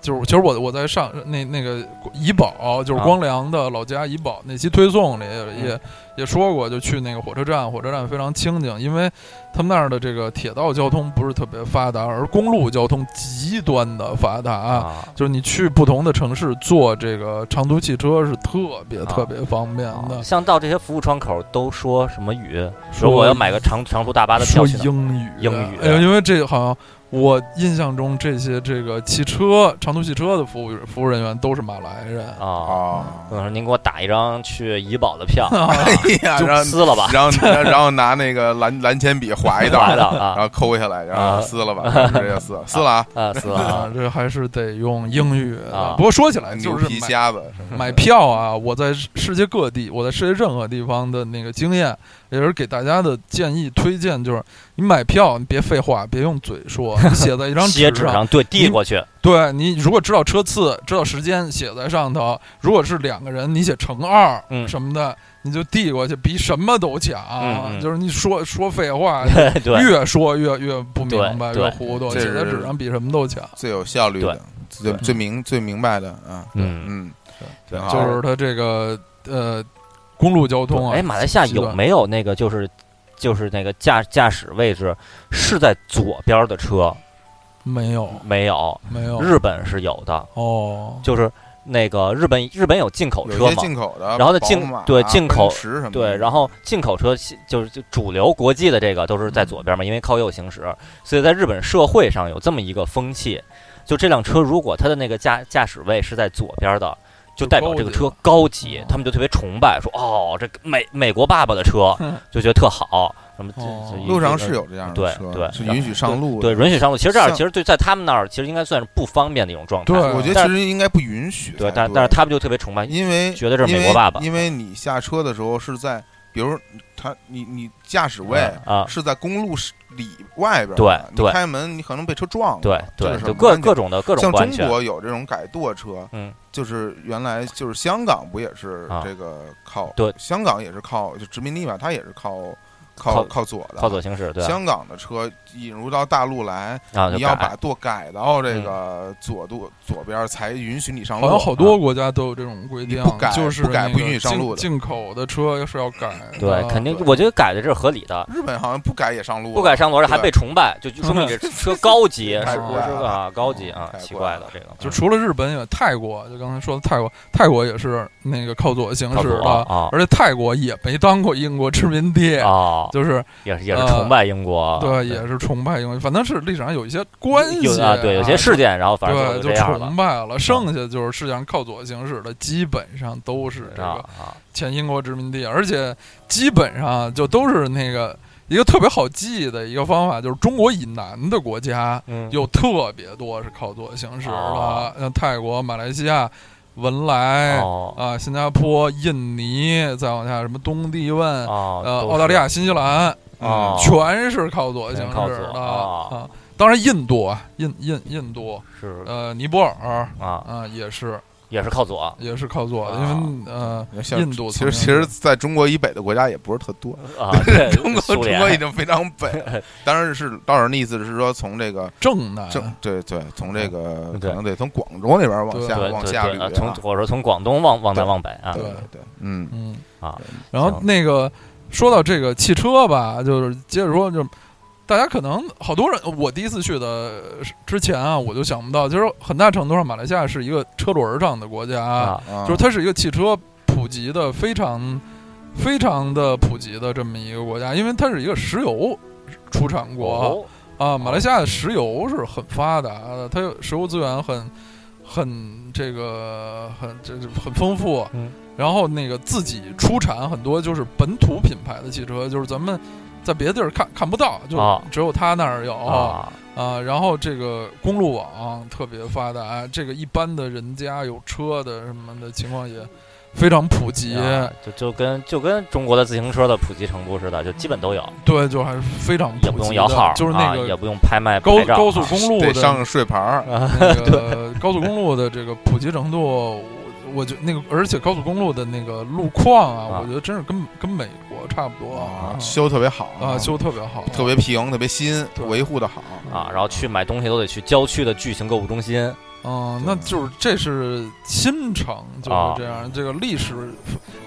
[SPEAKER 3] 就是其实我我在上那那个怡保就是
[SPEAKER 2] 啊
[SPEAKER 3] 光良的老家怡保那期推送里也、
[SPEAKER 2] 嗯
[SPEAKER 3] 也说过，就去那个火车站，火车站非常清静，因为他们那儿的这个铁道交通不是特别发达，而公路交通极端的发达。
[SPEAKER 2] 啊
[SPEAKER 3] 就是你去不同的城市坐这个长途汽车是特别
[SPEAKER 2] 啊
[SPEAKER 3] 特别方便的。
[SPEAKER 2] 像到这些服务窗口都说什么语？
[SPEAKER 3] 说
[SPEAKER 2] 说我要买个长长途大巴的票
[SPEAKER 3] 说
[SPEAKER 2] 去哪儿
[SPEAKER 3] 英语，
[SPEAKER 2] 英语啊
[SPEAKER 3] 哎呦，因为这个好像我印象中这些这个汽车长途汽车的服务服务人员都是马来人，
[SPEAKER 2] 啊！
[SPEAKER 1] 哦，
[SPEAKER 2] 我说您给我打一张去怡保的 票，
[SPEAKER 1] 哎呀，
[SPEAKER 2] 就
[SPEAKER 1] 然后
[SPEAKER 2] 撕了吧，
[SPEAKER 1] 然后然后拿那个蓝蓝铅笔划一道，
[SPEAKER 2] 划一道啊
[SPEAKER 1] 然后抠下来，然
[SPEAKER 2] 啊
[SPEAKER 1] 后撕了吧， 然后直接撕了撕了啊！
[SPEAKER 2] 啊，撕了
[SPEAKER 3] 啊
[SPEAKER 2] 啊，
[SPEAKER 3] 这还是得用英语的
[SPEAKER 2] 啊
[SPEAKER 3] 不过说起来
[SPEAKER 1] 牛
[SPEAKER 3] 就是
[SPEAKER 1] 皮
[SPEAKER 3] 买
[SPEAKER 1] 瞎子是吧
[SPEAKER 3] 买票啊，我在世界各地，我在世界任何地方的那个经验，也是给大家的建议推荐，就是你买票你别废话，别用嘴说，你写在一张
[SPEAKER 2] 贴
[SPEAKER 3] 纸啊
[SPEAKER 2] 纸上对递过去
[SPEAKER 3] 对你如果知道车次、知道时间写在上头，如果是两个人，你写乘二
[SPEAKER 2] 嗯
[SPEAKER 3] 什么的，你就递过去，比什么都强。啊
[SPEAKER 2] 嗯嗯
[SPEAKER 3] 就是你说说废话，
[SPEAKER 2] 对
[SPEAKER 3] 越说越越不明白，
[SPEAKER 2] 对
[SPEAKER 3] 越糊涂，
[SPEAKER 1] 这
[SPEAKER 3] 写
[SPEAKER 1] 是
[SPEAKER 3] 在纸上比什么都强。
[SPEAKER 1] 最有效率的，最
[SPEAKER 3] 对
[SPEAKER 1] 最明最明白的啊，
[SPEAKER 2] 嗯
[SPEAKER 1] 嗯，挺好
[SPEAKER 3] 就是它这个呃，公路交通啊，
[SPEAKER 2] 哎，马来西亚有没有那个就是就是那个驾驾驶位置是在左边的车？
[SPEAKER 3] 没有
[SPEAKER 2] 没有，
[SPEAKER 3] 没有
[SPEAKER 2] 日本是有的，
[SPEAKER 3] 哦，
[SPEAKER 2] 就是那个日本日本有进口
[SPEAKER 1] 有
[SPEAKER 2] 车
[SPEAKER 1] 些
[SPEAKER 2] 嘛。
[SPEAKER 1] 进口的，
[SPEAKER 2] 然后呢
[SPEAKER 1] 宝
[SPEAKER 2] 进
[SPEAKER 1] 马啊
[SPEAKER 2] 对进口
[SPEAKER 1] 奔驰什么的
[SPEAKER 2] 对，然后进口车其就是就主流国际的这个都是在左边
[SPEAKER 1] 嗯
[SPEAKER 2] 嘛，因为靠右行驶，所以在日本社会上有这么一个风气，就这辆车如果它的那个驾驾驶位是在左边的，就代表这个车高级
[SPEAKER 3] 嗯，
[SPEAKER 2] 他们就特别崇拜，说哦，这美美国爸爸 的车
[SPEAKER 3] 哼，
[SPEAKER 2] 就觉得特好，什么这
[SPEAKER 3] 哦
[SPEAKER 2] 这一
[SPEAKER 1] 路上
[SPEAKER 2] 这
[SPEAKER 1] 是有这样
[SPEAKER 2] 对
[SPEAKER 1] 的车，
[SPEAKER 2] 对
[SPEAKER 1] 是允许上路
[SPEAKER 2] 对
[SPEAKER 1] 的。
[SPEAKER 2] 允许上路，其实这样
[SPEAKER 1] 像
[SPEAKER 2] 其实对在他们那儿其实应该算是不方便的一种状态，
[SPEAKER 3] 对
[SPEAKER 1] 我觉得
[SPEAKER 2] 但
[SPEAKER 1] 其实应该不允许才
[SPEAKER 2] 对
[SPEAKER 1] 对，，
[SPEAKER 2] 但但是他们就特别崇拜，
[SPEAKER 1] 因为
[SPEAKER 2] 觉得这是
[SPEAKER 1] 因为
[SPEAKER 2] 美国爸爸
[SPEAKER 1] 因为你下车的时候是在，比如他你你驾驶位
[SPEAKER 2] 啊，
[SPEAKER 1] 是在公路是里外边儿
[SPEAKER 2] 对
[SPEAKER 1] 的，你
[SPEAKER 2] 对
[SPEAKER 1] 开门你可能被车撞了，
[SPEAKER 2] 对
[SPEAKER 1] 这
[SPEAKER 2] 对
[SPEAKER 1] 个，是
[SPEAKER 2] 就
[SPEAKER 1] 不
[SPEAKER 2] 各
[SPEAKER 1] 安全
[SPEAKER 2] 各种的各种
[SPEAKER 1] 像
[SPEAKER 2] 不安
[SPEAKER 1] 中
[SPEAKER 2] 全，
[SPEAKER 1] 国有这种改舵车，
[SPEAKER 2] 嗯，
[SPEAKER 1] 就是原来就是香港不也是
[SPEAKER 2] 啊
[SPEAKER 1] 这个靠
[SPEAKER 2] 对
[SPEAKER 1] 香港也是靠就殖民地吧，它也是靠靠
[SPEAKER 2] 靠
[SPEAKER 1] 靠左的，
[SPEAKER 2] 靠左行驶，对吧？
[SPEAKER 1] 香港的车引入到大陆来，
[SPEAKER 2] 啊，就
[SPEAKER 1] 你要
[SPEAKER 2] 改嗯
[SPEAKER 1] 把舵改到这个左舵左边儿才允许你上路。
[SPEAKER 3] 好像好多国家都有这种规定
[SPEAKER 1] 你不改，
[SPEAKER 3] 就是
[SPEAKER 1] 不改
[SPEAKER 3] 那个
[SPEAKER 1] 不允许上路的
[SPEAKER 3] 进进口的车是要改的，
[SPEAKER 2] 对，肯定
[SPEAKER 1] 啊对
[SPEAKER 2] 我觉得改的这是合理的。
[SPEAKER 1] 日本好像不改也上路，
[SPEAKER 2] 不改上轮儿还
[SPEAKER 1] 对
[SPEAKER 2] 被崇拜，就就说明你这 车高级，
[SPEAKER 1] 太
[SPEAKER 2] 是不
[SPEAKER 1] 怪
[SPEAKER 2] 是
[SPEAKER 1] 了嗯
[SPEAKER 2] 啊？高级啊
[SPEAKER 1] 太，
[SPEAKER 2] 奇
[SPEAKER 1] 怪
[SPEAKER 2] 怪
[SPEAKER 1] 了
[SPEAKER 2] 的这个，嗯
[SPEAKER 3] 就除了日本以外，泰国就刚才说的泰国，泰国也是那个靠左行
[SPEAKER 2] 靠
[SPEAKER 3] 驶
[SPEAKER 2] 左
[SPEAKER 3] 的，
[SPEAKER 2] 啊
[SPEAKER 3] 而且泰国也没当过英国殖民地，
[SPEAKER 2] 哦，
[SPEAKER 3] 就是
[SPEAKER 2] 也是也是
[SPEAKER 3] 呃
[SPEAKER 2] 崇拜英国，啊
[SPEAKER 3] 对，也是崇拜英国，反正是历史上有一些关
[SPEAKER 2] 有
[SPEAKER 3] 系
[SPEAKER 2] 啊，对，有些事件，然后反正
[SPEAKER 3] 对
[SPEAKER 2] 就这
[SPEAKER 3] 就
[SPEAKER 2] 样啊了
[SPEAKER 3] 崇拜了，剩下就是世界上靠左行驶的，基本上都是这
[SPEAKER 2] 啊
[SPEAKER 3] 个
[SPEAKER 2] 啊，
[SPEAKER 3] 前英国殖民地，而且基本上就都是那个一个特别好记的一个方法，就是中国以南的国家。
[SPEAKER 2] 嗯，
[SPEAKER 3] 有特别多是靠左行驶
[SPEAKER 2] 哦
[SPEAKER 3] 的，像泰国、马来西亚、
[SPEAKER 1] 哎
[SPEAKER 3] 文莱啊、
[SPEAKER 2] 哦
[SPEAKER 3] 新加坡、印尼，再往下什么东帝汶、
[SPEAKER 2] 哦，
[SPEAKER 3] 呃
[SPEAKER 2] 都
[SPEAKER 3] 澳大利
[SPEAKER 2] 是
[SPEAKER 3] 亚、新西兰，
[SPEAKER 2] 嗯
[SPEAKER 3] 嗯
[SPEAKER 1] 哦
[SPEAKER 3] 全是靠左行
[SPEAKER 2] 全
[SPEAKER 3] 驶
[SPEAKER 2] 靠
[SPEAKER 3] 的
[SPEAKER 2] 左
[SPEAKER 3] 啊
[SPEAKER 2] 哦。
[SPEAKER 3] 当然，印度啊，印印印度，
[SPEAKER 2] 是
[SPEAKER 3] 呃，尼泊尔
[SPEAKER 2] 啊，
[SPEAKER 3] 啊，也是
[SPEAKER 2] 也是 靠左，
[SPEAKER 3] 也是靠左的，
[SPEAKER 2] 啊
[SPEAKER 3] 因为呃，
[SPEAKER 1] 像
[SPEAKER 3] 印度
[SPEAKER 1] 其
[SPEAKER 3] 曾
[SPEAKER 1] 实
[SPEAKER 3] 经
[SPEAKER 1] 其实在中国以北的国家也不是特多，
[SPEAKER 2] 啊， 对
[SPEAKER 1] 中国
[SPEAKER 2] 苏
[SPEAKER 1] 中国已
[SPEAKER 2] 联
[SPEAKER 1] 经非常北 了。当然是道长的意思是说从这个
[SPEAKER 3] 正南
[SPEAKER 1] 正对对，从这个
[SPEAKER 2] 嗯啊对
[SPEAKER 1] 可能得从广州那边儿往
[SPEAKER 3] 对
[SPEAKER 1] 下
[SPEAKER 2] 对
[SPEAKER 1] 往
[SPEAKER 2] 对
[SPEAKER 1] 下
[SPEAKER 2] 对，
[SPEAKER 1] 捋啊
[SPEAKER 2] 呃，从或者说从广东往往南
[SPEAKER 1] 对
[SPEAKER 2] 往北啊，
[SPEAKER 1] 对对，嗯
[SPEAKER 3] 嗯
[SPEAKER 2] 啊，
[SPEAKER 3] 然后
[SPEAKER 2] 行
[SPEAKER 3] 那个说到这个汽车吧，就是接着说，就大家可能好多人，我第一次去的之前啊，我就想不到，就是很大程度上马来西亚是一个车轮上的国家，
[SPEAKER 2] 啊
[SPEAKER 1] 啊
[SPEAKER 3] 就是它是一个汽车普及的非常非常的普及的这么一个国家，因为它是一个石油出产国。
[SPEAKER 2] 哦
[SPEAKER 3] 啊，马来西亚的石油是很发达的，它有石油资源很很这个很这这很丰富。
[SPEAKER 2] 嗯
[SPEAKER 3] 然后那个自己出产很多就是本土品牌的汽车，就是咱们在别的地儿看看不到，就
[SPEAKER 2] 啊
[SPEAKER 3] 只有它那儿有
[SPEAKER 2] 啊
[SPEAKER 3] 啊然后这个公路网特别发达，这个一般的人家有车的什么的情况也非常普及。
[SPEAKER 2] 啊就就跟就跟中国的自行车的普及程度似的，就基本都有，
[SPEAKER 3] 对，就还是非常
[SPEAKER 2] 也
[SPEAKER 3] 嗯普
[SPEAKER 2] 不用
[SPEAKER 3] 及
[SPEAKER 2] 摇
[SPEAKER 3] 的，
[SPEAKER 2] 号，
[SPEAKER 3] 就是那
[SPEAKER 2] 啊也
[SPEAKER 3] 个
[SPEAKER 2] 不用拍卖
[SPEAKER 3] 高
[SPEAKER 2] 牌照
[SPEAKER 3] 高速
[SPEAKER 2] 啊
[SPEAKER 3] 公路
[SPEAKER 1] 得
[SPEAKER 3] 的啊
[SPEAKER 1] 上个税牌儿，
[SPEAKER 3] 那个高速公路的这个普及程度，我我觉得那个，而且高速公路的那个路况啊，
[SPEAKER 2] 啊
[SPEAKER 3] 我觉得真是跟跟美国差不多
[SPEAKER 1] 啊
[SPEAKER 3] 啊，
[SPEAKER 1] 修特别好
[SPEAKER 3] 啊修得特别好，
[SPEAKER 1] 特别平，特别新，
[SPEAKER 3] 对
[SPEAKER 1] 维护的好。
[SPEAKER 2] 啊，然后去买东西都得去郊区的巨型购物中心
[SPEAKER 3] 嗯，那就是这是新城就是这样，这个历史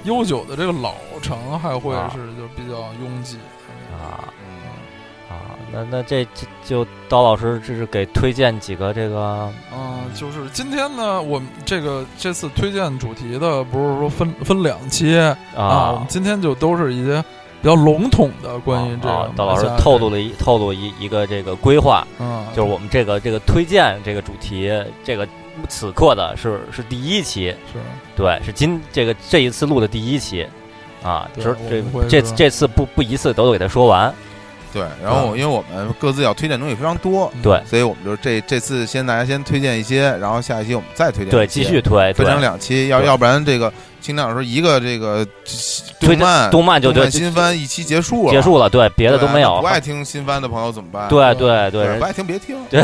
[SPEAKER 3] 悠久的这个老城还会
[SPEAKER 2] 啊
[SPEAKER 3] 是就比较拥挤。
[SPEAKER 2] 啊
[SPEAKER 1] 嗯
[SPEAKER 2] 啊，那那这这就刀老师这是给推荐几个这个
[SPEAKER 3] 嗯，就是今天呢，我们这个这次推荐主题的不是说分分两期啊，我们
[SPEAKER 2] 啊
[SPEAKER 3] 今天就都是一些比较笼统的关于这
[SPEAKER 2] 啊
[SPEAKER 3] 个
[SPEAKER 2] 刀
[SPEAKER 3] 马
[SPEAKER 2] 老
[SPEAKER 3] 来西
[SPEAKER 2] 师
[SPEAKER 3] 亚的
[SPEAKER 2] 透露了一透露一一个这个规划，
[SPEAKER 3] 嗯，
[SPEAKER 2] 就是我们这个这个推荐这个主题，这个此刻的是是第一期，
[SPEAKER 3] 是
[SPEAKER 2] 对，是今这个这一次录的第一期。啊，
[SPEAKER 3] 对
[SPEAKER 2] 这
[SPEAKER 3] 我
[SPEAKER 2] 这
[SPEAKER 3] 们会
[SPEAKER 2] 这
[SPEAKER 3] 是吧
[SPEAKER 2] 这次不不一次都给他说完，
[SPEAKER 1] 对，然后我因为我们各自要推荐东西非常多，
[SPEAKER 2] 对
[SPEAKER 1] 所以我们就这这次先大家先推荐一些，然后下一期我们再推荐
[SPEAKER 2] 对，
[SPEAKER 1] 一些
[SPEAKER 2] 继续推，
[SPEAKER 1] 分
[SPEAKER 2] 对，
[SPEAKER 1] 成两期，要
[SPEAKER 2] 对
[SPEAKER 1] 要不然这个尽量说一个这个
[SPEAKER 2] 推
[SPEAKER 1] 动漫
[SPEAKER 2] 动漫就
[SPEAKER 1] 动
[SPEAKER 2] 对
[SPEAKER 1] 漫新番一期结束了，
[SPEAKER 2] 结束了，对，别的
[SPEAKER 1] 啊对啊
[SPEAKER 2] 都没有
[SPEAKER 1] 不，爱听新番的朋友怎么办？
[SPEAKER 2] 对对
[SPEAKER 1] 对，
[SPEAKER 2] 对人
[SPEAKER 1] 不爱听别听。
[SPEAKER 2] 对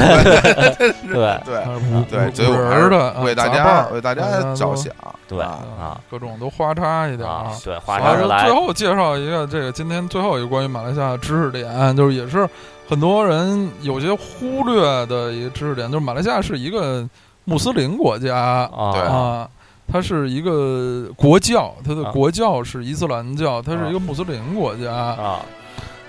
[SPEAKER 1] 对对
[SPEAKER 3] 嗯还是无
[SPEAKER 1] 啊对，
[SPEAKER 3] 无
[SPEAKER 1] 所以我们
[SPEAKER 3] 无
[SPEAKER 1] 还
[SPEAKER 3] 人儿的
[SPEAKER 1] 是
[SPEAKER 3] 啊
[SPEAKER 1] 为大
[SPEAKER 3] 杂伴
[SPEAKER 1] 家
[SPEAKER 3] 儿
[SPEAKER 1] 为大家着想，
[SPEAKER 2] 对
[SPEAKER 1] 啊
[SPEAKER 2] 啊
[SPEAKER 3] 各种都花叉一点儿
[SPEAKER 2] 啊
[SPEAKER 3] 啊。，
[SPEAKER 2] 对，华
[SPEAKER 3] 然
[SPEAKER 2] 山
[SPEAKER 3] 后
[SPEAKER 2] 而来
[SPEAKER 3] 最后介绍一个这个今天最后一个关于马来西亚的知识点，就是也是很多人有些忽略的一个知识点，就是马来西亚是一个穆斯林国家
[SPEAKER 1] 对
[SPEAKER 2] 啊
[SPEAKER 3] 啊。它是一个国教，它的
[SPEAKER 2] 啊
[SPEAKER 3] 国教是伊斯兰教，它是
[SPEAKER 2] 啊
[SPEAKER 3] 一个穆斯林国家，
[SPEAKER 2] 啊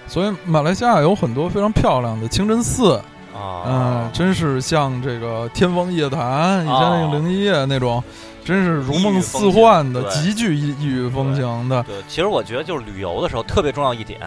[SPEAKER 3] 所以马来西亚有很多非常漂亮的清真寺，嗯
[SPEAKER 2] 啊，，
[SPEAKER 3] 真是像这个天方夜谭，以前那
[SPEAKER 2] 哦
[SPEAKER 3] 个灵异夜那种，真是如梦似幻的，极具异异域风情的。
[SPEAKER 2] 对，其实我觉得就是旅游的时候特别重要一点，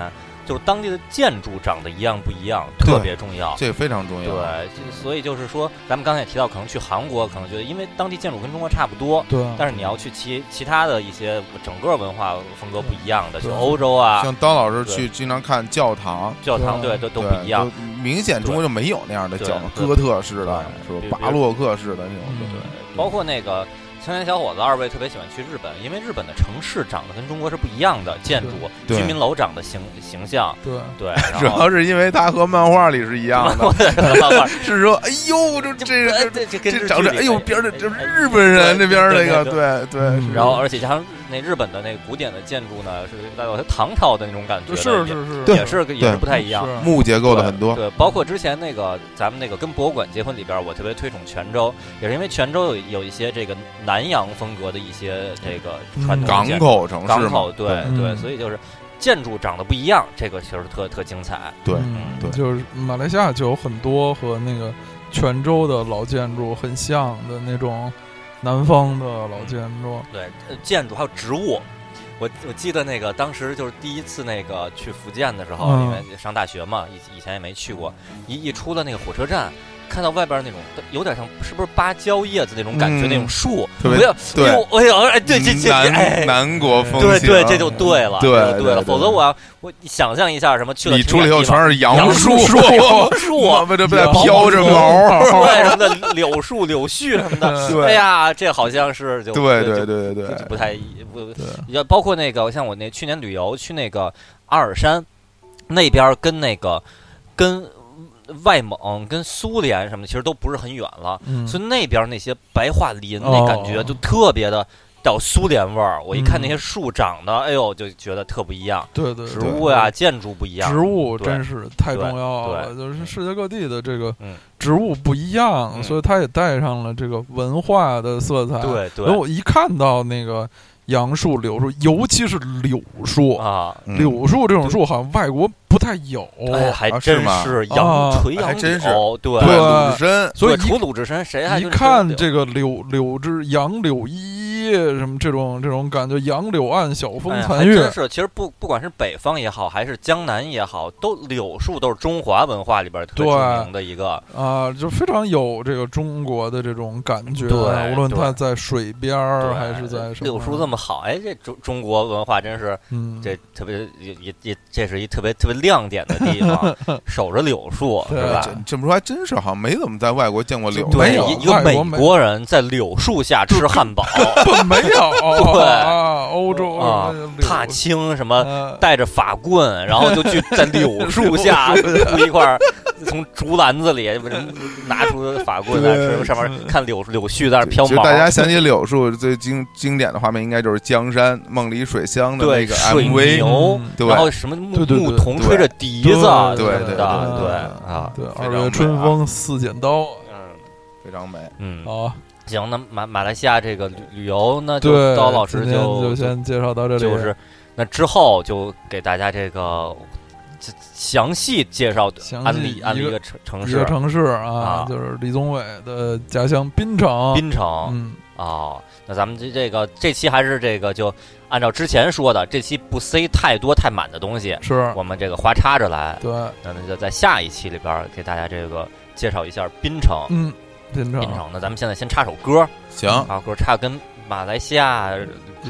[SPEAKER 2] 就是当地的建筑长得一样不一样，
[SPEAKER 1] 对
[SPEAKER 2] 特别重要。
[SPEAKER 1] 这非常重要。
[SPEAKER 2] 对，就所以就是说，咱们刚才也提到，可能去韩国，可能觉得因为当地建筑跟中国差不多，
[SPEAKER 3] 对，
[SPEAKER 1] 啊
[SPEAKER 2] 但是你要去其其他的一些整个文化风格不一样的，去
[SPEAKER 3] 对
[SPEAKER 2] 欧洲啊，
[SPEAKER 1] 像当老师
[SPEAKER 2] 对
[SPEAKER 1] 去经常看教堂，
[SPEAKER 2] 教堂
[SPEAKER 3] 对
[SPEAKER 2] 对都都
[SPEAKER 1] 对啊
[SPEAKER 2] 不一样。，
[SPEAKER 1] 就明显中国就没有那样的
[SPEAKER 2] 对
[SPEAKER 1] 教堂，
[SPEAKER 2] 对
[SPEAKER 1] 哥特式的，是
[SPEAKER 2] 对
[SPEAKER 1] 吧
[SPEAKER 2] 比？
[SPEAKER 1] 巴洛克式的那种，
[SPEAKER 3] 嗯
[SPEAKER 2] 对，包括那个青年小伙子二位特别喜欢去日本，因为日本的城市长得跟中国是不一样的，建筑、
[SPEAKER 1] 对
[SPEAKER 2] 居民楼长的形形象，
[SPEAKER 3] 对，
[SPEAKER 2] 对，
[SPEAKER 1] 主
[SPEAKER 2] 然后
[SPEAKER 1] 要是因为它和漫画里是一样的， 是说，哎呦，这这
[SPEAKER 2] 哎
[SPEAKER 1] 这
[SPEAKER 2] 这这跟
[SPEAKER 1] 这长着，哎呦，边儿的这
[SPEAKER 2] 这
[SPEAKER 1] 日本人那边儿那个，
[SPEAKER 2] 对
[SPEAKER 1] 对对，
[SPEAKER 3] 嗯
[SPEAKER 1] 是
[SPEAKER 2] 然后而且加上那日本的那古典的建筑呢，是带有它唐朝的那种感觉的，
[SPEAKER 3] 是
[SPEAKER 2] 也
[SPEAKER 3] 是是，
[SPEAKER 2] 也是也是不太一样。
[SPEAKER 3] 是
[SPEAKER 1] 木结构的很多，
[SPEAKER 2] 对，包括之前那个咱们那个跟博物馆结婚里边，我特别推崇泉州，也是因为泉州有有一些这个南洋风格的一些这个传
[SPEAKER 3] 嗯
[SPEAKER 2] 统
[SPEAKER 1] 港
[SPEAKER 2] 建筑
[SPEAKER 1] 口城市
[SPEAKER 2] 港
[SPEAKER 1] 嘛
[SPEAKER 2] 口，对对，
[SPEAKER 3] 嗯
[SPEAKER 2] 所以就是建筑长得不一样，这个其实特特精彩。
[SPEAKER 1] 对
[SPEAKER 3] 嗯
[SPEAKER 1] 对
[SPEAKER 3] 就是马来西亚就有很多和那个泉州的老建筑很像的那种南方的老建筑，
[SPEAKER 2] 对，呃建筑还有植物。我我记得那个当时就是第一次那个去福建的时候，
[SPEAKER 3] 嗯
[SPEAKER 2] 因为上大学嘛，以以前也没去过，一一出了那个火车站。看到外边那种有点像是不是芭蕉叶子那种感觉，
[SPEAKER 1] 嗯
[SPEAKER 2] 那种树，
[SPEAKER 1] 特别
[SPEAKER 2] 不要，
[SPEAKER 1] 对
[SPEAKER 2] 哎呦，哎呦，哎，对，这这这，
[SPEAKER 1] 南，
[SPEAKER 2] 哎
[SPEAKER 1] 南国风
[SPEAKER 2] 对
[SPEAKER 1] 情
[SPEAKER 2] 对，这就对了，
[SPEAKER 1] 对
[SPEAKER 2] 这就
[SPEAKER 1] 对
[SPEAKER 2] 了，
[SPEAKER 1] 对
[SPEAKER 2] 否则我要我想象一下什么去了
[SPEAKER 1] 你出来以后
[SPEAKER 2] 全
[SPEAKER 1] 全是
[SPEAKER 2] 杨
[SPEAKER 1] 树，
[SPEAKER 2] 树、杨
[SPEAKER 1] 我
[SPEAKER 2] 树，
[SPEAKER 1] 们这不得
[SPEAKER 3] 杨
[SPEAKER 1] 飘着毛？
[SPEAKER 2] 对什么的柳树、柳絮什么的，
[SPEAKER 1] 对
[SPEAKER 2] 哎呀，这好像是就
[SPEAKER 1] 对对
[SPEAKER 2] 就
[SPEAKER 1] 对对
[SPEAKER 2] 就
[SPEAKER 1] 对
[SPEAKER 2] 不太一不
[SPEAKER 3] 对，
[SPEAKER 2] 要包括那个，像我那去年旅游去那个阿尔山那边儿，跟那个跟外蒙、跟苏联什么的，其实都不是很远了。
[SPEAKER 3] 嗯，
[SPEAKER 2] 所以那边儿那些白桦林，
[SPEAKER 3] 哦
[SPEAKER 2] 那感觉就特别的带有苏联味儿。我一看
[SPEAKER 3] 嗯
[SPEAKER 2] 那些树长得，哎呦，就觉得特不一样，
[SPEAKER 3] 对对
[SPEAKER 2] 植
[SPEAKER 3] 对
[SPEAKER 2] 物呀、建筑不一样。
[SPEAKER 3] 植物
[SPEAKER 2] 对
[SPEAKER 3] 真是太
[SPEAKER 2] 对
[SPEAKER 3] 重要了，
[SPEAKER 2] 对
[SPEAKER 3] 就是世界各地的这个
[SPEAKER 2] 嗯
[SPEAKER 3] 植物不一样，
[SPEAKER 2] 嗯
[SPEAKER 3] 所以它也带上了这个文化的色彩。，
[SPEAKER 2] 对
[SPEAKER 3] 然后
[SPEAKER 2] 对
[SPEAKER 3] 我一看到那个杨树、柳树，尤其是柳树，
[SPEAKER 2] 啊，
[SPEAKER 1] 嗯
[SPEAKER 3] 柳树这种树好像外国不太有，
[SPEAKER 2] 哎，还
[SPEAKER 1] 啊是
[SPEAKER 2] 真
[SPEAKER 1] 吗
[SPEAKER 2] 是
[SPEAKER 3] 啊
[SPEAKER 2] 杨垂杨
[SPEAKER 1] 还真是
[SPEAKER 2] 柳，对
[SPEAKER 1] 对，
[SPEAKER 3] 对
[SPEAKER 1] 鲁智深，
[SPEAKER 3] 所以
[SPEAKER 2] 对除鲁智深，谁还
[SPEAKER 3] 一
[SPEAKER 2] 跟谁
[SPEAKER 3] 看
[SPEAKER 2] 柳
[SPEAKER 3] 这个柳柳枝、杨柳依依什么这种这种感觉，杨柳岸晓风
[SPEAKER 2] 哎呀
[SPEAKER 3] 残
[SPEAKER 2] 还
[SPEAKER 3] 月，
[SPEAKER 2] 真是，其实不不管是北方也好，还是江南也好，都柳树都是中华文化里边儿特别
[SPEAKER 3] 对
[SPEAKER 2] 著名的一个。
[SPEAKER 3] 啊，就非常有这个中国的这种感觉。啊
[SPEAKER 2] 对
[SPEAKER 3] 无论
[SPEAKER 2] 对
[SPEAKER 3] 它在水边
[SPEAKER 2] 对
[SPEAKER 3] 儿还是在什么
[SPEAKER 2] 柳树这么好，哎，这中中国文化真是
[SPEAKER 3] 嗯，
[SPEAKER 2] 这特别也也也这是一特别特别亮点的地 方，守着柳树是
[SPEAKER 3] 对
[SPEAKER 2] 吧？
[SPEAKER 1] 这这么说还真是，好像没怎么在外国见过柳。啊
[SPEAKER 3] 没
[SPEAKER 2] 对，
[SPEAKER 3] 有
[SPEAKER 2] 一一个
[SPEAKER 3] 外
[SPEAKER 2] 美
[SPEAKER 3] 国没
[SPEAKER 2] 国人在柳树下吃汉堡，
[SPEAKER 3] 不 没有哦啊，欧洲
[SPEAKER 2] 啊踏
[SPEAKER 3] 青
[SPEAKER 2] 青什么。
[SPEAKER 3] 呃
[SPEAKER 2] 带着法棍，然后就去在柳树下 不一块儿，从竹篮子里不是拿出法棍来
[SPEAKER 1] 对
[SPEAKER 2] 吃，上面看柳柳絮在那儿
[SPEAKER 1] 其
[SPEAKER 2] 飘
[SPEAKER 1] 实
[SPEAKER 2] 毛，
[SPEAKER 1] 大家想起柳树最经经典的画面，应该就是江山梦里水乡的那
[SPEAKER 2] 对
[SPEAKER 1] 个
[SPEAKER 2] 水
[SPEAKER 1] MV，
[SPEAKER 2] 牛
[SPEAKER 3] 嗯，
[SPEAKER 1] 对
[SPEAKER 2] 然后什么牧
[SPEAKER 3] 对对对
[SPEAKER 2] 牧童
[SPEAKER 1] 对
[SPEAKER 2] 吹着笛子啊
[SPEAKER 3] 对
[SPEAKER 2] 什么
[SPEAKER 3] 对对
[SPEAKER 2] 的，
[SPEAKER 3] 对
[SPEAKER 2] 对
[SPEAKER 1] 对
[SPEAKER 2] 啊，
[SPEAKER 3] 对，
[SPEAKER 1] 非
[SPEAKER 3] 二
[SPEAKER 1] 常
[SPEAKER 3] 月春风似剪刀
[SPEAKER 2] 嗯
[SPEAKER 1] 非常美。
[SPEAKER 2] 嗯，
[SPEAKER 3] 啊。
[SPEAKER 2] 行，那马马来西亚这个旅旅游，那就
[SPEAKER 3] 对，
[SPEAKER 2] 刀老师
[SPEAKER 3] 今天就
[SPEAKER 2] 就
[SPEAKER 3] 先介绍到这里，
[SPEAKER 2] 就是那之后就给大家这个这详细介绍
[SPEAKER 3] 详细
[SPEAKER 2] 安利安利
[SPEAKER 3] 一
[SPEAKER 2] 一
[SPEAKER 3] 个
[SPEAKER 2] 个城城
[SPEAKER 3] 一个
[SPEAKER 2] 市，
[SPEAKER 3] 城市啊
[SPEAKER 2] 啊，
[SPEAKER 3] 就是李宗伟的家乡槟城。
[SPEAKER 2] 槟城。
[SPEAKER 3] 嗯，
[SPEAKER 2] 哦，那咱们这这个这期还是这个就按照之前说的，这期不塞太多太满的东西，
[SPEAKER 3] 是，
[SPEAKER 2] 我们这个花插着来。
[SPEAKER 3] 对，
[SPEAKER 2] 那那就在下一期里边儿给大家这个介绍一下槟城。
[SPEAKER 3] 嗯，槟
[SPEAKER 2] 槟城，那咱们现在先插首歌，
[SPEAKER 1] 行，
[SPEAKER 2] 啊，歌插跟马来西亚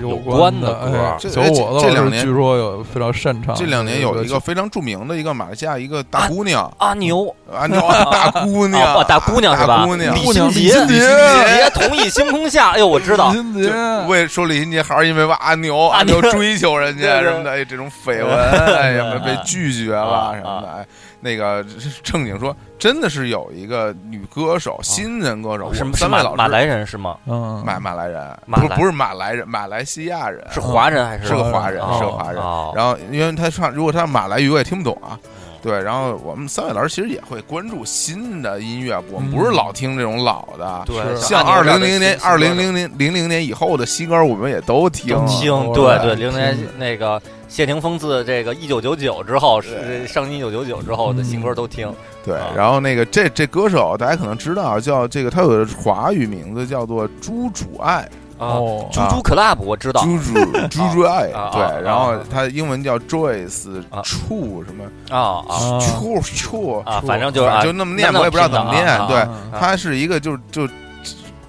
[SPEAKER 3] 有
[SPEAKER 2] 关的
[SPEAKER 3] 的
[SPEAKER 2] 歌
[SPEAKER 3] 哎，
[SPEAKER 1] 这
[SPEAKER 3] 小伙子
[SPEAKER 1] 这这两
[SPEAKER 3] 老师
[SPEAKER 1] 年
[SPEAKER 3] 据说有非常擅
[SPEAKER 2] 啊
[SPEAKER 3] 长。
[SPEAKER 1] 这两年有一个非常著名的一个马来西亚一个大姑娘
[SPEAKER 2] 阿牛
[SPEAKER 1] 啊，你 大姑娘
[SPEAKER 2] 啊，，大姑娘是吧？
[SPEAKER 1] 大姑娘
[SPEAKER 2] 李
[SPEAKER 3] 姑
[SPEAKER 2] 心
[SPEAKER 3] 娘
[SPEAKER 2] 洁，
[SPEAKER 3] 李心洁
[SPEAKER 2] 洁，同一星空下，哎呦，我知道
[SPEAKER 3] 李，心洁，
[SPEAKER 1] 为说李心洁，还是因为哇阿 牛
[SPEAKER 2] 阿
[SPEAKER 1] 阿
[SPEAKER 2] 牛
[SPEAKER 1] 牛追求人家
[SPEAKER 2] 对对
[SPEAKER 1] 什么 的，哎，这种绯闻，哎呀被拒绝
[SPEAKER 2] 啊
[SPEAKER 1] 了
[SPEAKER 2] 啊
[SPEAKER 1] 什么的，哎，那个正经说，真的是有一个女歌手，新人歌手，
[SPEAKER 2] 是
[SPEAKER 1] 我们
[SPEAKER 2] 啊是
[SPEAKER 1] 三位
[SPEAKER 2] 马
[SPEAKER 1] 老师
[SPEAKER 2] 马来人是吗？
[SPEAKER 3] 嗯，
[SPEAKER 1] 马马来人，
[SPEAKER 2] 马
[SPEAKER 1] 不
[SPEAKER 2] 来
[SPEAKER 1] 不是马来人，马来西亚人
[SPEAKER 2] 是华人还是
[SPEAKER 1] 是个华人，
[SPEAKER 2] 哦
[SPEAKER 1] 是个华人。
[SPEAKER 2] 哦
[SPEAKER 1] 然后因为他唱，如果他马来语我也听不懂啊。
[SPEAKER 2] 嗯
[SPEAKER 1] 对，然后我们三位老师其实也会关注新的音乐，我们
[SPEAKER 3] 嗯
[SPEAKER 1] 不是老听这种老的。
[SPEAKER 2] 对，
[SPEAKER 3] 是
[SPEAKER 1] 像
[SPEAKER 2] 阿
[SPEAKER 1] 二
[SPEAKER 2] 牛
[SPEAKER 1] 零
[SPEAKER 2] 这
[SPEAKER 1] 零
[SPEAKER 2] 样的
[SPEAKER 1] 年、
[SPEAKER 2] 新
[SPEAKER 1] 二零
[SPEAKER 2] 歌手
[SPEAKER 1] 零零零零年以后的新歌，我们也都听
[SPEAKER 3] 都
[SPEAKER 1] 了。
[SPEAKER 3] 听
[SPEAKER 2] 听，
[SPEAKER 3] 哦
[SPEAKER 2] 对
[SPEAKER 1] 对
[SPEAKER 2] 对，零
[SPEAKER 3] 听
[SPEAKER 2] 年那个谢霆锋自这个一九九九之后，是
[SPEAKER 1] 对
[SPEAKER 2] 上一九九九之后的新歌都听，
[SPEAKER 1] 对
[SPEAKER 2] 啊，
[SPEAKER 1] 然后那个这这歌手大家可能知道，叫这个他有个华语名字叫做朱主爱，
[SPEAKER 2] 啊，
[SPEAKER 3] 哦，
[SPEAKER 2] 猪猪 club 我知道，
[SPEAKER 1] 朱主朱主爱，
[SPEAKER 2] 啊啊啊啊
[SPEAKER 1] 对，然后
[SPEAKER 2] 啊
[SPEAKER 1] 他英文叫 Joyce
[SPEAKER 2] 啊
[SPEAKER 1] Chu 什么
[SPEAKER 2] 啊啊
[SPEAKER 3] 啊
[SPEAKER 1] Chu Chu，
[SPEAKER 2] 啊，反正就是
[SPEAKER 1] 反
[SPEAKER 2] 啊，
[SPEAKER 1] 正就那么念
[SPEAKER 2] 那
[SPEAKER 1] 我也不知道怎么念
[SPEAKER 2] 拼的啊
[SPEAKER 1] 对
[SPEAKER 3] 嗯
[SPEAKER 2] 啊
[SPEAKER 1] 她是一个就就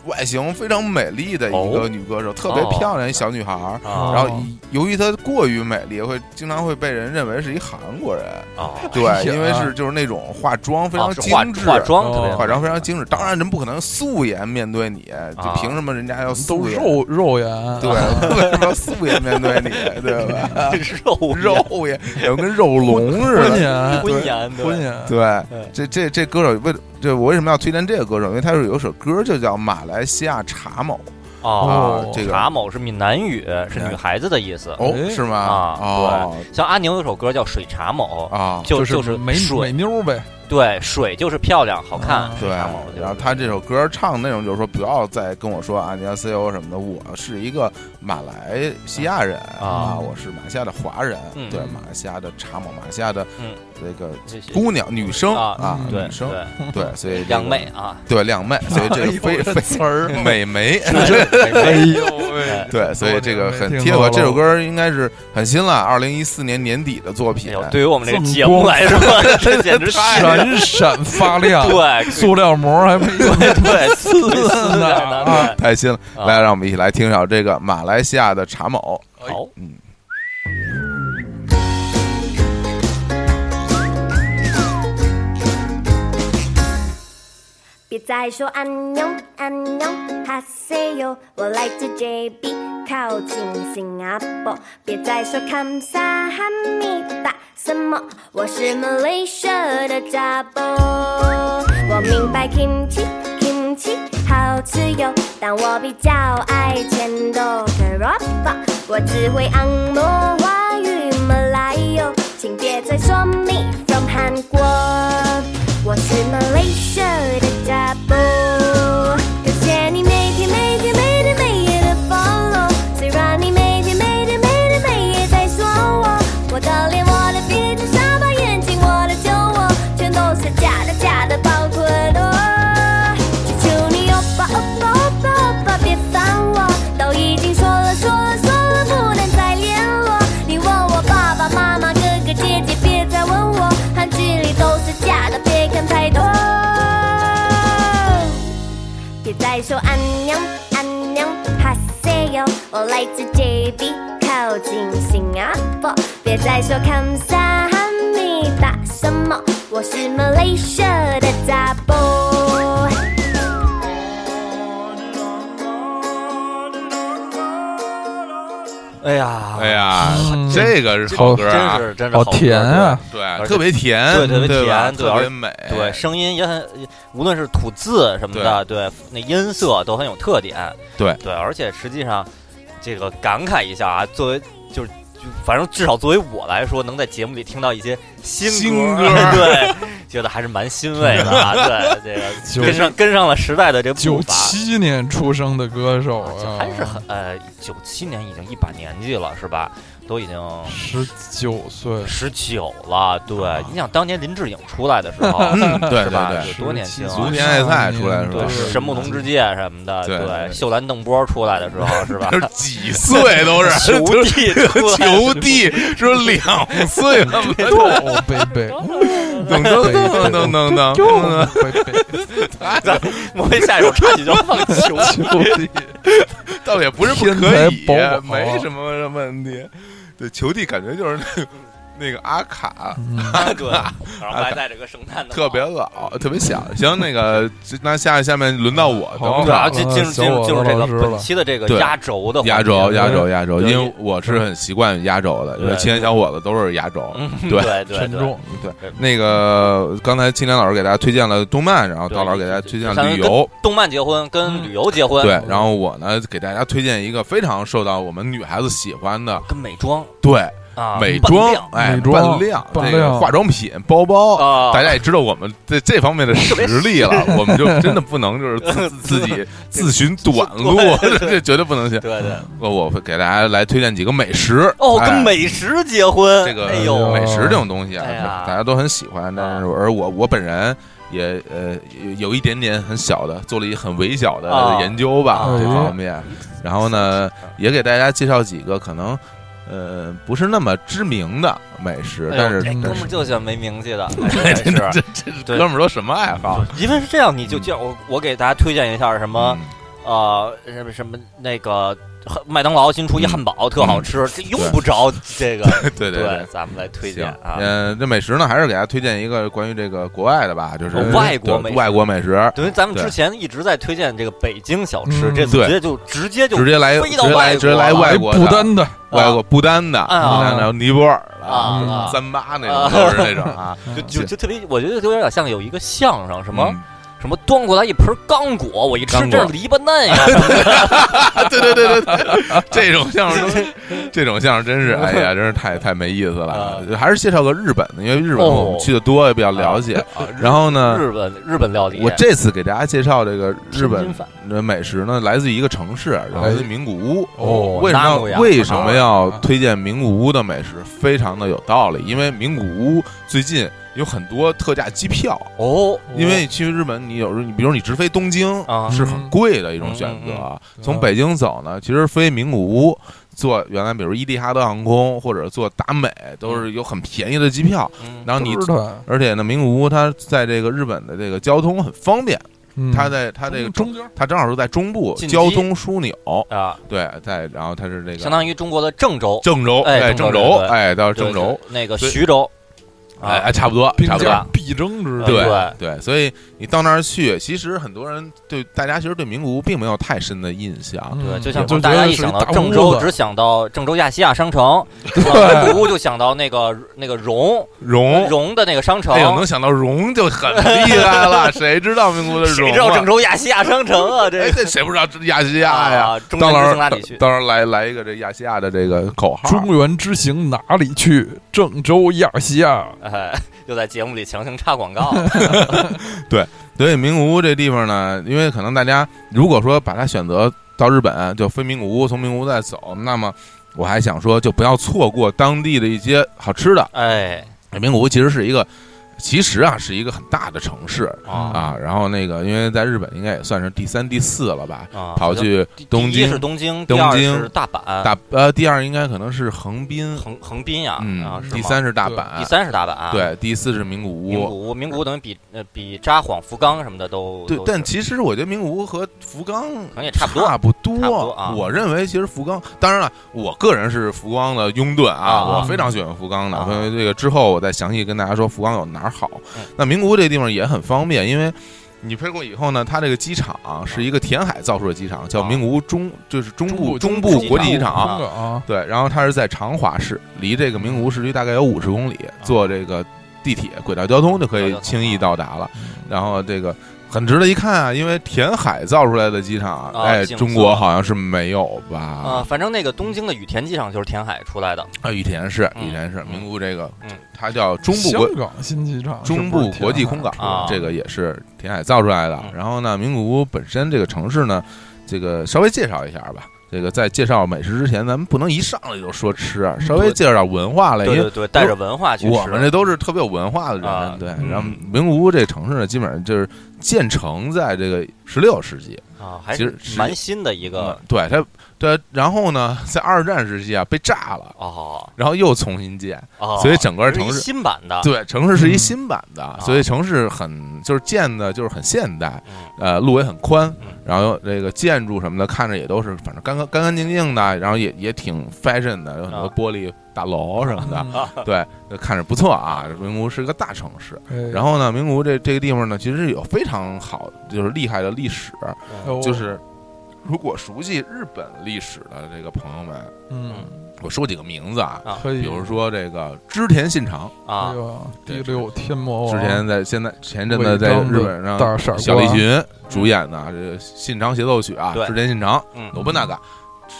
[SPEAKER 1] 外形非常美丽的一
[SPEAKER 2] 哦
[SPEAKER 1] 个女歌手，特别漂亮一小女孩儿。
[SPEAKER 2] 啊，
[SPEAKER 1] 然后由于她过于美丽，会经常会被人认为是一韩国人，
[SPEAKER 2] 哦
[SPEAKER 3] 哎
[SPEAKER 1] 对，
[SPEAKER 3] 呀
[SPEAKER 1] 因为是就是那种化妆非常
[SPEAKER 2] 啊是化
[SPEAKER 1] 精致，
[SPEAKER 2] 化妆特别
[SPEAKER 3] 哦
[SPEAKER 1] 化妆非常精致。当然，人不可能素颜面对你，就
[SPEAKER 2] 啊
[SPEAKER 1] 凭什么人家要
[SPEAKER 3] 都
[SPEAKER 1] 素颜？
[SPEAKER 3] 肉肉眼，啊
[SPEAKER 1] 对， 为什么要素颜面对你？对吧？
[SPEAKER 2] 肉
[SPEAKER 1] 肉也有跟肉龙似的
[SPEAKER 3] 婚。颜，
[SPEAKER 2] 婚颜对
[SPEAKER 3] 婚颜，
[SPEAKER 1] 对
[SPEAKER 2] 嗯，
[SPEAKER 1] 这这这歌手为这我为什么要推荐这个歌手？因为他是有首歌就叫《马来西亚茶某》，
[SPEAKER 2] 哦
[SPEAKER 1] 啊，这个
[SPEAKER 2] 查某是闽南语，是
[SPEAKER 1] 南
[SPEAKER 2] 女孩子的意思。
[SPEAKER 1] 哦，
[SPEAKER 3] 哎
[SPEAKER 1] 是吗？
[SPEAKER 2] 啊
[SPEAKER 1] 哦
[SPEAKER 2] 像阿宁有首歌叫《水查某》，
[SPEAKER 1] 啊，
[SPEAKER 2] 就
[SPEAKER 3] 就是美美
[SPEAKER 2] 水，
[SPEAKER 3] 妞呗，
[SPEAKER 2] 对水就是漂亮好看
[SPEAKER 3] 啊，
[SPEAKER 2] 水
[SPEAKER 1] 哦对，
[SPEAKER 2] 查某就是。
[SPEAKER 1] 然后他这首歌唱的内容就是说，不要再跟我说啊，你要 C O 什么的，我是一个马来西亚人
[SPEAKER 2] 啊
[SPEAKER 1] 我是马来西亚的华人，
[SPEAKER 2] 嗯
[SPEAKER 1] 对，马来西亚的查某，马来西亚的
[SPEAKER 2] 嗯
[SPEAKER 1] 这个
[SPEAKER 2] 这些
[SPEAKER 1] 姑娘、女生
[SPEAKER 2] 啊
[SPEAKER 1] 啊，
[SPEAKER 2] 对
[SPEAKER 1] 女生，
[SPEAKER 2] 对，
[SPEAKER 1] 对，所以这个
[SPEAKER 2] 靓妹，啊，
[SPEAKER 1] 对靓妹，所以这
[SPEAKER 3] 哎
[SPEAKER 1] 个
[SPEAKER 3] 呦
[SPEAKER 1] 非
[SPEAKER 3] 这
[SPEAKER 1] 非
[SPEAKER 3] 词儿，
[SPEAKER 1] 美眉，
[SPEAKER 3] 哎呦
[SPEAKER 2] 对
[SPEAKER 3] 喂，
[SPEAKER 1] 对，所以这个很
[SPEAKER 3] 没
[SPEAKER 1] 贴
[SPEAKER 3] 听
[SPEAKER 1] 合。
[SPEAKER 3] 过
[SPEAKER 1] 这首歌应该是很新了，二零一四年年底的作
[SPEAKER 2] 哎
[SPEAKER 1] 品
[SPEAKER 2] 呦，对于我们这个节目来说，这简直是
[SPEAKER 1] 哎
[SPEAKER 3] 闪闪发亮，
[SPEAKER 2] 对
[SPEAKER 3] 塑料膜还没有
[SPEAKER 2] 对对，刺
[SPEAKER 3] 呢
[SPEAKER 2] 的，对
[SPEAKER 1] 太新了。
[SPEAKER 2] 啊
[SPEAKER 1] 来，让我们一起来听一首这个马来西亚的查某。
[SPEAKER 2] 好，
[SPEAKER 1] 嗯，
[SPEAKER 5] 别再说安妞安妞哈塞哟，我来自 JB，靠近新加坡。别再说康萨哈密达什么，我是马来西亚的扎波。我明白 kimchi kimchi 好吃哟，但我比较爱甜豆 c a r 我只会按摩华语马来哟，请别再说 me from 韩国。我是马来西亚的扎布，感谢你每天每天每天每夜的 follow，虽然你每天每天每天每夜在说我，我的脸、我的鼻子、沙发、眼睛、我的酒窝，全都是假的假的，包括的。求求你欧巴欧巴欧巴欧巴别烦我，都已经说了说了说了不能再联络，你问我爸爸妈妈哥哥姐姐别再问我，韩剧里都是假的，别看太多。别再说安娘安娘哈塞哟，我来自 JB，靠近新加坡。别再说康萨哈密达什么，我是马来西亚的扎波。
[SPEAKER 2] 哎呀，
[SPEAKER 1] 哎，呀，
[SPEAKER 2] 嗯
[SPEAKER 1] 这个是好
[SPEAKER 3] 好
[SPEAKER 1] 歌
[SPEAKER 2] 哦真
[SPEAKER 1] 啊，
[SPEAKER 2] 是真是
[SPEAKER 3] 好
[SPEAKER 2] 歌
[SPEAKER 3] 甜啊！！
[SPEAKER 1] 对，
[SPEAKER 2] 而且
[SPEAKER 1] 特别甜，
[SPEAKER 2] 对特别
[SPEAKER 1] 吧
[SPEAKER 2] 甜对
[SPEAKER 1] 特
[SPEAKER 2] 而
[SPEAKER 1] 别
[SPEAKER 2] 且
[SPEAKER 1] 美，
[SPEAKER 2] 对对，声音也很，无论是吐字什么的，对，那音色都很有特点。
[SPEAKER 1] 对
[SPEAKER 2] 对，而且实际上，这个感慨一下啊，作为就是。就反正至少作为我来说，能在节目里听到一些新
[SPEAKER 1] 新
[SPEAKER 2] 歌
[SPEAKER 1] 歌
[SPEAKER 2] 对，觉得还是蛮欣慰的啊。对，这个
[SPEAKER 3] 九
[SPEAKER 2] 跟上跟上了时代的这步
[SPEAKER 3] 九
[SPEAKER 2] 伐，
[SPEAKER 3] 七年出生的歌手
[SPEAKER 1] 哦
[SPEAKER 3] 啊，
[SPEAKER 2] 还是很呃，九七年已经一把年纪了是吧？都已经
[SPEAKER 3] 十九岁，
[SPEAKER 2] 十九了，对，你想当年林志颖出来的时候，
[SPEAKER 1] 啊 嗯，对
[SPEAKER 2] 是吧
[SPEAKER 1] 对对
[SPEAKER 2] 是。多年轻啊
[SPEAKER 1] 足年爱菜出来的时候
[SPEAKER 2] 对，
[SPEAKER 1] 是
[SPEAKER 2] 神木龙之介什么的，
[SPEAKER 1] 对
[SPEAKER 2] 对，
[SPEAKER 1] 对
[SPEAKER 2] 秀兰邓波出来的时候 是吧？
[SPEAKER 1] 他是几岁都 是
[SPEAKER 2] 球 弟出来
[SPEAKER 1] 球弟，说两岁了，
[SPEAKER 3] 哦，贝贝，
[SPEAKER 1] 噔噔噔噔噔噔噔，
[SPEAKER 3] 贝贝，。
[SPEAKER 2] 咱我们下一首插曲就放球
[SPEAKER 3] 九弟，
[SPEAKER 1] 倒也不是不
[SPEAKER 3] 天
[SPEAKER 1] 可
[SPEAKER 3] 才
[SPEAKER 1] 以，啊
[SPEAKER 3] 宝宝
[SPEAKER 1] 没什么问题。对，球弟感觉就是那 个那个阿卡，
[SPEAKER 2] 嗯
[SPEAKER 3] 嗯
[SPEAKER 2] 对，然后还带着个圣诞的帽子，
[SPEAKER 1] 特别老，特别小。行，那个那下下面轮到我，等
[SPEAKER 3] 好
[SPEAKER 1] 会
[SPEAKER 2] 对。
[SPEAKER 1] 儿
[SPEAKER 2] 然
[SPEAKER 1] 啊
[SPEAKER 2] 后进进入
[SPEAKER 3] 小
[SPEAKER 2] 进入进入
[SPEAKER 3] 伙子
[SPEAKER 2] 这个
[SPEAKER 3] 老师
[SPEAKER 2] 本
[SPEAKER 3] 了
[SPEAKER 2] 期的这个
[SPEAKER 1] 对
[SPEAKER 2] 压轴的
[SPEAKER 1] 压轴，
[SPEAKER 2] 环节
[SPEAKER 1] 压轴，压轴，
[SPEAKER 2] 对
[SPEAKER 1] 因为我是很习惯于压轴的，因为
[SPEAKER 2] 对
[SPEAKER 1] 青年小伙子都是压轴。
[SPEAKER 2] 嗯
[SPEAKER 1] 对
[SPEAKER 2] 对对
[SPEAKER 3] 沉
[SPEAKER 2] 对。
[SPEAKER 3] 重，
[SPEAKER 1] 那个刚才青年老师给大家推荐了动漫，然后
[SPEAKER 2] 对
[SPEAKER 1] 道老师给大家推荐
[SPEAKER 2] 相当
[SPEAKER 1] 了
[SPEAKER 2] 于
[SPEAKER 1] 旅游，
[SPEAKER 2] 动漫结婚跟旅游结婚，
[SPEAKER 1] 嗯对，然后我呢给大家推荐一个非常受到我们女孩子喜欢的，
[SPEAKER 2] 跟美妆
[SPEAKER 1] 对，
[SPEAKER 2] 啊，
[SPEAKER 1] 美
[SPEAKER 2] 扮
[SPEAKER 1] 妆
[SPEAKER 2] 靓，
[SPEAKER 1] 哎，
[SPEAKER 3] 美妆
[SPEAKER 1] 扮靓，
[SPEAKER 3] 扮
[SPEAKER 1] 这个
[SPEAKER 3] 靓
[SPEAKER 1] 化妆品、包包。
[SPEAKER 2] 啊，
[SPEAKER 1] 大家也知道我们这这方面的实力了， 我们就真的不能就是 自自己自寻短路， 这绝对不能行。
[SPEAKER 2] 对对，
[SPEAKER 1] 我我会给大家来推荐几个美食
[SPEAKER 2] 哦，
[SPEAKER 1] 哎
[SPEAKER 2] 跟美食结 婚，
[SPEAKER 1] 这个
[SPEAKER 2] 哎呦，
[SPEAKER 1] 美食这种东西啊，
[SPEAKER 2] 哎
[SPEAKER 1] 是
[SPEAKER 2] 呀啊
[SPEAKER 1] 大家都很喜欢，但是而我我本人也呃有有一点点很小的做了一很微小
[SPEAKER 2] 啊
[SPEAKER 1] 的研究吧，
[SPEAKER 2] 啊
[SPEAKER 1] 这方面。然后呢，也给大家介绍几个可能呃不是那么知名的美食，
[SPEAKER 2] 哎呦
[SPEAKER 1] 但是
[SPEAKER 2] 这
[SPEAKER 1] 但
[SPEAKER 2] 哥们
[SPEAKER 1] 是
[SPEAKER 2] 儿就喜欢没名气 的，哎真是，对
[SPEAKER 1] 哥们儿都什么爱好？
[SPEAKER 2] 因为是这样，你就叫我我给大家推荐一下什么
[SPEAKER 1] 嗯
[SPEAKER 2] 呃什么什么那个汉麦当劳新出一汉堡特好吃，这用不着这个，
[SPEAKER 1] 嗯对对对。
[SPEAKER 2] 咱们来推
[SPEAKER 1] 行
[SPEAKER 2] 荐啊，
[SPEAKER 1] 嗯，这美食呢，还是给大家推荐一个关于这个国外的吧，就是
[SPEAKER 2] 哦外国
[SPEAKER 1] 对
[SPEAKER 2] 美食
[SPEAKER 1] 外国美食，
[SPEAKER 2] 等于咱们
[SPEAKER 1] 对
[SPEAKER 2] 之前一直在推荐这个北京小吃，
[SPEAKER 3] 嗯
[SPEAKER 2] 这次
[SPEAKER 1] 对
[SPEAKER 2] 直接就直接就
[SPEAKER 1] 直接来，
[SPEAKER 2] 飞
[SPEAKER 1] 直
[SPEAKER 2] 到
[SPEAKER 1] 接来，
[SPEAKER 2] 外
[SPEAKER 1] 直接
[SPEAKER 2] 国
[SPEAKER 1] 来
[SPEAKER 2] 了
[SPEAKER 1] 外
[SPEAKER 3] 哎，
[SPEAKER 1] 国
[SPEAKER 3] 不
[SPEAKER 1] 的
[SPEAKER 3] 丹的，
[SPEAKER 1] 外国不丹的，
[SPEAKER 2] 啊
[SPEAKER 1] 不丹的然后尼泊尔的
[SPEAKER 2] 啊
[SPEAKER 1] 嗯
[SPEAKER 2] 啊
[SPEAKER 1] 三八那种都是那种啊，
[SPEAKER 2] 就就就特别，我觉得有点像有一个相声什么。
[SPEAKER 1] 嗯
[SPEAKER 2] 什什么端过来一盆刚果，我一吃
[SPEAKER 1] 刚
[SPEAKER 2] 这
[SPEAKER 1] 果
[SPEAKER 2] 是篱笆嫩呀，
[SPEAKER 1] 啊对对对对对，这种相声 都，这种相声真是，哎呀，真是太太没意思
[SPEAKER 2] 啊
[SPEAKER 1] 了。还是介绍个日本的，因为日本我们去的多，也比较了解。然后呢，
[SPEAKER 2] 哦啊日本日本料理，
[SPEAKER 1] 嗯我这次给大家介绍这个日
[SPEAKER 2] 天津
[SPEAKER 1] 本
[SPEAKER 2] 饭
[SPEAKER 1] 的美食呢，来自于一个城市，啊来自于名古屋。
[SPEAKER 2] 哎哦
[SPEAKER 1] 为什
[SPEAKER 2] 那不
[SPEAKER 1] 么要
[SPEAKER 2] 一样啊
[SPEAKER 1] 为什么要推荐名古屋的美食？非常的有道理，因为名古屋最近有很多特价机票。
[SPEAKER 2] 哦，
[SPEAKER 1] 因为去日本，你有时候你比如你直飞东京
[SPEAKER 2] 啊
[SPEAKER 1] 是很贵的一种选择啊。
[SPEAKER 3] 嗯嗯
[SPEAKER 1] 从北京走呢，其实飞名古屋，坐原来比如伊利哈德航空或者坐达美，都是有很便宜的机票。
[SPEAKER 2] 嗯
[SPEAKER 1] 然后你
[SPEAKER 3] 知，道，
[SPEAKER 1] 而且呢，名古屋它在这个日本的这个交通很方便，
[SPEAKER 3] 嗯
[SPEAKER 1] 它在它这个
[SPEAKER 3] 中间
[SPEAKER 1] 它正好是在中部
[SPEAKER 2] 近
[SPEAKER 1] 交
[SPEAKER 2] 期
[SPEAKER 1] 通枢纽，
[SPEAKER 2] 啊，
[SPEAKER 1] 对，在然后它是这
[SPEAKER 2] 相
[SPEAKER 1] 个
[SPEAKER 2] 当于中国的郑州，
[SPEAKER 1] 郑州，
[SPEAKER 2] 哎
[SPEAKER 1] 哎，
[SPEAKER 2] 郑
[SPEAKER 1] 郑
[SPEAKER 2] 州
[SPEAKER 1] 州
[SPEAKER 2] 对，对
[SPEAKER 1] 哎，到
[SPEAKER 2] 对
[SPEAKER 1] 郑州，，
[SPEAKER 2] 对那个
[SPEAKER 1] 所以
[SPEAKER 2] 徐州，啊
[SPEAKER 1] 哎，哎，差不多，
[SPEAKER 3] 兵
[SPEAKER 1] 差不多，
[SPEAKER 3] 家必争之地，
[SPEAKER 2] 对
[SPEAKER 1] 对，所以你到那儿去，其实很多人对大家其实对名古屋并没有太深的印象。
[SPEAKER 2] 对，
[SPEAKER 3] 嗯
[SPEAKER 2] 就像
[SPEAKER 3] 就
[SPEAKER 2] 大
[SPEAKER 3] 觉
[SPEAKER 2] 家
[SPEAKER 3] 得
[SPEAKER 2] 一
[SPEAKER 3] 是
[SPEAKER 2] 想到
[SPEAKER 3] 大
[SPEAKER 2] 郑
[SPEAKER 3] 屋
[SPEAKER 2] 州，
[SPEAKER 3] 子
[SPEAKER 2] 只想到郑州亚细亚商 城，
[SPEAKER 3] 对
[SPEAKER 2] 古屋就想到那个那个荣
[SPEAKER 1] 荣，
[SPEAKER 2] 荣的那个商城
[SPEAKER 1] 哎，呦，能想到荣就 很厉害了，谁知道名古屋的荣、
[SPEAKER 2] 谁
[SPEAKER 1] 啊？
[SPEAKER 2] 知道郑州亚细亚商城 啊？
[SPEAKER 1] 哎，
[SPEAKER 2] 这
[SPEAKER 1] 这谁不知道这亚细亚哎呀？
[SPEAKER 2] 啊，中
[SPEAKER 1] 到
[SPEAKER 2] 间
[SPEAKER 1] 时
[SPEAKER 2] 之
[SPEAKER 1] 候
[SPEAKER 2] 星哪里去？
[SPEAKER 1] 到时候来来一个这亚细亚的这个口号，
[SPEAKER 3] 中原之行哪里去？郑州亚细亚，
[SPEAKER 2] 哎，又在节目里强行插 广告，
[SPEAKER 1] 所以名古屋这地方呢，因为可能大家如果说把它选择到日本，就飞名古屋，从名古屋再走，那么我还想说，就不要错过当地的一些好吃的。
[SPEAKER 2] 哎
[SPEAKER 1] 名古屋其实是一个，其实啊是一个很大的城市
[SPEAKER 2] 啊
[SPEAKER 1] 啊。然后那个，因为在日本应该也算是第三、第四了吧，
[SPEAKER 2] 啊，
[SPEAKER 1] 跑去
[SPEAKER 2] 第
[SPEAKER 1] 东
[SPEAKER 2] 第一是
[SPEAKER 1] 京、
[SPEAKER 2] 东京，
[SPEAKER 1] 东
[SPEAKER 2] 第二
[SPEAKER 1] 京
[SPEAKER 2] 是大阪，
[SPEAKER 1] 大呃，第二应该可能是横滨，
[SPEAKER 2] 横横滨呀，啊啊
[SPEAKER 1] 嗯，
[SPEAKER 2] 是吗
[SPEAKER 1] 第三是大
[SPEAKER 2] 第
[SPEAKER 1] 阪，
[SPEAKER 2] 三是大阪，。
[SPEAKER 1] 对，第四是名古
[SPEAKER 2] 名
[SPEAKER 1] 屋。
[SPEAKER 2] 古屋，名古屋等于比呃比札幌、福冈什么的都
[SPEAKER 1] 对
[SPEAKER 2] 都，
[SPEAKER 1] 但
[SPEAKER 2] 是
[SPEAKER 1] 其实我觉得名古屋和福冈
[SPEAKER 2] 可能也差不多
[SPEAKER 1] 差不
[SPEAKER 2] 差不
[SPEAKER 1] 多
[SPEAKER 2] 多啊
[SPEAKER 1] 我认为其实福冈，当然了，我个人是福冈的拥趸啊，
[SPEAKER 2] 啊
[SPEAKER 1] 我非常喜欢福冈的。
[SPEAKER 2] 啊
[SPEAKER 1] 所以这个之后我再详细跟大家说福冈有哪儿好。
[SPEAKER 2] 嗯
[SPEAKER 1] 那名古屋这地方也很方便，因为。你飞过以后呢，它这个机场是一个填海造出的机场，叫
[SPEAKER 2] 啊
[SPEAKER 1] 名古屋中，就是中部中
[SPEAKER 3] 中部
[SPEAKER 1] 部国际机
[SPEAKER 2] 中部
[SPEAKER 1] 场。
[SPEAKER 3] 真的啊，
[SPEAKER 1] 对，然后它是在长华市，离这个名古屋市区大概有五十公里，坐这个地铁轨道交通就可
[SPEAKER 2] 啊轨
[SPEAKER 1] 以
[SPEAKER 2] 道交通
[SPEAKER 1] 轻易
[SPEAKER 2] 啊
[SPEAKER 1] 到达了。然后这个很值得一看啊，因为填海造出来的机场，
[SPEAKER 2] 啊
[SPEAKER 1] 哎，
[SPEAKER 2] 景色
[SPEAKER 1] 中国好像是没有吧？
[SPEAKER 2] 啊，反正那个东京的羽田机场就是填海出来的，
[SPEAKER 1] 啊，羽田市，
[SPEAKER 2] 嗯
[SPEAKER 1] 羽田市，
[SPEAKER 2] 嗯
[SPEAKER 1] 名古屋这个
[SPEAKER 2] 嗯，
[SPEAKER 1] 它叫中部国
[SPEAKER 3] 香港新机场，
[SPEAKER 1] 中部国际空港
[SPEAKER 2] 啊，
[SPEAKER 1] 这个也是填海造出来的
[SPEAKER 2] 嗯。
[SPEAKER 1] 然后呢，名古屋本身这个城市呢，这个稍微介绍一下吧。这个在介绍美食之前，咱们不能一上来就说吃啊，稍微介绍点文化类，因
[SPEAKER 2] 嗯对
[SPEAKER 1] 为
[SPEAKER 2] 对对，带着文化去吃。
[SPEAKER 1] 我们这都是特别有文化的人，
[SPEAKER 2] 啊
[SPEAKER 1] 对。
[SPEAKER 3] 嗯
[SPEAKER 1] 然后名古屋这城市呢，基本上就是建成在这个十六世纪，
[SPEAKER 2] 啊，还
[SPEAKER 1] 其
[SPEAKER 2] 是
[SPEAKER 1] 实是
[SPEAKER 2] 蛮新的一个
[SPEAKER 1] 嗯对它它，然后呢，在二战时期啊被炸了，
[SPEAKER 2] 哦
[SPEAKER 1] 然后又重新建，
[SPEAKER 2] 哦，
[SPEAKER 1] 所以整个
[SPEAKER 2] 是一
[SPEAKER 1] 城市
[SPEAKER 2] 新版啊的，
[SPEAKER 1] 对城市是一
[SPEAKER 3] 嗯
[SPEAKER 1] 新版的，所以城市很就是建的就是很现代，
[SPEAKER 2] 嗯
[SPEAKER 1] 呃，路也很宽
[SPEAKER 2] 嗯，
[SPEAKER 1] 然后这个建筑什么的看着也都是反正干干干干净净的，然后也也挺 fashion 的，有很
[SPEAKER 2] 啊
[SPEAKER 1] 多玻璃大楼什么 的，
[SPEAKER 3] 的。
[SPEAKER 1] 对，就看着不错啊。名古屋是个大城市。然
[SPEAKER 3] 后
[SPEAKER 1] 后呢，名古屋这这个地方呢，其实有非常好，就是厉害的历史，
[SPEAKER 3] 哎
[SPEAKER 2] 嗯
[SPEAKER 3] 哦
[SPEAKER 1] 就是如果熟悉日本历史的这个朋友们，
[SPEAKER 3] 嗯，
[SPEAKER 1] 我说几个名字啊，
[SPEAKER 2] 啊
[SPEAKER 3] 可以，
[SPEAKER 1] 比如说这个织田信长，
[SPEAKER 3] 哎
[SPEAKER 2] 啊
[SPEAKER 3] 呦，第
[SPEAKER 1] 对
[SPEAKER 3] 六天魔王
[SPEAKER 1] 之前在现在前阵子
[SPEAKER 3] 违
[SPEAKER 1] 在
[SPEAKER 3] 章哦的
[SPEAKER 1] 日本上，
[SPEAKER 3] 大傻瓜
[SPEAKER 1] 小栗旬主演的这个《信长协奏曲》啊，
[SPEAKER 2] 对
[SPEAKER 1] 织田信长、
[SPEAKER 2] 嗯
[SPEAKER 1] 罗伯纳嘎、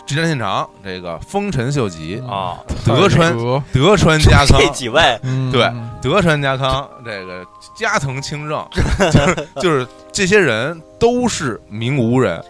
[SPEAKER 1] 织田信长，这个丰臣秀吉、
[SPEAKER 3] 嗯
[SPEAKER 2] 啊，
[SPEAKER 1] 德川
[SPEAKER 3] 德，
[SPEAKER 1] 德川家康、
[SPEAKER 2] 这几位
[SPEAKER 3] 嗯，
[SPEAKER 1] 对德川家康，这个加藤清正， 就是就是这些人都是名无人，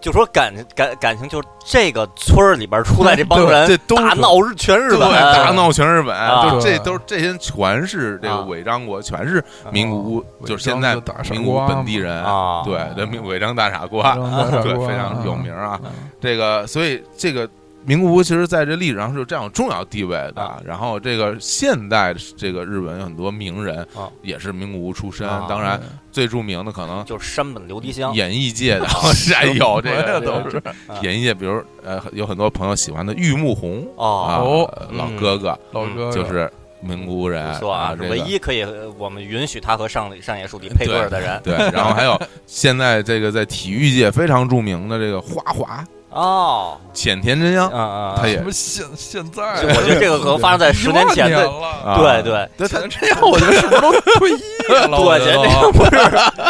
[SPEAKER 2] 就说感感感情，就是这个村儿里边出来这帮人
[SPEAKER 1] 这都是
[SPEAKER 2] 大闹日全日
[SPEAKER 1] 对，
[SPEAKER 2] 本，
[SPEAKER 1] 大闹全日本，
[SPEAKER 2] 啊
[SPEAKER 1] 就
[SPEAKER 3] 对
[SPEAKER 1] 这都是这些人全是这个违章国，全是名古屋，
[SPEAKER 3] 违章
[SPEAKER 1] 就是现在
[SPEAKER 3] 就打傻瓜
[SPEAKER 1] 名古屋本地人，
[SPEAKER 2] 啊，
[SPEAKER 1] 对，这名违章大傻瓜， 对，
[SPEAKER 3] 对
[SPEAKER 1] 非常有名啊。
[SPEAKER 3] 嗯
[SPEAKER 1] 这个，所以这个名古屋其实在这历史上是有这样有重要地位
[SPEAKER 2] 啊
[SPEAKER 1] 的。然后这个现代这个日本有很多名人
[SPEAKER 2] 啊
[SPEAKER 1] 也是名古屋出身
[SPEAKER 2] 啊，
[SPEAKER 1] 当
[SPEAKER 3] 嗯哎
[SPEAKER 1] 然最著名的可能
[SPEAKER 2] 就是山本琉璃香
[SPEAKER 1] 演艺界的， 哎呦，这个都是
[SPEAKER 2] 啊
[SPEAKER 1] 演艺界，比如呃，有很多朋友喜欢的玉木宏啊
[SPEAKER 2] 哦，
[SPEAKER 3] 哦，
[SPEAKER 1] 老
[SPEAKER 2] 嗯
[SPEAKER 1] 哥哥
[SPEAKER 3] 老哥
[SPEAKER 1] 就是名古屋人
[SPEAKER 2] 不，错啊，是
[SPEAKER 1] 哎这
[SPEAKER 2] 唯
[SPEAKER 1] 个
[SPEAKER 2] 一可以呃我们允许他和上上野树里配对儿的人
[SPEAKER 1] 对，然后还有现在这个在体育界非常著名的这个花滑
[SPEAKER 2] 哦，
[SPEAKER 1] 浅田真央
[SPEAKER 2] 嗯，嗯，
[SPEAKER 1] 他
[SPEAKER 2] 嗯
[SPEAKER 1] 也
[SPEAKER 3] 什么现现在？
[SPEAKER 2] 就我觉得这个可能发生在十年前
[SPEAKER 3] 一万
[SPEAKER 2] 的，
[SPEAKER 3] 了，
[SPEAKER 1] 啊
[SPEAKER 2] 对对，
[SPEAKER 1] 对他
[SPEAKER 3] 前这样我觉得是不是都 退役
[SPEAKER 1] 啊
[SPEAKER 3] 了？
[SPEAKER 2] 对，
[SPEAKER 3] 觉
[SPEAKER 2] 这个不是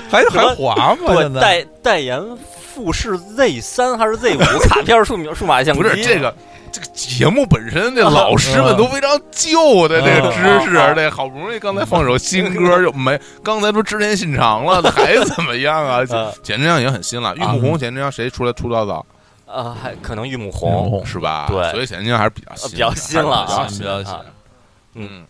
[SPEAKER 3] 还
[SPEAKER 2] 什么
[SPEAKER 3] 还滑吗？
[SPEAKER 2] 对
[SPEAKER 3] 现在
[SPEAKER 2] 代代言富士 Z 三还是 Z 五卡片数码数码相机？
[SPEAKER 1] 不是这个。这个节目本身， 这老师们都非常旧的这个知识
[SPEAKER 2] 嗯嗯，嗯
[SPEAKER 1] 这好不容易刚才放首新 歌就没，刚才说织田信长了，还怎么样啊？
[SPEAKER 2] 嗯
[SPEAKER 1] 简直央已经很新了，玉木宏、简直央谁出来出道早
[SPEAKER 2] 呃，还可能玉木
[SPEAKER 3] 红
[SPEAKER 2] 宏，
[SPEAKER 1] 是吧？
[SPEAKER 2] 哦对
[SPEAKER 1] 所以简直央还是比较新的，
[SPEAKER 2] 比较新了啊
[SPEAKER 1] 还是比较新的
[SPEAKER 3] 较
[SPEAKER 2] 啊
[SPEAKER 1] 嗯，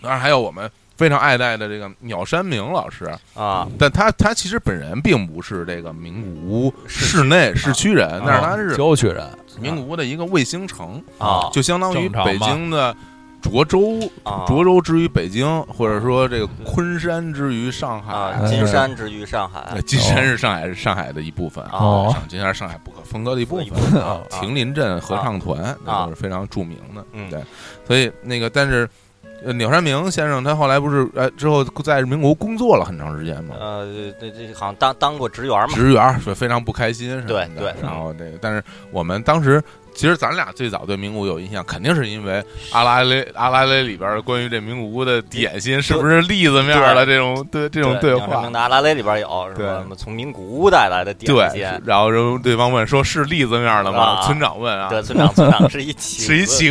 [SPEAKER 1] 当然还有我们非常爱戴的这个鸟山明老师，
[SPEAKER 2] 啊，
[SPEAKER 1] 但他他其实本人并不是这个名古屋市内市区人，但是他是
[SPEAKER 3] 郊区啊人，
[SPEAKER 1] 名古屋的一个卫星城
[SPEAKER 2] 啊
[SPEAKER 1] 就相当于
[SPEAKER 3] 正常吧
[SPEAKER 1] 北京的涿州，
[SPEAKER 2] 啊
[SPEAKER 1] 涿州之于北京，或者说这个昆山之于上
[SPEAKER 2] 啊，
[SPEAKER 1] 海。
[SPEAKER 2] 金山之于上海
[SPEAKER 1] 呃，金山是上海是上海的一部分啊，
[SPEAKER 2] 哦
[SPEAKER 1] 上金山是上海不可分割的一部
[SPEAKER 2] 一
[SPEAKER 1] 分
[SPEAKER 2] 部。分
[SPEAKER 3] 啊
[SPEAKER 2] 啊
[SPEAKER 1] 亭林镇合唱团，那
[SPEAKER 2] 啊
[SPEAKER 1] 都是非常著名的。
[SPEAKER 2] 嗯
[SPEAKER 1] 对，所以那个但是。呃，鸟山明先生他后来不是呃之后在名古屋工作了很长时间吗？
[SPEAKER 2] 呃，这这好像当当过职员嘛，
[SPEAKER 1] 职员儿非常不开心什么的，
[SPEAKER 2] 对对
[SPEAKER 1] 然后那个，但是我们当时其实咱俩最早对名古屋有印象，肯定是因为阿拉 蕾阿拉蕾里边儿关于这名古屋的点心是不是栗子面儿的这种对这种
[SPEAKER 2] 对
[SPEAKER 1] 话
[SPEAKER 2] 明。的阿拉蕾里边有什
[SPEAKER 1] 对
[SPEAKER 2] 么什么从名古屋带来的点
[SPEAKER 1] 对
[SPEAKER 2] 心，，
[SPEAKER 1] 然后人对方问说：“是栗子面儿的吗？”
[SPEAKER 2] 啊
[SPEAKER 1] 村长问啊
[SPEAKER 2] 对，村长村长是一：“企
[SPEAKER 1] 是一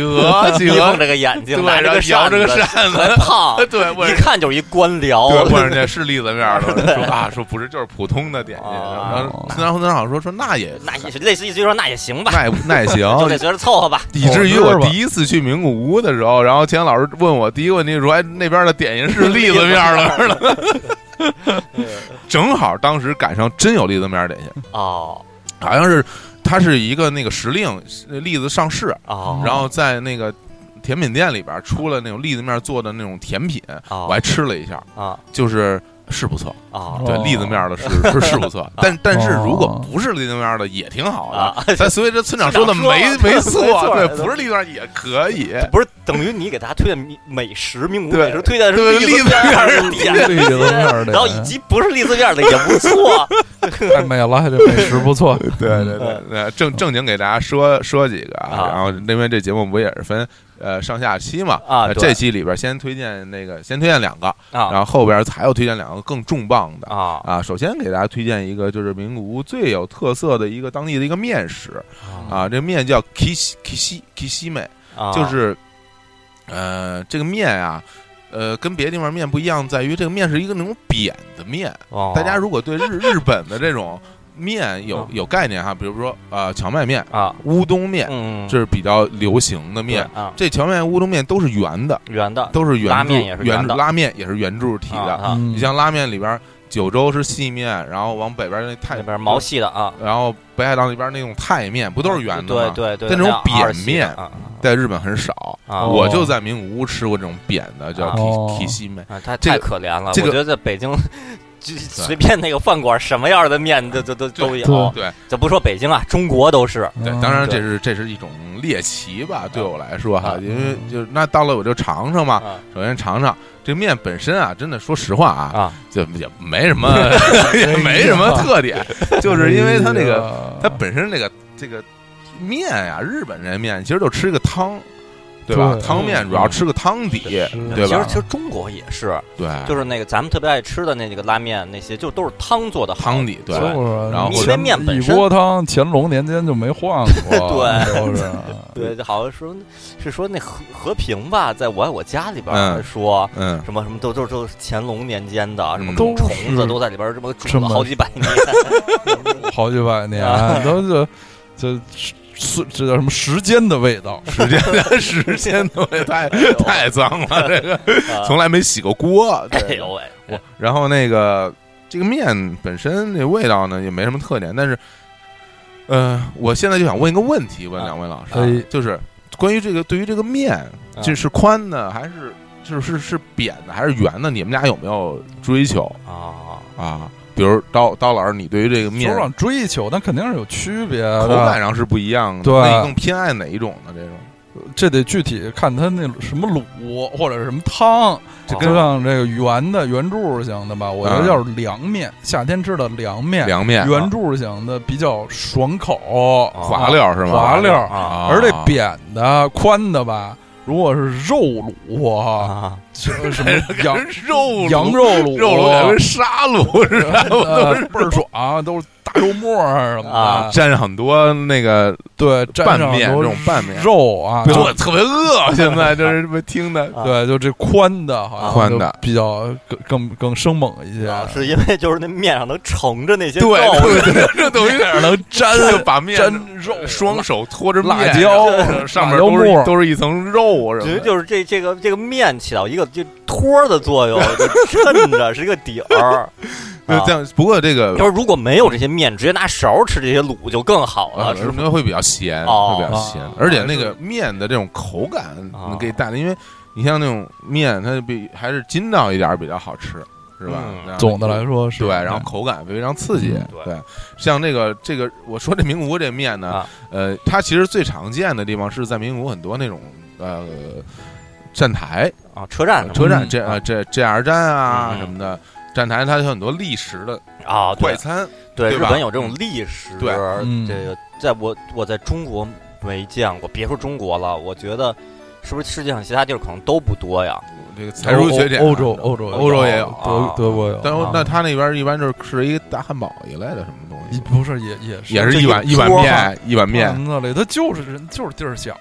[SPEAKER 1] 企鹅，
[SPEAKER 2] 鹅
[SPEAKER 1] 企
[SPEAKER 2] 眯缝
[SPEAKER 1] 鹅
[SPEAKER 2] 着个眼睛，
[SPEAKER 1] 对
[SPEAKER 2] 拿着
[SPEAKER 1] 然后
[SPEAKER 2] 个
[SPEAKER 1] 摇着个
[SPEAKER 2] 子
[SPEAKER 1] 扇子，
[SPEAKER 2] 很胖
[SPEAKER 1] 对，问
[SPEAKER 2] 一看就是一官
[SPEAKER 1] 对，
[SPEAKER 2] 僚。
[SPEAKER 1] 问人家是栗子面儿的，说啊，说不是，就是普通的点心。”
[SPEAKER 2] 哦
[SPEAKER 1] 然后村长村长说：“说那也
[SPEAKER 2] 那也类似于就说那也行吧，
[SPEAKER 1] 那也那也行，
[SPEAKER 2] 就得觉得凑合哦吧。
[SPEAKER 1] 以至于我第一次去名古屋的时候，然后钱老师问我第一个问题说：“哎，那边的点心是栗子面儿的是吧？” 正好当时赶上真有栗子面儿点心，
[SPEAKER 2] 哦
[SPEAKER 1] 好像是它是一个那个时令栗子上市，
[SPEAKER 2] 哦，
[SPEAKER 1] 然后在那个甜品店里边出了那种栗子面做的那种甜品，
[SPEAKER 2] 哦
[SPEAKER 1] 我还吃了一下，
[SPEAKER 2] 啊
[SPEAKER 1] 就是是不错，
[SPEAKER 2] 哦
[SPEAKER 1] 对
[SPEAKER 3] 哦
[SPEAKER 1] 栗子面儿的是是是不错， 但但是如果不是栗子面儿的也挺好的。
[SPEAKER 2] 啊，
[SPEAKER 1] 咱所以这村长说的
[SPEAKER 2] 村长说
[SPEAKER 1] 没
[SPEAKER 2] 了
[SPEAKER 1] 没
[SPEAKER 2] 没
[SPEAKER 1] 错，
[SPEAKER 2] 错
[SPEAKER 1] 对，
[SPEAKER 2] 对
[SPEAKER 1] 不是栗子面儿也可以。
[SPEAKER 2] 不是等于你给大家推荐美美食，名古屋
[SPEAKER 1] 对
[SPEAKER 2] 美食推荐的
[SPEAKER 1] 对
[SPEAKER 2] 是
[SPEAKER 1] 栗
[SPEAKER 2] 栗子
[SPEAKER 1] 子
[SPEAKER 2] 面
[SPEAKER 1] 面
[SPEAKER 2] 儿
[SPEAKER 1] 儿
[SPEAKER 2] 的点
[SPEAKER 3] 栗子面儿的
[SPEAKER 2] 心，然后 以及不是栗子面儿的也不错。
[SPEAKER 3] 太美了，这美食不 错。
[SPEAKER 1] 对对对，对，正正经给大家说说几个啊，
[SPEAKER 2] 嗯啊
[SPEAKER 1] 然后因为这节目不也是分呃上下期嘛
[SPEAKER 2] 啊
[SPEAKER 1] 呃
[SPEAKER 2] 对
[SPEAKER 1] 这期里边先推荐那个先推荐两个，
[SPEAKER 2] 啊
[SPEAKER 1] 然后后边还要推荐两个更重磅的。
[SPEAKER 2] 啊
[SPEAKER 1] 啊，首先给大家推荐一个，就是名古屋最有特色的一个当地的一个面食啊，这面叫 kishi kishi kishi 美，
[SPEAKER 2] 啊！
[SPEAKER 1] 就是，呃，这个面啊，呃，跟别的地方面不一样，在于这个面是一个那种扁的面，
[SPEAKER 2] 哦嗯
[SPEAKER 1] 大家如果对 日日本的这种面有有概念哈，比如说呃荞麦面、
[SPEAKER 2] 啊，
[SPEAKER 1] 乌冬面，
[SPEAKER 2] 嗯，
[SPEAKER 1] 这是比较流行的面。
[SPEAKER 2] 对啊，
[SPEAKER 1] 这荞麦、乌冬面都是圆的，
[SPEAKER 2] 圆的
[SPEAKER 1] 都是圆
[SPEAKER 2] 拉
[SPEAKER 1] 柱
[SPEAKER 2] 面也是
[SPEAKER 1] 圆
[SPEAKER 2] 圆的
[SPEAKER 1] 拉面也是圆柱体的。
[SPEAKER 2] 啊，
[SPEAKER 1] 嗯
[SPEAKER 3] 嗯
[SPEAKER 1] 你像拉面里边，九州是细面，然后往北边那太
[SPEAKER 2] 那边毛，细的啊，
[SPEAKER 1] 然后北海道那边那种太面，不都是圆的吗？
[SPEAKER 2] 对对对，
[SPEAKER 1] 但这种
[SPEAKER 2] 那样二
[SPEAKER 1] 扁
[SPEAKER 2] 细的
[SPEAKER 1] 面哦
[SPEAKER 2] 啊
[SPEAKER 1] 在日本很少，
[SPEAKER 2] 啊，啊
[SPEAKER 1] 我就在名古屋吃过这种扁的，叫
[SPEAKER 2] 啊
[SPEAKER 1] Ki
[SPEAKER 3] 哦
[SPEAKER 1] Ki 西面。
[SPEAKER 2] 啊，太
[SPEAKER 1] 这个
[SPEAKER 2] 太可怜了。
[SPEAKER 1] 这个
[SPEAKER 2] 我觉得在北 京，就随便那个饭馆什么样的面都都都都有，
[SPEAKER 1] 对，
[SPEAKER 2] 就不说北京啊，中国都是
[SPEAKER 1] 对，
[SPEAKER 3] 嗯
[SPEAKER 1] 当然这
[SPEAKER 2] 对
[SPEAKER 1] 是这是一种猎奇吧，对
[SPEAKER 2] 啊
[SPEAKER 1] 我来说哈，
[SPEAKER 2] 啊
[SPEAKER 1] 因为就是那到了我就尝尝嘛。
[SPEAKER 2] 啊
[SPEAKER 1] 首先尝尝这面本身啊，真的说实话啊，
[SPEAKER 2] 啊
[SPEAKER 1] 就也没什么 也没什么特点，
[SPEAKER 2] 哎
[SPEAKER 1] 就是因为它那个
[SPEAKER 3] 个
[SPEAKER 1] 它本身那个这个面呀，日本这面其实就吃个汤，对吧？
[SPEAKER 3] 对
[SPEAKER 1] 汤面主要吃个汤底，对
[SPEAKER 2] 嗯啊其实
[SPEAKER 1] 吧哎
[SPEAKER 2] 其？实中国也是，
[SPEAKER 1] 对，
[SPEAKER 2] 就是那个咱们特别爱吃的那几个拉面，那些就都是汤做的好
[SPEAKER 1] 汤底对
[SPEAKER 2] 对
[SPEAKER 1] 然后
[SPEAKER 2] 因为面本
[SPEAKER 3] 一
[SPEAKER 2] 身
[SPEAKER 3] 锅汤，乾隆年间就没换 过，啊
[SPEAKER 2] 对
[SPEAKER 3] 就是
[SPEAKER 2] 对，好像说是说那和和平吧，在我爱我家里边儿
[SPEAKER 1] 嗯
[SPEAKER 2] 说。
[SPEAKER 1] 嗯，
[SPEAKER 2] 什么什么都都都是乾隆年间的，什么
[SPEAKER 1] 嗯
[SPEAKER 2] 各种
[SPEAKER 3] 都
[SPEAKER 2] 虫子
[SPEAKER 3] 是
[SPEAKER 2] 都在里边儿，这么
[SPEAKER 3] 这
[SPEAKER 2] 煮了
[SPEAKER 3] 么
[SPEAKER 2] 好几百年。
[SPEAKER 3] 好几百年
[SPEAKER 2] 啊，
[SPEAKER 3] 都是这这这叫什么时间的味道，
[SPEAKER 1] 时间时间都也 太太脏了，这个
[SPEAKER 2] 啊
[SPEAKER 1] 从来没洗过锅，对
[SPEAKER 2] 哎呦喂，
[SPEAKER 1] 我然后那个这个面本身那味道呢也没什么特点，但是，呃，我现在就想问一个问题，问
[SPEAKER 2] 啊
[SPEAKER 1] 两位老师，
[SPEAKER 3] 所以
[SPEAKER 1] 就是关于这个对于这个面，
[SPEAKER 2] 啊
[SPEAKER 1] 这是宽的还是是是是扁的还是圆的？你们俩有没有追求
[SPEAKER 2] 啊，
[SPEAKER 1] 啊？比如刀刀老师，你对于这个
[SPEAKER 3] 说
[SPEAKER 1] 面
[SPEAKER 3] 上追求，那肯定是有区别的。
[SPEAKER 1] 口感上是不一样的，
[SPEAKER 3] 对
[SPEAKER 1] 那你更偏爱哪一种呢？这种
[SPEAKER 3] 这得具体看它那什么卤或者是什么汤，
[SPEAKER 1] 哦
[SPEAKER 2] 这
[SPEAKER 1] 啊
[SPEAKER 3] 就像这个圆的圆柱形的吧，我觉得要是凉面，夏天吃的凉面，
[SPEAKER 1] 凉面啊
[SPEAKER 3] 圆柱形的比较爽口，
[SPEAKER 1] 滑溜是吗？
[SPEAKER 3] 滑溜
[SPEAKER 2] 啊
[SPEAKER 1] 啊，
[SPEAKER 3] 而这 扁的、宽的吧，如果是肉卤啊，
[SPEAKER 2] 啊，
[SPEAKER 3] 什什么羊
[SPEAKER 1] 哎跟肉
[SPEAKER 3] 羊肉卤、
[SPEAKER 1] 肉炉也跟沙炉似的，
[SPEAKER 3] 呃倍儿爽，都是大肉沫儿什么
[SPEAKER 2] 啊
[SPEAKER 3] 的，
[SPEAKER 1] 沾上很多那个，
[SPEAKER 3] 对，
[SPEAKER 1] 拌
[SPEAKER 3] 蘸上
[SPEAKER 1] 面
[SPEAKER 3] 很多
[SPEAKER 1] 这种拌面
[SPEAKER 3] 肉啊，
[SPEAKER 1] 我特别饿，现在这是被听的
[SPEAKER 2] 啊
[SPEAKER 3] 对，就这宽的，好像
[SPEAKER 1] 宽
[SPEAKER 3] 就
[SPEAKER 1] 的
[SPEAKER 3] 比较更更更生猛一些。
[SPEAKER 2] 啊是因为就是那面上能盛着那些
[SPEAKER 1] 对
[SPEAKER 2] 肉，
[SPEAKER 1] 对对，这等于
[SPEAKER 3] 哪能
[SPEAKER 1] 沾就把面
[SPEAKER 3] 沾肉
[SPEAKER 1] 双手托着
[SPEAKER 3] 辣
[SPEAKER 1] 面
[SPEAKER 3] 椒
[SPEAKER 1] 上
[SPEAKER 3] 辣
[SPEAKER 1] 面
[SPEAKER 3] 椒
[SPEAKER 1] 都
[SPEAKER 3] 末
[SPEAKER 1] 是都是一层肉什
[SPEAKER 2] 觉得
[SPEAKER 1] 么的。
[SPEAKER 2] 就是这这个这个面起到一个就托儿的作用，就衬着是一个底 儿。
[SPEAKER 1] 对
[SPEAKER 2] 啊
[SPEAKER 1] 这样，不过这个
[SPEAKER 2] 要是如果没有这些面，直接拿勺儿吃这些卤就更好
[SPEAKER 1] 啊，
[SPEAKER 2] 了，
[SPEAKER 1] 什
[SPEAKER 2] 是
[SPEAKER 1] 么的会比较咸，
[SPEAKER 2] 哦
[SPEAKER 1] 会比较咸
[SPEAKER 3] 啊，
[SPEAKER 1] 而且那个面的这种口感
[SPEAKER 2] 啊
[SPEAKER 1] 能给带来，因为你像那种面，它比还是筋道一点儿比较好吃，是吧
[SPEAKER 2] 嗯？
[SPEAKER 1] 然后
[SPEAKER 3] 总的来说是
[SPEAKER 1] 对，然后口感非常刺激
[SPEAKER 3] 嗯，
[SPEAKER 2] 对
[SPEAKER 1] 对。像这个这个，我说这名古屋这面呢
[SPEAKER 2] 啊，
[SPEAKER 1] 呃，它其实最常见的地方是在名古屋很多那种呃站台、
[SPEAKER 2] 啊，车站
[SPEAKER 1] 车站
[SPEAKER 3] 嗯
[SPEAKER 1] 这啊这 JR 站啊
[SPEAKER 2] 嗯
[SPEAKER 1] 什么的站台，它有很多立食的
[SPEAKER 2] 啊，
[SPEAKER 1] 快
[SPEAKER 2] 对
[SPEAKER 1] 餐，
[SPEAKER 2] 对，
[SPEAKER 1] 对
[SPEAKER 2] 日
[SPEAKER 1] 吧
[SPEAKER 2] 本有这种历史，
[SPEAKER 1] 对
[SPEAKER 3] 嗯
[SPEAKER 2] 这个在我我在中国没见过，别说中国了，我觉得是不是世界上其他地儿可能都不多呀？
[SPEAKER 1] 这个财如学点啊。
[SPEAKER 3] 欧洲欧洲
[SPEAKER 1] 欧洲也有
[SPEAKER 3] 德
[SPEAKER 2] 啊
[SPEAKER 3] 德国有，
[SPEAKER 1] 但
[SPEAKER 2] 啊
[SPEAKER 1] 那他那边一般就是吃一个大汉堡一类的什么东西，
[SPEAKER 3] 不是也也是
[SPEAKER 1] 也
[SPEAKER 2] 这
[SPEAKER 1] 是一碗
[SPEAKER 2] 一
[SPEAKER 1] 一碗
[SPEAKER 2] 桌
[SPEAKER 1] 面一碗面，
[SPEAKER 3] 盘子里，它就是人就是地儿小，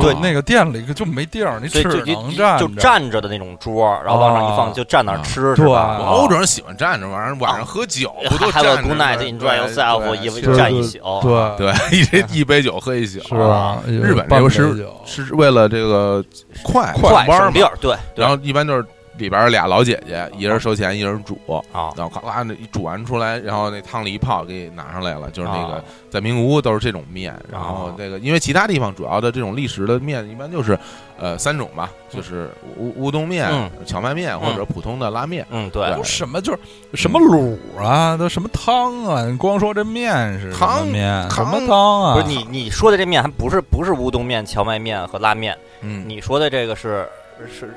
[SPEAKER 2] 对
[SPEAKER 3] 吧那个店里就没地儿，你
[SPEAKER 2] 所以
[SPEAKER 3] 只
[SPEAKER 2] 就
[SPEAKER 3] 能
[SPEAKER 2] 就
[SPEAKER 3] 站
[SPEAKER 2] 就
[SPEAKER 3] 着。
[SPEAKER 2] 站着的那种桌儿，然后往上一放
[SPEAKER 3] 啊
[SPEAKER 2] 就站那儿吃，
[SPEAKER 3] 啊
[SPEAKER 2] 是吧？
[SPEAKER 3] 对
[SPEAKER 1] 我
[SPEAKER 2] 啊
[SPEAKER 1] 欧洲人喜欢站着玩意儿，晚上喝酒不都
[SPEAKER 2] Have
[SPEAKER 1] 站着
[SPEAKER 2] a 啊 good
[SPEAKER 1] 吗
[SPEAKER 2] night, enjoy
[SPEAKER 1] 对
[SPEAKER 2] yourself，
[SPEAKER 1] 对
[SPEAKER 2] 一
[SPEAKER 1] 是
[SPEAKER 2] 站
[SPEAKER 3] 对
[SPEAKER 2] 一宿。
[SPEAKER 3] 对，
[SPEAKER 1] 对，一人一杯酒喝一宿，
[SPEAKER 3] 是吧？
[SPEAKER 1] 日本
[SPEAKER 3] 这
[SPEAKER 1] 这
[SPEAKER 3] 个
[SPEAKER 1] 个是是为了这个快
[SPEAKER 2] 快
[SPEAKER 1] 弯儿
[SPEAKER 2] 省地
[SPEAKER 1] 嘛，
[SPEAKER 2] 儿，对对
[SPEAKER 1] 然后一般就是里边儿俩老姐姐，一人收钱，一人煮，
[SPEAKER 2] 啊，
[SPEAKER 1] 然后咔咔那一煮完出来，然后那汤里一泡给你拿上来了，就是那个
[SPEAKER 2] 啊
[SPEAKER 1] 在名古屋都是这种面，然后
[SPEAKER 2] 啊
[SPEAKER 1] 那个因为其他地方主要的这种历史的面一般就是呃三种吧，就是乌乌冬面
[SPEAKER 2] 嗯、
[SPEAKER 1] 荞麦面或者普通的拉面，
[SPEAKER 2] 嗯对，
[SPEAKER 3] 都什么就是什么卤啊，都什么汤啊？你光说这面是什么
[SPEAKER 1] 汤
[SPEAKER 3] 面什
[SPEAKER 1] 汤
[SPEAKER 3] 么汤啊？
[SPEAKER 2] 不是你你说的这面还不是不是乌冬面、荞麦面和拉面，
[SPEAKER 1] 嗯
[SPEAKER 2] 你说的这个是是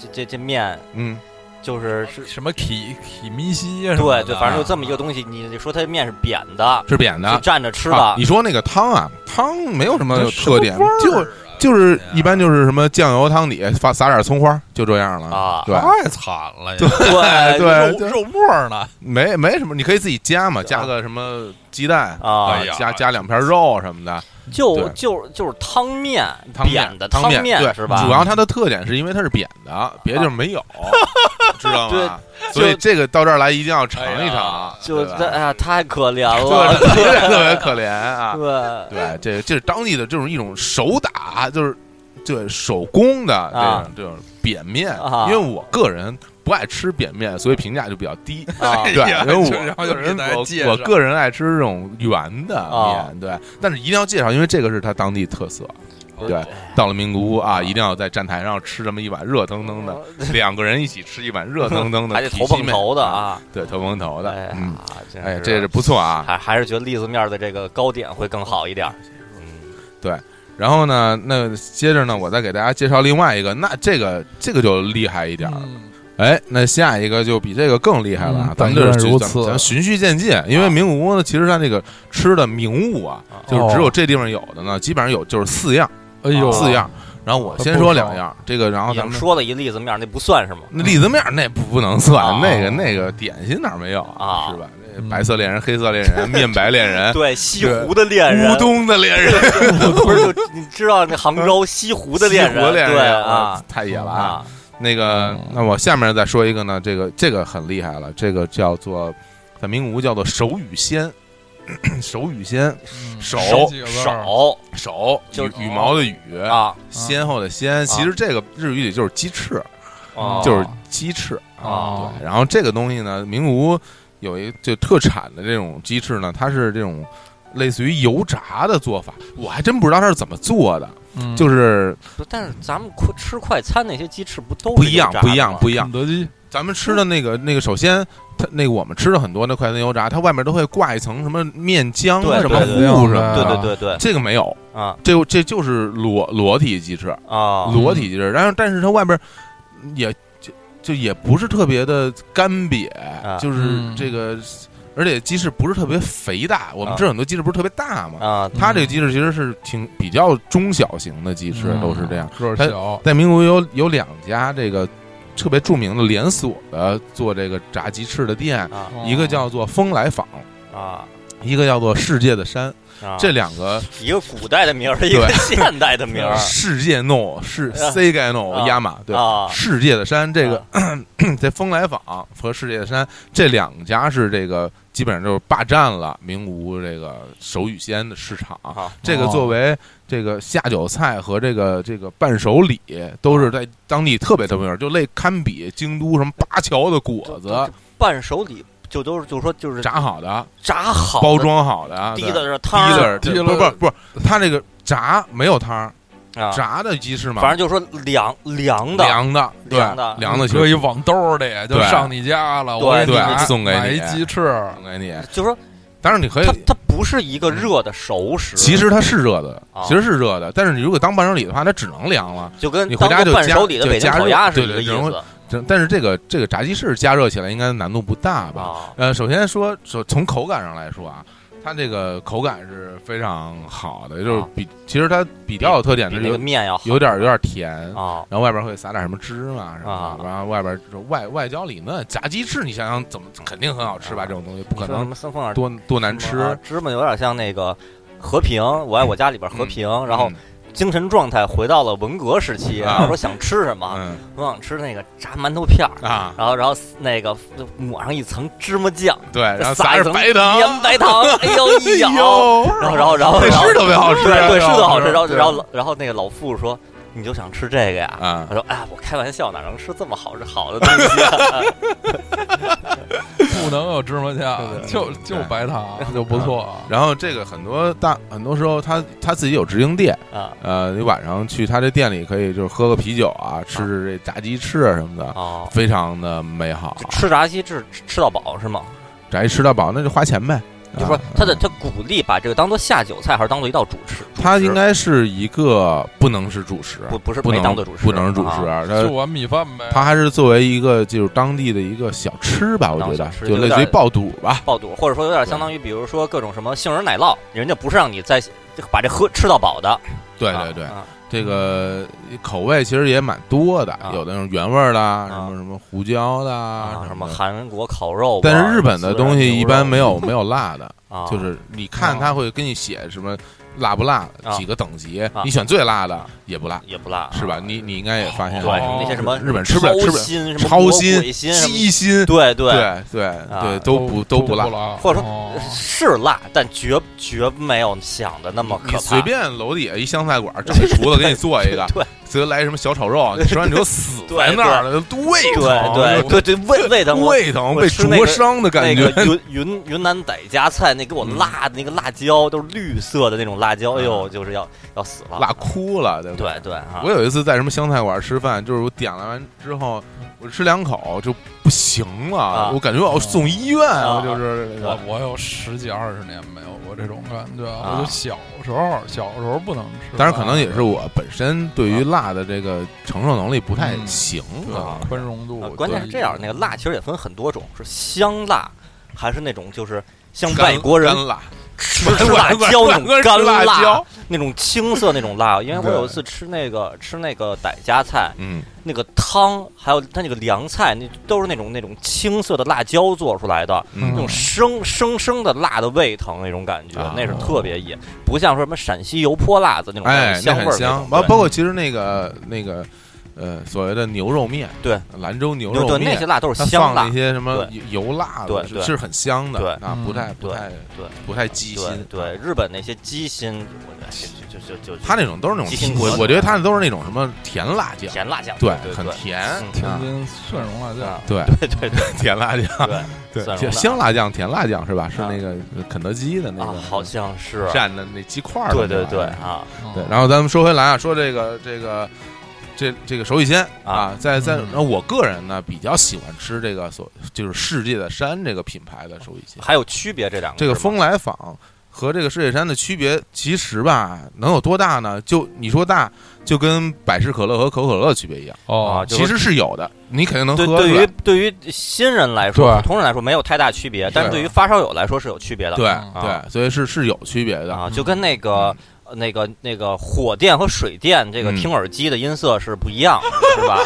[SPEAKER 2] 这这这面
[SPEAKER 1] 嗯，
[SPEAKER 2] 就是是。
[SPEAKER 3] 什么体体米西啊什么
[SPEAKER 2] 对
[SPEAKER 3] 的？
[SPEAKER 2] 对，反正就这么一个东西。你你说它面是扁的，
[SPEAKER 1] 是扁的
[SPEAKER 2] 是。站着吃
[SPEAKER 1] 啊
[SPEAKER 2] 的
[SPEAKER 1] 你，说那个汤啊，汤没有什么
[SPEAKER 3] 这哎什么
[SPEAKER 1] 特点
[SPEAKER 3] 味儿，
[SPEAKER 1] 就
[SPEAKER 3] 啊
[SPEAKER 1] 就是一般就是什么酱油汤底发撒点葱花，就这样了
[SPEAKER 2] 啊
[SPEAKER 1] 对，
[SPEAKER 3] 太惨了，
[SPEAKER 1] 对
[SPEAKER 2] 对
[SPEAKER 1] 对
[SPEAKER 3] 肉肉沫呢？
[SPEAKER 1] 没没什么，你可以自己加嘛，加个什么鸡蛋
[SPEAKER 2] 啊
[SPEAKER 3] 哎呀
[SPEAKER 1] 加加两片肉什么的，
[SPEAKER 2] 就
[SPEAKER 1] 对
[SPEAKER 2] 就就是汤面，
[SPEAKER 1] 汤面
[SPEAKER 2] 扁的
[SPEAKER 1] 汤面
[SPEAKER 2] 面
[SPEAKER 1] 对
[SPEAKER 2] 是吧？
[SPEAKER 1] 主要它的特点是因为它是扁的，别的地儿 没有，知道吗？
[SPEAKER 2] 就
[SPEAKER 1] 所以这个到这儿来一定要尝一尝，
[SPEAKER 2] 就
[SPEAKER 1] 对吧
[SPEAKER 2] 哎呀，太可怜
[SPEAKER 1] 对
[SPEAKER 2] 了，
[SPEAKER 1] 特别特别可怜啊！
[SPEAKER 2] 对
[SPEAKER 1] 对，这这是当地的这种一种手打，就是对手工的这种、
[SPEAKER 2] 啊
[SPEAKER 1] 这种扁面、
[SPEAKER 2] 啊
[SPEAKER 1] 因为我个人不爱吃扁面，所以评价就比较低。
[SPEAKER 2] 啊
[SPEAKER 1] 对，
[SPEAKER 3] 呀
[SPEAKER 1] 因为我
[SPEAKER 3] 这然后就
[SPEAKER 1] 个人
[SPEAKER 3] 给大家
[SPEAKER 1] 我
[SPEAKER 3] 介
[SPEAKER 1] 我
[SPEAKER 3] 绍
[SPEAKER 1] 个人爱吃这种圆的面、
[SPEAKER 2] 啊
[SPEAKER 1] 对，但是一定要介绍，因为这个是它当地特色。对，到了名古屋啊，一定要在站台上吃这么一碗热腾腾的，两个人一起吃一碗热腾腾的，
[SPEAKER 2] 还得头碰头的，啊，
[SPEAKER 1] 对，头碰头的，
[SPEAKER 2] 哎呀
[SPEAKER 1] 嗯，，
[SPEAKER 2] 真
[SPEAKER 1] 哎，这是不错啊，
[SPEAKER 2] 还还是觉得栗子面儿的这个糕点会更好一点 儿。嗯，
[SPEAKER 1] 然后呢，那接着呢，我再给大家介绍另外一个，那这个这个就厉害一点儿了。
[SPEAKER 3] 嗯
[SPEAKER 1] 哎，那下一个就比这个更厉害了啊。
[SPEAKER 3] 嗯
[SPEAKER 1] 咱们这
[SPEAKER 3] 但
[SPEAKER 1] 是
[SPEAKER 3] 愿如
[SPEAKER 1] 咱们
[SPEAKER 3] 此
[SPEAKER 1] 咱们循序渐进，因为名古屋呢，其实它这个吃的名物啊，
[SPEAKER 2] 啊
[SPEAKER 1] 就是只有这地方有的呢，基本上有就是四样，
[SPEAKER 3] 哎呦，
[SPEAKER 1] 四样。然后我先说两样，这个然后
[SPEAKER 2] 已
[SPEAKER 1] 咱
[SPEAKER 2] 经
[SPEAKER 1] 们
[SPEAKER 2] 说了一栗子面儿，那不算是 吗？
[SPEAKER 1] 那栗子面儿那不不能算
[SPEAKER 2] 啊，
[SPEAKER 1] 那个那个点心哪儿没有
[SPEAKER 2] 啊
[SPEAKER 1] 是吧？那
[SPEAKER 3] 嗯
[SPEAKER 1] 白色恋人、黑色恋人、面白恋人、
[SPEAKER 2] 对，西湖的恋人
[SPEAKER 1] 乌，冬的恋 人、
[SPEAKER 2] 不是就你知道那杭州西湖的恋
[SPEAKER 1] 西湖
[SPEAKER 2] 人，
[SPEAKER 1] 恋
[SPEAKER 2] 对
[SPEAKER 1] 人
[SPEAKER 2] 啊，
[SPEAKER 1] 太野了啊！
[SPEAKER 2] 啊
[SPEAKER 1] 那个
[SPEAKER 3] 嗯，
[SPEAKER 1] 那我下面再说一个呢，这个这个很厉害了，这个叫做在名古屋叫做手语仙， 手语仙，
[SPEAKER 3] 嗯
[SPEAKER 1] 手
[SPEAKER 3] 几个字儿
[SPEAKER 2] 手
[SPEAKER 1] 手
[SPEAKER 2] 就是哦
[SPEAKER 1] 羽羽毛的羽，
[SPEAKER 2] 啊
[SPEAKER 1] 先后的先，其实这个日语里就是鸡翅，
[SPEAKER 2] 啊，
[SPEAKER 1] 就是鸡翅
[SPEAKER 3] 啊
[SPEAKER 2] 哦
[SPEAKER 1] 啊对，然后这个东西呢，名古屋有一就特产的这种鸡翅呢，它是这种类似于油炸的做法，我还真不知道它是怎么做的，
[SPEAKER 3] 嗯
[SPEAKER 1] 就是
[SPEAKER 2] 不但是咱们快吃快餐那些鸡翅不都是
[SPEAKER 1] 不一样
[SPEAKER 2] 油炸，的
[SPEAKER 1] 不一样
[SPEAKER 2] 吗，
[SPEAKER 1] 不一样
[SPEAKER 3] 肯。德基，
[SPEAKER 1] 咱们吃的那个那个，首先它那个我们吃的很多那快餐油炸，它外面都会挂一层什么面浆
[SPEAKER 2] 对
[SPEAKER 1] 啊什么
[SPEAKER 2] 对对对
[SPEAKER 1] 糊什么
[SPEAKER 2] 对
[SPEAKER 1] 的，
[SPEAKER 2] 对对对
[SPEAKER 1] 这个没有，
[SPEAKER 2] 啊
[SPEAKER 1] 这这就是裸裸体鸡翅，
[SPEAKER 2] 啊
[SPEAKER 1] 裸体鸡翅。然后但是它外边也就就也不是特别的干瘪，
[SPEAKER 2] 啊
[SPEAKER 1] 就是
[SPEAKER 3] 嗯
[SPEAKER 1] 这个，而且鸡翅不是特别肥大。我们
[SPEAKER 2] 啊
[SPEAKER 1] 吃很多鸡翅不是特别大嘛，
[SPEAKER 2] 啊
[SPEAKER 1] 它这个鸡翅其实是挺比较中小型的鸡翅，
[SPEAKER 3] 嗯
[SPEAKER 1] 都是这样。
[SPEAKER 3] 个儿小，
[SPEAKER 1] 在民国有有两家这个特别著名的连锁的做这个炸鸡翅的店，
[SPEAKER 2] 啊
[SPEAKER 1] 一
[SPEAKER 3] 哦
[SPEAKER 1] 个叫做风来坊，
[SPEAKER 2] 啊
[SPEAKER 1] 一个叫做世界的山，
[SPEAKER 2] 啊！
[SPEAKER 1] 这两个
[SPEAKER 2] 一个古代的名儿，一个现代的名儿
[SPEAKER 1] 世界 no 是
[SPEAKER 2] 啊
[SPEAKER 1] C 该 no
[SPEAKER 2] 啊
[SPEAKER 1] 亚马 对。
[SPEAKER 2] 啊
[SPEAKER 1] 世界的山，这个、在风来坊和世界的山这两家是这个基本上就是霸占了名古屋这个手语鲜的市场。
[SPEAKER 2] 啊
[SPEAKER 1] 这个
[SPEAKER 3] 哦
[SPEAKER 1] 作为这个下酒菜和这个这个伴手礼，都
[SPEAKER 3] 啊
[SPEAKER 1] 是在当地特别特别有名，就类堪比京都什么八桥的果子，
[SPEAKER 2] 伴手礼就都是就是说就是
[SPEAKER 1] 炸好的、
[SPEAKER 2] 炸好的
[SPEAKER 1] 包装好的、
[SPEAKER 2] 滴
[SPEAKER 1] 对
[SPEAKER 2] 的是汤
[SPEAKER 1] 滴的，
[SPEAKER 2] 儿
[SPEAKER 3] 滴
[SPEAKER 1] 这
[SPEAKER 3] 了
[SPEAKER 1] 不是不是不是，它这个炸没有汤儿，
[SPEAKER 2] 啊，
[SPEAKER 1] 炸的鸡翅嘛，
[SPEAKER 2] 反正就是说凉凉的
[SPEAKER 1] 凉的，对
[SPEAKER 2] 凉的
[SPEAKER 1] 凉的鸡
[SPEAKER 3] 搁
[SPEAKER 1] 翅
[SPEAKER 3] 一网兜里就
[SPEAKER 1] 对
[SPEAKER 3] 上你家了，
[SPEAKER 2] 对
[SPEAKER 3] 我给你
[SPEAKER 1] 对
[SPEAKER 3] 拿
[SPEAKER 1] 送给
[SPEAKER 3] 嗯买
[SPEAKER 1] 你
[SPEAKER 3] 一鸡翅，
[SPEAKER 1] 送给你。
[SPEAKER 2] 就是说
[SPEAKER 1] 当然你可以
[SPEAKER 2] 它，它不是一个热的熟食，
[SPEAKER 1] 哎其实它是热的
[SPEAKER 2] 啊，
[SPEAKER 1] 其实是热的，但是你如果当伴手礼的话，它只能凉了。
[SPEAKER 2] 就跟
[SPEAKER 1] 你回
[SPEAKER 2] 当
[SPEAKER 1] 家
[SPEAKER 2] 做
[SPEAKER 1] 就
[SPEAKER 2] 伴
[SPEAKER 1] 加
[SPEAKER 2] 手礼的
[SPEAKER 1] 就
[SPEAKER 2] 北京
[SPEAKER 1] 加
[SPEAKER 2] 烤
[SPEAKER 1] 热
[SPEAKER 2] 鸭是
[SPEAKER 1] 对
[SPEAKER 2] 一个
[SPEAKER 1] 对啊
[SPEAKER 2] 意
[SPEAKER 1] 然后
[SPEAKER 2] 思
[SPEAKER 1] 这但是这个这个炸鸡翅加热起来应该难度不大吧？
[SPEAKER 2] 啊
[SPEAKER 1] 呃，首先说，说从口感上来说啊，它这个口感是非常好的，就是
[SPEAKER 2] 啊
[SPEAKER 1] 比、其实它比较有特点
[SPEAKER 2] 比
[SPEAKER 1] 的
[SPEAKER 2] 那
[SPEAKER 1] 有
[SPEAKER 2] 个面要好
[SPEAKER 1] 有点有点甜，
[SPEAKER 2] 啊
[SPEAKER 1] 然后外边会撒点什么芝麻什么
[SPEAKER 2] 啊
[SPEAKER 1] 的，然后外边就是外外焦里嫩，炸鸡翅你想想怎么肯定很好吃吧？
[SPEAKER 2] 啊
[SPEAKER 1] 这种东西不
[SPEAKER 2] 你
[SPEAKER 1] 可
[SPEAKER 2] 说什
[SPEAKER 1] 能
[SPEAKER 2] 么三凤耳
[SPEAKER 1] 多多难吃嗯
[SPEAKER 2] 什。么啊芝麻有点像那个和平，我爱我家里边和平，然后精神状态回到了文革时期，
[SPEAKER 1] 啊
[SPEAKER 2] 然后说想吃什么，
[SPEAKER 1] 嗯
[SPEAKER 2] 我想吃那个炸馒头片儿。
[SPEAKER 1] 啊，
[SPEAKER 2] 然后，然后那个抹上一层芝麻酱，
[SPEAKER 1] 对，然后
[SPEAKER 2] 撒
[SPEAKER 1] 撒
[SPEAKER 2] 一
[SPEAKER 1] 点
[SPEAKER 2] 层
[SPEAKER 1] 白糖，
[SPEAKER 2] 盐 白糖，哎呦一
[SPEAKER 1] 啊哎
[SPEAKER 2] 咬，
[SPEAKER 1] 呦，
[SPEAKER 2] 然后然后然后
[SPEAKER 1] 对
[SPEAKER 2] 然后
[SPEAKER 1] 是特别好吃，
[SPEAKER 2] 对对
[SPEAKER 1] 特
[SPEAKER 2] 是
[SPEAKER 1] 别
[SPEAKER 2] 的好吃，然后
[SPEAKER 1] 对
[SPEAKER 2] 然后老然后那个老傅说，你就想吃这个呀？
[SPEAKER 1] 啊
[SPEAKER 2] 我，说，哎呀，我开玩笑，哪能吃这么好是好的东西啊？
[SPEAKER 3] 不能有芝麻
[SPEAKER 1] 对
[SPEAKER 3] 酱，
[SPEAKER 1] 对
[SPEAKER 3] 就
[SPEAKER 1] 对
[SPEAKER 3] 就白糖就不错。
[SPEAKER 1] 然后这个很多大很多时候他他自己有直营店。
[SPEAKER 2] 啊
[SPEAKER 1] 呃，你晚上去他这店里可以就是喝个啤酒啊，吃吃这炸鸡翅啊什么的，
[SPEAKER 2] 哦，
[SPEAKER 1] 非常的美好。
[SPEAKER 2] 就吃炸鸡翅吃吃到饱是吗？
[SPEAKER 1] 炸鸡吃到饱，那就花钱呗。
[SPEAKER 2] 就说
[SPEAKER 1] 啊
[SPEAKER 2] 他的他鼓励把这个当做下酒菜，还是当做一道主食？
[SPEAKER 1] 它
[SPEAKER 2] 主食
[SPEAKER 1] 应该是一个不能是主食，
[SPEAKER 2] 不不是
[SPEAKER 1] 不
[SPEAKER 2] 没
[SPEAKER 1] 能
[SPEAKER 2] 当做主食，
[SPEAKER 1] 不能是主食，
[SPEAKER 2] 啊
[SPEAKER 3] 就
[SPEAKER 1] 它
[SPEAKER 3] 碗米饭呗，
[SPEAKER 1] 呃它还是作为一个就是当地的一个小吃吧，我觉
[SPEAKER 2] 当
[SPEAKER 1] 得
[SPEAKER 2] 小吃
[SPEAKER 1] 就类似于爆肚吧。
[SPEAKER 2] 爆肚，或者说有点相当于，比如说各种什么杏仁奶酪，人家不是让你在把这喝吃到饱的。
[SPEAKER 1] 对
[SPEAKER 2] 啊
[SPEAKER 1] 对对，
[SPEAKER 2] 啊
[SPEAKER 1] 这个口味其实也蛮多的
[SPEAKER 2] 啊，
[SPEAKER 1] 有的那种原味儿的啊，什么什么胡椒的啊
[SPEAKER 2] 啊，什
[SPEAKER 1] 什
[SPEAKER 2] 么
[SPEAKER 1] 的。
[SPEAKER 2] 韩国烤肉啊，
[SPEAKER 1] 但是日本的
[SPEAKER 2] 孜然
[SPEAKER 1] 东西
[SPEAKER 2] 牛
[SPEAKER 1] 一般
[SPEAKER 2] 肉
[SPEAKER 1] 没 有没有辣的，
[SPEAKER 2] 啊，
[SPEAKER 1] 就是你看
[SPEAKER 3] 啊
[SPEAKER 1] 他会跟你写什么辣不辣
[SPEAKER 2] 啊
[SPEAKER 1] 几个等级，你选最辣的也不辣，
[SPEAKER 2] 也不辣，
[SPEAKER 1] 是吧？你你应该也发现
[SPEAKER 2] 对
[SPEAKER 1] 了
[SPEAKER 3] 哦
[SPEAKER 2] 那些什么
[SPEAKER 1] 日本吃不了吃不了
[SPEAKER 2] 心什么
[SPEAKER 1] 超
[SPEAKER 2] 魔
[SPEAKER 1] 心
[SPEAKER 2] 鬼、心什么
[SPEAKER 1] 鸡心，
[SPEAKER 2] 对对啊
[SPEAKER 1] 对对对，都不
[SPEAKER 3] 都
[SPEAKER 1] 不辣。
[SPEAKER 3] 辣，
[SPEAKER 2] 或者说
[SPEAKER 3] 哦
[SPEAKER 2] 是辣，但绝绝没有想的那么可
[SPEAKER 1] 你
[SPEAKER 2] 怕。
[SPEAKER 1] 随便楼底下一湘
[SPEAKER 2] ，
[SPEAKER 1] 菜馆，正给厨子给你做一个
[SPEAKER 2] 对
[SPEAKER 1] 再来什么小炒 肉，你吃完你就死
[SPEAKER 2] 对
[SPEAKER 1] 在那儿了，都胃
[SPEAKER 2] 对
[SPEAKER 1] 疼，
[SPEAKER 2] 对对对，胃胃疼我。
[SPEAKER 1] 胃疼，
[SPEAKER 2] 我
[SPEAKER 1] 被
[SPEAKER 2] 吃那
[SPEAKER 1] 灼
[SPEAKER 2] 个
[SPEAKER 1] 伤的感
[SPEAKER 2] 那
[SPEAKER 1] 觉嗯
[SPEAKER 2] 个。云云云南傣家菜，那给我辣的那个辣椒都是绿色的那种辣椒，哎呦，就是要要死了，
[SPEAKER 1] 辣哭了，对不
[SPEAKER 2] 对对啊
[SPEAKER 1] 我，有一次在什么湘菜馆吃饭，就是我点了完之后，我吃两口就不行了，
[SPEAKER 2] 啊
[SPEAKER 1] 我感觉我要送医院
[SPEAKER 2] 啊
[SPEAKER 1] 就是那
[SPEAKER 2] 啊
[SPEAKER 1] 个
[SPEAKER 3] 我我有十几二十年没有过这种感觉，
[SPEAKER 2] 啊
[SPEAKER 3] 我就小时候小时候不能吃，
[SPEAKER 1] 当然，可能也是我本身对于辣的这个承受能力不太行
[SPEAKER 3] 对
[SPEAKER 1] 啊。
[SPEAKER 3] 宽容度
[SPEAKER 2] 呃，关键是
[SPEAKER 3] 对
[SPEAKER 2] 这样，那个辣其实也分很多种，是香辣，还是那种就是像
[SPEAKER 1] 干
[SPEAKER 2] 外国人
[SPEAKER 1] 干辣，
[SPEAKER 2] 吃辣椒那
[SPEAKER 1] 外国
[SPEAKER 2] 种
[SPEAKER 1] 人
[SPEAKER 2] 干
[SPEAKER 1] 吃辣椒，
[SPEAKER 2] 那种青色那种辣。因为我
[SPEAKER 1] 对
[SPEAKER 2] 有一次吃那个吃那个傣家菜，
[SPEAKER 1] 嗯，
[SPEAKER 2] 那个汤还有它那个凉菜，那都是那种那种青色的辣椒做出来的，
[SPEAKER 1] 嗯
[SPEAKER 2] 那种生生生的辣的胃疼那种感觉，
[SPEAKER 1] 啊
[SPEAKER 2] 那是特别野，不像说什么陕西油泼辣子那种
[SPEAKER 1] 哎，那
[SPEAKER 2] 香味
[SPEAKER 1] 很
[SPEAKER 2] 儿
[SPEAKER 1] 香。
[SPEAKER 2] 那
[SPEAKER 1] 完，
[SPEAKER 2] 种
[SPEAKER 1] 包括其实那个那个。呃所谓的牛肉面，
[SPEAKER 2] 对，
[SPEAKER 1] 兰州牛
[SPEAKER 2] 对
[SPEAKER 1] 肉
[SPEAKER 2] 对，那些
[SPEAKER 1] 面，
[SPEAKER 2] 辣都
[SPEAKER 1] 它
[SPEAKER 2] 是
[SPEAKER 1] 放
[SPEAKER 2] 香
[SPEAKER 1] 那
[SPEAKER 2] 辣，
[SPEAKER 1] 些什么
[SPEAKER 2] 对
[SPEAKER 1] 油油辣的，
[SPEAKER 2] 对
[SPEAKER 1] 是
[SPEAKER 2] 对
[SPEAKER 1] 是很香的
[SPEAKER 2] 对嗯
[SPEAKER 1] 啊，不太不
[SPEAKER 2] 对
[SPEAKER 1] 太
[SPEAKER 2] 对
[SPEAKER 1] 不太鸡
[SPEAKER 2] 对
[SPEAKER 1] 心，啊
[SPEAKER 2] 对，日本那些鸡心，我就就就就
[SPEAKER 1] 他那种都是那种
[SPEAKER 2] 鸡心
[SPEAKER 1] 甜，我
[SPEAKER 2] 鹅
[SPEAKER 1] 我觉得他那都是那种什么甜辣酱，
[SPEAKER 2] 甜辣酱，
[SPEAKER 1] 对，
[SPEAKER 2] 对，
[SPEAKER 1] 很
[SPEAKER 2] 对
[SPEAKER 1] 甜，
[SPEAKER 2] 嗯
[SPEAKER 3] 天
[SPEAKER 1] 啊
[SPEAKER 3] 津蒜蓉辣酱，
[SPEAKER 2] 啊，
[SPEAKER 1] 对，
[SPEAKER 2] 对 对对
[SPEAKER 1] 甜辣酱，对
[SPEAKER 2] 对，蒜，蓉
[SPEAKER 1] 甜
[SPEAKER 2] 的
[SPEAKER 1] 香辣酱、甜辣酱是吧？是
[SPEAKER 2] 啊
[SPEAKER 1] 那个呃肯德基的那
[SPEAKER 2] 啊，
[SPEAKER 1] 个，
[SPEAKER 2] 好像是，
[SPEAKER 1] 蘸的那鸡块儿的
[SPEAKER 2] 对
[SPEAKER 1] 那
[SPEAKER 2] 对
[SPEAKER 1] 个，
[SPEAKER 2] 对啊，
[SPEAKER 1] 对。
[SPEAKER 3] 嗯
[SPEAKER 1] 然后咱们说回来啊，说这个这个这这个手语鲜啊
[SPEAKER 2] 啊，
[SPEAKER 1] 在在
[SPEAKER 3] 嗯
[SPEAKER 1] 那我个人呢比较喜欢吃这个所就是世界的山这个品牌的手语鲜，
[SPEAKER 2] 还有区别这两个
[SPEAKER 1] 这个
[SPEAKER 2] 是吗
[SPEAKER 1] 风来坊和这个世界山的区别，其实吧能有多大呢？就你说大，就跟百事可乐和可口可乐的区别一样，
[SPEAKER 2] 啊
[SPEAKER 3] 哦，
[SPEAKER 2] 就
[SPEAKER 1] 其
[SPEAKER 2] 是
[SPEAKER 1] 实是有的，你肯定能喝出
[SPEAKER 2] 对，对
[SPEAKER 1] 来
[SPEAKER 2] 于。对于新人来说，
[SPEAKER 3] 对
[SPEAKER 2] 普通人来说没有太大区别，但是对于发烧友来说是有区别的。
[SPEAKER 1] 啊对
[SPEAKER 3] 啊
[SPEAKER 1] 对，所以是是有区别的。嗯
[SPEAKER 2] 啊，就跟那个、呃那个那个火电和水电这个
[SPEAKER 1] 嗯
[SPEAKER 2] 听耳机的音色是不一样，是吧？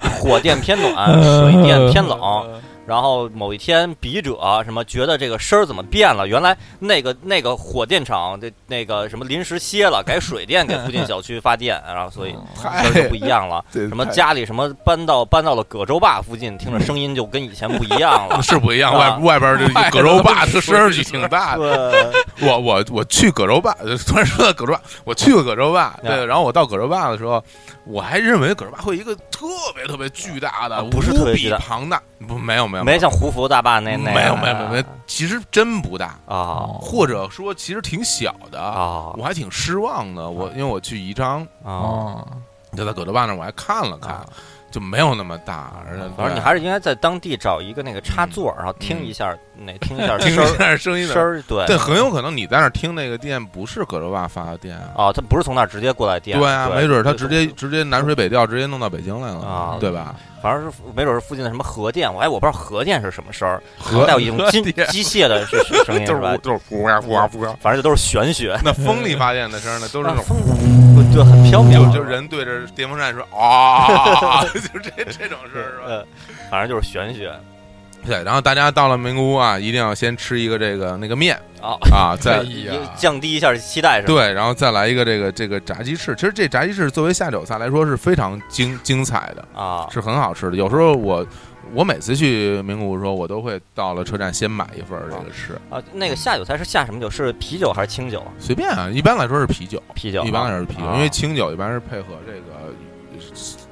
[SPEAKER 2] 火电偏暖，
[SPEAKER 3] 呃
[SPEAKER 2] 水电偏冷。
[SPEAKER 3] 哦
[SPEAKER 2] 然后某一天，笔者啊什么觉得这个声儿怎么变了？原来那个那个火电厂的那个什么临时歇了，改水电给附近小区发电，然后所以
[SPEAKER 1] 太
[SPEAKER 2] 声儿 就不一样了。
[SPEAKER 1] 什。
[SPEAKER 2] 什么家里什么搬到搬到了葛洲坝附近，听着声音就跟以前不一样 了
[SPEAKER 1] 是不一样，
[SPEAKER 2] 啊
[SPEAKER 1] 外外边儿这葛洲坝这声儿 就挺大的。
[SPEAKER 2] 对，
[SPEAKER 1] 我我我去葛洲坝， 突然说到葛洲坝，我去过葛洲坝，
[SPEAKER 2] 啊
[SPEAKER 1] 对。然后我到葛洲坝的时候，我还认为葛洲坝会一个特别特别巨大的，
[SPEAKER 2] 啊不是特
[SPEAKER 1] 无
[SPEAKER 2] 别
[SPEAKER 1] 比
[SPEAKER 2] 巨大
[SPEAKER 1] 庞大，不没有没有
[SPEAKER 2] 没像胡佛大坝那那
[SPEAKER 1] 没有
[SPEAKER 2] 样
[SPEAKER 1] 没有没有没有，其实真不大，
[SPEAKER 2] 啊
[SPEAKER 1] 或者说其实挺小的。
[SPEAKER 2] 啊
[SPEAKER 1] 我还挺失望的，我因为我去宜昌，
[SPEAKER 2] 啊！
[SPEAKER 3] 哦，
[SPEAKER 1] 就在葛洲坝那儿我还看了看，就没有那么大，而且
[SPEAKER 2] 嗯反正你还是应该在当地找一个那个插座，然后听一下那听一下
[SPEAKER 1] 嗯 听
[SPEAKER 2] 声儿
[SPEAKER 1] 着声音的
[SPEAKER 2] 声儿，对
[SPEAKER 1] 对，很有可能你在那儿听那个店不是葛洲坝发的店啊，
[SPEAKER 2] 啊，他不是从那儿直接过来电，
[SPEAKER 1] 对啊，没准儿他直接
[SPEAKER 2] 对
[SPEAKER 1] 直接南水北调，直接弄到北京来了，
[SPEAKER 2] 啊
[SPEAKER 1] 对 吧？
[SPEAKER 2] 反正是没准是附近的什么核电，我哎我不知道核电是什么声儿，
[SPEAKER 1] 核
[SPEAKER 2] 带有一种机
[SPEAKER 1] 核电
[SPEAKER 2] 机械的是是声音是吧？
[SPEAKER 1] 就是呼呀呼呀呼
[SPEAKER 3] 哦
[SPEAKER 1] 呀，
[SPEAKER 2] 反正这都是玄学，
[SPEAKER 1] 那风力发电的声儿呢，都是那
[SPEAKER 2] 啊
[SPEAKER 1] 种。
[SPEAKER 2] 风对很飘渺，
[SPEAKER 1] 就就人对着电风扇说啊， 就这这种事儿是吧？
[SPEAKER 2] 呃，反正就是玄学
[SPEAKER 1] 对，然后大家到了名古屋啊，一定要先吃一个这个那个面
[SPEAKER 2] 啊，
[SPEAKER 1] 啊，再
[SPEAKER 3] 哎呀
[SPEAKER 2] 也降低一下期待是吧？
[SPEAKER 1] 对，然后再来一个这个这个炸鸡翅。其实这炸鸡翅作为下酒菜来说是非常精精彩的，
[SPEAKER 2] 啊，
[SPEAKER 1] 是很好吃的。有时候我我每次去名古屋的时候，我都会到了车站先买一份儿这个吃，
[SPEAKER 2] 啊，那个下酒菜是下什么酒？是啤酒还是清酒？
[SPEAKER 1] 随便啊。一般来说是啤酒，
[SPEAKER 2] 啤酒啊，
[SPEAKER 1] 一般来说是啤酒，
[SPEAKER 2] 啊
[SPEAKER 1] 因为清酒一般是配合这个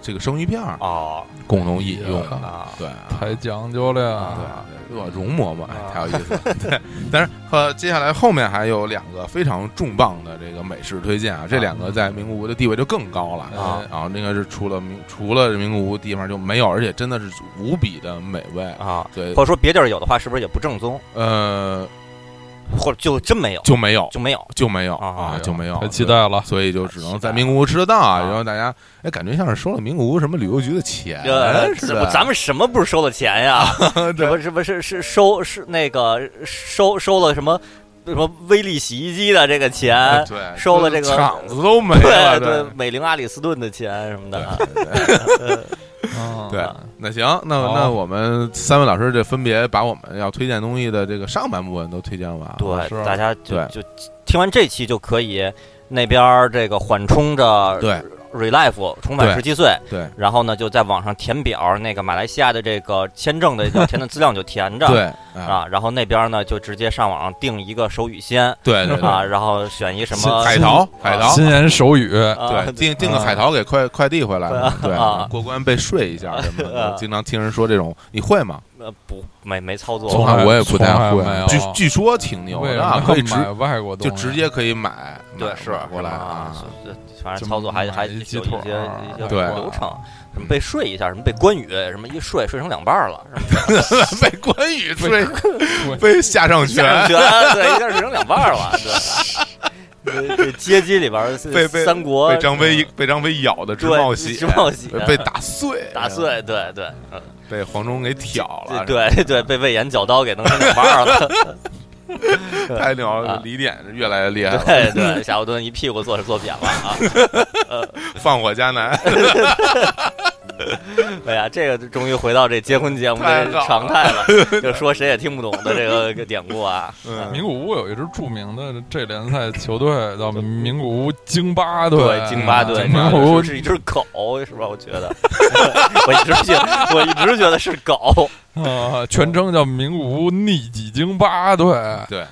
[SPEAKER 1] 这个生鱼片儿
[SPEAKER 2] 哦
[SPEAKER 1] 共同饮用
[SPEAKER 3] 哎
[SPEAKER 1] 的。
[SPEAKER 2] 啊，
[SPEAKER 1] 对啊，
[SPEAKER 3] 太讲究了
[SPEAKER 1] 对
[SPEAKER 3] 呀！
[SPEAKER 1] 啊，对哇，容嬷嬷哎
[SPEAKER 2] 啊
[SPEAKER 1] 太有意思了。对，但是和接下来后面还有两个非常重磅的这个美食推荐啊，这两个在名古屋的地位就更高了。
[SPEAKER 3] 哎
[SPEAKER 2] 啊
[SPEAKER 1] 然后那个是除了名除了名古屋地方就没有，而且真的是无比的美味。
[SPEAKER 2] 啊，
[SPEAKER 1] 对
[SPEAKER 2] 或，者说别地儿有的话，是不是也不正宗，
[SPEAKER 1] 呃，
[SPEAKER 2] 或者就真没有，
[SPEAKER 1] 就没有，
[SPEAKER 2] 就没有
[SPEAKER 1] 就没有
[SPEAKER 2] 啊
[SPEAKER 1] 啊，就没有。
[SPEAKER 3] 太期待了
[SPEAKER 1] 对，，所以就只能
[SPEAKER 2] 期
[SPEAKER 1] 在
[SPEAKER 2] 待
[SPEAKER 1] 名古屋吃得到啊。
[SPEAKER 2] 啊
[SPEAKER 1] 然后大家，哎，感觉像是收了名古屋什么旅游局的钱
[SPEAKER 2] 这
[SPEAKER 1] 似
[SPEAKER 2] 这
[SPEAKER 1] 的。
[SPEAKER 2] 不咱们什么不是收了 钱呀？这
[SPEAKER 1] 哎啊对
[SPEAKER 2] 不是不是是收是那个收收了什么什么威力洗衣机的这个钱，
[SPEAKER 1] 哎对
[SPEAKER 2] 收了这个
[SPEAKER 1] 厂子都没了。
[SPEAKER 2] 对对，美林阿里斯顿的钱什么的，啊
[SPEAKER 1] 对对
[SPEAKER 3] 嗯
[SPEAKER 1] 对，那行，那
[SPEAKER 3] 好
[SPEAKER 1] 那我们三位老师这分别把我们要推荐东西的这个上半部分都推荐完了。
[SPEAKER 3] 是
[SPEAKER 2] 对，大家就
[SPEAKER 1] 啊对
[SPEAKER 2] 就听完这期就可以那边儿这个缓冲着
[SPEAKER 1] 对
[SPEAKER 2] relife 重返
[SPEAKER 1] 对
[SPEAKER 2] 十七岁，
[SPEAKER 1] 对
[SPEAKER 2] 然后呢就在网上填表，那个马来西亚的这个签 证的要填的资料你就填着，
[SPEAKER 1] 对啊，
[SPEAKER 2] 啊，然后那边呢就直接上网订一个手语先
[SPEAKER 1] 对对
[SPEAKER 2] 啊，
[SPEAKER 1] 对，
[SPEAKER 2] 然后选一什么
[SPEAKER 1] 海淘
[SPEAKER 2] 啊
[SPEAKER 1] 海淘。
[SPEAKER 3] 新言手语，
[SPEAKER 2] 啊
[SPEAKER 1] 对，订订个
[SPEAKER 3] 啊
[SPEAKER 1] 海淘给快快递回来嘛，对
[SPEAKER 2] 啊，
[SPEAKER 1] 过关被睡一下什么的，
[SPEAKER 2] 啊
[SPEAKER 1] 我经常听人说这种，你会吗？
[SPEAKER 2] 呃不没没操
[SPEAKER 1] 从
[SPEAKER 2] 作
[SPEAKER 3] 从来
[SPEAKER 1] 来我也不太
[SPEAKER 3] 从
[SPEAKER 1] 会
[SPEAKER 3] 来没有，
[SPEAKER 1] 据据说挺牛
[SPEAKER 3] 为什
[SPEAKER 1] 的
[SPEAKER 3] 么
[SPEAKER 1] 啊，可以
[SPEAKER 3] 要
[SPEAKER 1] 直
[SPEAKER 3] 买外国东
[SPEAKER 1] 就
[SPEAKER 3] 西
[SPEAKER 1] 直接可以买，
[SPEAKER 2] 对
[SPEAKER 1] 买
[SPEAKER 2] 是
[SPEAKER 1] 买过来
[SPEAKER 2] 啊
[SPEAKER 1] 啊，，
[SPEAKER 2] 是是反正
[SPEAKER 3] 就
[SPEAKER 2] 操作还
[SPEAKER 3] 买
[SPEAKER 2] 还有
[SPEAKER 3] 一
[SPEAKER 2] 一
[SPEAKER 3] 鸡
[SPEAKER 2] 些
[SPEAKER 3] 腿儿
[SPEAKER 2] 一些
[SPEAKER 1] 对
[SPEAKER 2] 流程，什么被睡一下，什么被关羽，什么一睡睡成两半 儿了，什么
[SPEAKER 1] 被关羽追
[SPEAKER 3] 对
[SPEAKER 1] 被夏上
[SPEAKER 2] 下上
[SPEAKER 1] 泉，
[SPEAKER 2] 拳，啊对，一下睡成两半儿了，对。 这这街机里边儿是
[SPEAKER 1] 被被
[SPEAKER 2] 三国
[SPEAKER 1] 被张飞被张飞咬的直
[SPEAKER 2] 对
[SPEAKER 1] 冒血，呃
[SPEAKER 2] 直冒血
[SPEAKER 1] 被被打碎，
[SPEAKER 2] 打碎，对对，嗯
[SPEAKER 1] 被黄忠给挑了，
[SPEAKER 2] 对对，被魏延绞刀给弄成两半儿 了，
[SPEAKER 1] 太牛了！
[SPEAKER 2] 啊
[SPEAKER 1] 李典是越来越厉害了，
[SPEAKER 2] 对 对，夏侯惇一屁股坐着坐扁了啊。
[SPEAKER 1] 放火迦南。
[SPEAKER 2] 哎呀，这个终于回到这结婚节目
[SPEAKER 1] 太
[SPEAKER 2] 的
[SPEAKER 1] 好
[SPEAKER 2] 常态了， 就说谁也听不懂的这个个典故啊。
[SPEAKER 1] 嗯
[SPEAKER 3] 名古屋有一支著名的这联赛球队叫名古屋京巴队，
[SPEAKER 2] 对，京巴队，
[SPEAKER 3] 嗯名
[SPEAKER 2] 然
[SPEAKER 3] 古
[SPEAKER 2] 后
[SPEAKER 3] 屋
[SPEAKER 2] 是一只狗，是吧？我觉得， 我一直觉得，我一直觉得是狗。
[SPEAKER 3] 呃，全称叫名古屋逆己京巴队。
[SPEAKER 2] 嗯
[SPEAKER 1] 对，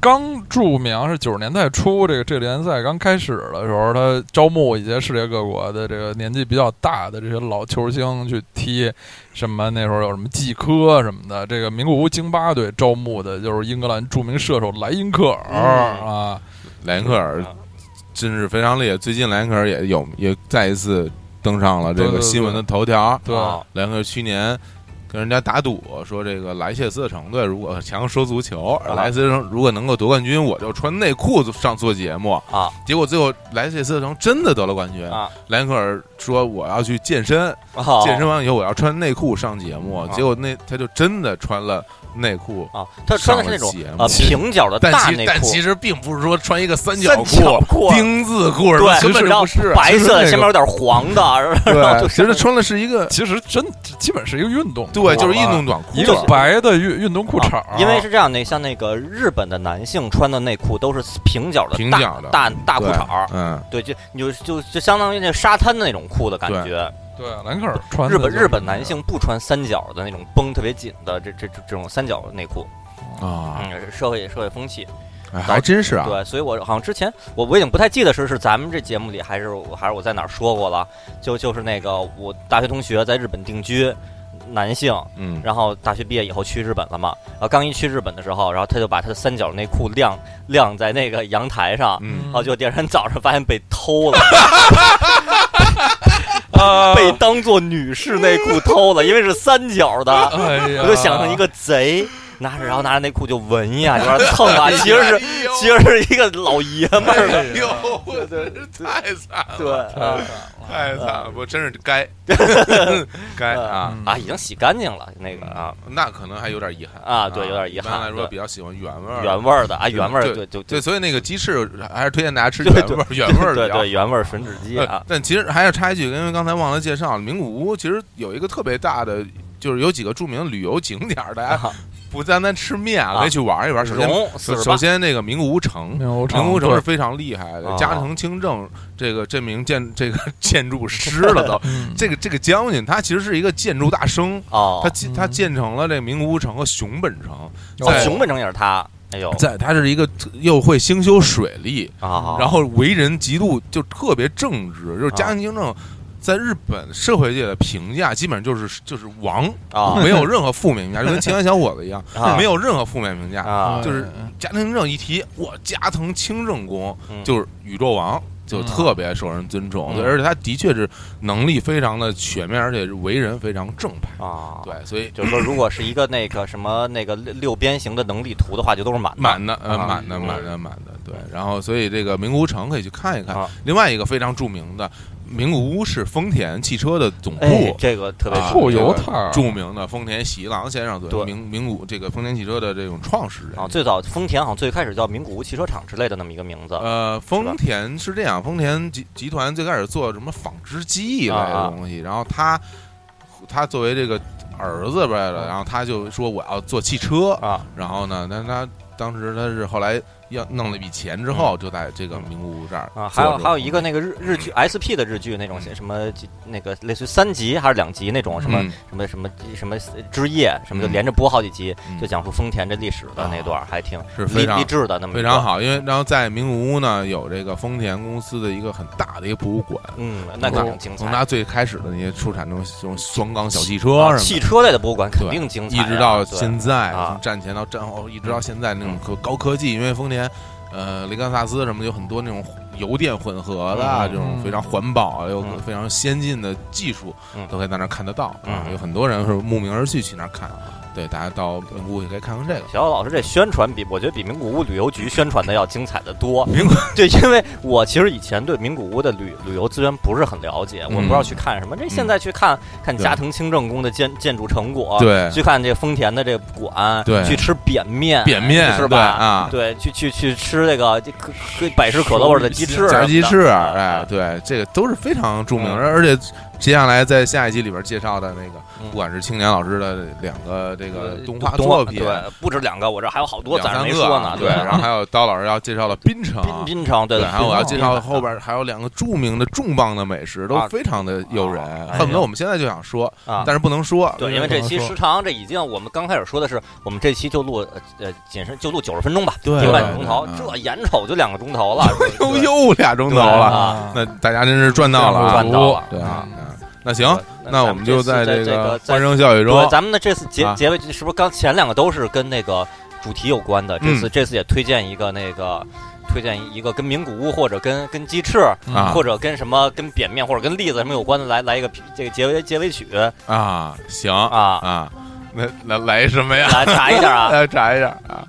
[SPEAKER 3] 刚著名是九十年代初，这个这联赛刚开始的时候，他招募一些世界各国的这个年纪比较大的这些老球星去踢，什么那时候有什么季科什么的。这个名古屋京巴队招募的就是英格兰著名射手莱因克尔、
[SPEAKER 2] 嗯
[SPEAKER 3] 啊，
[SPEAKER 1] 莱因克尔真是非常厉害，最近莱因克尔也有也再一次登上了这
[SPEAKER 3] 对对
[SPEAKER 1] 个
[SPEAKER 3] 对
[SPEAKER 1] 新闻的头条。
[SPEAKER 3] 对，
[SPEAKER 2] 啊
[SPEAKER 1] 莱因克尔去年跟人家打赌说，这个莱切斯特城队如果强说足球，
[SPEAKER 2] 啊
[SPEAKER 1] 莱切斯特城如果能够夺冠军，我就穿内裤上做节目
[SPEAKER 2] 啊。
[SPEAKER 1] 结果最后莱切斯特城真的得了冠军
[SPEAKER 2] 啊。
[SPEAKER 1] 莱因克尔说我要去健身，
[SPEAKER 2] 哦
[SPEAKER 1] 健身完以后我要穿内裤上节目，结果那他就真的穿了内裤。
[SPEAKER 2] 啊，他穿的是那种
[SPEAKER 1] 上了节目
[SPEAKER 2] 呃平角的
[SPEAKER 1] 但
[SPEAKER 2] 大
[SPEAKER 1] 其
[SPEAKER 2] 内
[SPEAKER 1] 但
[SPEAKER 2] 裤，
[SPEAKER 1] 其实并不是说穿一个三
[SPEAKER 2] 三角裤
[SPEAKER 1] 丁字裤，
[SPEAKER 2] 对，
[SPEAKER 1] 根本
[SPEAKER 2] 然后
[SPEAKER 1] 不是。啊
[SPEAKER 2] 白色
[SPEAKER 3] 其
[SPEAKER 2] 的，
[SPEAKER 3] 实那个
[SPEAKER 2] 下面有点黄的，然后然
[SPEAKER 1] 对，
[SPEAKER 2] 后就
[SPEAKER 1] 其实穿的是一 个，
[SPEAKER 3] 其实真基本是一个运动，啊
[SPEAKER 1] 对，就是运动短裤，啊
[SPEAKER 3] 一个白的运运动裤衩儿、
[SPEAKER 2] 啊
[SPEAKER 3] 啊
[SPEAKER 2] 因为是这样的，像那个日本的男性穿的内裤都是平角的
[SPEAKER 1] 平
[SPEAKER 2] 大
[SPEAKER 1] 角的
[SPEAKER 2] 大大裤
[SPEAKER 1] 对
[SPEAKER 2] 衩儿，
[SPEAKER 1] 嗯，
[SPEAKER 2] 对，就你就就就相当于那沙滩的那种裤的感觉。
[SPEAKER 3] 对兰克尔穿的
[SPEAKER 2] 日本
[SPEAKER 3] 就是
[SPEAKER 2] 日本男性不穿三角的那种绷特别紧的这这这这种三角内裤，
[SPEAKER 1] 啊，
[SPEAKER 2] 嗯，是社会社会风气。
[SPEAKER 1] 哎还真是啊，
[SPEAKER 2] 对，所以我好像之前我我已经不太记得是是咱们这节目里还是我还是我在哪儿说过了，就就是那个我大学同学在日本定居，男性，
[SPEAKER 1] 嗯，
[SPEAKER 2] 然后大学毕业以后去日本了嘛，然后刚一去日本的时候，然后他就把他的三角内裤晾晾在那个阳台上，
[SPEAKER 1] 嗯，
[SPEAKER 2] 然后就第二天早上发现被 偷了，
[SPEAKER 3] 啊
[SPEAKER 2] 被当做女士内裤偷了，因为是三角的，
[SPEAKER 3] 哎呀，
[SPEAKER 2] 我就想成一个贼。拿着，然后拿着内裤就闻呀，就往那蹭啊，其实是
[SPEAKER 1] 哎呦
[SPEAKER 2] 其实是一个老爷们儿的，
[SPEAKER 1] 哎呦，我真是太惨了，
[SPEAKER 2] 对，
[SPEAKER 3] 哎
[SPEAKER 2] 啊
[SPEAKER 1] 太惨了，我真是 该该啊，
[SPEAKER 2] 啊，已经洗干净了那个啊
[SPEAKER 1] 那可能还有点遗憾
[SPEAKER 2] 啊对有点遗憾
[SPEAKER 1] 一般来说
[SPEAKER 2] 对
[SPEAKER 1] 比较喜欢原味儿，
[SPEAKER 2] 原味儿的啊，
[SPEAKER 1] 对
[SPEAKER 2] 原味儿
[SPEAKER 1] 对
[SPEAKER 2] 对就
[SPEAKER 1] 对，
[SPEAKER 2] 就
[SPEAKER 1] 所以那个鸡翅还是推荐大家吃
[SPEAKER 2] 对
[SPEAKER 1] 原
[SPEAKER 2] 对
[SPEAKER 1] 味儿，原味儿
[SPEAKER 2] 对
[SPEAKER 1] 比较
[SPEAKER 2] 对原味儿吮指鸡
[SPEAKER 1] 呃
[SPEAKER 2] 啊，
[SPEAKER 1] 但其实还要插一句，因为刚才忘了介绍了，名古屋其实有一个特别大的，就是有几个著名的旅游景点儿，大家
[SPEAKER 2] 啊
[SPEAKER 1] 不单单吃面啊，可以去玩一玩。哎首先，
[SPEAKER 2] 蓉四十八
[SPEAKER 1] 首先那个名古屋城。
[SPEAKER 3] 名古屋
[SPEAKER 1] 名古屋城
[SPEAKER 3] 对
[SPEAKER 1] 是非常厉害的
[SPEAKER 2] 啊，
[SPEAKER 1] 加藤清正这个这名建这个 建筑师了 都，
[SPEAKER 3] 嗯
[SPEAKER 1] 这个这个将军他其实是一个建筑大生，
[SPEAKER 2] 哦
[SPEAKER 1] 他，建他
[SPEAKER 3] 嗯
[SPEAKER 1] 建成了这个名古屋城和熊本城，
[SPEAKER 2] 哦
[SPEAKER 1] 在
[SPEAKER 2] 熊本城也是他，哎呦
[SPEAKER 1] 在他是一个特又会兴修水利，
[SPEAKER 2] 啊，
[SPEAKER 1] 然后为人极度就特别正直，就是家庭清正。在日本社会界的评价，基本上就是就是王，
[SPEAKER 2] 啊
[SPEAKER 1] 没有任何负面评价，就跟青年小伙子一样，
[SPEAKER 2] 啊
[SPEAKER 1] 没有任何负面评价。
[SPEAKER 2] 啊
[SPEAKER 1] 就是家庭清正一提，哇，加藤清正公
[SPEAKER 2] 嗯
[SPEAKER 1] 就是宇宙王，就
[SPEAKER 3] 嗯
[SPEAKER 1] 特别受人尊重，
[SPEAKER 2] 嗯
[SPEAKER 1] 对而且他的确是能力非常的全面，而且是为人非常正派。
[SPEAKER 2] 啊，，
[SPEAKER 1] 对，所以
[SPEAKER 2] 就是说，如果是一个那个什么那个六六边形的能力图的话，就都是满的
[SPEAKER 1] 满的，呃，
[SPEAKER 2] 啊
[SPEAKER 1] 满的，
[SPEAKER 2] 嗯
[SPEAKER 1] 满的，满的，对。然后，所以这个名古屋城可以去看一看
[SPEAKER 2] 啊。
[SPEAKER 1] 另外一个非常著名的名古屋是丰田汽车的总
[SPEAKER 2] 哎
[SPEAKER 1] 部，，
[SPEAKER 2] 这个特别
[SPEAKER 1] 啊
[SPEAKER 2] 酷
[SPEAKER 3] 后油摊儿
[SPEAKER 1] 著名的丰田喜一郎先生作
[SPEAKER 2] 哎对
[SPEAKER 1] 为名名古这个丰田汽车的这种创始人
[SPEAKER 2] 啊！。最早丰田好像最开始叫名古屋汽车厂之类的那么一个名字
[SPEAKER 1] 呃，丰田是这样，丰田集集团最开始做什么纺织机一类
[SPEAKER 2] 啊啊
[SPEAKER 1] 的东西，然后他他作为这个儿子吧，然后他就说我要做汽车，
[SPEAKER 2] 啊
[SPEAKER 1] 然后呢，但他当时他是后来要弄了一笔钱之后，就在这个名古屋这儿
[SPEAKER 2] 啊！还有
[SPEAKER 1] 做这
[SPEAKER 2] 还有一个那个日日剧 SP 的日剧那种什么那个类似于三集还是两集那种什么
[SPEAKER 1] 嗯
[SPEAKER 2] 什么什么什么之夜什么就
[SPEAKER 1] 嗯
[SPEAKER 2] 连着播好几集，
[SPEAKER 1] 嗯啊
[SPEAKER 2] 就讲述丰田这历史的那段，还挺
[SPEAKER 1] 是
[SPEAKER 2] 励
[SPEAKER 1] 非常
[SPEAKER 2] 励志的那么
[SPEAKER 1] 嗯
[SPEAKER 2] 一
[SPEAKER 1] 非
[SPEAKER 2] 段
[SPEAKER 1] 常。好，因为然后在名古屋呢有这个丰田公司的一个很大的一个博物馆，
[SPEAKER 2] 嗯，那个
[SPEAKER 1] 从
[SPEAKER 2] 挺精
[SPEAKER 1] 从
[SPEAKER 2] 彩
[SPEAKER 1] 它。最开始的那些出产这种这种双缸小汽
[SPEAKER 2] 啊
[SPEAKER 1] 车什
[SPEAKER 2] 汽
[SPEAKER 1] 么的。
[SPEAKER 2] 车类的博物馆肯
[SPEAKER 1] 对
[SPEAKER 2] 定精彩
[SPEAKER 1] 一
[SPEAKER 2] 啊，
[SPEAKER 1] 直到
[SPEAKER 2] 对
[SPEAKER 1] 现在，
[SPEAKER 2] 啊嗯
[SPEAKER 1] 从战前到战后，一直到现在那种科高科技，因为丰田，呃，雷克萨斯什么的有很多那种油电混合的啊
[SPEAKER 2] 嗯
[SPEAKER 1] 这种非常环保又
[SPEAKER 2] 嗯
[SPEAKER 1] 非常先进的技术
[SPEAKER 2] 嗯，
[SPEAKER 1] 都可以在那儿看得到啊
[SPEAKER 2] 嗯。
[SPEAKER 1] 有很多人是慕名而去去那儿看，啊对，大家到名古屋也可以看看这个。
[SPEAKER 2] 小姚老师这宣传比我觉得比名古屋旅游局宣传的要精彩的 多。
[SPEAKER 1] 名古
[SPEAKER 2] 对，因为我其实以前对名古屋的旅旅游资源不是很了解，我不知道去看什么。这现在去看看
[SPEAKER 1] 嗯对
[SPEAKER 2] 加藤清正宫的建建筑成果，
[SPEAKER 1] 对
[SPEAKER 2] 去看这丰田的这个馆，
[SPEAKER 1] 对
[SPEAKER 2] 去吃扁面，
[SPEAKER 1] 扁面
[SPEAKER 2] 是
[SPEAKER 1] 对
[SPEAKER 2] 吧？
[SPEAKER 1] 啊，
[SPEAKER 2] 对，去去去吃这个这可可百事可乐味儿的鸡翅什么的，
[SPEAKER 1] 炸鸡翅，
[SPEAKER 2] 啊嗯
[SPEAKER 1] 哎，对，这个都是非常著名的，而且接下来在下一集里边介绍的那个，
[SPEAKER 2] 嗯呃
[SPEAKER 1] 不管是青年老师的两个这个动画
[SPEAKER 2] 动画
[SPEAKER 1] 作品，
[SPEAKER 2] 对，不止两个，我这还有好多
[SPEAKER 1] 两
[SPEAKER 2] 暂时
[SPEAKER 1] 三
[SPEAKER 2] 没
[SPEAKER 1] 个
[SPEAKER 2] 说
[SPEAKER 1] 啊
[SPEAKER 2] 呢。
[SPEAKER 1] 对，然后还有刀老师要介绍的槟城啊
[SPEAKER 2] 滨，滨城，对
[SPEAKER 1] 还有我要介绍后
[SPEAKER 2] 边
[SPEAKER 1] 边还有两个著名的重磅的美食，都
[SPEAKER 2] 啊
[SPEAKER 1] 非常的诱人，
[SPEAKER 2] 啊哎
[SPEAKER 1] 恨不得
[SPEAKER 2] 呀
[SPEAKER 1] 我们现在就想说，
[SPEAKER 2] 啊
[SPEAKER 1] 但。是不能说。嗯
[SPEAKER 2] 对，因为这期时长，这已经我们刚开始说的是，我们这期就录呃呃，仅是就录九十分钟吧，
[SPEAKER 5] 对
[SPEAKER 2] 一个半
[SPEAKER 1] 对
[SPEAKER 2] 钟头，
[SPEAKER 1] 对嗯哎
[SPEAKER 2] 这眼瞅就两个钟头了，
[SPEAKER 1] 又
[SPEAKER 2] 对
[SPEAKER 1] 又俩钟头
[SPEAKER 2] 对
[SPEAKER 1] 了，
[SPEAKER 2] 啊
[SPEAKER 1] 那大家真是赚到了啊，
[SPEAKER 2] 赚到了，
[SPEAKER 1] 对啊
[SPEAKER 2] 嗯。
[SPEAKER 1] 啊那行，那我们就
[SPEAKER 2] 在
[SPEAKER 1] 这
[SPEAKER 2] 个在
[SPEAKER 1] 欢声笑语中，
[SPEAKER 2] 对，咱们的这次结
[SPEAKER 1] 啊
[SPEAKER 2] 结尾是不是刚前两个都是跟那个主题有关的？这
[SPEAKER 1] 嗯
[SPEAKER 2] 次这次也推荐一个那个。推荐一个跟名古屋或者跟跟鸡翅，
[SPEAKER 1] 啊
[SPEAKER 2] 嗯或者跟什么跟扁面或者跟栗子什么有关的，来来一个这个结尾结尾曲
[SPEAKER 1] 啊，行
[SPEAKER 2] 啊，
[SPEAKER 1] 啊，那来来什么呀？
[SPEAKER 2] 来查一 下啊。
[SPEAKER 1] 来查一下啊。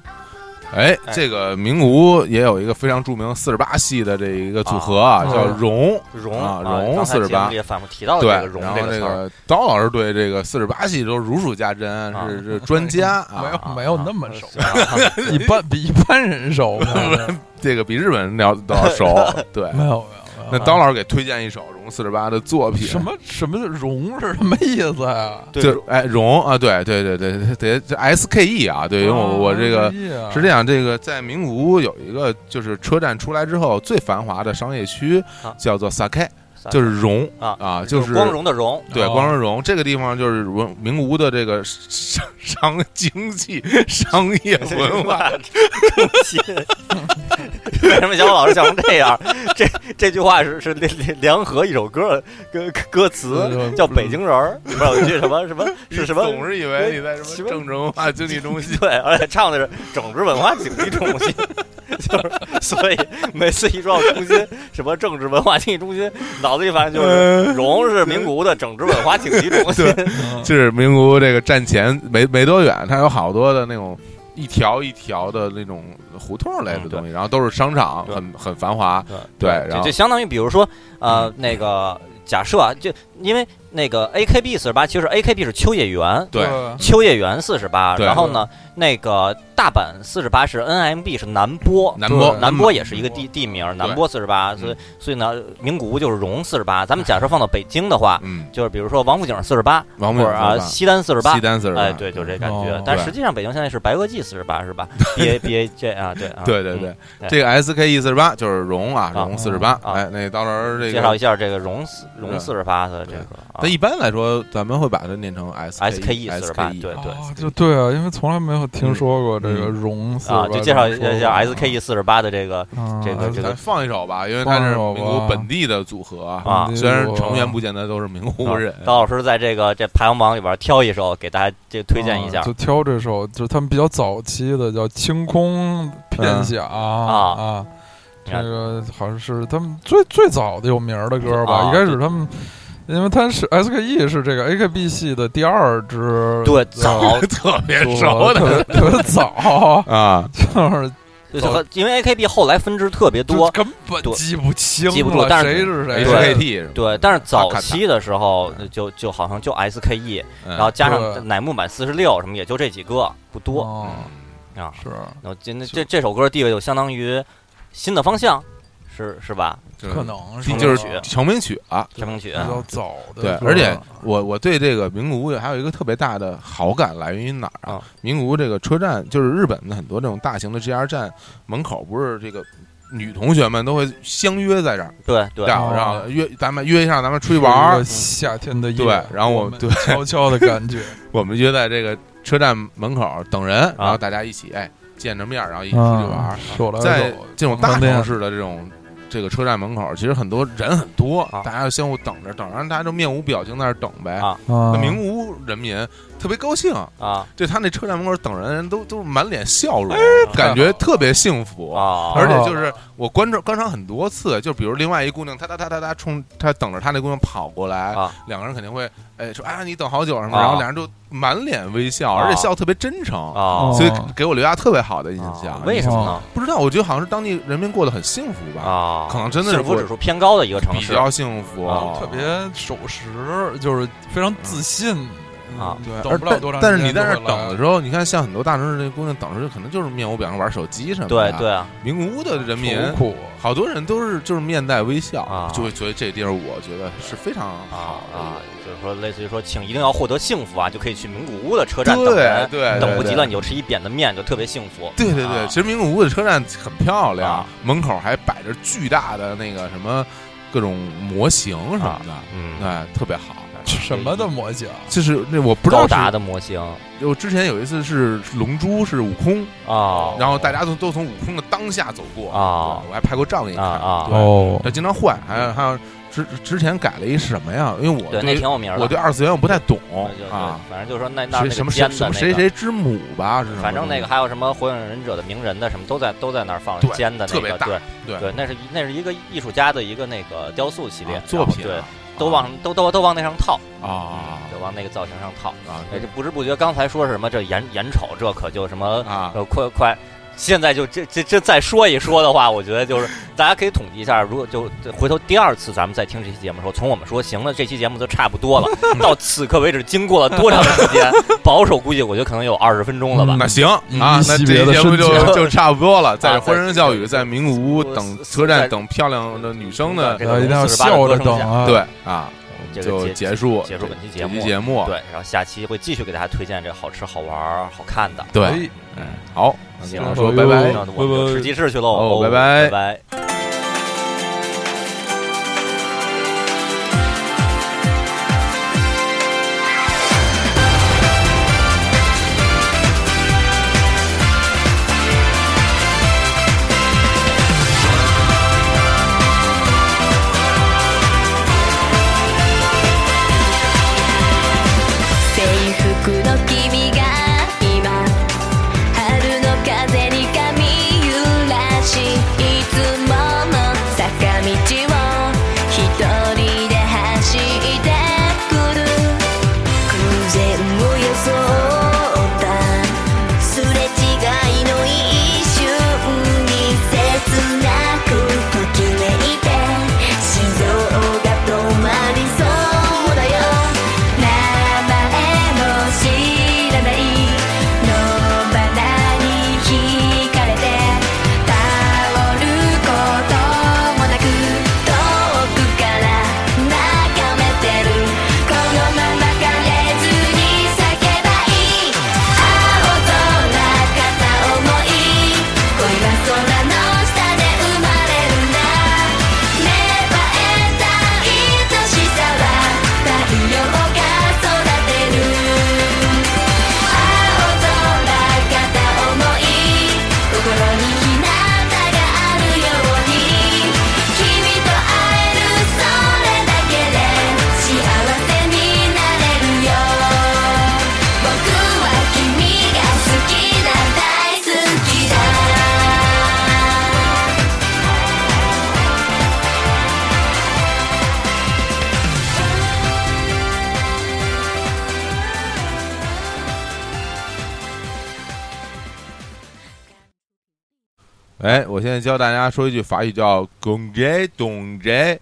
[SPEAKER 1] 哎，
[SPEAKER 2] 哎
[SPEAKER 1] 这个名古屋也有一个非常著名四十八系的这一个组合啊，
[SPEAKER 3] 啊
[SPEAKER 1] 叫荣。
[SPEAKER 2] 荣
[SPEAKER 1] 啊荣
[SPEAKER 2] 荣
[SPEAKER 1] 48
[SPEAKER 2] 也反复嗯提到
[SPEAKER 1] 对
[SPEAKER 2] 这个，荣
[SPEAKER 1] 然后
[SPEAKER 2] 这
[SPEAKER 1] 那
[SPEAKER 2] 词儿，
[SPEAKER 1] 个刀老师对这个四十八系都如数家珍，
[SPEAKER 2] 啊
[SPEAKER 1] 是是专 家
[SPEAKER 3] 没
[SPEAKER 1] 啊。
[SPEAKER 3] 有没有那么熟，
[SPEAKER 2] 啊
[SPEAKER 1] 嗯
[SPEAKER 3] 一般比一般人熟。
[SPEAKER 1] 这个比日本人聊都要熟。对，
[SPEAKER 3] 没有没有，
[SPEAKER 1] 那刀老师给推荐一首荣四十八的作品，
[SPEAKER 3] 什么什么荣是什么意思呀？
[SPEAKER 2] 对
[SPEAKER 1] 就哎荣啊，对对对对对，这 S K E 啊，对，因为我
[SPEAKER 2] 哦
[SPEAKER 1] 我这
[SPEAKER 3] 哎
[SPEAKER 1] 个是这样，这个在名古屋有一个就是车站出来之后最繁华的商业区
[SPEAKER 2] 啊，
[SPEAKER 1] 叫做 Sake，
[SPEAKER 2] Sake
[SPEAKER 1] 就是荣
[SPEAKER 2] 啊
[SPEAKER 1] 啊，就是
[SPEAKER 2] 光荣的荣，
[SPEAKER 1] 对
[SPEAKER 3] 哦
[SPEAKER 1] 光荣荣这个地方就是文名古屋的这个商商经济商 业 文化，
[SPEAKER 2] 中 心。为什么小虎老师笑成这样？这这句话是是联联联合一首歌歌歌
[SPEAKER 3] 嗯
[SPEAKER 2] 词叫《北京人儿》，里边有一句什么 什么是什么？哎
[SPEAKER 1] 总是以为你在什么
[SPEAKER 2] 什么
[SPEAKER 1] 政治文化经济中
[SPEAKER 2] ，
[SPEAKER 1] 心
[SPEAKER 2] 对，而且唱的是整治文化经济中心， 就是所以每次一说到中心，什么政治文化经济中心，脑子里反正
[SPEAKER 3] 嗯
[SPEAKER 2] 就是荣是名古屋的整治文化经济中心，
[SPEAKER 1] 就是名古屋这个站前没没多远，它有好多的那种。一条一条的那种胡同类的
[SPEAKER 2] 嗯对
[SPEAKER 1] 东西，然后都是商场，
[SPEAKER 2] 对
[SPEAKER 1] 很很繁华。对然
[SPEAKER 2] 就
[SPEAKER 1] 后嗯
[SPEAKER 2] 就相当于比如说呃那个假设啊，就因为那个 AKB 四十八，其实 AKB 是秋叶原，
[SPEAKER 1] 对，
[SPEAKER 3] 啊
[SPEAKER 2] 秋叶原四十八，
[SPEAKER 1] 对嗯
[SPEAKER 2] 然后呢，那个大阪四十八是 NMB 是南波，
[SPEAKER 1] 南波
[SPEAKER 3] 对
[SPEAKER 2] 南波也是一个地地名，南波四十八，
[SPEAKER 1] 嗯
[SPEAKER 2] 所以所以呢，名古屋就是荣四十八。咱们假设放到北京的话，
[SPEAKER 1] 嗯，
[SPEAKER 2] 就是比如说王府井四十八，
[SPEAKER 1] 王
[SPEAKER 2] 或
[SPEAKER 1] 府井
[SPEAKER 2] 者啊
[SPEAKER 1] 48
[SPEAKER 2] 西单四十八
[SPEAKER 1] 西，单四十八，
[SPEAKER 2] 哎，对，就是这感觉
[SPEAKER 3] 哦。
[SPEAKER 2] 但
[SPEAKER 1] 对
[SPEAKER 2] 实际上北京现在是白垩纪四十八是吧？B A B A J 啊，对啊，
[SPEAKER 1] 对对对
[SPEAKER 2] 嗯，对
[SPEAKER 1] 这个 SKE 四十八就是荣啊，
[SPEAKER 2] 啊
[SPEAKER 1] 荣四十八。
[SPEAKER 2] 啊
[SPEAKER 1] 哎，那到时候这
[SPEAKER 2] 介绍
[SPEAKER 1] 个，
[SPEAKER 2] 一下这个荣四荣四十八的这
[SPEAKER 1] 对
[SPEAKER 2] 个啊
[SPEAKER 1] 但一般来说，咱们会把它念成 E，SKE
[SPEAKER 2] SKE E，四十八，对对。
[SPEAKER 3] 哦，就对啊，因为从来没有听
[SPEAKER 1] 嗯
[SPEAKER 3] 说过这个荣四
[SPEAKER 2] 啊，就介绍一下 SKE 四十八的这个这
[SPEAKER 3] 啊
[SPEAKER 2] 个这个
[SPEAKER 1] 咱放一首吧，因为它是名古屋本地的组合啊，
[SPEAKER 2] 啊
[SPEAKER 1] 虽然成员不见得都是名古屋人。
[SPEAKER 2] 高老师在这个这排行榜里边挑一首给大家这推荐一下
[SPEAKER 3] 啊就挑这首，就是他们比较早期的，叫《清
[SPEAKER 2] 嗯
[SPEAKER 3] 空偏想》啊。这个好像是他们最最早的有名儿的歌
[SPEAKER 2] 啊
[SPEAKER 3] 吧。一开始他们，因为他是 SKE 是这个 AKB 系的第二支，
[SPEAKER 2] 对，早
[SPEAKER 1] 特别熟
[SPEAKER 3] 特
[SPEAKER 1] 的
[SPEAKER 3] 别特别早，
[SPEAKER 1] 啊，
[SPEAKER 3] 就是
[SPEAKER 2] 就是很因为 AKB 后来分支特别
[SPEAKER 3] 就
[SPEAKER 2] 多，
[SPEAKER 3] 根本
[SPEAKER 2] 对
[SPEAKER 3] 记不清
[SPEAKER 2] 记不住
[SPEAKER 3] 了
[SPEAKER 2] 但是
[SPEAKER 3] 谁是谁。
[SPEAKER 2] 对
[SPEAKER 1] HKT 是吧
[SPEAKER 2] 对。但是早
[SPEAKER 1] 卡卡
[SPEAKER 2] 期的时候就就好像就 SKE，
[SPEAKER 1] 然
[SPEAKER 2] 然后加
[SPEAKER 3] 对
[SPEAKER 2] 上乃木坂四十六什么，也就这几个，不多
[SPEAKER 3] 哦，
[SPEAKER 2] 啊。
[SPEAKER 3] 是
[SPEAKER 2] 然后这那这这首歌地位就相当于新的方向，是是吧？
[SPEAKER 3] 可能
[SPEAKER 1] 就是就是成名曲啊。
[SPEAKER 2] 成名曲
[SPEAKER 3] 比较早的
[SPEAKER 1] 对
[SPEAKER 3] 歌，，
[SPEAKER 1] 而且我我对这个名古屋还有一个特别大的好感来源于哪儿啊
[SPEAKER 2] 啊？
[SPEAKER 1] 名古屋这个车站，就是日本的很多这种大型的 JR 站门口，不是这个女同学们都会相约在这儿，
[SPEAKER 2] 对对
[SPEAKER 1] 然后
[SPEAKER 3] 哦
[SPEAKER 1] 然后约咱们约一下，咱们出去
[SPEAKER 3] 是
[SPEAKER 1] 玩
[SPEAKER 3] 一个
[SPEAKER 1] 儿，
[SPEAKER 3] 夏天的夜，
[SPEAKER 1] 对然后我
[SPEAKER 3] 们
[SPEAKER 1] 对
[SPEAKER 3] 悄悄的感觉，
[SPEAKER 1] 我们约在这个车站门口等人，
[SPEAKER 2] 啊
[SPEAKER 1] 然后大家一起哎见着面儿，然后一起出去玩儿
[SPEAKER 3] 啊。手来
[SPEAKER 1] 在
[SPEAKER 3] 手
[SPEAKER 1] 这种大
[SPEAKER 3] 方便
[SPEAKER 1] 城市的这种这个车站门口，其实很多人很多
[SPEAKER 2] 啊，
[SPEAKER 1] 大家相互等着等着，大家就面无表情在那儿等呗
[SPEAKER 2] 啊。
[SPEAKER 1] 那
[SPEAKER 3] 啊，
[SPEAKER 1] 名古屋人民特别高兴。
[SPEAKER 2] 啊
[SPEAKER 1] 对他那车站门口等人都都满脸笑容，
[SPEAKER 3] 太
[SPEAKER 1] 感
[SPEAKER 3] 好
[SPEAKER 1] 觉
[SPEAKER 3] 了
[SPEAKER 1] 特别幸福。
[SPEAKER 2] 哎啊，
[SPEAKER 1] 而且
[SPEAKER 3] 哦
[SPEAKER 1] 就是我观察观察很多次，就比如另外一姑娘，她她她她她冲她等着她那姑娘跑过来，
[SPEAKER 2] 啊
[SPEAKER 1] 两个人肯定会哎说啊你等好久什么，
[SPEAKER 2] 啊
[SPEAKER 1] 然后两人就满脸微笑，
[SPEAKER 2] 啊
[SPEAKER 1] 而且笑得特别真诚，
[SPEAKER 2] 啊
[SPEAKER 1] 所以给我留下特别好的印
[SPEAKER 2] 啊
[SPEAKER 1] 象。
[SPEAKER 2] 为什么呢？
[SPEAKER 1] 不知道，我觉得好像是当地人民过得很幸福吧，
[SPEAKER 2] 啊，
[SPEAKER 1] 可能真的是
[SPEAKER 2] 幸福指数偏高的一个城
[SPEAKER 1] 比
[SPEAKER 2] 市
[SPEAKER 1] 较幸福，
[SPEAKER 2] 啊
[SPEAKER 3] 特别守时，就是非常自信嗯
[SPEAKER 2] 啊
[SPEAKER 3] 对，
[SPEAKER 1] 而
[SPEAKER 3] 等不了
[SPEAKER 1] 但
[SPEAKER 3] 多长时
[SPEAKER 1] 但
[SPEAKER 3] 间
[SPEAKER 1] 是你在那儿
[SPEAKER 3] 就会来
[SPEAKER 1] 等的时候，你看像很多大城市那姑娘等着，可能就是面无表情玩手机什么
[SPEAKER 2] 对
[SPEAKER 1] 的。
[SPEAKER 2] 对啊，
[SPEAKER 1] 名古屋的人民
[SPEAKER 3] 愁苦，
[SPEAKER 1] 好多人都是就是面带微笑，
[SPEAKER 2] 啊
[SPEAKER 1] 就会觉得这地儿我觉得是非常
[SPEAKER 2] 啊
[SPEAKER 1] 好的。
[SPEAKER 2] 啊，就是说类似于说，请一定要获得幸福啊，就可以去名古屋的车站等
[SPEAKER 1] 对
[SPEAKER 2] 人，
[SPEAKER 1] 对，
[SPEAKER 2] 等不及
[SPEAKER 1] 对
[SPEAKER 2] 了你就吃一扁的面，就特别幸福。
[SPEAKER 1] 对对
[SPEAKER 2] 啊
[SPEAKER 1] 对，其实名古屋的车站很漂亮
[SPEAKER 2] 啊，
[SPEAKER 1] 门口还摆着巨大的那个什么各种模型什么的，
[SPEAKER 2] 嗯，
[SPEAKER 1] 哎，特别好。
[SPEAKER 3] 什么的魔镜，
[SPEAKER 1] 就是那我不知
[SPEAKER 2] 高
[SPEAKER 1] 道
[SPEAKER 2] 达
[SPEAKER 1] 是，
[SPEAKER 2] 的模型
[SPEAKER 1] 我之前有一次是龙珠是悟空，
[SPEAKER 2] 哦，
[SPEAKER 1] 然后大家都都从悟空的当下走过
[SPEAKER 2] 啊
[SPEAKER 1] 对我还拍过照给你看
[SPEAKER 2] 啊啊
[SPEAKER 1] 对
[SPEAKER 3] 哦
[SPEAKER 1] 要经常换，还有还有之之前改了一什么呀？因为我
[SPEAKER 2] 对，那挺有名儿的。
[SPEAKER 1] 我对二次元我不太懂
[SPEAKER 2] 就就
[SPEAKER 1] 啊，
[SPEAKER 2] 反正就是说那那
[SPEAKER 1] 谁
[SPEAKER 2] 那
[SPEAKER 1] 什
[SPEAKER 2] 个
[SPEAKER 1] 么谁
[SPEAKER 2] 尖
[SPEAKER 1] 什
[SPEAKER 2] 的
[SPEAKER 1] 么
[SPEAKER 2] 那
[SPEAKER 1] 谁
[SPEAKER 2] 个，
[SPEAKER 1] 谁之母吧，是什么
[SPEAKER 2] 反正那个还有什么火影忍者的鸣人的什么都在都在那儿放
[SPEAKER 1] 对
[SPEAKER 2] 尖的
[SPEAKER 1] 特
[SPEAKER 2] 那
[SPEAKER 1] 别
[SPEAKER 2] 个，
[SPEAKER 1] 大
[SPEAKER 2] 对
[SPEAKER 1] 对
[SPEAKER 2] 对，那是一那是一个艺术家的一个那个雕塑系列
[SPEAKER 1] 啊作品
[SPEAKER 2] 然
[SPEAKER 1] 啊
[SPEAKER 2] 后对，都嗯往都都都往那上套
[SPEAKER 1] 啊
[SPEAKER 2] 就往那个造型上套。
[SPEAKER 1] 啊
[SPEAKER 2] 哎，这不知不觉刚才说什么这眼眼瞅这可就什么
[SPEAKER 1] 啊
[SPEAKER 2] 呃，快快，现在就这这这再说一说的话，我觉得就是 大家可以统计一下，如果就就回头第二次咱们再听这期节目的时候，从我们说行了，这期节目就差不 多了，到此刻为止经过了多长时间？保守估计，我觉得可能有二十分钟了吧。
[SPEAKER 1] 那行
[SPEAKER 3] 嗯
[SPEAKER 1] 啊，那
[SPEAKER 3] 惜
[SPEAKER 1] 这
[SPEAKER 3] 别
[SPEAKER 1] 期
[SPEAKER 3] 的
[SPEAKER 1] 节目就
[SPEAKER 3] 深
[SPEAKER 2] 情
[SPEAKER 1] 就差不多了，在
[SPEAKER 2] 啊
[SPEAKER 1] 这欢声笑语，
[SPEAKER 2] 在
[SPEAKER 1] 在名古屋等车
[SPEAKER 2] 在
[SPEAKER 1] 站等漂亮的女生的
[SPEAKER 2] 这个
[SPEAKER 3] 一定要
[SPEAKER 2] 48的
[SPEAKER 3] 笑着
[SPEAKER 2] 歌声
[SPEAKER 3] 等
[SPEAKER 2] 下
[SPEAKER 3] 啊，，
[SPEAKER 1] 对啊，
[SPEAKER 2] 这个
[SPEAKER 1] 就
[SPEAKER 2] 结
[SPEAKER 1] 结束
[SPEAKER 2] 结束本期节
[SPEAKER 1] 这
[SPEAKER 2] 目
[SPEAKER 1] 期节目，
[SPEAKER 2] 对，然后下期会继续给大家推荐这好吃、好玩儿、好看的。
[SPEAKER 1] 对，
[SPEAKER 3] 哎
[SPEAKER 1] 嗯，好，那
[SPEAKER 2] 行
[SPEAKER 1] 跟大家说
[SPEAKER 3] 哎
[SPEAKER 1] 拜
[SPEAKER 3] 呦
[SPEAKER 1] 拜。
[SPEAKER 2] 那我们就吃鸡翅去喽，
[SPEAKER 1] 哦拜
[SPEAKER 2] 拜
[SPEAKER 1] 拜
[SPEAKER 2] 拜。
[SPEAKER 5] 制服の君が今春の風に髪揺らしいつもの坂道を一人で走ってくる偶然を装ったすれ違いの一瞬に切なくときめいて心臓が止まりそうだよ名前も知らない野花に惹かれて倒ることもなく遠くから眺めてるこのまま枯れずに咲けばいい青空片思い恋は空の下で生まれるんだ芽生えた愛しさは太陽が育てる青空片思い心にひなたが咲いてあるように君と会えるそれだけで幸せになれるよ僕は君が好きだ大好きだ
[SPEAKER 1] 哎，我现在教大家说一句法语，叫“公杰懂 杰”。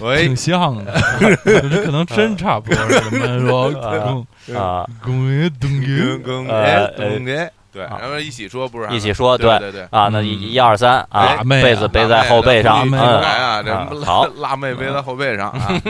[SPEAKER 1] 喂
[SPEAKER 3] 挺，像 的，这可能真差不多。 人们说， 嗯
[SPEAKER 2] 啊啊，
[SPEAKER 3] 公爷东
[SPEAKER 1] 公
[SPEAKER 3] 爷，
[SPEAKER 1] 公
[SPEAKER 2] 呃
[SPEAKER 1] 杰懂杰，哎对，
[SPEAKER 2] 啊
[SPEAKER 1] 然后一起说不是？
[SPEAKER 2] 一起说
[SPEAKER 1] 对
[SPEAKER 2] 对
[SPEAKER 1] 对对。
[SPEAKER 2] 啊，那
[SPEAKER 3] 嗯
[SPEAKER 2] 一一二三啊
[SPEAKER 3] 辣，妹啊
[SPEAKER 2] 被子背在后背上，
[SPEAKER 3] 辣妹
[SPEAKER 1] 来
[SPEAKER 2] 嗯，
[SPEAKER 1] 啊，这
[SPEAKER 2] 啊
[SPEAKER 1] 辣
[SPEAKER 2] 好
[SPEAKER 1] 辣妹背在后背上啊。